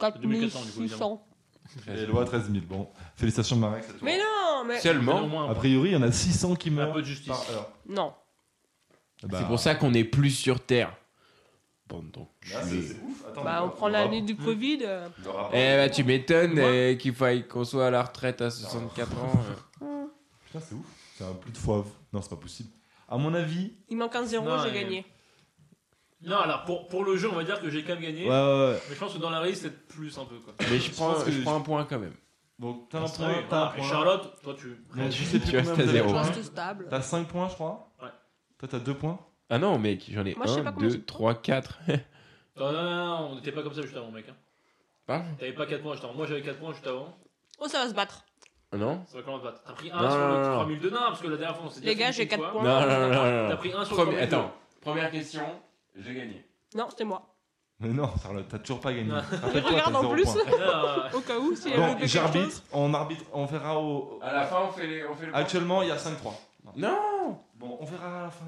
Speaker 1: 2400, Ah, du coup,
Speaker 5: 4600.
Speaker 2: Eloi, 13 000. Bon, félicitations Marek, c'est toi.
Speaker 5: Mais non, mais.
Speaker 1: Mais au
Speaker 4: Seulement.
Speaker 1: moins, un
Speaker 2: A
Speaker 1: peu-
Speaker 2: priori, il y en a 600 qui
Speaker 1: un
Speaker 2: meurent
Speaker 1: peu de justice.
Speaker 2: par heure.
Speaker 5: Non.
Speaker 2: Bah,
Speaker 4: C'est pour ça qu'on est plus sur Terre. Bon, donc.
Speaker 2: là, c'est c'est ouf. Attends,
Speaker 5: Bah, on
Speaker 2: le-
Speaker 5: prend
Speaker 2: le
Speaker 5: l'année
Speaker 2: rap-
Speaker 5: du Covid. euh,
Speaker 2: le rapport-
Speaker 4: Eh bah, tu m'étonnes
Speaker 1: Moi
Speaker 4: euh, qu'il faille qu'on soit à la retraite à 64 ans. euh.
Speaker 2: Putain, c'est ouf. C'est un plus de fois. Non, c'est pas possible. À mon avis.
Speaker 5: Il manque un zéro,
Speaker 1: Non,
Speaker 5: j'ai
Speaker 1: et-
Speaker 5: gagné.
Speaker 1: Non, alors pour, pour le jeu, on va dire que j'ai quand même gagné.
Speaker 2: Ouais, ouais, ouais.
Speaker 1: Mais je pense que dans la réalité, c'est plus un peu quoi.
Speaker 4: Mais je prends,
Speaker 2: pense que
Speaker 4: je
Speaker 2: je-
Speaker 4: prends un point quand même.
Speaker 2: Donc, t'as un
Speaker 1: Ah,
Speaker 2: point,
Speaker 1: oui,
Speaker 2: t'as un
Speaker 1: voilà. Et
Speaker 2: point.
Speaker 1: Charlotte, toi tu.
Speaker 2: Donc, je sais plus
Speaker 4: Tu restes
Speaker 2: combien
Speaker 4: à
Speaker 2: vous avez
Speaker 4: zéro.
Speaker 5: Je
Speaker 2: points.
Speaker 5: reste stable.
Speaker 2: Oh. T'as 5 points, je crois.
Speaker 1: Ouais.
Speaker 2: Toi, t'as 2 points.
Speaker 4: Ah non, mec, j'en ai
Speaker 5: Moi, je sais pas
Speaker 4: 1,
Speaker 5: combien
Speaker 4: 2,
Speaker 5: j'ai
Speaker 4: 3, 4.
Speaker 1: Ah, Non, non, non, non, on n'était pas comme ça juste avant, mec. hein.
Speaker 4: Pardon
Speaker 1: T'avais pas 4 points juste avant. Moi j'avais 4 points juste avant.
Speaker 5: Oh, ça va se battre.
Speaker 4: Ah Non
Speaker 1: Ça va comment te battre T'as pris
Speaker 4: Non,
Speaker 1: 1 sur
Speaker 4: non,
Speaker 1: le
Speaker 4: non, non.
Speaker 1: 3002. Non, parce que la dernière fois on s'est dit.
Speaker 5: Les gars, j'ai 4 points.
Speaker 4: Non, non, non, non.
Speaker 1: T'as
Speaker 4: non.
Speaker 1: pris 1 sur le
Speaker 4: Premier-
Speaker 1: 3002.
Speaker 4: Attends, première question, j'ai gagné.
Speaker 5: Non, c'était moi.
Speaker 2: Mais non, Charlotte, t'as toujours pas gagné.
Speaker 1: Ouais.
Speaker 2: Rappelle-toi, t'as
Speaker 5: Regarde en
Speaker 2: zéro
Speaker 5: plus,
Speaker 2: point.
Speaker 1: Ah, Là,
Speaker 5: au cas où, si elle veut
Speaker 2: Bon,
Speaker 5: quelque chose.
Speaker 2: j'arbitre, on arbitre, on verra au.
Speaker 4: À la fin, on fait, les, on fait le.
Speaker 2: Actuellement, il y a 5-3.
Speaker 4: Non
Speaker 2: Bon, on verra à la fin.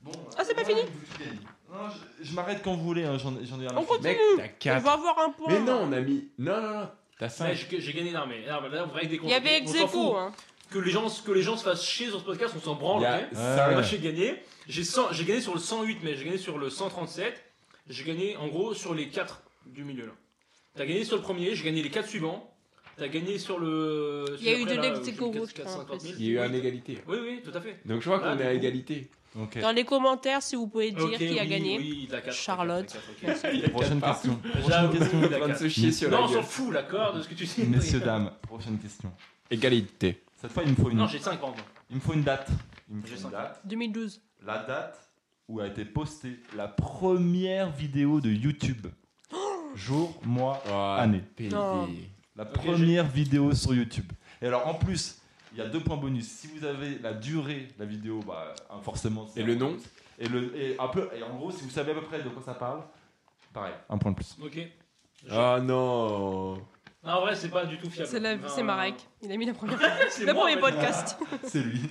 Speaker 2: Bon.
Speaker 5: Ah, c'est pas
Speaker 2: moi,
Speaker 5: fini
Speaker 2: je vous gagne. Non, je, je m'arrête quand vous voulez, hein, j'en j'en ai un.
Speaker 5: On continue.
Speaker 4: Mec, t'as
Speaker 5: On
Speaker 4: 4.
Speaker 5: va avoir un point.
Speaker 4: Mais non, on a mis. Non, non, non, t'as
Speaker 1: Ouais,
Speaker 4: 5.
Speaker 1: j'ai j'ai gagné l'armée. Là, là, on va avec des
Speaker 5: Il y avait
Speaker 1: on s'en fout.
Speaker 5: Execo. Hein.
Speaker 1: Que les, gens, que les gens se fassent chier sur ce podcast, on s'en
Speaker 4: Il
Speaker 1: branle.
Speaker 4: y a
Speaker 1: ok
Speaker 2: Ah,
Speaker 1: Moi
Speaker 2: ouais.
Speaker 4: cinq.
Speaker 1: j'ai gagné. J'ai 100 j'ai gagné sur le 108, mais j'ai gagné sur le 137. J'ai gagné en gros sur les 4 du milieu là. T'as gagné sur le premier, j'ai gagné les 4 suivants. T'as gagné sur le.
Speaker 5: Il y a
Speaker 1: celui
Speaker 5: eu
Speaker 1: d'après,
Speaker 5: de
Speaker 1: là, euh,
Speaker 5: l'ex
Speaker 1: où j'ai mis
Speaker 5: éco
Speaker 1: 4-
Speaker 5: rouge,
Speaker 1: 450 000.
Speaker 4: Il y a eu un égalité.
Speaker 1: Oui, oui, tout à fait.
Speaker 4: Donc je crois
Speaker 1: Ah,
Speaker 4: qu'on est à
Speaker 1: du coup.
Speaker 4: égalité.
Speaker 2: Ok.
Speaker 5: Dans les commentaires, si vous pouvez dire
Speaker 1: Ok,
Speaker 5: qui a
Speaker 1: oui,
Speaker 5: gagné.
Speaker 1: oui, la 4,
Speaker 5: Charlotte.
Speaker 2: Prochaine
Speaker 4: partout.
Speaker 2: question.
Speaker 1: J'avoue,
Speaker 2: Prochaine question.
Speaker 1: il
Speaker 4: En
Speaker 1: a
Speaker 4: train de se
Speaker 1: quatre.
Speaker 4: chier sur
Speaker 1: Non,
Speaker 4: la
Speaker 1: on s'en
Speaker 4: gueule.
Speaker 1: fout, l'accord de ce que tu dis.
Speaker 2: Messieurs, dames, prochaine question.
Speaker 4: Égalité.
Speaker 2: Cette fois, il me faut une,
Speaker 1: Non, j'ai 5 ans.
Speaker 2: il me faut une date. Il me
Speaker 1: J'ai
Speaker 2: faut une
Speaker 1: cinq.
Speaker 2: date.
Speaker 5: 2012.
Speaker 2: La date où a été postée la première vidéo de YouTube.
Speaker 5: Oh
Speaker 2: Jour, mois,
Speaker 4: Ah,
Speaker 2: année.
Speaker 5: Non.
Speaker 4: pédé.
Speaker 2: La
Speaker 1: Ok,
Speaker 2: première vidéo sur YouTube. Et alors en plus, il y a deux points bonus. Si vous avez la durée de la vidéo, bah, hein, forcément. c'est
Speaker 4: Et
Speaker 2: un
Speaker 4: le
Speaker 2: point
Speaker 4: nom
Speaker 2: bonus. et, le, et, un peu, et en gros, si vous savez à peu près de quoi ça parle, pareil, un point de plus.
Speaker 1: Ok.
Speaker 4: Ah non
Speaker 1: Non, en vrai, c'est pas du tout fiable.
Speaker 5: C'est la-
Speaker 1: Enfin,
Speaker 5: c'est Marek. Il a mis la première.
Speaker 1: c'est
Speaker 5: le
Speaker 1: moi,
Speaker 5: premier
Speaker 1: en fait.
Speaker 5: podcast.
Speaker 2: C'est lui.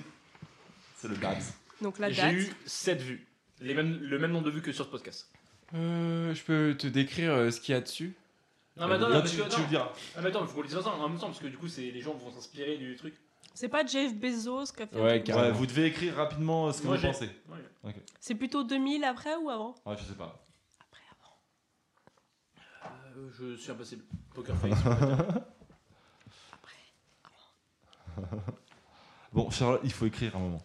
Speaker 2: C'est le Dax.
Speaker 5: Donc la
Speaker 1: J'ai
Speaker 5: date.
Speaker 1: eu 7 vues. Les mêmes, le même nombre de vues que sur ce podcast.
Speaker 4: Euh, Je peux te décrire euh, ce qu'il y a dessus
Speaker 1: Non, mais attends,
Speaker 2: Là,
Speaker 1: non, parce
Speaker 2: tu,
Speaker 1: que,
Speaker 2: tu
Speaker 1: non.
Speaker 2: le diras.
Speaker 1: Ah, mais attends, il faut qu'on le dise ensemble, en même temps, parce que du coup, c'est, les gens vont s'inspirer du truc.
Speaker 5: C'est pas Jeff Bezos qui a fait. un
Speaker 4: Ouais,
Speaker 5: truc.
Speaker 4: carrément.
Speaker 2: Ouais, vous devez écrire rapidement euh, ce que
Speaker 1: Moi,
Speaker 2: vous
Speaker 1: j'ai-
Speaker 2: pensez.
Speaker 1: Ouais.
Speaker 5: C'est plutôt 2000 après ou avant
Speaker 2: Ouais, je sais pas.
Speaker 1: Euh, je suis impassible. Poker face. peut-être.
Speaker 2: Bon, Charlotte, il faut écrire un moment.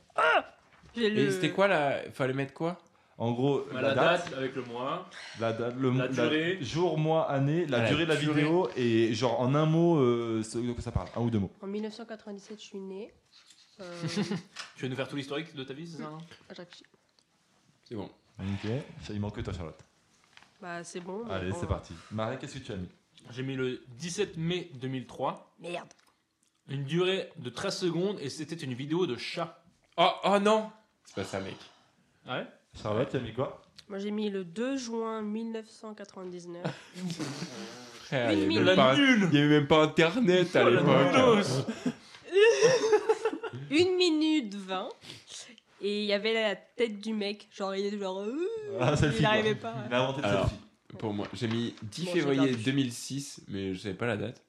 Speaker 5: J'ai
Speaker 4: Et
Speaker 5: le.
Speaker 4: c'était quoi là Fallait mettre quoi
Speaker 2: En gros,
Speaker 1: Bah, la date avec le mois.
Speaker 2: La, date, le,
Speaker 1: La durée.
Speaker 2: jour, mois, année, la,
Speaker 4: Ah, la
Speaker 2: durée de la
Speaker 4: durée.
Speaker 2: vidéo et genre en un mot euh, ce de quoi ça parle, un ou deux mots.
Speaker 5: En 1997, je suis née. Euh,
Speaker 1: Tu vas nous faire tout l'historique de ta vie, c'est ça hein
Speaker 5: je réfléchis.
Speaker 4: C'est bon.
Speaker 2: Ok. Il manque que toi Charlotte.
Speaker 5: bah c'est bon. mais
Speaker 2: Allez,
Speaker 5: bon,
Speaker 2: c'est parti. Marie, qu'est-ce que tu as mis
Speaker 1: J'ai mis le 17 mai 2003.
Speaker 5: Merde.
Speaker 1: Une durée de 13 secondes et c'était une vidéo de chat.
Speaker 4: Oh, oh non C'est pas ça, mec.
Speaker 1: Ah ouais
Speaker 2: Charlotte, tu as mis quoi
Speaker 5: Moi, j'ai mis le 2 juin 1999.
Speaker 4: Frère, il y avait
Speaker 5: Une
Speaker 4: même
Speaker 5: minute.
Speaker 4: pas-
Speaker 6: nulle
Speaker 4: il y avait même pas internet
Speaker 1: Oh,
Speaker 4: à l'époque.
Speaker 5: Une minute 20. Et il y avait la tête du mec. Genre, il était genre. euh,
Speaker 2: Ah, selfie,
Speaker 5: il
Speaker 2: quoi.
Speaker 5: n'arrivait pas.
Speaker 2: Il a inventé le
Speaker 4: Alors.
Speaker 2: selfie.
Speaker 4: Pour moi, j'ai mis 10
Speaker 5: Bon, j'ai
Speaker 4: février
Speaker 5: perdu.
Speaker 4: 2006, mais je savais pas la date.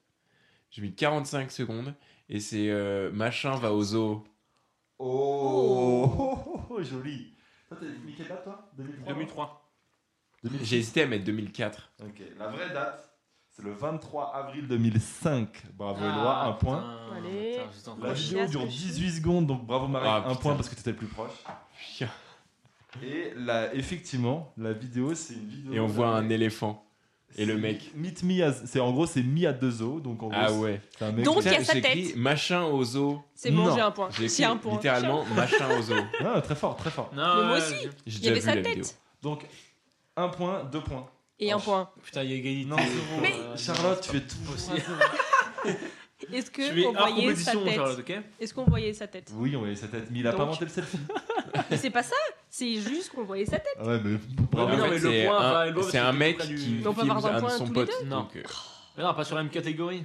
Speaker 4: J'ai mis 45 secondes et c'est euh, machin va au zoo.
Speaker 2: Oh, oh, oh, joli. Toi, t'as mis quelle date, toi 2003
Speaker 6: 2003.
Speaker 4: J'ai hésité à mettre 2004.
Speaker 2: Ok, la vraie date, c'est le 23 avril 2005. Bravo, Eloi, un point.
Speaker 5: Allez.
Speaker 2: La
Speaker 5: Ah, Moi, je
Speaker 2: vidéo
Speaker 5: sais
Speaker 2: dure
Speaker 5: ce que je
Speaker 2: 18 secondes, donc bravo Marie,
Speaker 4: Ah,
Speaker 2: un
Speaker 4: putain.
Speaker 2: point parce que t'étais le plus proche.
Speaker 4: Chien.
Speaker 2: Et là, effectivement, la vidéo, c'est une vidéo.
Speaker 4: Et on voit un éléphant. et le
Speaker 2: C'est
Speaker 4: mec.
Speaker 2: Meet me as- C'est en gros, c'est mis à deux os, donc en gros.
Speaker 4: Ah ouais.
Speaker 2: c'est un mec.
Speaker 5: Donc- il y a
Speaker 4: Putain,
Speaker 5: sa
Speaker 4: j'ai
Speaker 5: tête.
Speaker 4: écrit machin au zoo.
Speaker 5: C'est bon,
Speaker 2: Non.
Speaker 5: j'ai un point.
Speaker 4: J'ai
Speaker 5: J'ai un
Speaker 4: écrit
Speaker 5: point.
Speaker 4: littéralement machin au zoo.
Speaker 2: Ah, très fort, très fort.
Speaker 6: Non,
Speaker 5: Mais moi
Speaker 1: euh,
Speaker 6: ouais,
Speaker 5: aussi.
Speaker 6: j'ai-
Speaker 4: J'ai
Speaker 5: Il y avait sa
Speaker 4: vidéo.
Speaker 5: tête.
Speaker 2: Donc, un point, deux points.
Speaker 5: Et un point.
Speaker 1: Putain, il y a égalité.
Speaker 2: Non, c'est bon.
Speaker 1: Mais-
Speaker 2: Charlotte, tu es tout.
Speaker 1: Possible.
Speaker 5: Est-ce
Speaker 6: Je vais
Speaker 5: qu'on
Speaker 6: hors
Speaker 5: voyait sa
Speaker 6: compétition, Charlotte,
Speaker 5: tête
Speaker 6: ok
Speaker 5: Est-ce qu'on voyait sa tête
Speaker 2: Oui, on voyait sa tête, mais il a pas
Speaker 5: Donc-
Speaker 2: inventé le selfie.
Speaker 5: Mais C'est pas ça. C'est juste qu'on voyait sa tête.
Speaker 2: Ah ouais, mais
Speaker 4: En
Speaker 2: bravo.
Speaker 6: Ouais, mais non,
Speaker 4: fait,
Speaker 6: le
Speaker 4: c'est
Speaker 6: point
Speaker 4: un-
Speaker 6: va à Eloi parce
Speaker 4: C'est
Speaker 6: que
Speaker 4: un
Speaker 6: t'es
Speaker 4: mec
Speaker 6: pas du-
Speaker 4: qui
Speaker 5: Mais on peut
Speaker 4: filme
Speaker 5: avoir
Speaker 4: un
Speaker 5: un
Speaker 4: de
Speaker 5: point
Speaker 4: son
Speaker 5: tous les
Speaker 4: pote.
Speaker 6: deux
Speaker 4: donc, euh,
Speaker 6: Mais non, pas sur la même catégorie.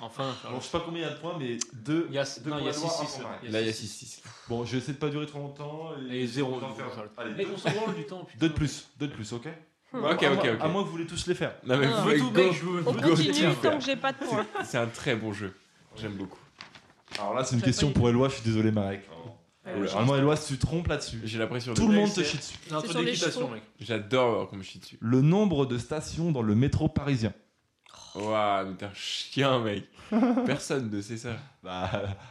Speaker 6: Enfin,
Speaker 2: Bon,
Speaker 6: Charlotte.
Speaker 2: je sais pas combien il y a de points, mais deux.
Speaker 6: Il y a 6-6.
Speaker 2: deux points noirs, un point noir.
Speaker 4: Là, il y a 6-6.
Speaker 2: Bon, je vais essayer de pas durer trop longtemps.
Speaker 1: Et zéro,
Speaker 2: on va
Speaker 1: du
Speaker 2: en
Speaker 1: coup,
Speaker 2: faire-
Speaker 1: Charlotte.
Speaker 2: Allez,
Speaker 6: Mais
Speaker 2: deux-
Speaker 6: on s'en branle du temps. putain.
Speaker 2: deux de plus, deux de plus, ok
Speaker 4: Ok,
Speaker 2: À
Speaker 4: ok,
Speaker 2: moins- À
Speaker 4: ok.
Speaker 2: moins que vous voulez tous les faire.
Speaker 4: Non, mais
Speaker 5: Ah.
Speaker 4: vous
Speaker 6: Je veux
Speaker 4: faites
Speaker 6: tout,
Speaker 4: go.
Speaker 6: mec, je veux-
Speaker 5: On
Speaker 4: Go,
Speaker 5: continue
Speaker 4: tiens.
Speaker 5: tant que j'ai pas de points.
Speaker 4: C'est un très bon jeu. J'aime beaucoup.
Speaker 2: Alors là, c'est une
Speaker 5: Ça va
Speaker 2: question
Speaker 5: pas
Speaker 2: pour Eloi, je suis désolé, Marek.
Speaker 5: Euh,
Speaker 2: Vraiment, Eloi, si tu te trompes là-dessus,
Speaker 4: J'ai la pression de.
Speaker 2: tout le monde te
Speaker 6: c'est-
Speaker 2: chie dessus.
Speaker 6: C'est un
Speaker 5: C'est
Speaker 6: truc
Speaker 5: sur les
Speaker 6: d'équitation,
Speaker 5: chevaux.
Speaker 6: mec.
Speaker 4: J'adore comme je suis dessus.
Speaker 2: Le nombre de stations dans le métro parisien.
Speaker 4: Waouh, mais t'es un chien, mec. Personne ne sait ça.
Speaker 2: Bah,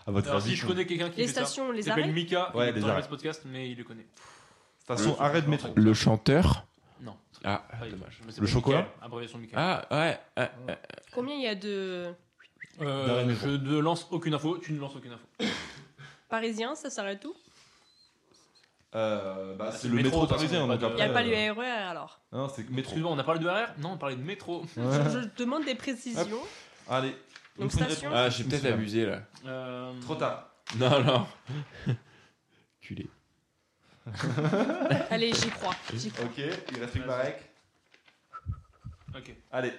Speaker 2: à votre
Speaker 6: Alors,
Speaker 2: avis.
Speaker 6: si je connais quelqu'un qui
Speaker 5: Les
Speaker 6: fait ça,
Speaker 5: stations,
Speaker 6: il
Speaker 5: les
Speaker 6: s'appelle
Speaker 5: arrêts.
Speaker 6: Mika,
Speaker 2: Ouais,
Speaker 6: il est
Speaker 2: les
Speaker 6: dans
Speaker 2: arrêts.
Speaker 6: ce podcast, mais il le connaît.
Speaker 2: Station
Speaker 4: Le-
Speaker 2: arrêt de métro.
Speaker 4: Le chanteur
Speaker 6: Non.
Speaker 4: Ah,
Speaker 6: Pas il-
Speaker 4: dommage.
Speaker 6: je me sais pas,
Speaker 2: chocolat
Speaker 6: Michael, Abréviation Mika.
Speaker 4: Ah, ouais. ah, ah.
Speaker 5: Combien il y a de
Speaker 2: Darren
Speaker 6: Euh, je ne lance aucune info, tu ne lances aucune info.
Speaker 5: Parisiens Ça s'arrête où
Speaker 2: Euh, bah,
Speaker 6: Ah,
Speaker 2: c'est le métro parisien.
Speaker 6: de
Speaker 2: donc
Speaker 6: toute
Speaker 5: Il n'y a
Speaker 2: après,
Speaker 5: pas
Speaker 2: euh,
Speaker 5: l'URR alors.
Speaker 2: Non, c'est métro.
Speaker 6: Excuse-moi, on a parlé de RR Non, on parlait de métro.
Speaker 2: Ouais.
Speaker 5: Je, je demande des précisions.
Speaker 2: Allez. il me faut une
Speaker 5: station.
Speaker 2: réponse.
Speaker 4: Ah, j'ai
Speaker 2: Je me
Speaker 4: peut-être
Speaker 2: souviens.
Speaker 4: abusé là.
Speaker 6: Euh,
Speaker 2: Trop tard.
Speaker 4: Non, non. Culé.
Speaker 5: Allez, j'y crois. J'y crois.
Speaker 2: Ok, il reste plus que
Speaker 6: Vas-y.
Speaker 2: Marek.
Speaker 6: Ok.
Speaker 2: Allez.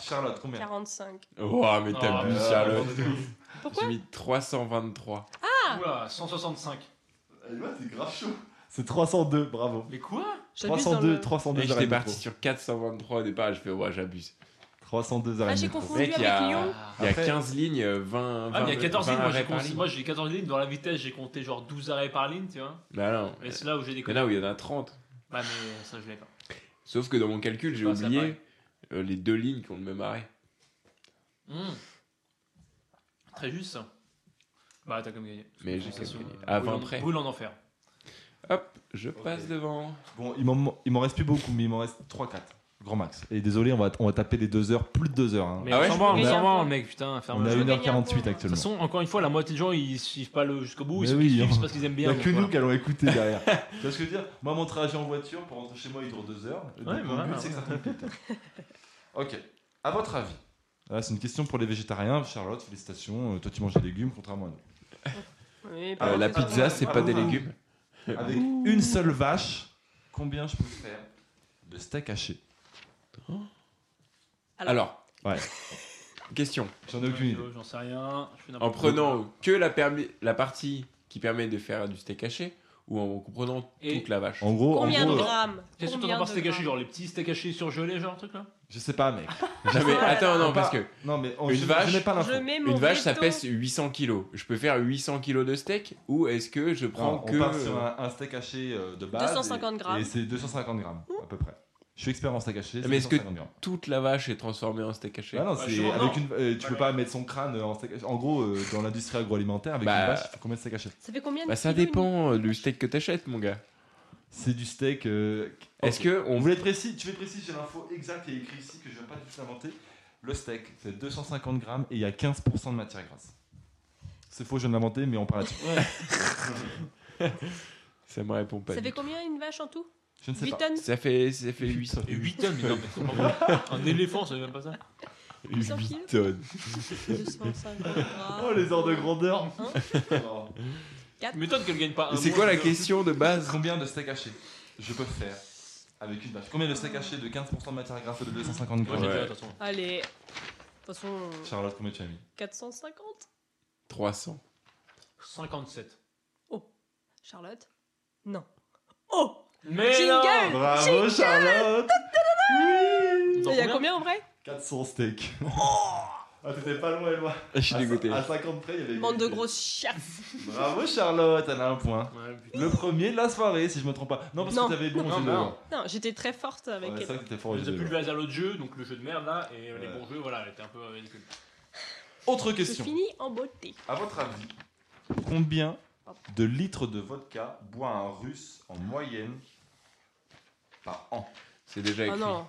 Speaker 2: Charlotte, combien
Speaker 5: 45.
Speaker 4: Waouh, mais t'abuses,
Speaker 2: Ah,
Speaker 4: Charlotte.
Speaker 5: Pourquoi
Speaker 4: J'ai mis 323.
Speaker 6: Oula, 165.
Speaker 2: Eloi, Eh, c'est grave chaud. C'est 302, bravo.
Speaker 6: Mais quoi
Speaker 5: J'abuse dans
Speaker 2: 302,
Speaker 5: le-
Speaker 2: 302
Speaker 4: Et
Speaker 2: arrêts
Speaker 4: j'étais
Speaker 2: de
Speaker 4: parti
Speaker 2: métro.
Speaker 4: sur 423 au départ. Je fais, ouais, j'abuse.
Speaker 2: 302 arrêts
Speaker 5: Ah,
Speaker 2: de
Speaker 5: j'ai
Speaker 2: métro.
Speaker 5: confondu
Speaker 4: Mec,
Speaker 5: avec
Speaker 4: il y a-
Speaker 5: Lyon.
Speaker 4: Il y a
Speaker 2: Après-
Speaker 4: 15 lignes, euh, 20.
Speaker 6: Ah, mais il y a 14 lignes, moi j'ai compté-
Speaker 4: compris.
Speaker 6: moi, j'ai 14 lignes, dans la vitesse j'ai compté genre 12 arrêts par ligne, tu vois.
Speaker 4: Bah non.
Speaker 2: Euh,
Speaker 6: Et c'est là où j'ai
Speaker 4: Il y en
Speaker 6: déconné.
Speaker 4: a où il y en a 30.
Speaker 6: Bah, mais ça je l'ai pas.
Speaker 4: Sauf que dans mon calcul, j'ai
Speaker 6: Ah, ça
Speaker 4: oublié
Speaker 6: paraît.
Speaker 4: euh, les deux lignes qui ont le même arrêt.
Speaker 6: Hmm. Très juste ça. Bah, t'as comme gagné.
Speaker 4: Mais j'ai
Speaker 6: Sensation.
Speaker 4: calculé. À 20
Speaker 6: Brûle en-
Speaker 4: près.
Speaker 6: Brûle en enfer.
Speaker 4: Ah. Hop, je passe devant.
Speaker 2: Bon, il m'en- il m'en reste plus beaucoup, mais il m'en reste 3-4. Grand max. Et désolé, on va, on va taper les 2 heures, plus de 2 heures. hein.
Speaker 6: Mais
Speaker 4: Ah ouais,
Speaker 6: on s'en
Speaker 4: je
Speaker 6: branle,
Speaker 5: peux
Speaker 6: on s'en
Speaker 5: gagner un
Speaker 6: branle,
Speaker 5: point.
Speaker 6: mec, putain, ferme
Speaker 2: on a
Speaker 5: je
Speaker 6: le-
Speaker 5: peux
Speaker 6: De
Speaker 2: 1h48
Speaker 5: gagner un point. hein.
Speaker 6: toute
Speaker 2: actuellement.
Speaker 6: façon, encore une fois, la moitié des gens ils suivent pas le- jusqu'au bout,
Speaker 2: Mais
Speaker 6: ils suivent-
Speaker 2: oui,
Speaker 6: ils
Speaker 2: hein.
Speaker 6: suivent parce qu'ils aiment
Speaker 2: Il
Speaker 6: bien.
Speaker 2: n'y a
Speaker 6: donc
Speaker 2: que
Speaker 6: voilà.
Speaker 2: nous qui allons écouter derrière. tu vois ce que je veux dire Moi, mon trajet en voiture pour rentrer chez moi, il dure 2 heures. Donc,
Speaker 6: Ouais, mais
Speaker 2: mon
Speaker 6: voilà.
Speaker 2: but, c'est que ça tombe vite. ok. À votre avis Voilà, Ah, C'est une question pour les végétariens. Charlotte, félicitations. Euh, toi, tu manges des légumes, contrairement à nous.
Speaker 5: Oui,
Speaker 6: Ah,
Speaker 4: Euh,
Speaker 5: pardon,
Speaker 4: la
Speaker 5: c'est pas
Speaker 4: pizza,
Speaker 5: vrai.
Speaker 4: c'est pas des
Speaker 2: Ah.
Speaker 4: légumes.
Speaker 2: Avec une seule vache, combien je peux faire de steak haché
Speaker 5: Alors-
Speaker 4: Alors.
Speaker 2: Ouais.
Speaker 4: Question.
Speaker 2: J'en ai aucune idée.
Speaker 6: J'en sais rien. je fais
Speaker 4: En
Speaker 6: n'importe quoi.
Speaker 4: prenant que la, permi- la partie qui permet de faire du steak haché ou en prenant
Speaker 6: Et-
Speaker 4: toute la vache
Speaker 2: En gros, en
Speaker 5: Combien de
Speaker 2: gros euh,
Speaker 5: grammes
Speaker 6: Qu'est-ce que
Speaker 5: Combien
Speaker 6: t'entends par
Speaker 5: de
Speaker 6: steak haché
Speaker 5: grammes
Speaker 6: Genre les petits steak hachés surgelés, genre un truc là
Speaker 2: je sais pas, mec.
Speaker 4: Jamais.
Speaker 5: Ah là
Speaker 4: Attends,
Speaker 5: là.
Speaker 4: non, parce que
Speaker 2: Non, mais en
Speaker 4: Une
Speaker 2: je-
Speaker 4: vache,
Speaker 2: je n'ai pas l'info.
Speaker 5: Je mets mon
Speaker 4: une vache, ça
Speaker 5: veto.
Speaker 4: pèse 800 kilos. Je peux faire 800 kilos de steak ou est-ce que je prends
Speaker 2: Non, on
Speaker 4: que.
Speaker 2: part sur un, un steak haché euh, de base.
Speaker 5: 250
Speaker 2: et-
Speaker 5: grammes.
Speaker 2: Et c'est 250 grammes, à peu près. Je suis expert en steak haché. c'est
Speaker 4: Mais est-ce que-
Speaker 2: 250 grammes.
Speaker 4: toute la vache est transformée en steak haché
Speaker 2: Ah non,
Speaker 6: Bah,
Speaker 2: c'est
Speaker 6: je suis-
Speaker 2: avec
Speaker 6: non.
Speaker 2: une, euh, tu peux
Speaker 6: Bah,
Speaker 2: pas mettre son crâne euh, en steak haché. En gros, euh, dans l'industrie agroalimentaire, avec
Speaker 4: Bah,
Speaker 2: une vache, il faut combien de steak haché
Speaker 5: Ça fait combien de
Speaker 4: Bah, ça
Speaker 5: kilos, une-
Speaker 4: dépend euh, du steak que t'achètes, mon gars.
Speaker 2: C'est du steak. euh,
Speaker 4: Est-ce que
Speaker 2: On
Speaker 4: on
Speaker 2: voulait être précis, tu veux être précis, j'ai l'info exacte et écrit ici que je viens pas du tout inventer. Le steak, c'est 250 grammes et il y a 15% de matière grasse. C'est faux, je viens de l'inventer, mais on parle là-dessus.
Speaker 4: Ça me répond pas.
Speaker 5: Ça
Speaker 4: du
Speaker 5: fait combien une vache en tout
Speaker 2: Je ne sais
Speaker 5: 8
Speaker 2: pas.
Speaker 5: tonnes
Speaker 4: tout. Ça fait, ça fait 800
Speaker 6: Et 8 tonnes, mais non, mais c'est pas vrai. Un éléphant, c'est même pas ça.
Speaker 5: 800 kilos
Speaker 4: tonnes.
Speaker 5: 250 grammes.
Speaker 2: Oh, les ordres de grandeur
Speaker 5: Hein
Speaker 2: Alors,
Speaker 6: Une méthode qu'elle gagne pas. un
Speaker 4: Et C'est
Speaker 6: mot,
Speaker 4: quoi la
Speaker 6: je-
Speaker 4: question de base
Speaker 2: Combien de steak haché je peux faire avec une vache Combien de sacs hachés de 15% de matière grasse de 250
Speaker 1: Moi,
Speaker 2: grammes
Speaker 1: j'ai
Speaker 4: Ouais.
Speaker 1: déjà, de toute façon.
Speaker 5: Allez. De toute façon,
Speaker 2: Charlotte, combien tu as mis
Speaker 5: 450
Speaker 4: 300.
Speaker 6: 57.
Speaker 5: Charlotte Non. Oh
Speaker 6: Mais
Speaker 5: Jingle
Speaker 6: non
Speaker 2: Bravo Charlotte Oui
Speaker 5: Il y a combien en vrai
Speaker 2: 400 steaks. ah, t'étais pas loin, Eloi.
Speaker 4: Je suis
Speaker 2: À
Speaker 4: dégoûté.
Speaker 2: cin- À 50 près, il y avait.
Speaker 5: Bande de grosses chiasses.
Speaker 2: Bravo Charlotte, elle a un point.
Speaker 6: Ouais, putain.
Speaker 2: Le premier de la soirée, si je me trompe pas. Non, parce
Speaker 5: Non.
Speaker 2: que t'avais bon
Speaker 1: Non,
Speaker 2: jeu de
Speaker 1: non.
Speaker 2: loi.
Speaker 5: Non, j'étais très forte avec
Speaker 2: Ouais, C'est vrai que t'étais fort au
Speaker 1: J'ai
Speaker 2: jeu de
Speaker 1: plus le
Speaker 2: loi.
Speaker 1: hasard l'autre jeu, donc le jeu de merde là, et les
Speaker 2: Ouais.
Speaker 1: bons jeux, voilà, elle était un peu ridicule.
Speaker 2: Autre
Speaker 5: Je
Speaker 2: question.
Speaker 5: finis en beauté.
Speaker 2: À votre avis, combien de litres de vodka boit un russe en moyenne par an
Speaker 4: C'est déjà
Speaker 5: Oh
Speaker 4: écrit.
Speaker 5: non.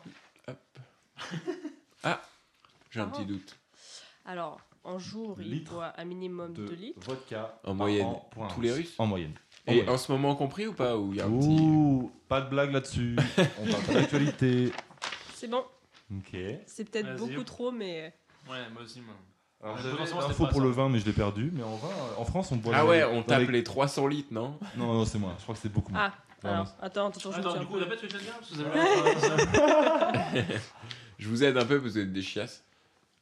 Speaker 4: J'ai un
Speaker 5: Ah.
Speaker 4: petit doute.
Speaker 5: Alors, en jour, il
Speaker 2: Litre
Speaker 5: boit un minimum de,
Speaker 2: De
Speaker 5: litres.
Speaker 2: vodka
Speaker 4: En moyenne.
Speaker 2: an pour un
Speaker 4: Tous les
Speaker 2: Russe.
Speaker 4: Russes
Speaker 2: En moyenne. En
Speaker 4: Et
Speaker 2: moyenne.
Speaker 4: en ce moment compris ou pas Ou il y a un petit.
Speaker 2: Ah Ouh, pas de blague là-dessus. On parle pas d'actualité.
Speaker 5: C'est bon.
Speaker 2: Ok.
Speaker 5: C'est peut-être
Speaker 1: Vas-y.
Speaker 5: beaucoup trop, mais euh,
Speaker 1: Ouais, moi aussi, moi.
Speaker 2: Alors,
Speaker 1: Ouais,
Speaker 2: j'avais
Speaker 1: potentiellement, c'était
Speaker 2: l'info
Speaker 1: pas
Speaker 2: pour
Speaker 1: ça.
Speaker 2: le vin, mais je l'ai perdu. Mais en vin, euh, en France, on boit.
Speaker 4: Ah
Speaker 2: dans
Speaker 4: ouais,
Speaker 2: les-
Speaker 4: on
Speaker 2: dans
Speaker 4: tape
Speaker 2: les-
Speaker 4: les 300 litres, non
Speaker 2: Non, non, c'est moins. Je crois que c'est beaucoup moins.
Speaker 5: ah. Alors, attends, attends, je me
Speaker 1: Attends,
Speaker 5: tiens.
Speaker 1: du
Speaker 5: un
Speaker 1: coup,
Speaker 5: peu.
Speaker 1: répète ce que tu viens de dire, parce que vous avez l'air-
Speaker 4: Je vous aide un peu, vous êtes des chiasses.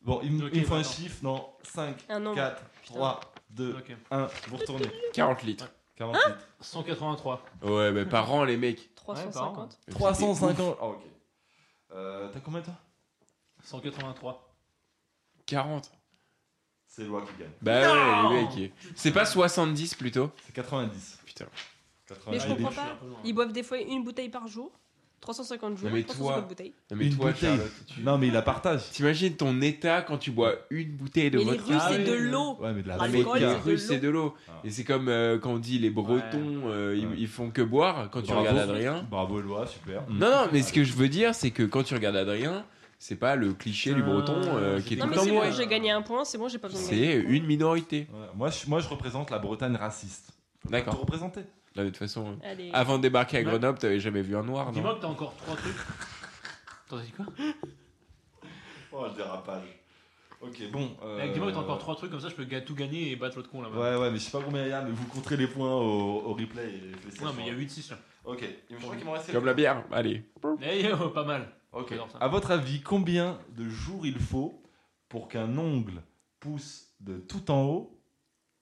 Speaker 2: Bon, il, me-
Speaker 1: Ok,
Speaker 2: il me faut un
Speaker 1: maintenant.
Speaker 2: chiffre. Non, 5,
Speaker 5: Un nombre.
Speaker 2: 4, 3, 2,
Speaker 1: Ok.
Speaker 2: 1. Vous retournez.
Speaker 4: 40 litres.
Speaker 2: 48.
Speaker 1: 183.
Speaker 4: Ouais, mais par an, les mecs.
Speaker 5: 350.
Speaker 4: Mais
Speaker 2: 350. Ah, ok. Euh, T'as combien, toi
Speaker 1: 183.
Speaker 4: c'était ouf. 40.
Speaker 2: C'est Loi qui gagne.
Speaker 4: Bah
Speaker 1: Non
Speaker 4: ouais, les mecs. C'est pas 70 plutôt
Speaker 2: C'est 90.
Speaker 4: Putain.
Speaker 2: 90.
Speaker 5: Mais je comprends
Speaker 1: suis un
Speaker 5: pas.
Speaker 1: peu loin.
Speaker 5: Ils boivent des fois une bouteille par jour. 350 jours,
Speaker 4: mais
Speaker 5: 350
Speaker 4: toi,
Speaker 5: bouteilles.
Speaker 4: Non, mais
Speaker 2: Une
Speaker 4: toi,
Speaker 2: bouteille.
Speaker 4: Charlotte, tu-
Speaker 2: Non, mais il la partage.
Speaker 4: T'imagines ton état quand tu bois une bouteille de
Speaker 5: Mais les
Speaker 4: vodka
Speaker 5: Russes, c'est
Speaker 1: oui,
Speaker 5: de
Speaker 1: oui.
Speaker 5: l'eau.
Speaker 2: Ouais, mais de la
Speaker 5: Ah,
Speaker 4: Mais les
Speaker 5: Alcool, c'est
Speaker 2: vodka.
Speaker 5: de
Speaker 4: Russes, c'est de l'eau.
Speaker 2: Ah.
Speaker 4: Et c'est comme euh, quand on dit les Bretons, euh, ils,
Speaker 2: Ouais.
Speaker 4: ils font que boire quand tu
Speaker 2: Bravo.
Speaker 4: regardes Adrien.
Speaker 2: Bravo, Eloi, super.
Speaker 4: Non, non, mais ce que je veux dire, c'est que quand tu regardes Adrien, c'est pas le cliché du Breton euh, qui est
Speaker 5: Non,
Speaker 4: tout le
Speaker 5: mais
Speaker 4: temps
Speaker 5: c'est
Speaker 4: bourré.
Speaker 5: bon,
Speaker 1: moi.
Speaker 5: j'ai gagné un point, c'est bon, j'ai pas besoin de
Speaker 4: C'est
Speaker 5: gagner.
Speaker 4: une minorité.
Speaker 2: Ouais, moi, je, moi, je représente la Bretagne raciste. Pour
Speaker 4: D'accord.
Speaker 2: représenter.
Speaker 4: Là, De toute façon, euh,
Speaker 5: Allez.
Speaker 4: avant de débarquer à
Speaker 1: Ouais.
Speaker 4: Grenoble, t'avais jamais vu un noir, non
Speaker 1: Dis-moi que t'as encore 3 trucs. Attends, t'as dit quoi
Speaker 2: Oh, le dérapage. Ok, bon. euh,
Speaker 1: Eh, Dis-moi que t'as encore 3 trucs, comme ça je peux ga- tout gagner et battre l'autre con là-bas.
Speaker 2: Ouais, ouais, mais je sais pas combien il y a, mais vous compterez les points au, au replay. Et faites ça,
Speaker 1: Non, mais il y a
Speaker 2: genre.
Speaker 1: 8-6 là.
Speaker 2: Ok, il me semble qu'il m'en reste
Speaker 4: Comme la bière, allez.
Speaker 1: Eh, oh, pas mal.
Speaker 2: Ok.
Speaker 1: J'adore ça.
Speaker 2: À votre avis, combien de jours il faut pour qu'un ongle pousse de tout en haut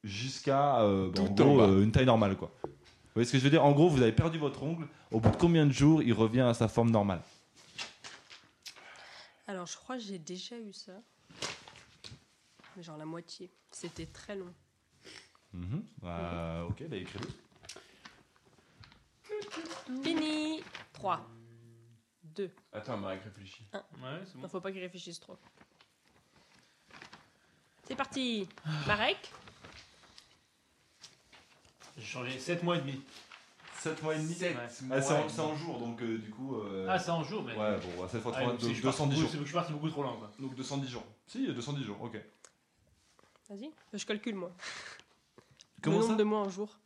Speaker 2: jusqu'à euh, bah, en
Speaker 4: Tout en
Speaker 2: gros,
Speaker 4: bas.
Speaker 2: euh, une taille normale, quoi Vous voyez ce que je veux dire En gros, vous avez perdu votre ongle. Au bout de combien de jours il revient à sa forme normale
Speaker 5: Alors, je crois que j'ai déjà eu ça. Mais genre la moitié. C'était très long.
Speaker 2: Mhm. Euh, Ok, bah écrivez.
Speaker 5: Fini 3, 2.
Speaker 4: Attends, Marek réfléchit.
Speaker 1: Ouais, c'est bon.
Speaker 5: Non, faut pas qu'il réfléchisse trop. C'est parti Marek
Speaker 1: J'ai changé 7 mois et demi.
Speaker 2: 7 mois et demi
Speaker 1: Sept
Speaker 2: Ah, C'est en,
Speaker 1: mois.
Speaker 2: c'est en jours, donc euh, du coup. euh,
Speaker 1: Ah, c'est en jour, mais.
Speaker 2: Ouais, bon, 7 fois
Speaker 1: Ah,
Speaker 2: 3,
Speaker 1: donc, c'est que je suis parti
Speaker 2: 210
Speaker 1: beaucoup-
Speaker 2: jours.
Speaker 1: c'est que Je suis parti beaucoup trop loin quoi.
Speaker 2: Donc 210 jours. Si, 210 jours, ok.
Speaker 5: Vas-y, je calcule moi.
Speaker 2: Comment
Speaker 5: le
Speaker 2: ça
Speaker 5: nombre de mois en jour.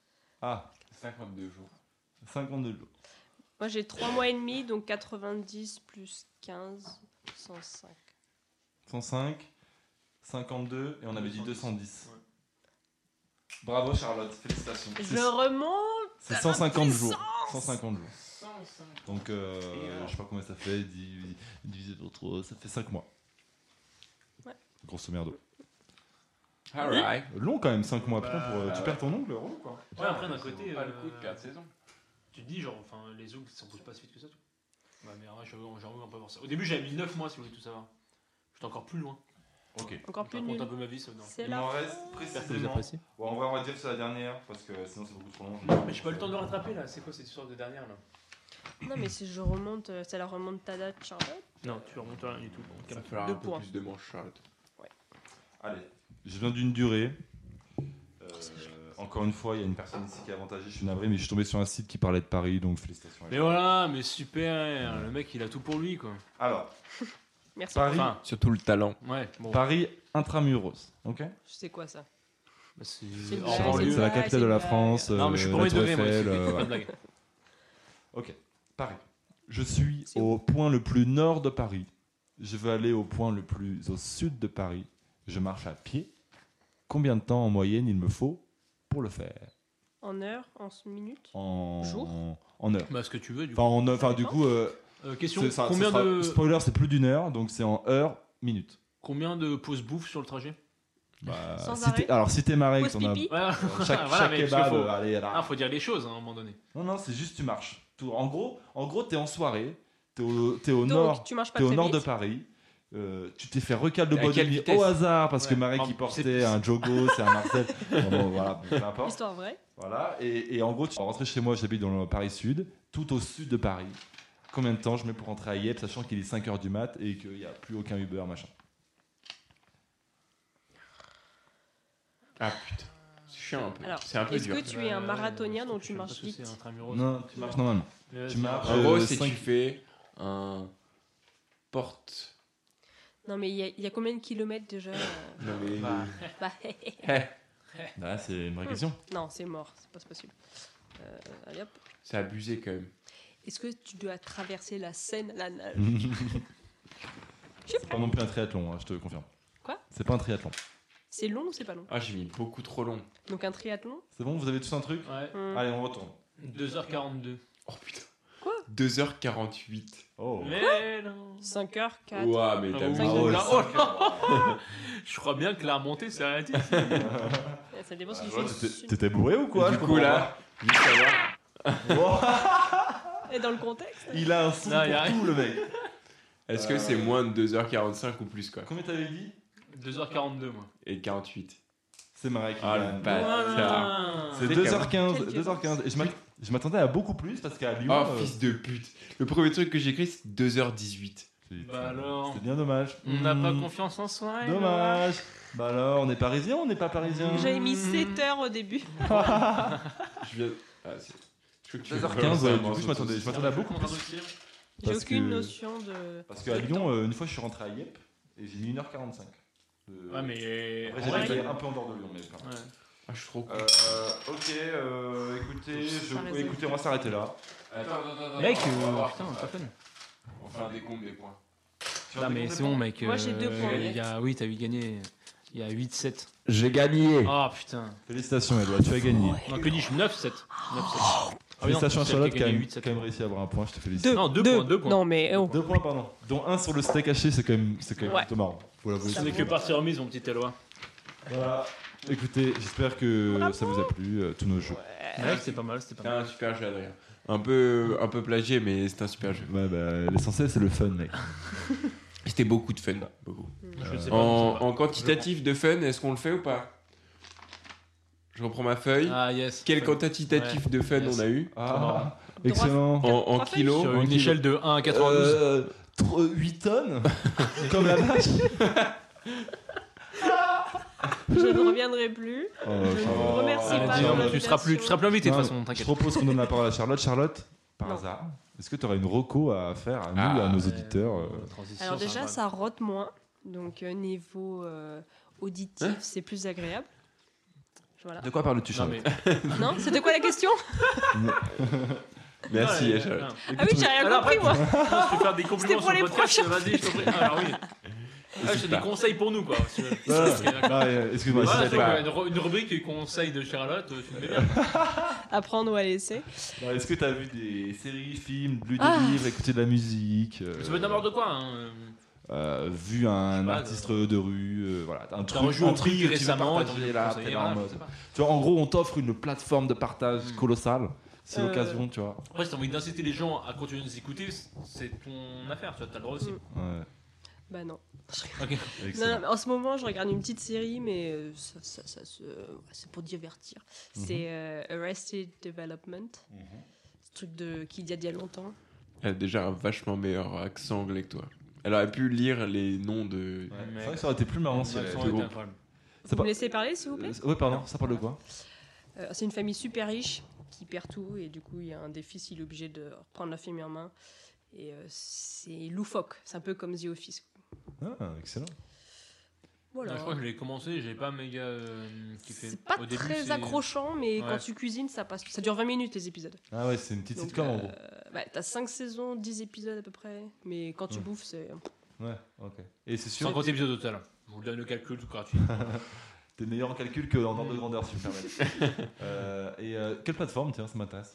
Speaker 2: Ah,
Speaker 4: 52 jours.
Speaker 2: 52 jours.
Speaker 5: Moi j'ai 3 mois et demi, donc 90 plus 15, 105.
Speaker 2: 105, 52, et on avait dit 210.
Speaker 1: Ouais.
Speaker 2: Bravo Charlotte, félicitations.
Speaker 5: Je
Speaker 2: C'est-
Speaker 5: remonte
Speaker 2: C'est 150
Speaker 5: puissance
Speaker 2: jours. 150 jours. Donc, euh, je sais pas combien ça fait, divi- divisé par 3, ça fait 5 mois.
Speaker 5: Ouais.
Speaker 2: Grosso merdo.
Speaker 4: Alright.
Speaker 2: Long quand même, 5 mois. Putain,
Speaker 1: Bah,
Speaker 2: pour, euh, tu
Speaker 4: ouais.
Speaker 2: perds ton ongle, relou quoi.
Speaker 1: Ouais, après d'un côté.
Speaker 4: Pas
Speaker 1: euh,
Speaker 4: le coup de perdre saison.
Speaker 1: Tu te dis, genre, enfin, les ongles, ça pousse pas si vite que ça, tout. Ouais, mais en vrai, j'ai envie j'ai envie un peu voir ça. Au début, j'avais mis 9 mois, si vous voulez tout savoir. J'étais encore plus loin.
Speaker 2: Ok.
Speaker 5: Encore
Speaker 1: Je
Speaker 5: plus
Speaker 1: raconte un
Speaker 5: nul.
Speaker 1: peu ma vie, ça, non.
Speaker 5: C'est
Speaker 2: Il
Speaker 5: la
Speaker 2: m'en reste
Speaker 3: J'espère que
Speaker 2: précisément. Ouais,
Speaker 3: vous appréciez.
Speaker 2: on va, on va dire que c'est la dernière, parce que sinon c'est beaucoup trop long.
Speaker 1: Non, mais j'ai pas eu le temps de le rattraper là. C'est quoi cette histoire de dernière là
Speaker 5: Non mais si je remonte, euh, c'est la remonte ta date Charlotte.
Speaker 1: Non, tu remontes rien du tout.
Speaker 4: Ça va falloir
Speaker 5: Deux
Speaker 4: un peu
Speaker 5: points.
Speaker 4: plus de manches, Charlotte.
Speaker 2: Allez, je viens d'une durée. Euh, encore une fois, il y a une personne ici qui est avantagée, je suis navré, mais je suis tombé sur un site qui parlait de Paris, donc félicitations. à
Speaker 1: Mais
Speaker 2: elle.
Speaker 1: voilà, mais super Le mec, il a tout pour lui, quoi.
Speaker 2: Alors,
Speaker 5: Merci.
Speaker 2: Paris,
Speaker 1: Enfin,
Speaker 4: Surtout le talent.
Speaker 1: ouais, bon.
Speaker 2: Paris intramuros, ok
Speaker 5: Je sais quoi ça
Speaker 1: Bah, C'est
Speaker 5: une
Speaker 1: en
Speaker 5: blague,
Speaker 1: banlieue.
Speaker 2: C'est la
Speaker 5: blague, c'est
Speaker 2: capitale de la
Speaker 5: une blague.
Speaker 2: France.
Speaker 1: Non, mais je suis
Speaker 2: euh,
Speaker 1: pour
Speaker 2: la
Speaker 1: mes
Speaker 2: Tour
Speaker 1: degrés, moi,
Speaker 2: Eiffel,
Speaker 1: c'est
Speaker 2: euh,
Speaker 1: pas de blague.
Speaker 2: Ok, Paris. Je suis
Speaker 5: C'est
Speaker 2: au point le plus nord de Paris. Je veux aller au point le plus au sud de Paris. Je marche à pied. Combien de temps en moyenne il me faut pour le faire
Speaker 5: En heure, en s- minute
Speaker 2: en,
Speaker 5: Jour
Speaker 2: en heure.
Speaker 1: Bah, ce que tu veux, du
Speaker 2: Enfin,
Speaker 1: coup.
Speaker 2: en, enfin, du
Speaker 5: dépend.
Speaker 2: coup, euh,
Speaker 1: Euh, question
Speaker 2: c'est- ça- ça
Speaker 1: combien,
Speaker 2: sera-
Speaker 1: de,
Speaker 2: spoiler, c'est plus d'une heure, donc c'est en heure, minute.
Speaker 1: combien de pauses bouffe sur le trajet
Speaker 2: Bah,
Speaker 5: Sans
Speaker 2: si
Speaker 5: arrêt
Speaker 2: t'es- alors, si t'es maré, que
Speaker 5: Pause
Speaker 2: t'en as.
Speaker 5: pipi
Speaker 1: Voilà,
Speaker 2: euh, Chaque,
Speaker 1: Voilà,
Speaker 2: chaque
Speaker 1: mais parce
Speaker 2: kebab,
Speaker 1: que faut-
Speaker 2: euh, allez, là.
Speaker 1: Ah, faut dire les choses hein, à un moment donné.
Speaker 2: Non, non, c'est juste tu marches. Tout- En gros, en gros, t'es en soirée, t'es au, t'es au
Speaker 5: Donc,
Speaker 2: nord,
Speaker 5: tu marches pas
Speaker 2: t'es au
Speaker 5: très
Speaker 2: nord de
Speaker 5: vite.
Speaker 2: Paris. euh, tu t'es fait recal de
Speaker 4: À
Speaker 2: bois de
Speaker 4: quelle
Speaker 2: nuit
Speaker 4: vitesse
Speaker 2: au hasard parce que
Speaker 1: Ouais.
Speaker 2: Marek
Speaker 1: En-
Speaker 2: il
Speaker 1: c'est-
Speaker 2: portait un Jogo, c'est un Marcel. Bon, bon, voilà, peu importe.
Speaker 5: Histoire vraie.
Speaker 2: Voilà, et, et en gros, tu vas rentrer chez moi, j'habite dans le Paris Sud, tout au sud de Paris. Combien de temps je mets pour rentrer à Yep, sachant qu'il est 5h du mat et qu'il n'y a plus aucun Uber, machin.
Speaker 4: Ah putain, c'est chiant un peu.
Speaker 5: Alors,
Speaker 4: C'est un peu
Speaker 5: est-ce
Speaker 4: dur.
Speaker 5: que tu es
Speaker 6: Euh,
Speaker 5: un marathonien donc tu marches vite
Speaker 6: hein,
Speaker 2: Non, tu marches normalement. Tu marches.
Speaker 4: En gros,
Speaker 2: Euh,
Speaker 4: c'est
Speaker 2: cinq-
Speaker 4: tu fais un porte.
Speaker 5: Non, mais il y, a- il y a combien de kilomètres déjà euh,
Speaker 4: Non mais.
Speaker 1: Bah.
Speaker 5: bah,
Speaker 2: Bah, c'est une vraie
Speaker 5: Hmm.
Speaker 2: question.
Speaker 5: Non, c'est mort, c'est pas possible. Euh, allez, hop.
Speaker 4: C'est abusé quand même.
Speaker 5: Est-ce que tu dois traverser la Seine à la nage
Speaker 2: c'est pas non plus un triathlon, hein, je te confirme.
Speaker 5: Quoi
Speaker 2: C'est pas un triathlon.
Speaker 5: C'est long ou c'est pas long
Speaker 4: Ah, j'ai mis beaucoup trop long.
Speaker 5: Donc un triathlon
Speaker 2: C'est bon, vous avez tous un truc
Speaker 6: Ouais,
Speaker 5: hum,
Speaker 2: Allez, on retourne.
Speaker 6: 2h42.
Speaker 4: Oh putain.
Speaker 5: Quoi
Speaker 4: 2h48.
Speaker 2: Oh.
Speaker 6: Mais non
Speaker 5: 5 heures, 4.
Speaker 4: Ouah, mais t'as
Speaker 6: Ah
Speaker 4: vu
Speaker 5: oui.
Speaker 4: Oh,
Speaker 6: Oh
Speaker 4: là,
Speaker 6: là, oh là. Je crois bien que la remontée s'est arrêtée.
Speaker 5: Eh, Ça dépend si tu fais
Speaker 2: Ah, T'étais- T'étais bourré ou quoi
Speaker 4: Du coup, là, juste savoir.
Speaker 5: Et dans le contexte
Speaker 2: Il a un son
Speaker 6: Non, y
Speaker 2: pour
Speaker 6: a rien.
Speaker 2: tout, le mec.
Speaker 4: Est-ce que
Speaker 2: Euh.
Speaker 4: c'est moins de 2h45 ou plus quoi
Speaker 2: Combien t'avais dit
Speaker 6: 2h42, moi.
Speaker 4: Et 48.
Speaker 2: C'est Marek.
Speaker 4: Ah, le bâtard.
Speaker 2: C'est
Speaker 4: C'est
Speaker 2: 2h15,
Speaker 5: Quelle
Speaker 2: 2h15. Et je m'att- je m'attendais à beaucoup plus parce qu'à Lyon.
Speaker 4: Oh,
Speaker 2: euh,
Speaker 4: fils de pute. Le premier truc que j'ai écrit, c'est 2h18.
Speaker 2: c'est-
Speaker 6: Bah alors.
Speaker 2: C'est bien dommage.
Speaker 6: On n'a pas
Speaker 2: Hmm,
Speaker 6: confiance en soi. et
Speaker 2: Dommage. Bah alors, on est parisien, on n'est pas parisien.
Speaker 5: J'avais mis
Speaker 2: Mm.
Speaker 5: 7 heures au début.
Speaker 4: Je viens. Ah, c'est. Je crois que tu
Speaker 2: 2h15, ouais,
Speaker 4: veux-
Speaker 2: du coup, je m'attendais je
Speaker 6: voilà.
Speaker 2: m'attendais à beaucoup
Speaker 6: On
Speaker 2: plus.
Speaker 6: ralentit.
Speaker 5: J'ai
Speaker 2: Parce
Speaker 5: aucune
Speaker 2: que-
Speaker 5: notion de.
Speaker 2: Parce qu'à Lyon, euh, une fois, je suis rentré à Yep et j'ai mis 1h45. Euh,
Speaker 6: Ouais, Ah, mais.
Speaker 2: Après,
Speaker 6: en vrai,
Speaker 2: j'étais un peu en dehors de Lyon, mais quand même.
Speaker 6: ouais.
Speaker 4: Ah, je suis trop con.
Speaker 2: Euh, ok, euh, écoutez,
Speaker 5: Ça
Speaker 2: je,
Speaker 5: résume.
Speaker 2: écoutez, on va s'arrêter là.
Speaker 4: Attends, attends, attends.
Speaker 1: Mec,
Speaker 4: attends, on va
Speaker 1: euh,
Speaker 4: voir.
Speaker 1: putain, pas fun.
Speaker 4: On fait un décompte des points.
Speaker 1: Non, mais c'est bon, mec.
Speaker 5: Moi, j'ai
Speaker 1: euh,
Speaker 5: deux points.
Speaker 1: il y a- Oui, t'as eu gagné. Il y a 8-7.
Speaker 4: J'ai gagné.
Speaker 1: Ah putain.
Speaker 2: Félicitations, Edouard, tu as gagné.
Speaker 6: Ah
Speaker 1: Non, que dis-je 9-7.
Speaker 2: Oh,
Speaker 1: 9-7.
Speaker 2: Félicitations à Charlotte qui a quand même
Speaker 1: même.
Speaker 2: réussi à avoir un point, je te félicite.
Speaker 5: Deux.
Speaker 6: Non, deux points, deux points.
Speaker 5: Non, mais. oh.
Speaker 2: Deux points, pardon. Dont un sur le steak haché, c'est quand même, c'est quand même
Speaker 5: Ouais.
Speaker 2: plutôt marrant. Voilà, vous-
Speaker 5: Ça
Speaker 1: Ce n'est que partie remise, mon petit Eloi.
Speaker 2: Voilà. Écoutez, j'espère que ça vous a plu, euh, tous nos jeux.
Speaker 1: Ouais, c'était pas mal, c'était pas
Speaker 4: C'est
Speaker 1: mal.
Speaker 4: un super jeu, Adrien. Un peu, un peu plagié, mais c'est un super jeu.
Speaker 2: Ouais, bah, l'essentiel, c'est le fun, mec.
Speaker 4: C'était beaucoup de fun. Beaucoup.
Speaker 1: Je sais pas, je
Speaker 4: En,
Speaker 1: sais pas.
Speaker 4: en quantitatif de fun, est-ce qu'on le fait ou pas Je reprends ma feuille.
Speaker 1: Ah yes.
Speaker 4: Quel quantitatif de fun
Speaker 1: Yes.
Speaker 4: on a eu
Speaker 2: Ah,
Speaker 5: Droit-
Speaker 2: excellent.
Speaker 4: en, en
Speaker 5: Trois feuilles
Speaker 4: kilos
Speaker 1: Sur
Speaker 4: en
Speaker 1: une
Speaker 4: kilos.
Speaker 1: échelle de 1 à
Speaker 2: Euh,
Speaker 1: 92.
Speaker 2: 8 tonnes Comme la vache
Speaker 5: Je ne reviendrai plus. Je ne vous remercie
Speaker 2: Ah,
Speaker 5: pas.
Speaker 2: dis
Speaker 5: de
Speaker 2: donc,
Speaker 1: tu seras plus, tu seras
Speaker 5: l'invitation.
Speaker 1: plus invité de
Speaker 2: Oh, Non,
Speaker 1: toute façon,
Speaker 2: Je
Speaker 1: t'inquiète.
Speaker 2: propose qu'on donne la parole à Charlotte. Charlotte, par
Speaker 5: Non.
Speaker 2: hasard, est-ce que tu aurais une roco à faire à nous,
Speaker 4: Ah,
Speaker 2: à nos auditeurs euh,
Speaker 5: Alors, déjà, ça rote moins. Donc, euh, niveau euh, auditif,
Speaker 2: Hein
Speaker 5: c'est plus agréable. Voilà.
Speaker 2: De quoi parles-tu,
Speaker 6: Non,
Speaker 2: Charlotte
Speaker 6: mais...
Speaker 5: Non C'était quoi la question
Speaker 4: Merci,
Speaker 6: Ah,
Speaker 4: Charlotte.
Speaker 6: non.
Speaker 5: Ah oui, j'ai rien
Speaker 6: Alors,
Speaker 5: compris,
Speaker 6: après,
Speaker 5: moi.
Speaker 6: Non, je vais faire des compliments
Speaker 5: C'était pour
Speaker 6: sur le
Speaker 5: les
Speaker 6: podcast. Vas-y, je t'en prie. Ah, Alors oui. Ah,
Speaker 4: N'hésite
Speaker 6: j'ai
Speaker 4: pas.
Speaker 6: des conseils pour nous, quoi. si tu veux.
Speaker 2: Ouais.
Speaker 6: Ok, d'accord.
Speaker 2: Ah, euh, Excuse-moi,
Speaker 6: Voilà,
Speaker 2: c'est
Speaker 6: c'est
Speaker 4: pas-
Speaker 6: une, ru- une rubrique conseils de Charlotte, euh, tu le mets bien.
Speaker 5: Apprendre ou à laisser.
Speaker 2: Non, Est-ce que t'as vu des séries, films, lu des
Speaker 5: Ah.
Speaker 2: livres, écouté de la musique euh,
Speaker 6: Ça peut être n'importe quoi. Hein.
Speaker 2: euh, Vu un
Speaker 6: sais pas,
Speaker 2: artiste de rue, euh, voilà, un
Speaker 6: T'as
Speaker 2: truc,
Speaker 6: rejoué
Speaker 2: un
Speaker 6: au
Speaker 2: truc
Speaker 6: truc
Speaker 2: que tu veux
Speaker 6: récemment,
Speaker 2: partager,
Speaker 6: t'as
Speaker 2: là,
Speaker 6: envie
Speaker 2: t'es
Speaker 6: de conseiller,
Speaker 2: dans le
Speaker 6: voilà,
Speaker 2: mode.
Speaker 6: je sais pas.
Speaker 2: Tu vois, en gros, on t'offre une plateforme de partage
Speaker 6: Mm.
Speaker 2: colossale. C'est
Speaker 5: Euh.
Speaker 2: l'occasion, tu vois.
Speaker 6: Après, si t'as envie d'inciter les gens à continuer de nous écouter, c'est ton affaire, tu vois, t'as le droit aussi.
Speaker 5: Mm.
Speaker 2: Ouais.
Speaker 5: Bah, non. Non,
Speaker 2: excellent.
Speaker 5: non, mais en ce moment, je regarde une petite série, mais euh, ça, ça- ça se- ouais, c'est pour divertir.
Speaker 2: Mhm.
Speaker 5: C'est euh, Arrested Development. Ce truc de qu'il y a d'il y a longtemps.
Speaker 4: Elle a déjà un vachement meilleur accent anglais que toi. Elle aurait pu lire les noms de.
Speaker 2: Ouais. C'est vrai que ça aurait été plus marrant si
Speaker 6: Ouais,
Speaker 2: elle
Speaker 6: ça
Speaker 2: avait été
Speaker 6: aurait été
Speaker 2: gros.
Speaker 6: incroyable.
Speaker 2: C'est
Speaker 5: Vous
Speaker 2: pas-
Speaker 5: me laissez parler, s'il vous plaît
Speaker 2: Euh, Ouais, pardon, ça parle de quoi
Speaker 5: Euh, C'est une famille super riche qui perd tout et du coup, il y a un des fils, il est obligé de reprendre la famille en main. Et euh, c'est loufoque. C'est un peu comme The Office.
Speaker 2: Ah, excellent.
Speaker 5: Voilà.
Speaker 6: Ouais, je crois que je l'ai commencé, j'ai pas méga euh, kiffé.
Speaker 5: Oh C'est pas
Speaker 6: Au début,
Speaker 5: très
Speaker 6: c'est-
Speaker 5: accrochant, mais
Speaker 6: Ouais.
Speaker 5: quand tu cuisines, ça passe. Ça dure 20 minutes les épisodes.
Speaker 2: Ah ouais, c'est une petite
Speaker 5: Donc,
Speaker 2: sitcom en
Speaker 5: euh,
Speaker 2: gros.
Speaker 5: bah, T'as 5 saisons, 10 épisodes à peu près. Mais quand tu
Speaker 2: Ouais.
Speaker 5: bouffes, c'est.
Speaker 2: Ouais, ok. Et c'est sûr
Speaker 6: 50 épisodes au total. Je vous donne le calcul tout gratuit.
Speaker 2: T'es meilleur en calcul qu'en ordre de grandeur, si je me permets. Euh, et euh, quelle plateforme, tiens, ça m'intéresse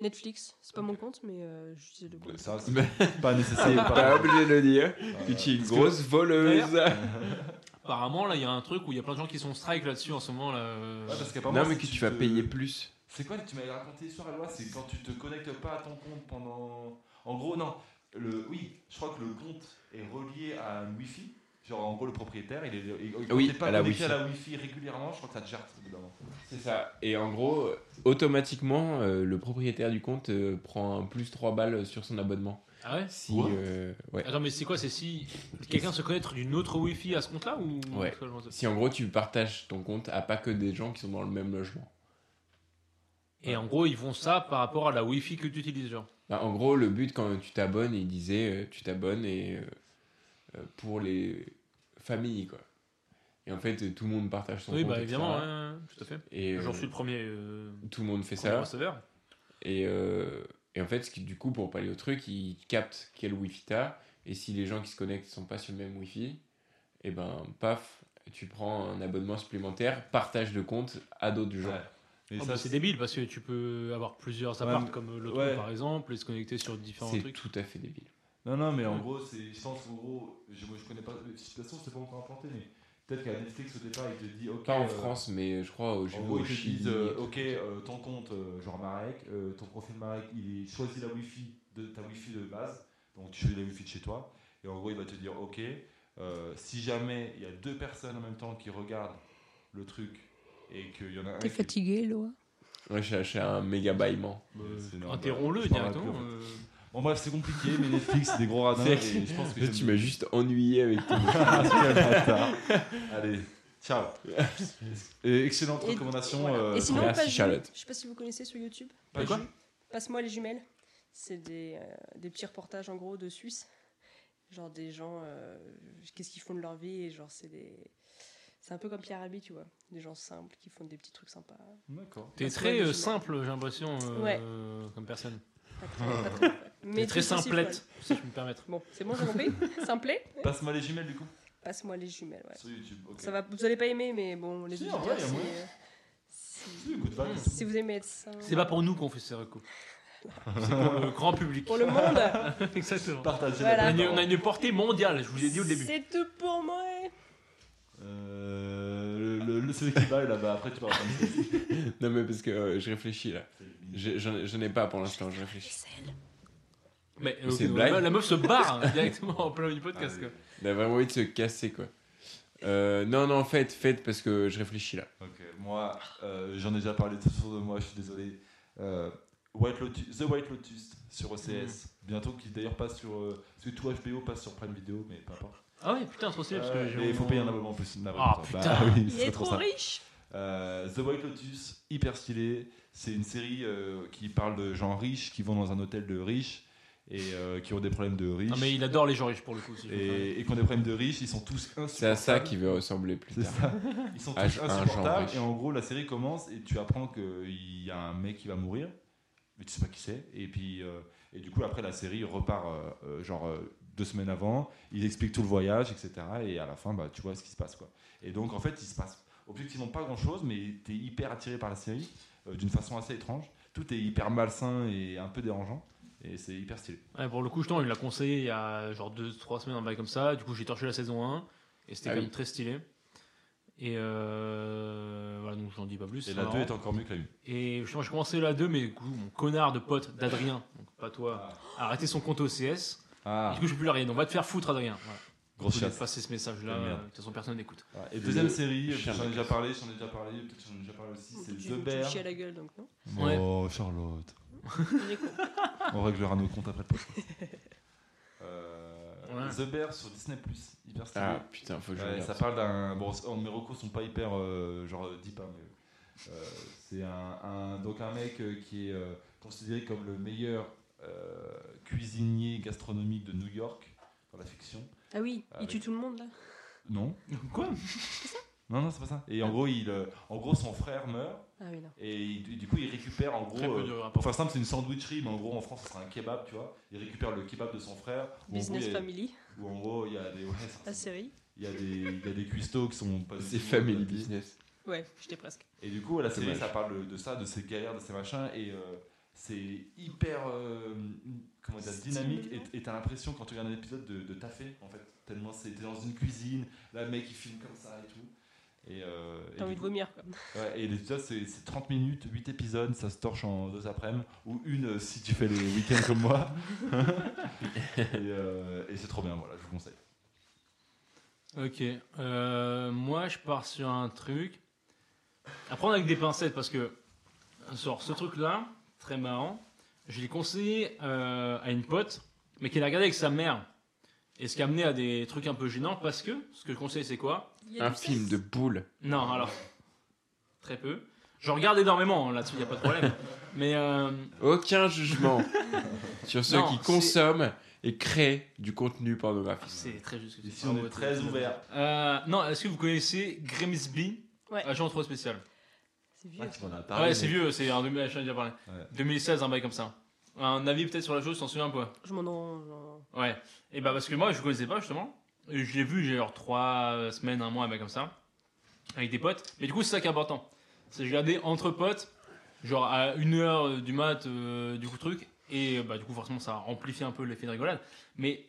Speaker 5: Netflix, c'est pas mon compte, mais euh, je sais le compte.
Speaker 2: Ça, c'est pas nécessaire.
Speaker 4: Pas
Speaker 2: pas-
Speaker 4: obligé de le dire.
Speaker 2: euh,
Speaker 4: Pitchy, grosse voleuse.
Speaker 1: Apparemment, là, il y a un truc où il y a plein de gens qui sont strike là-dessus en ce moment. Là. euh,
Speaker 2: ouais, parce qu'apparemment,
Speaker 4: Non, mais
Speaker 2: si
Speaker 4: que tu
Speaker 2: te-
Speaker 4: vas payer plus.
Speaker 2: C'est quoi Tu m'avais raconté sur la loi, c'est quand tu te connectes pas à ton compte pendant. En gros, non. Le, oui, je crois que le compte est relié à un Wi-Fi. Genre, en gros, le propriétaire, il est. il- quand
Speaker 4: Oui,
Speaker 2: t'es pas
Speaker 4: à la
Speaker 2: connecté
Speaker 4: Wi-Fi.
Speaker 2: à la Wi-Fi régulièrement, je crois que ça te gère, évidemment.
Speaker 4: C'est ça. Et en gros, euh, automatiquement, euh, le propriétaire du compte euh, prend un plus 3 balles sur son abonnement.
Speaker 1: Ah ouais
Speaker 4: Si,
Speaker 2: What
Speaker 4: euh, ouais.
Speaker 1: Attends, mais c'est quoi C'est si quelqu'un se connecte d'une autre Wi-Fi à ce compte-là ou
Speaker 4: Ouais.
Speaker 1: Parce que je pense-
Speaker 4: si en gros, tu partages ton compte à pas que des gens qui sont dans le même logement.
Speaker 1: Et en gros, ils font ça par rapport à la Wi-Fi que tu utilises, genre.
Speaker 4: Bah, en gros, le but quand tu t'abonnes, il disait euh, tu t'abonnes et euh, euh, pour les familles quoi. Et en fait, euh, tout le monde partage son
Speaker 1: Oui,
Speaker 4: compte.
Speaker 1: bah
Speaker 4: etc.
Speaker 1: évidemment, ouais, ouais, tout à fait.
Speaker 4: Et euh,
Speaker 1: J'en suis le premier, euh,
Speaker 4: tout le monde fait
Speaker 1: premier
Speaker 4: ça.
Speaker 1: receveur.
Speaker 4: Et, euh, et en fait, ce qui- du coup, pour pallier au truc, ils captent quel Wi-Fi t'as. Et si les gens qui se connectent sont pas sur le même Wi-Fi, et ben paf, tu prends un abonnement supplémentaire, partage de compte à d'autres gens.
Speaker 2: Ouais. Et
Speaker 4: Ah,
Speaker 1: Oh,
Speaker 2: ça,
Speaker 1: bah, c'est débile parce que tu peux avoir plusieurs
Speaker 2: Ouais,
Speaker 1: apparts
Speaker 2: mais-
Speaker 1: comme l'autre
Speaker 2: ouais.
Speaker 1: par exemple et se connecter sur différents
Speaker 4: C'est
Speaker 1: trucs.
Speaker 4: tout à fait débile.
Speaker 2: Non, non, mais en gros, c'est, je pense, en gros, je, moi, je connais pas, de toute façon, c'est pas encore implanté, mais peut-être qu'à Netflix, au départ, ils te disent, ok,
Speaker 4: Pas en
Speaker 2: euh,
Speaker 4: France, mais je crois au,
Speaker 2: en gros,
Speaker 4: au
Speaker 2: ils te
Speaker 4: Chili.
Speaker 2: disent, euh, ok, euh, ton compte, euh, genre Marek, euh, ton profil Marek, il est- choisit la Wi-Fi, de, ta Wi-Fi de base, donc tu choisis la Wi-Fi de chez toi, et en gros, il va te dire, ok, euh, si jamais il y a deux personnes en même temps qui regardent le truc, et qu'il y en a un
Speaker 5: T'es
Speaker 2: qui...
Speaker 5: fatigué, Loa
Speaker 4: Ouais, j'ai acheté un méga bâillement.
Speaker 2: Euh, c'est normal.
Speaker 1: Interromps-le
Speaker 2: Je parle un peu,
Speaker 1: directement.
Speaker 2: en fait.
Speaker 1: euh.
Speaker 2: Bon, bref, c'est compliqué, mais Netflix, c'est des gros radins, et je pense que
Speaker 4: Là,
Speaker 2: j'aime
Speaker 4: tu
Speaker 2: bien.
Speaker 4: m'as juste ennuyé avec tes
Speaker 2: Ah, c'est quel bâtard. Allez, ciao. Et excellente
Speaker 5: Et-
Speaker 2: recommandation.
Speaker 5: voilà.
Speaker 2: euh,
Speaker 5: Et sinon,
Speaker 4: merci,
Speaker 5: Passe-
Speaker 4: Charlotte.
Speaker 5: Je sais pas si vous connaissez sur YouTube.
Speaker 2: Passe-
Speaker 1: quoi
Speaker 5: Passe-moi les jumelles. C'est des, euh, des petits reportages en gros de Suisse. Genre des gens, euh, qu'est-ce qu'ils font de leur vie. Et genre, c'est des. C'est un peu comme Pierre Rabhi, tu vois. Des gens simples qui font des petits trucs sympas.
Speaker 2: D'accord.
Speaker 1: T'es
Speaker 5: Parce que
Speaker 1: très
Speaker 5: moi,
Speaker 1: euh,
Speaker 5: je-
Speaker 1: simple, j'ai l'impression, euh, comme personne.
Speaker 5: Pas très- pas très-
Speaker 1: T'es
Speaker 5: mais
Speaker 1: très
Speaker 5: tout aussi
Speaker 1: simplette, si je peux me permettre.
Speaker 5: folles. Bon, c'est bon, j'ai compris. Simplet
Speaker 2: Passe-moi les jumelles du coup.
Speaker 5: Passe-moi les jumelles, ouais.
Speaker 2: Sur YouTube. ok.
Speaker 5: Ça va, vous allez pas aimer, mais bon, les
Speaker 2: Si, en
Speaker 5: auditeurs,
Speaker 2: vrai, y a
Speaker 5: c'est-
Speaker 2: moyen.
Speaker 5: si,
Speaker 2: C'est du coup de vague.
Speaker 5: si vous aimez être simple.
Speaker 1: C'est pas pour nous qu'on fait ces recours. C'est pour le grand public.
Speaker 5: Pour le monde
Speaker 1: Exactement.
Speaker 2: Partagez
Speaker 5: Voilà.
Speaker 1: On a,
Speaker 2: la
Speaker 1: une, on a
Speaker 2: parole.
Speaker 1: une portée mondiale, je vous l'ai dit au début.
Speaker 5: C'est tout pour moi
Speaker 2: Euh, le- le- le- celui qui va là-bas, après tu parles comme ça.
Speaker 4: Non, mais parce que euh, je réfléchis là. J'ai- J'en ai- j'en ai pas pour l'instant, je réfléchis.
Speaker 1: Mais
Speaker 4: Mais c'est
Speaker 1: euh,
Speaker 4: une
Speaker 1: la,
Speaker 4: blague.
Speaker 1: la meuf se barre hein, directement en plein milieu du podcast.
Speaker 2: Ah,
Speaker 1: quoi.
Speaker 4: Il a vraiment envie de se casser quoi. Euh, non, non, faites, faites parce que je réfléchis là.
Speaker 2: Ok, moi, euh, j'en ai déjà parlé tout autour de moi, je suis désolé. Euh, White Lotus, The White Lotus sur OCS, bientôt qui d'ailleurs passe sur. euh, parce que tout HBO passe sur Prime Video, mais pas importe.
Speaker 1: Ah ouais, putain, trop stylé. parce que
Speaker 2: Euh,
Speaker 1: j'ai
Speaker 2: mais il faut
Speaker 1: vraiment-
Speaker 2: payer un abonnement en plus. une abonnement.
Speaker 1: Ah,
Speaker 2: Bah
Speaker 1: putain.
Speaker 2: oui,
Speaker 5: Il
Speaker 2: c'est
Speaker 5: est
Speaker 2: pour ça.
Speaker 5: trop riche
Speaker 2: Euh, The White Lotus, hyper stylé. C'est une série euh, qui parle de gens riches qui vont dans un hôtel de riches et euh, qui ont des problèmes de riches.
Speaker 1: Non, Ah, mais il adore les gens riches pour le coup. si je peux me permettre.
Speaker 2: et, et qui ont des problèmes de riches, ils sont tous
Speaker 4: C'est à
Speaker 2: insupportables.
Speaker 4: ça qu'il veut ressembler plus
Speaker 2: C'est ça.
Speaker 4: tard.
Speaker 2: Ils sont tous
Speaker 4: Ah, je- un genre
Speaker 2: insupportables.
Speaker 4: riche.
Speaker 2: Et en gros, la série commence et tu apprends qu'il y a un mec qui va mourir, mais tu sais pas qui c'est. Et puis, euh, et du coup, après, la série repart euh, euh, genre euh, deux semaines avant. Ils expliquent tout le voyage, etc. Et à la fin, bah, tu vois ce qui se passe, quoi. Et donc, en fait, il se passe objectivement pas grand chose, mais t'es hyper attiré par la série euh, d'une façon assez étrange. Tout est hyper malsain et un peu dérangeant. Et c'est hyper stylé.
Speaker 1: Ouais, pour le coup, je t'en, il me l'a conseillé il y a genre 2-3 semaines, un bail comme ça. Du coup, j'ai torché la saison 1 et c'était
Speaker 4: Ah
Speaker 1: quand
Speaker 4: oui.
Speaker 1: même très stylé. Et euh, voilà, donc j'en dis pas plus.
Speaker 2: Et la
Speaker 1: Alors,
Speaker 2: 2 est encore mieux que la 1.
Speaker 1: Et justement, j'ai commencé la 2, mais du coup, mon connard de pote d'Adrien, donc pas toi, a arrêté son compte OCS. Et
Speaker 2: Ah,
Speaker 1: du coup, je peux plus la rien. Donc, va te faire foutre, Adrien. Voilà.
Speaker 2: grosse
Speaker 1: Je voulais
Speaker 2: chasse.
Speaker 1: te passer ce message-là.
Speaker 2: Ah, merde.
Speaker 1: euh, De toute façon, personne n'écoute.
Speaker 2: Ouais, Et deuxième
Speaker 4: Le
Speaker 2: série, euh,
Speaker 4: Sherlock.
Speaker 2: j'en ai déjà parlé, j'en ai déjà parlé, peut-être que j'en ai déjà parlé aussi,
Speaker 5: Bon,
Speaker 2: c'est
Speaker 5: tu-
Speaker 2: The
Speaker 5: tu
Speaker 2: Bear.
Speaker 5: chies à la gueule, donc non
Speaker 1: Ouais.
Speaker 2: Oh, Charlotte.
Speaker 5: J'ai compris.
Speaker 2: On réglera nos comptes après le podcast.
Speaker 1: Ouais.
Speaker 2: Euh, The Bear sur Disney+, hyper stylé.
Speaker 4: Ah putain, faut que je
Speaker 2: Ouais,
Speaker 4: regarde
Speaker 2: ça parle d'un... Bon, c'est- oh, mes recos sont pas hyper, euh, genre, euh, deep, hein, mais... euh, c'est un, un- donc un mec euh, qui est euh, considéré comme le meilleur euh, cuisinier gastronomique de New York, dans la fiction.
Speaker 5: Ah oui,
Speaker 2: Ah
Speaker 5: il
Speaker 2: oui.
Speaker 5: tue tout le monde là
Speaker 2: Non
Speaker 1: Quoi Ah.
Speaker 2: Non, non, c'est pas ça. Et en gros, il, euh, en gros, son frère meurt,
Speaker 5: Ah oui, non.
Speaker 2: et il- du coup, il récupère, en gros...
Speaker 1: Très peu
Speaker 2: euh,
Speaker 1: de
Speaker 2: Pour
Speaker 1: rapport.
Speaker 2: faire simple, c'est une sandwicherie, mais en gros en France, ce sera un kebab, tu vois. Il récupère le kebab de son frère. où en gros,
Speaker 5: Business
Speaker 2: il y a-
Speaker 5: Family, Ah,
Speaker 2: Où en gros, il y a des. ouais,
Speaker 5: la
Speaker 2: c'est-
Speaker 5: série.
Speaker 2: Il y, a des, il y a des cuistots qui sont pas.
Speaker 4: C'est
Speaker 2: du tout,
Speaker 4: family
Speaker 2: euh,
Speaker 4: business.
Speaker 5: Ouais, j'étais presque.
Speaker 2: Et du coup, à la série,
Speaker 4: Dommage.
Speaker 2: ça parle de ça, de ces galères, de ces machins, et euh, c'est hyper euh, comment dire, dynamique. et- Et t'as l'impression, quand tu regardes un épisode, de, de taffer, en fait. Tellement c'est- t'es dans une cuisine, là, le mec, il filme comme ça et tout. Et, euh, et
Speaker 5: T'as
Speaker 2: du
Speaker 5: envie de
Speaker 2: coup-
Speaker 5: vomir, quoi.
Speaker 2: ouais, et l'épisode, c'est c'est 30 minutes, 8 épisodes, ça se torche en deux après-midi, ou une euh, si tu fais les week-ends comme moi. et euh, et c'est trop bien, voilà, je vous conseille.
Speaker 1: Ok. euh, moi, je pars sur un truc. À prendre avec des pincettes parce que, genre, ce truc-là, très marrant, je l'ai conseillé euh, à une pote, mais qu'elle a regardé avec sa mère. Et ce qui a amené à des trucs un peu gênants parce que, ce que je conseille, c'est quoi
Speaker 5: Il y a
Speaker 4: Un
Speaker 5: du
Speaker 4: film
Speaker 5: sexe.
Speaker 4: de boule.
Speaker 1: Non, alors. Très peu. Je regarde énormément, hein, là-dessus, il n'y a pas de problème. Mais euh,
Speaker 4: Aucun jugement sur ceux
Speaker 1: Non,
Speaker 4: qui
Speaker 1: c'est-
Speaker 4: consomment et créent du contenu pornographique.
Speaker 1: c'est très juste. ce que tu
Speaker 2: Ici,
Speaker 1: dis.
Speaker 2: on est très ouvert.
Speaker 1: Euh, non, est-ce que vous connaissez Grimsby
Speaker 5: Ouais.
Speaker 1: Agent trop spécial.
Speaker 5: C'est vieux.
Speaker 2: Ouais, tu m'en as
Speaker 1: Ah
Speaker 2: parlé,
Speaker 1: ouais, c'est
Speaker 2: mais-
Speaker 1: vieux, c'est en 2000, j'en ai déjà parlé.
Speaker 2: Ouais.
Speaker 1: 2016, un bail comme ça. Un avis peut-être sur la chose, t'en souviens pas
Speaker 5: Je m'en en- j'en-
Speaker 1: Ouais. Et bah parce que moi, je connaissais pas justement. Et Je l'ai vu, j'ai genre 3 semaines, un mois, un bail comme ça. Avec des potes. Mais du coup, c'est ça qui est important. C'est que je regardais entre potes, genre à 1h du mat, euh, du coup, truc. Et euh, bah du coup, forcément, ça amplifie un peu l'effet de rigolade. Mais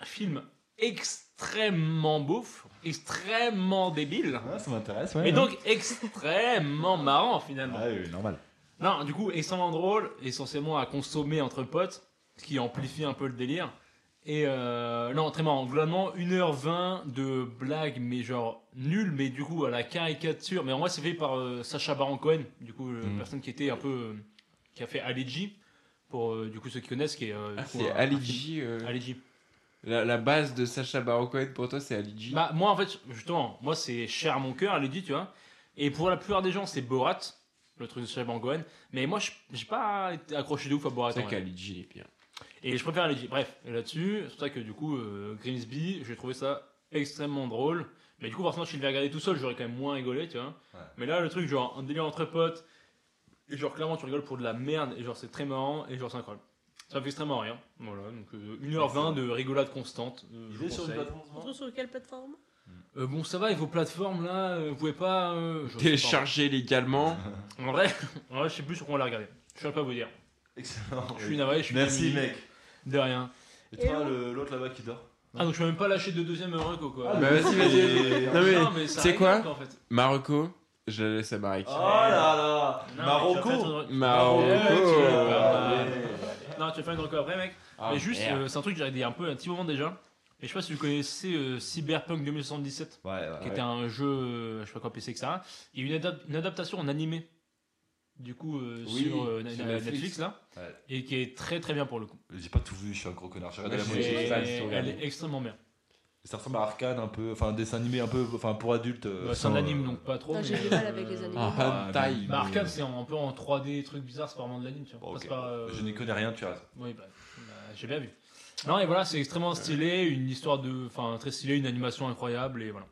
Speaker 1: un film extrêmement beauf, extrêmement débile.
Speaker 2: Ah, ça m'intéresse, ouais.
Speaker 1: Mais
Speaker 2: ouais.
Speaker 1: donc extrêmement marrant finalement.
Speaker 2: Ah oui, normal.
Speaker 1: Non, du coup, extrêmement drôle, essentiellement à consommer entre potes, ce qui amplifie un peu le délire. Et euh, non, très marrant, globalement, 1h20 de blagues, mais genre nulles, mais du coup à la caricature. Mais en vrai, c'est fait par euh, Sacha Baron Cohen, du coup, la
Speaker 2: Mm.
Speaker 1: personne qui était un peu. euh, qui a fait Aligi, pour euh, du coup ceux qui connaissent, qui est. euh, du
Speaker 4: Ah,
Speaker 1: coup,
Speaker 4: c'est
Speaker 1: un-
Speaker 4: Ali
Speaker 1: un film-
Speaker 4: G, euh,
Speaker 1: Ali G.
Speaker 4: la, la base de Sacha Baron Cohen pour toi, c'est Ali G.
Speaker 1: Bah, moi, en fait, justement, moi, c'est cher à mon cœur, elle dit, tu vois. Et pour la plupart des gens, c'est Borat, le truc de Sacha Baron Cohen. Mais moi, je- j'ai pas été accroché de ouf à Borat.
Speaker 4: c'est
Speaker 1: en
Speaker 4: vrai
Speaker 1: vrai.
Speaker 4: qu'Ali G est bien.
Speaker 1: Et je préfère aller dire. Bref, et là-dessus, c'est pour ça que du coup, euh, Grimsby, j'ai trouvé ça extrêmement drôle. Mais du coup, forcément, si je l'avais regardé tout seul, j'aurais quand même moins rigolé, tu vois.
Speaker 2: Ouais.
Speaker 1: Mais là, le truc, genre, un délire entre potes, et genre, clairement, tu rigoles pour de la merde, et genre, c'est très marrant, et genre, c'est incroyable. Ça me fait extrêmement rien. Voilà, donc euh, 1h20 de rigolade constante. euh, je vous conseille.
Speaker 5: On se trouve sur quelle plateforme
Speaker 1: Euh, bon, ça va, et vos plateformes là, euh, vous pouvez pas. euh, je sais pas.
Speaker 4: Téléchargé légalement.
Speaker 1: En vrai, en vrai, je sais plus sur quoi on l'a regardé. Je saurais pas vous dire.
Speaker 2: Excellent.
Speaker 1: Je suis navré, je suis
Speaker 2: Merci,
Speaker 1: démuni.
Speaker 2: mec.
Speaker 1: De rien.
Speaker 2: Et toi,
Speaker 5: Hello.
Speaker 2: le- l'autre là-bas qui dort
Speaker 1: Ah, donc je peux même pas lâcher de deuxième Euh, reco quoi.
Speaker 2: Ah,
Speaker 4: bah vas-y, vas-y.
Speaker 2: Et-
Speaker 4: Non, mais
Speaker 1: Putain, mais ça
Speaker 4: c'est
Speaker 1: rigole,
Speaker 4: quoi
Speaker 1: quoi, en fait.
Speaker 4: Marocco, je la laisse à Marek.
Speaker 2: Oh là là
Speaker 1: Non,
Speaker 2: Marocco
Speaker 1: mais tu vas faire une-
Speaker 4: Marocco.
Speaker 1: Ouais, tu vas-
Speaker 2: Ah, ouais.
Speaker 1: Non, tu vas faire une reco après, mec.
Speaker 4: Ah,
Speaker 1: mais juste,
Speaker 4: merde.
Speaker 1: euh, c'est un truc que j'avais dit un peu un petit moment déjà. Et je sais pas si vous connaissez euh, Cyberpunk 2077,
Speaker 2: Ah, Ouais,
Speaker 1: qui était un jeu, euh, je sais pas quoi, PC, etc. Il y a eu une, adap- une adaptation en animé, du coup, euh,
Speaker 4: Oui,
Speaker 1: sur, euh, na-
Speaker 4: sur
Speaker 1: na-
Speaker 4: Netflix.
Speaker 1: Netflix. là.
Speaker 2: Ouais.
Speaker 1: Et qui est très très bien pour le coup.
Speaker 2: J'ai pas tout vu, je suis un gros connard. J'ai regardé
Speaker 4: Ouais,
Speaker 2: la
Speaker 4: j'ai-
Speaker 1: Et
Speaker 2: moitié.
Speaker 4: j'ai- pas tout
Speaker 1: elle
Speaker 4: regardé.
Speaker 1: est extrêmement bien.
Speaker 2: Ça ressemble à Arcane un peu, enfin un dessin animé un peu, enfin pour adultes. euh,
Speaker 1: Bah, c'est un
Speaker 2: sans,
Speaker 1: anime
Speaker 2: euh,
Speaker 1: donc pas trop.
Speaker 5: Non,
Speaker 1: mais, euh,
Speaker 5: j'ai du mal avec les animés.
Speaker 4: Un
Speaker 2: Ah,
Speaker 4: hentai.
Speaker 2: mais-
Speaker 1: Bah, Arcane, c'est en- un peu en 3D, truc bizarre, c'est pas vraiment de l'anime, tu vois.
Speaker 2: bon,
Speaker 1: Enfin,
Speaker 2: ok.
Speaker 1: c'est pas, euh,
Speaker 2: Je n'y connais rien, tu as raison.
Speaker 1: Oui, bah, bah, j'ai bien vu. Non, et voilà, c'est extrêmement stylé, une histoire de. Enfin, très stylé, une animation incroyable, et voilà.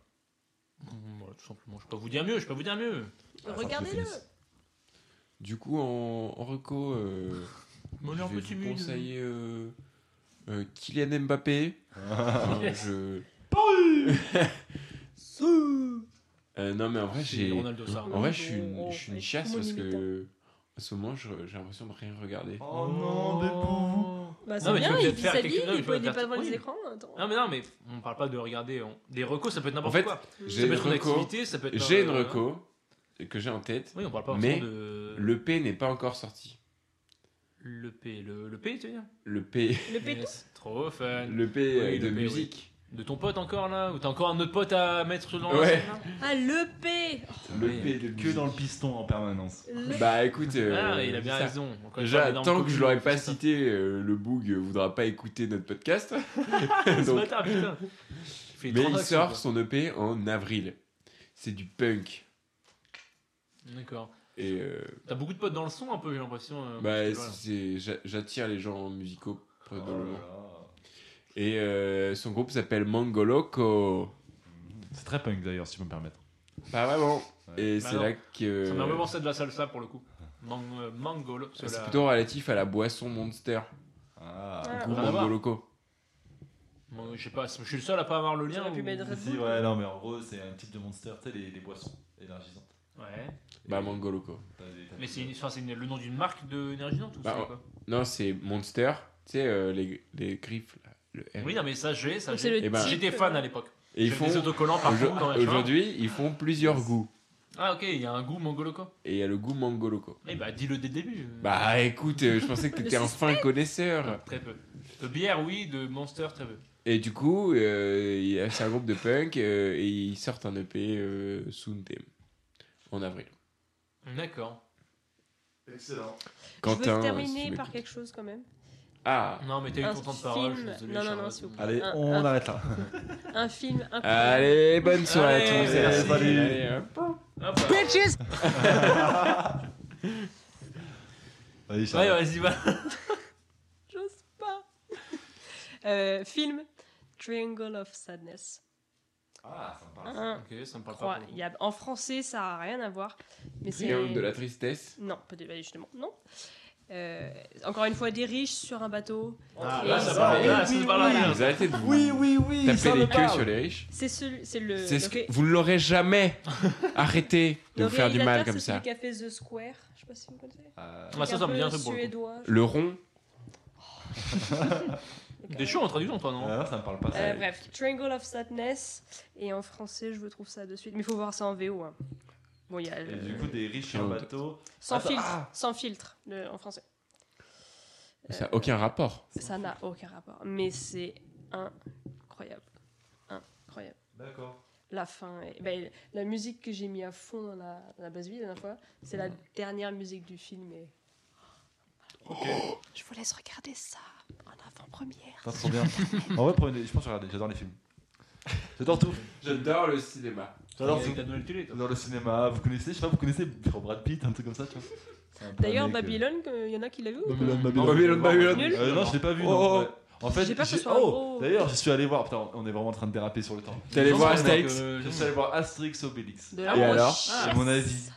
Speaker 1: Mm, Voilà, tout simplement. Je peux pas vous dire mieux, je peux vous dire mieux.
Speaker 2: Ah,
Speaker 5: Regardez-le
Speaker 2: ça me fait
Speaker 4: Du coup, en, en reco, euh, je
Speaker 1: Mon
Speaker 4: vais
Speaker 1: petit
Speaker 4: vous
Speaker 1: mule.
Speaker 4: conseiller euh, euh, Kylian Mbappé. Hein, je... Euh, non mais en vrai
Speaker 1: C'est
Speaker 4: j'ai
Speaker 1: Ronaldo, ça.
Speaker 4: en vrai je suis une,
Speaker 5: Oh,
Speaker 4: je suis une
Speaker 5: oh,
Speaker 4: chiasse
Speaker 5: mon
Speaker 4: parce que
Speaker 5: imitant.
Speaker 4: en ce moment je- j'ai l'impression de rien regarder.
Speaker 2: Oh non, Bébou
Speaker 5: Bah,
Speaker 1: Non,
Speaker 5: c'est
Speaker 1: mais tu
Speaker 5: bien,
Speaker 1: veux
Speaker 5: il
Speaker 1: peut-être
Speaker 5: vit
Speaker 1: faire
Speaker 5: sa
Speaker 1: quelque
Speaker 5: vie,
Speaker 1: chose,
Speaker 5: il
Speaker 1: tu veux
Speaker 5: peut- il est
Speaker 1: faire-
Speaker 5: pas devant
Speaker 1: oui.
Speaker 5: les écrans. Attends.
Speaker 1: Oh. Non, mais non, mais on parle pas de regarder. on- Des recos, ça peut être n'importe
Speaker 4: En fait,
Speaker 1: quoi. Ça
Speaker 4: J'ai
Speaker 1: peut
Speaker 4: une
Speaker 1: être une
Speaker 4: reco,
Speaker 1: activité, ça peut être.
Speaker 4: j'ai une
Speaker 1: euh,
Speaker 4: reco que j'ai en tête.
Speaker 1: Oui, on parle pas
Speaker 4: Mais
Speaker 1: forcément de.
Speaker 4: Le P n'est pas encore sorti.
Speaker 1: Le P. Le, le P, tu veux dire
Speaker 4: Le P
Speaker 5: Le pétou
Speaker 1: Yes, Trop fun.
Speaker 4: le P euh,
Speaker 1: Oui,
Speaker 4: de
Speaker 1: le P, oui.
Speaker 4: musique.
Speaker 1: De ton pote encore là Ou t'as encore un autre pote à mettre dans
Speaker 4: Ouais.
Speaker 1: la scène là
Speaker 5: Ah, le P
Speaker 4: Le P de
Speaker 2: Que
Speaker 4: musique.
Speaker 2: dans le piston en permanence.
Speaker 5: Le-
Speaker 4: Bah écoute
Speaker 1: Ah,
Speaker 4: euh,
Speaker 1: il a bien
Speaker 4: ça.
Speaker 1: raison. Encore une fois,
Speaker 4: Déjà,
Speaker 1: l'énorme
Speaker 4: tant que
Speaker 1: cocu,
Speaker 4: je l'aurais
Speaker 1: c'est
Speaker 4: pas
Speaker 1: ça.
Speaker 4: cité, euh, le boug euh, voudra pas écouter notre podcast.
Speaker 1: Ce
Speaker 4: Donc,
Speaker 1: bâtard, putain. Il fait
Speaker 4: mais
Speaker 1: 30
Speaker 4: il
Speaker 1: actions,
Speaker 4: sort
Speaker 1: quoi.
Speaker 4: son EP en avril. C'est du punk.
Speaker 1: D'accord.
Speaker 4: Et euh,
Speaker 1: T'as beaucoup de potes dans le son un peu, j'ai l'impression. euh,
Speaker 4: bah,
Speaker 1: parce que, voilà.
Speaker 4: c'est- j'a- j'attire les gens musicaux
Speaker 1: Ah,
Speaker 4: probablement.
Speaker 2: Oh
Speaker 4: Et euh, son groupe s'appelle Mangoloco.
Speaker 2: là là. C'est très punk d'ailleurs, si je peux me permettre.
Speaker 4: Pas vraiment.
Speaker 2: Ouais.
Speaker 4: Et
Speaker 1: Bah
Speaker 4: c'est
Speaker 1: non.
Speaker 4: là que. Ah,
Speaker 1: Ça m'a vraiment pensé de la salsa pour le coup. Mang- euh, Mangolo. parce que
Speaker 4: C'est
Speaker 1: la-
Speaker 4: plutôt relatif à la boisson Monster.
Speaker 2: Ah,
Speaker 5: Ah.
Speaker 4: Groupe
Speaker 1: Rien à voir.
Speaker 4: Mangoloco.
Speaker 1: Moi, je sais pas, je suis le seul à pas avoir le lien.
Speaker 6: J'aurais pu
Speaker 1: ou-
Speaker 6: mettre Red
Speaker 2: Si,
Speaker 6: Bull.
Speaker 2: ouais, non, mais en gros, c'est un type de monster, tu sais, les, les boissons énergisantes.
Speaker 1: Ouais.
Speaker 4: Bah, Mango Loco.
Speaker 2: T'as des- t'as
Speaker 1: Mais
Speaker 2: des-
Speaker 1: c'est une- enfin, c'est une- le nom d'une marque d'énergie non tout
Speaker 4: Bah,
Speaker 1: ça quoi.
Speaker 4: Non, c'est Monster. Tu sais, euh, les, les griffes, là, le R.
Speaker 1: Oui, non, mais ça, j'ai. ça,
Speaker 6: Donc Oh, c'est
Speaker 1: j'ai.
Speaker 6: le
Speaker 4: Eh ben,
Speaker 6: type, euh,
Speaker 1: J'étais fan à l'époque.
Speaker 4: Et ils
Speaker 1: J'ai
Speaker 4: font.
Speaker 1: des autocollants par
Speaker 4: Aujo-
Speaker 1: contre dans les cheveux.
Speaker 4: Aujourd'hui, ils font plusieurs goûts.
Speaker 1: Ah, ok, il y a un goût mongoloco.
Speaker 4: Et il y a le goût Mango Loco.
Speaker 1: Eh bah, dis-le dès le début. Ah,
Speaker 4: Bah, écoute, euh, je pensais que t'étais un fin connaisseur.
Speaker 1: Très peu. De bière, oui, de monster, très peu.
Speaker 4: Et du coup, euh, il y a- c'est un groupe de punk euh, et ils sortent un EP euh, Suntem en avril.
Speaker 1: D'accord.
Speaker 2: Excellent.
Speaker 6: je veux
Speaker 4: euh, si
Speaker 6: terminer
Speaker 4: tu
Speaker 6: par
Speaker 4: m'écoutes.
Speaker 6: quelque chose quand même.
Speaker 4: Ah,
Speaker 1: Non, mais t'as eu
Speaker 6: Un
Speaker 1: ton temps de parole, je suis
Speaker 6: film-
Speaker 1: désolé.
Speaker 6: non, non,
Speaker 1: Charles.
Speaker 6: non, s'il vous plaît.
Speaker 2: Allez,
Speaker 6: Un-
Speaker 2: on
Speaker 6: un-
Speaker 2: arrête là.
Speaker 6: Un film incroyable.
Speaker 4: allez, bonne soirée à
Speaker 1: Allez,
Speaker 4: tous.
Speaker 2: merci. Salut.
Speaker 4: Allez, hein. hop.
Speaker 1: Hop là.
Speaker 2: Allez, Charles.
Speaker 1: Ouais, vas-y, va.
Speaker 6: J'ose pas. Euh, film Triangle of Sadness.
Speaker 2: Ah, sympa.
Speaker 6: Un,
Speaker 1: Ok, ça me parle
Speaker 6: trois.
Speaker 1: pas. pour le
Speaker 6: Il y a, en français, ça n'a rien à voir. Mais c'est.
Speaker 4: Ah Triangle de la tristesse.
Speaker 6: Non, peut-être bah, justement, non. Euh, encore une fois, des riches sur un bateau.
Speaker 1: coup. Ah,
Speaker 6: Et
Speaker 1: là, ça parle.
Speaker 6: oui,
Speaker 1: Là, ça
Speaker 6: oui,
Speaker 1: parle à
Speaker 6: oui.
Speaker 1: rien.
Speaker 4: Vous arrêtez de vous
Speaker 2: Oui, oui, oui.
Speaker 4: taper
Speaker 2: ça
Speaker 4: les
Speaker 2: me
Speaker 4: queues
Speaker 2: parle.
Speaker 4: sur les riches.
Speaker 6: C'est celui- c'est le.
Speaker 4: C'est ce
Speaker 6: le
Speaker 4: que-
Speaker 6: ré-
Speaker 4: Vous ne l'aurez jamais. Arrêtez de
Speaker 6: le
Speaker 4: vous faire du mal
Speaker 6: réalisateur,
Speaker 4: comme
Speaker 6: c'est celui
Speaker 4: ça.
Speaker 6: qui a fait The Square. Je sais pas si vous connaissez.
Speaker 2: Euh,
Speaker 1: Ah, ça, ça me dit un truc pour le coup.
Speaker 6: suédois. je
Speaker 4: Le rond.
Speaker 6: sais
Speaker 1: Des
Speaker 6: pas.
Speaker 1: shows en traduction, toi, non
Speaker 2: ah, non, ça me parle pas. ça.
Speaker 6: Euh, bref, Triangle of Sadness. Et en français, je vous trouve ça de suite. Mais il faut voir ça en VO. hein. Bon, il y a
Speaker 2: Et
Speaker 6: le-
Speaker 2: du coup, des riches sur un bateau.
Speaker 6: Sans
Speaker 2: Attends,
Speaker 6: filtre.
Speaker 2: ah
Speaker 6: Sans filtre, le- en français.
Speaker 4: Ça
Speaker 6: Euh,
Speaker 4: n'a aucun rapport.
Speaker 6: Ça n'a aucun rapport. Mais c'est incroyable. Incroyable.
Speaker 2: D'accord.
Speaker 6: La fin. est- ben, la musique que j'ai mis à fond dans la, dans la basse vie la dernière fois, c'est la dernière musique du film. Et... Je vous laisse regarder ça en avant-première.
Speaker 2: Oh, Pas trop bien. en vrai, prenez- je pense que je regardais, j'adore les films. J'adore tout.
Speaker 4: J'adore le cinéma.
Speaker 2: J'adore
Speaker 1: T'as
Speaker 2: tout.
Speaker 1: t'as donné le télé, toi.
Speaker 2: J'adore le cinéma. Vous connaissez, je sais pas, vous connaissez Brad Pitt, un truc comme ça, tu vois. C'est un peu
Speaker 4: Ah,
Speaker 6: D'ailleurs,
Speaker 2: un mec, euh,
Speaker 6: Babylone, il y en a qui l'a vu ou pas
Speaker 2: Babylone,
Speaker 1: Non,
Speaker 2: Babylone.
Speaker 4: Babylone, Babylone.
Speaker 6: Nul.
Speaker 2: Euh, non, je l'ai pas vu.
Speaker 4: Oh,
Speaker 2: non,
Speaker 4: oh.
Speaker 2: ouais. En fait,
Speaker 6: J'ai peur que ce
Speaker 2: j'ai-
Speaker 6: soit un
Speaker 2: oh,
Speaker 6: gros-
Speaker 2: d'ailleurs, je suis allé voir. Putain, on est vraiment en train de déraper sur le temps.
Speaker 4: T'es allé
Speaker 1: Non,
Speaker 4: voir
Speaker 1: c'est vrai
Speaker 4: Astérix
Speaker 1: que-
Speaker 2: Je suis allé voir Asterix Obélix.
Speaker 6: De
Speaker 4: Et
Speaker 6: broche.
Speaker 4: alors
Speaker 6: Ah,
Speaker 2: Et mon avis,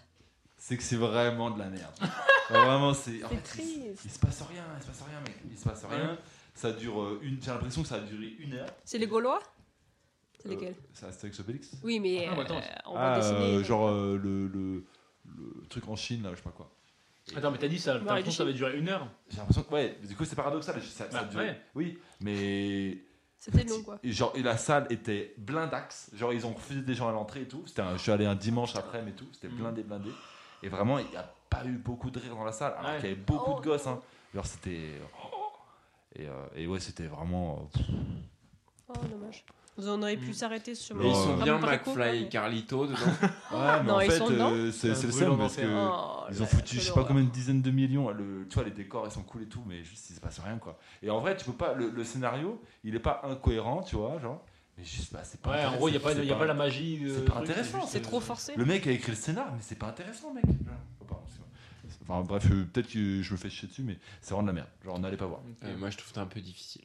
Speaker 2: c'est que c'est vraiment de la merde. Enfin, vraiment, c'est. en
Speaker 6: C'est
Speaker 2: fait,
Speaker 6: triste.
Speaker 2: Il, il se passe rien, il se passe rien, mec. Il se passe
Speaker 1: hein.
Speaker 2: rien. Ça dure euh, une. J'ai l'impression que ça a duré une heure.
Speaker 6: C'est les Gaulois C'est
Speaker 2: Euh,
Speaker 6: lesquels
Speaker 2: C'est Asterix Obélix.
Speaker 6: Oui, mais
Speaker 1: Ah, bah, attends.
Speaker 6: euh, on va
Speaker 2: Ah,
Speaker 6: dessiner.
Speaker 2: euh, genre euh, le, le, le truc en Chine, là, je sais pas quoi.
Speaker 1: Attends, mais t'as dit ça, t'as
Speaker 6: Ouais,
Speaker 1: l'impression
Speaker 6: du
Speaker 1: que ça va durer une heure.
Speaker 2: J'ai l'impression que, ouais, du coup, c'est paradoxal. Ça, ça
Speaker 1: Bah,
Speaker 2: a duré-
Speaker 1: ouais.
Speaker 2: Oui, mais.
Speaker 6: C'était long, quoi.
Speaker 2: Et genre, et la salle était blindax. Genre, ils ont refusé des gens à l'entrée et tout. C'était un, je suis allé un dimanche après, mais tout. C'était
Speaker 1: Mhm.
Speaker 2: blindé, blindé. Et vraiment, il n'y a pas eu beaucoup de rire dans la salle. Alors
Speaker 1: Ouais.
Speaker 2: qu'il y avait beaucoup
Speaker 6: Oh.
Speaker 2: de gosses. Hein. Genre, c'était. oh. Et, euh, et ouais, c'était vraiment.
Speaker 6: Oh, dommage. Vous en auriez pu
Speaker 1: Mm.
Speaker 6: s'arrêter sur
Speaker 4: Et ils sont
Speaker 2: Ouais.
Speaker 4: bien
Speaker 6: Vraiment pas les coups,
Speaker 4: McFly et
Speaker 6: ouais.
Speaker 4: Carlito dedans.
Speaker 2: Ouais, mais
Speaker 6: Non,
Speaker 2: en
Speaker 6: ils
Speaker 2: fait,
Speaker 6: sont dedans
Speaker 2: euh, c'est
Speaker 1: Un
Speaker 2: c'est le
Speaker 1: brûlant
Speaker 2: seum parce
Speaker 1: d'enfer.
Speaker 2: que.
Speaker 6: Oh,
Speaker 2: Ils
Speaker 6: là,
Speaker 2: ont foutu, je
Speaker 6: quelle
Speaker 2: sais pas
Speaker 6: horreur.
Speaker 2: combien de dizaines de millions. Le, tu vois, les décors, ils sont cool et tout, mais juste, il se passe rien, quoi. Et en vrai, tu peux pas. Le, le scénario, il est pas incohérent, tu vois, genre. Mais juste, bah, c'est pas.
Speaker 1: Ouais, en gros, il n'y a, pas
Speaker 2: c'est
Speaker 1: de- y a pas la magie. de-
Speaker 2: c'est pas
Speaker 1: truc,
Speaker 2: intéressant,
Speaker 1: juste,
Speaker 6: C'est
Speaker 1: euh,
Speaker 6: trop forcé.
Speaker 2: Le mec a écrit le scénar, mais c'est pas intéressant, mec. Genre, oh, pardon, excuse-moi. Enfin, bref, euh, peut-être que je me fais chier dessus, mais c'est vraiment de la merde. Genre, n'allez pas voir.
Speaker 4: Euh, moi, je trouve ça un peu difficile.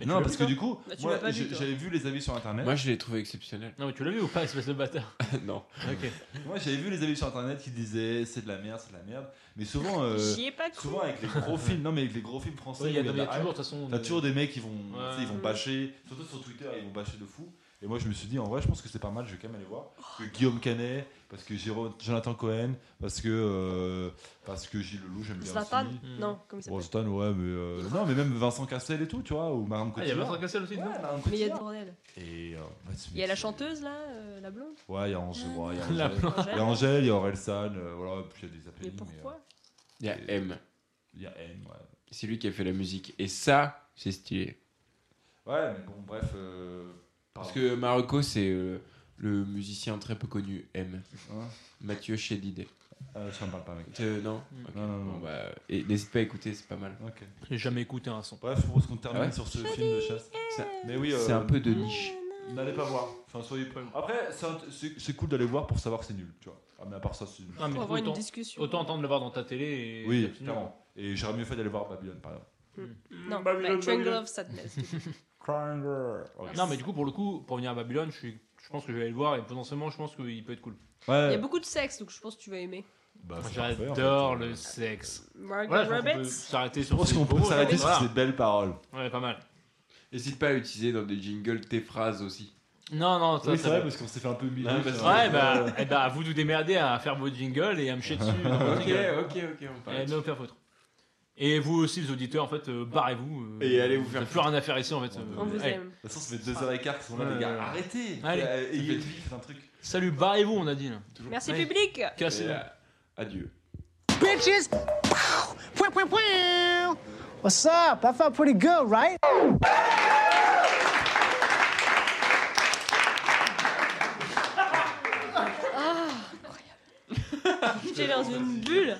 Speaker 1: Mais tu
Speaker 2: non,
Speaker 1: l'as
Speaker 2: parce
Speaker 1: vu,
Speaker 2: que
Speaker 1: toi
Speaker 2: du coup,
Speaker 6: Bah, tu
Speaker 2: moi,
Speaker 6: l'as pas vu,
Speaker 2: j'ai-
Speaker 6: toi.
Speaker 2: j'avais vu les avis sur internet.
Speaker 4: Moi, je l'ai trouvé exceptionnel.
Speaker 1: Non, mais tu l'as vu ou pas, espèce de bâtard
Speaker 4: non.
Speaker 1: Ok.
Speaker 2: Moi, j'avais vu les avis sur internet qui disaient c'est de la merde, c'est de la merde. Mais souvent, euh,
Speaker 6: J'y ai pas cru.
Speaker 2: souvent avec les gros films, non, mais avec les gros films français,
Speaker 1: Ouais, Il y a
Speaker 2: où
Speaker 1: il y a
Speaker 2: de la hype,
Speaker 1: toujours, de toute façon.
Speaker 2: T'as
Speaker 1: de-
Speaker 2: toujours des mecs qui vont,
Speaker 1: Ouais.
Speaker 2: tu sais, ils vont bâcher, surtout sur Twitter, ils vont bâcher de fou. Et moi, je me suis dit, en vrai, je pense que c'est pas mal, je vais quand même aller voir. Parce que Guillaume Canet, parce que Jérôme- Jonathan Cohen, parce que, euh, parce que Gilles Lelouch, j'aime bien
Speaker 6: Zlatan
Speaker 2: aussi.
Speaker 1: Hmm.
Speaker 6: Non, comme ça.
Speaker 2: Bon, Zlatan, ouais, mais euh, non, mais même Vincent Cassel et tout, tu vois, ou Marion
Speaker 1: Ah, il y a
Speaker 2: Cotillard.
Speaker 1: Vincent Cassel aussi
Speaker 2: Ouais,
Speaker 1: dedans
Speaker 2: Marion
Speaker 6: Mais il y a du
Speaker 2: Cotillard.
Speaker 6: bordel.
Speaker 2: Et, euh, ouais, c'est-
Speaker 6: Il y a la chanteuse, Ah. là, euh, la blonde.
Speaker 2: Ouais, il y a Angèle, ouais, il y a
Speaker 1: La
Speaker 2: Angèle.
Speaker 1: plante.
Speaker 2: Il y a
Speaker 6: Angèle.
Speaker 2: Angèle, il y a Aurel San, euh, voilà, puis il y a des appels.
Speaker 6: Mais
Speaker 1: euh,
Speaker 6: pourquoi
Speaker 4: Il y a M.
Speaker 2: Il y a N, ouais.
Speaker 4: C'est lui qui a fait la musique. Et ça, c'est stylé.
Speaker 2: Ouais, mais bon, bref. euh,
Speaker 4: Parce
Speaker 2: pardon.
Speaker 4: que Marocco, c'est euh, le musicien très peu connu, M.
Speaker 2: Hein
Speaker 4: Mathieu Chédidé.
Speaker 2: Euh, ça me parle pas, mec.
Speaker 4: Euh, non
Speaker 1: Mm.
Speaker 4: Ok.
Speaker 2: Non, non, non.
Speaker 4: Bon, bah, et n'hésite pas à écouter, c'est pas mal.
Speaker 1: bah.
Speaker 2: Ok.
Speaker 1: J'ai jamais écouté un son.
Speaker 2: Bref, je propose qu'on termine
Speaker 4: Ah ouais
Speaker 2: sur ce film de chasse.
Speaker 4: Ça-
Speaker 2: Mais oui, euh,
Speaker 4: C'est un peu de niche.
Speaker 2: N'allez pas voir. Enfin, soyez pas- Après, c'est un- c'est c'est cool d'aller voir pour savoir que c'est nul, tu vois. Ah, mais à part ça, c'est nul.
Speaker 1: Ah, mais
Speaker 6: Pour avoir une
Speaker 1: autant,
Speaker 6: discussion.
Speaker 1: autant entendre le voir dans ta télé. Et
Speaker 2: oui,
Speaker 1: Absolument.
Speaker 2: clairement. Et j'aurais mieux fait d'aller voir Babylone, par exemple.
Speaker 6: Non, bah, Triangle of Sadness.
Speaker 2: Cranger. Ok.
Speaker 1: Non, mais du coup, pour le coup, pour venir à Babylone, je, suis- je pense que je vais aller le voir et potentiellement, je pense qu'il peut être cool.
Speaker 6: Il y
Speaker 2: Ouais.
Speaker 6: a beaucoup de sexe, donc je pense que tu vas aimer.
Speaker 2: Bah, c'est parfait, en fait.
Speaker 1: J'adore le sexe.
Speaker 6: Margot
Speaker 1: Voilà, je pense qu'on
Speaker 6: Robbie.
Speaker 1: peut s'arrêter
Speaker 2: Je
Speaker 1: sur
Speaker 2: pense
Speaker 1: ces
Speaker 2: qu'on
Speaker 1: beaux
Speaker 2: peut
Speaker 1: mots,
Speaker 2: s'arrêter
Speaker 1: voilà.
Speaker 2: sur ces belles paroles.
Speaker 1: Ouais, pas mal.
Speaker 4: N'hésite pas à utiliser dans des jingles tes phrases aussi.
Speaker 1: Non, non, ça,
Speaker 2: Oui,
Speaker 1: ça
Speaker 2: c'est
Speaker 1: va.
Speaker 2: vrai, parce qu'on s'est fait un peu mieux.
Speaker 4: Non, mais c'est
Speaker 1: Ouais, bah, eh bah, vous nous démerdez à faire vos jingles et à me chier dessus. dans vos
Speaker 4: Ok,
Speaker 1: jingles.
Speaker 4: ok, ok, on
Speaker 1: Et à
Speaker 4: parle.
Speaker 1: me faire foutre. Et vous aussi, les auditeurs, en fait, euh, barrez-vous. euh,
Speaker 4: Et allez vous
Speaker 1: vous
Speaker 4: faire
Speaker 1: n'avez plus rien à faire ici, en fait. euh,
Speaker 5: On vous
Speaker 1: allez.
Speaker 5: aime.
Speaker 2: De toute façon, ça fait 2h15 qu'ils sont là, les
Speaker 1: Ouais.
Speaker 2: gars. Arrêtez
Speaker 1: Allez.
Speaker 2: Euh, ayez
Speaker 4: Ça fait-
Speaker 2: une vie, faites un truc.
Speaker 1: Salut, barrez-vous, on a dit. là.
Speaker 5: Merci
Speaker 1: Ouais.
Speaker 5: public
Speaker 1: Cassez.
Speaker 4: Et, euh, Adieu.
Speaker 3: bitches. Pow, pow, pow. What's up? I felt pretty good, right?
Speaker 5: J'étais dans une bulle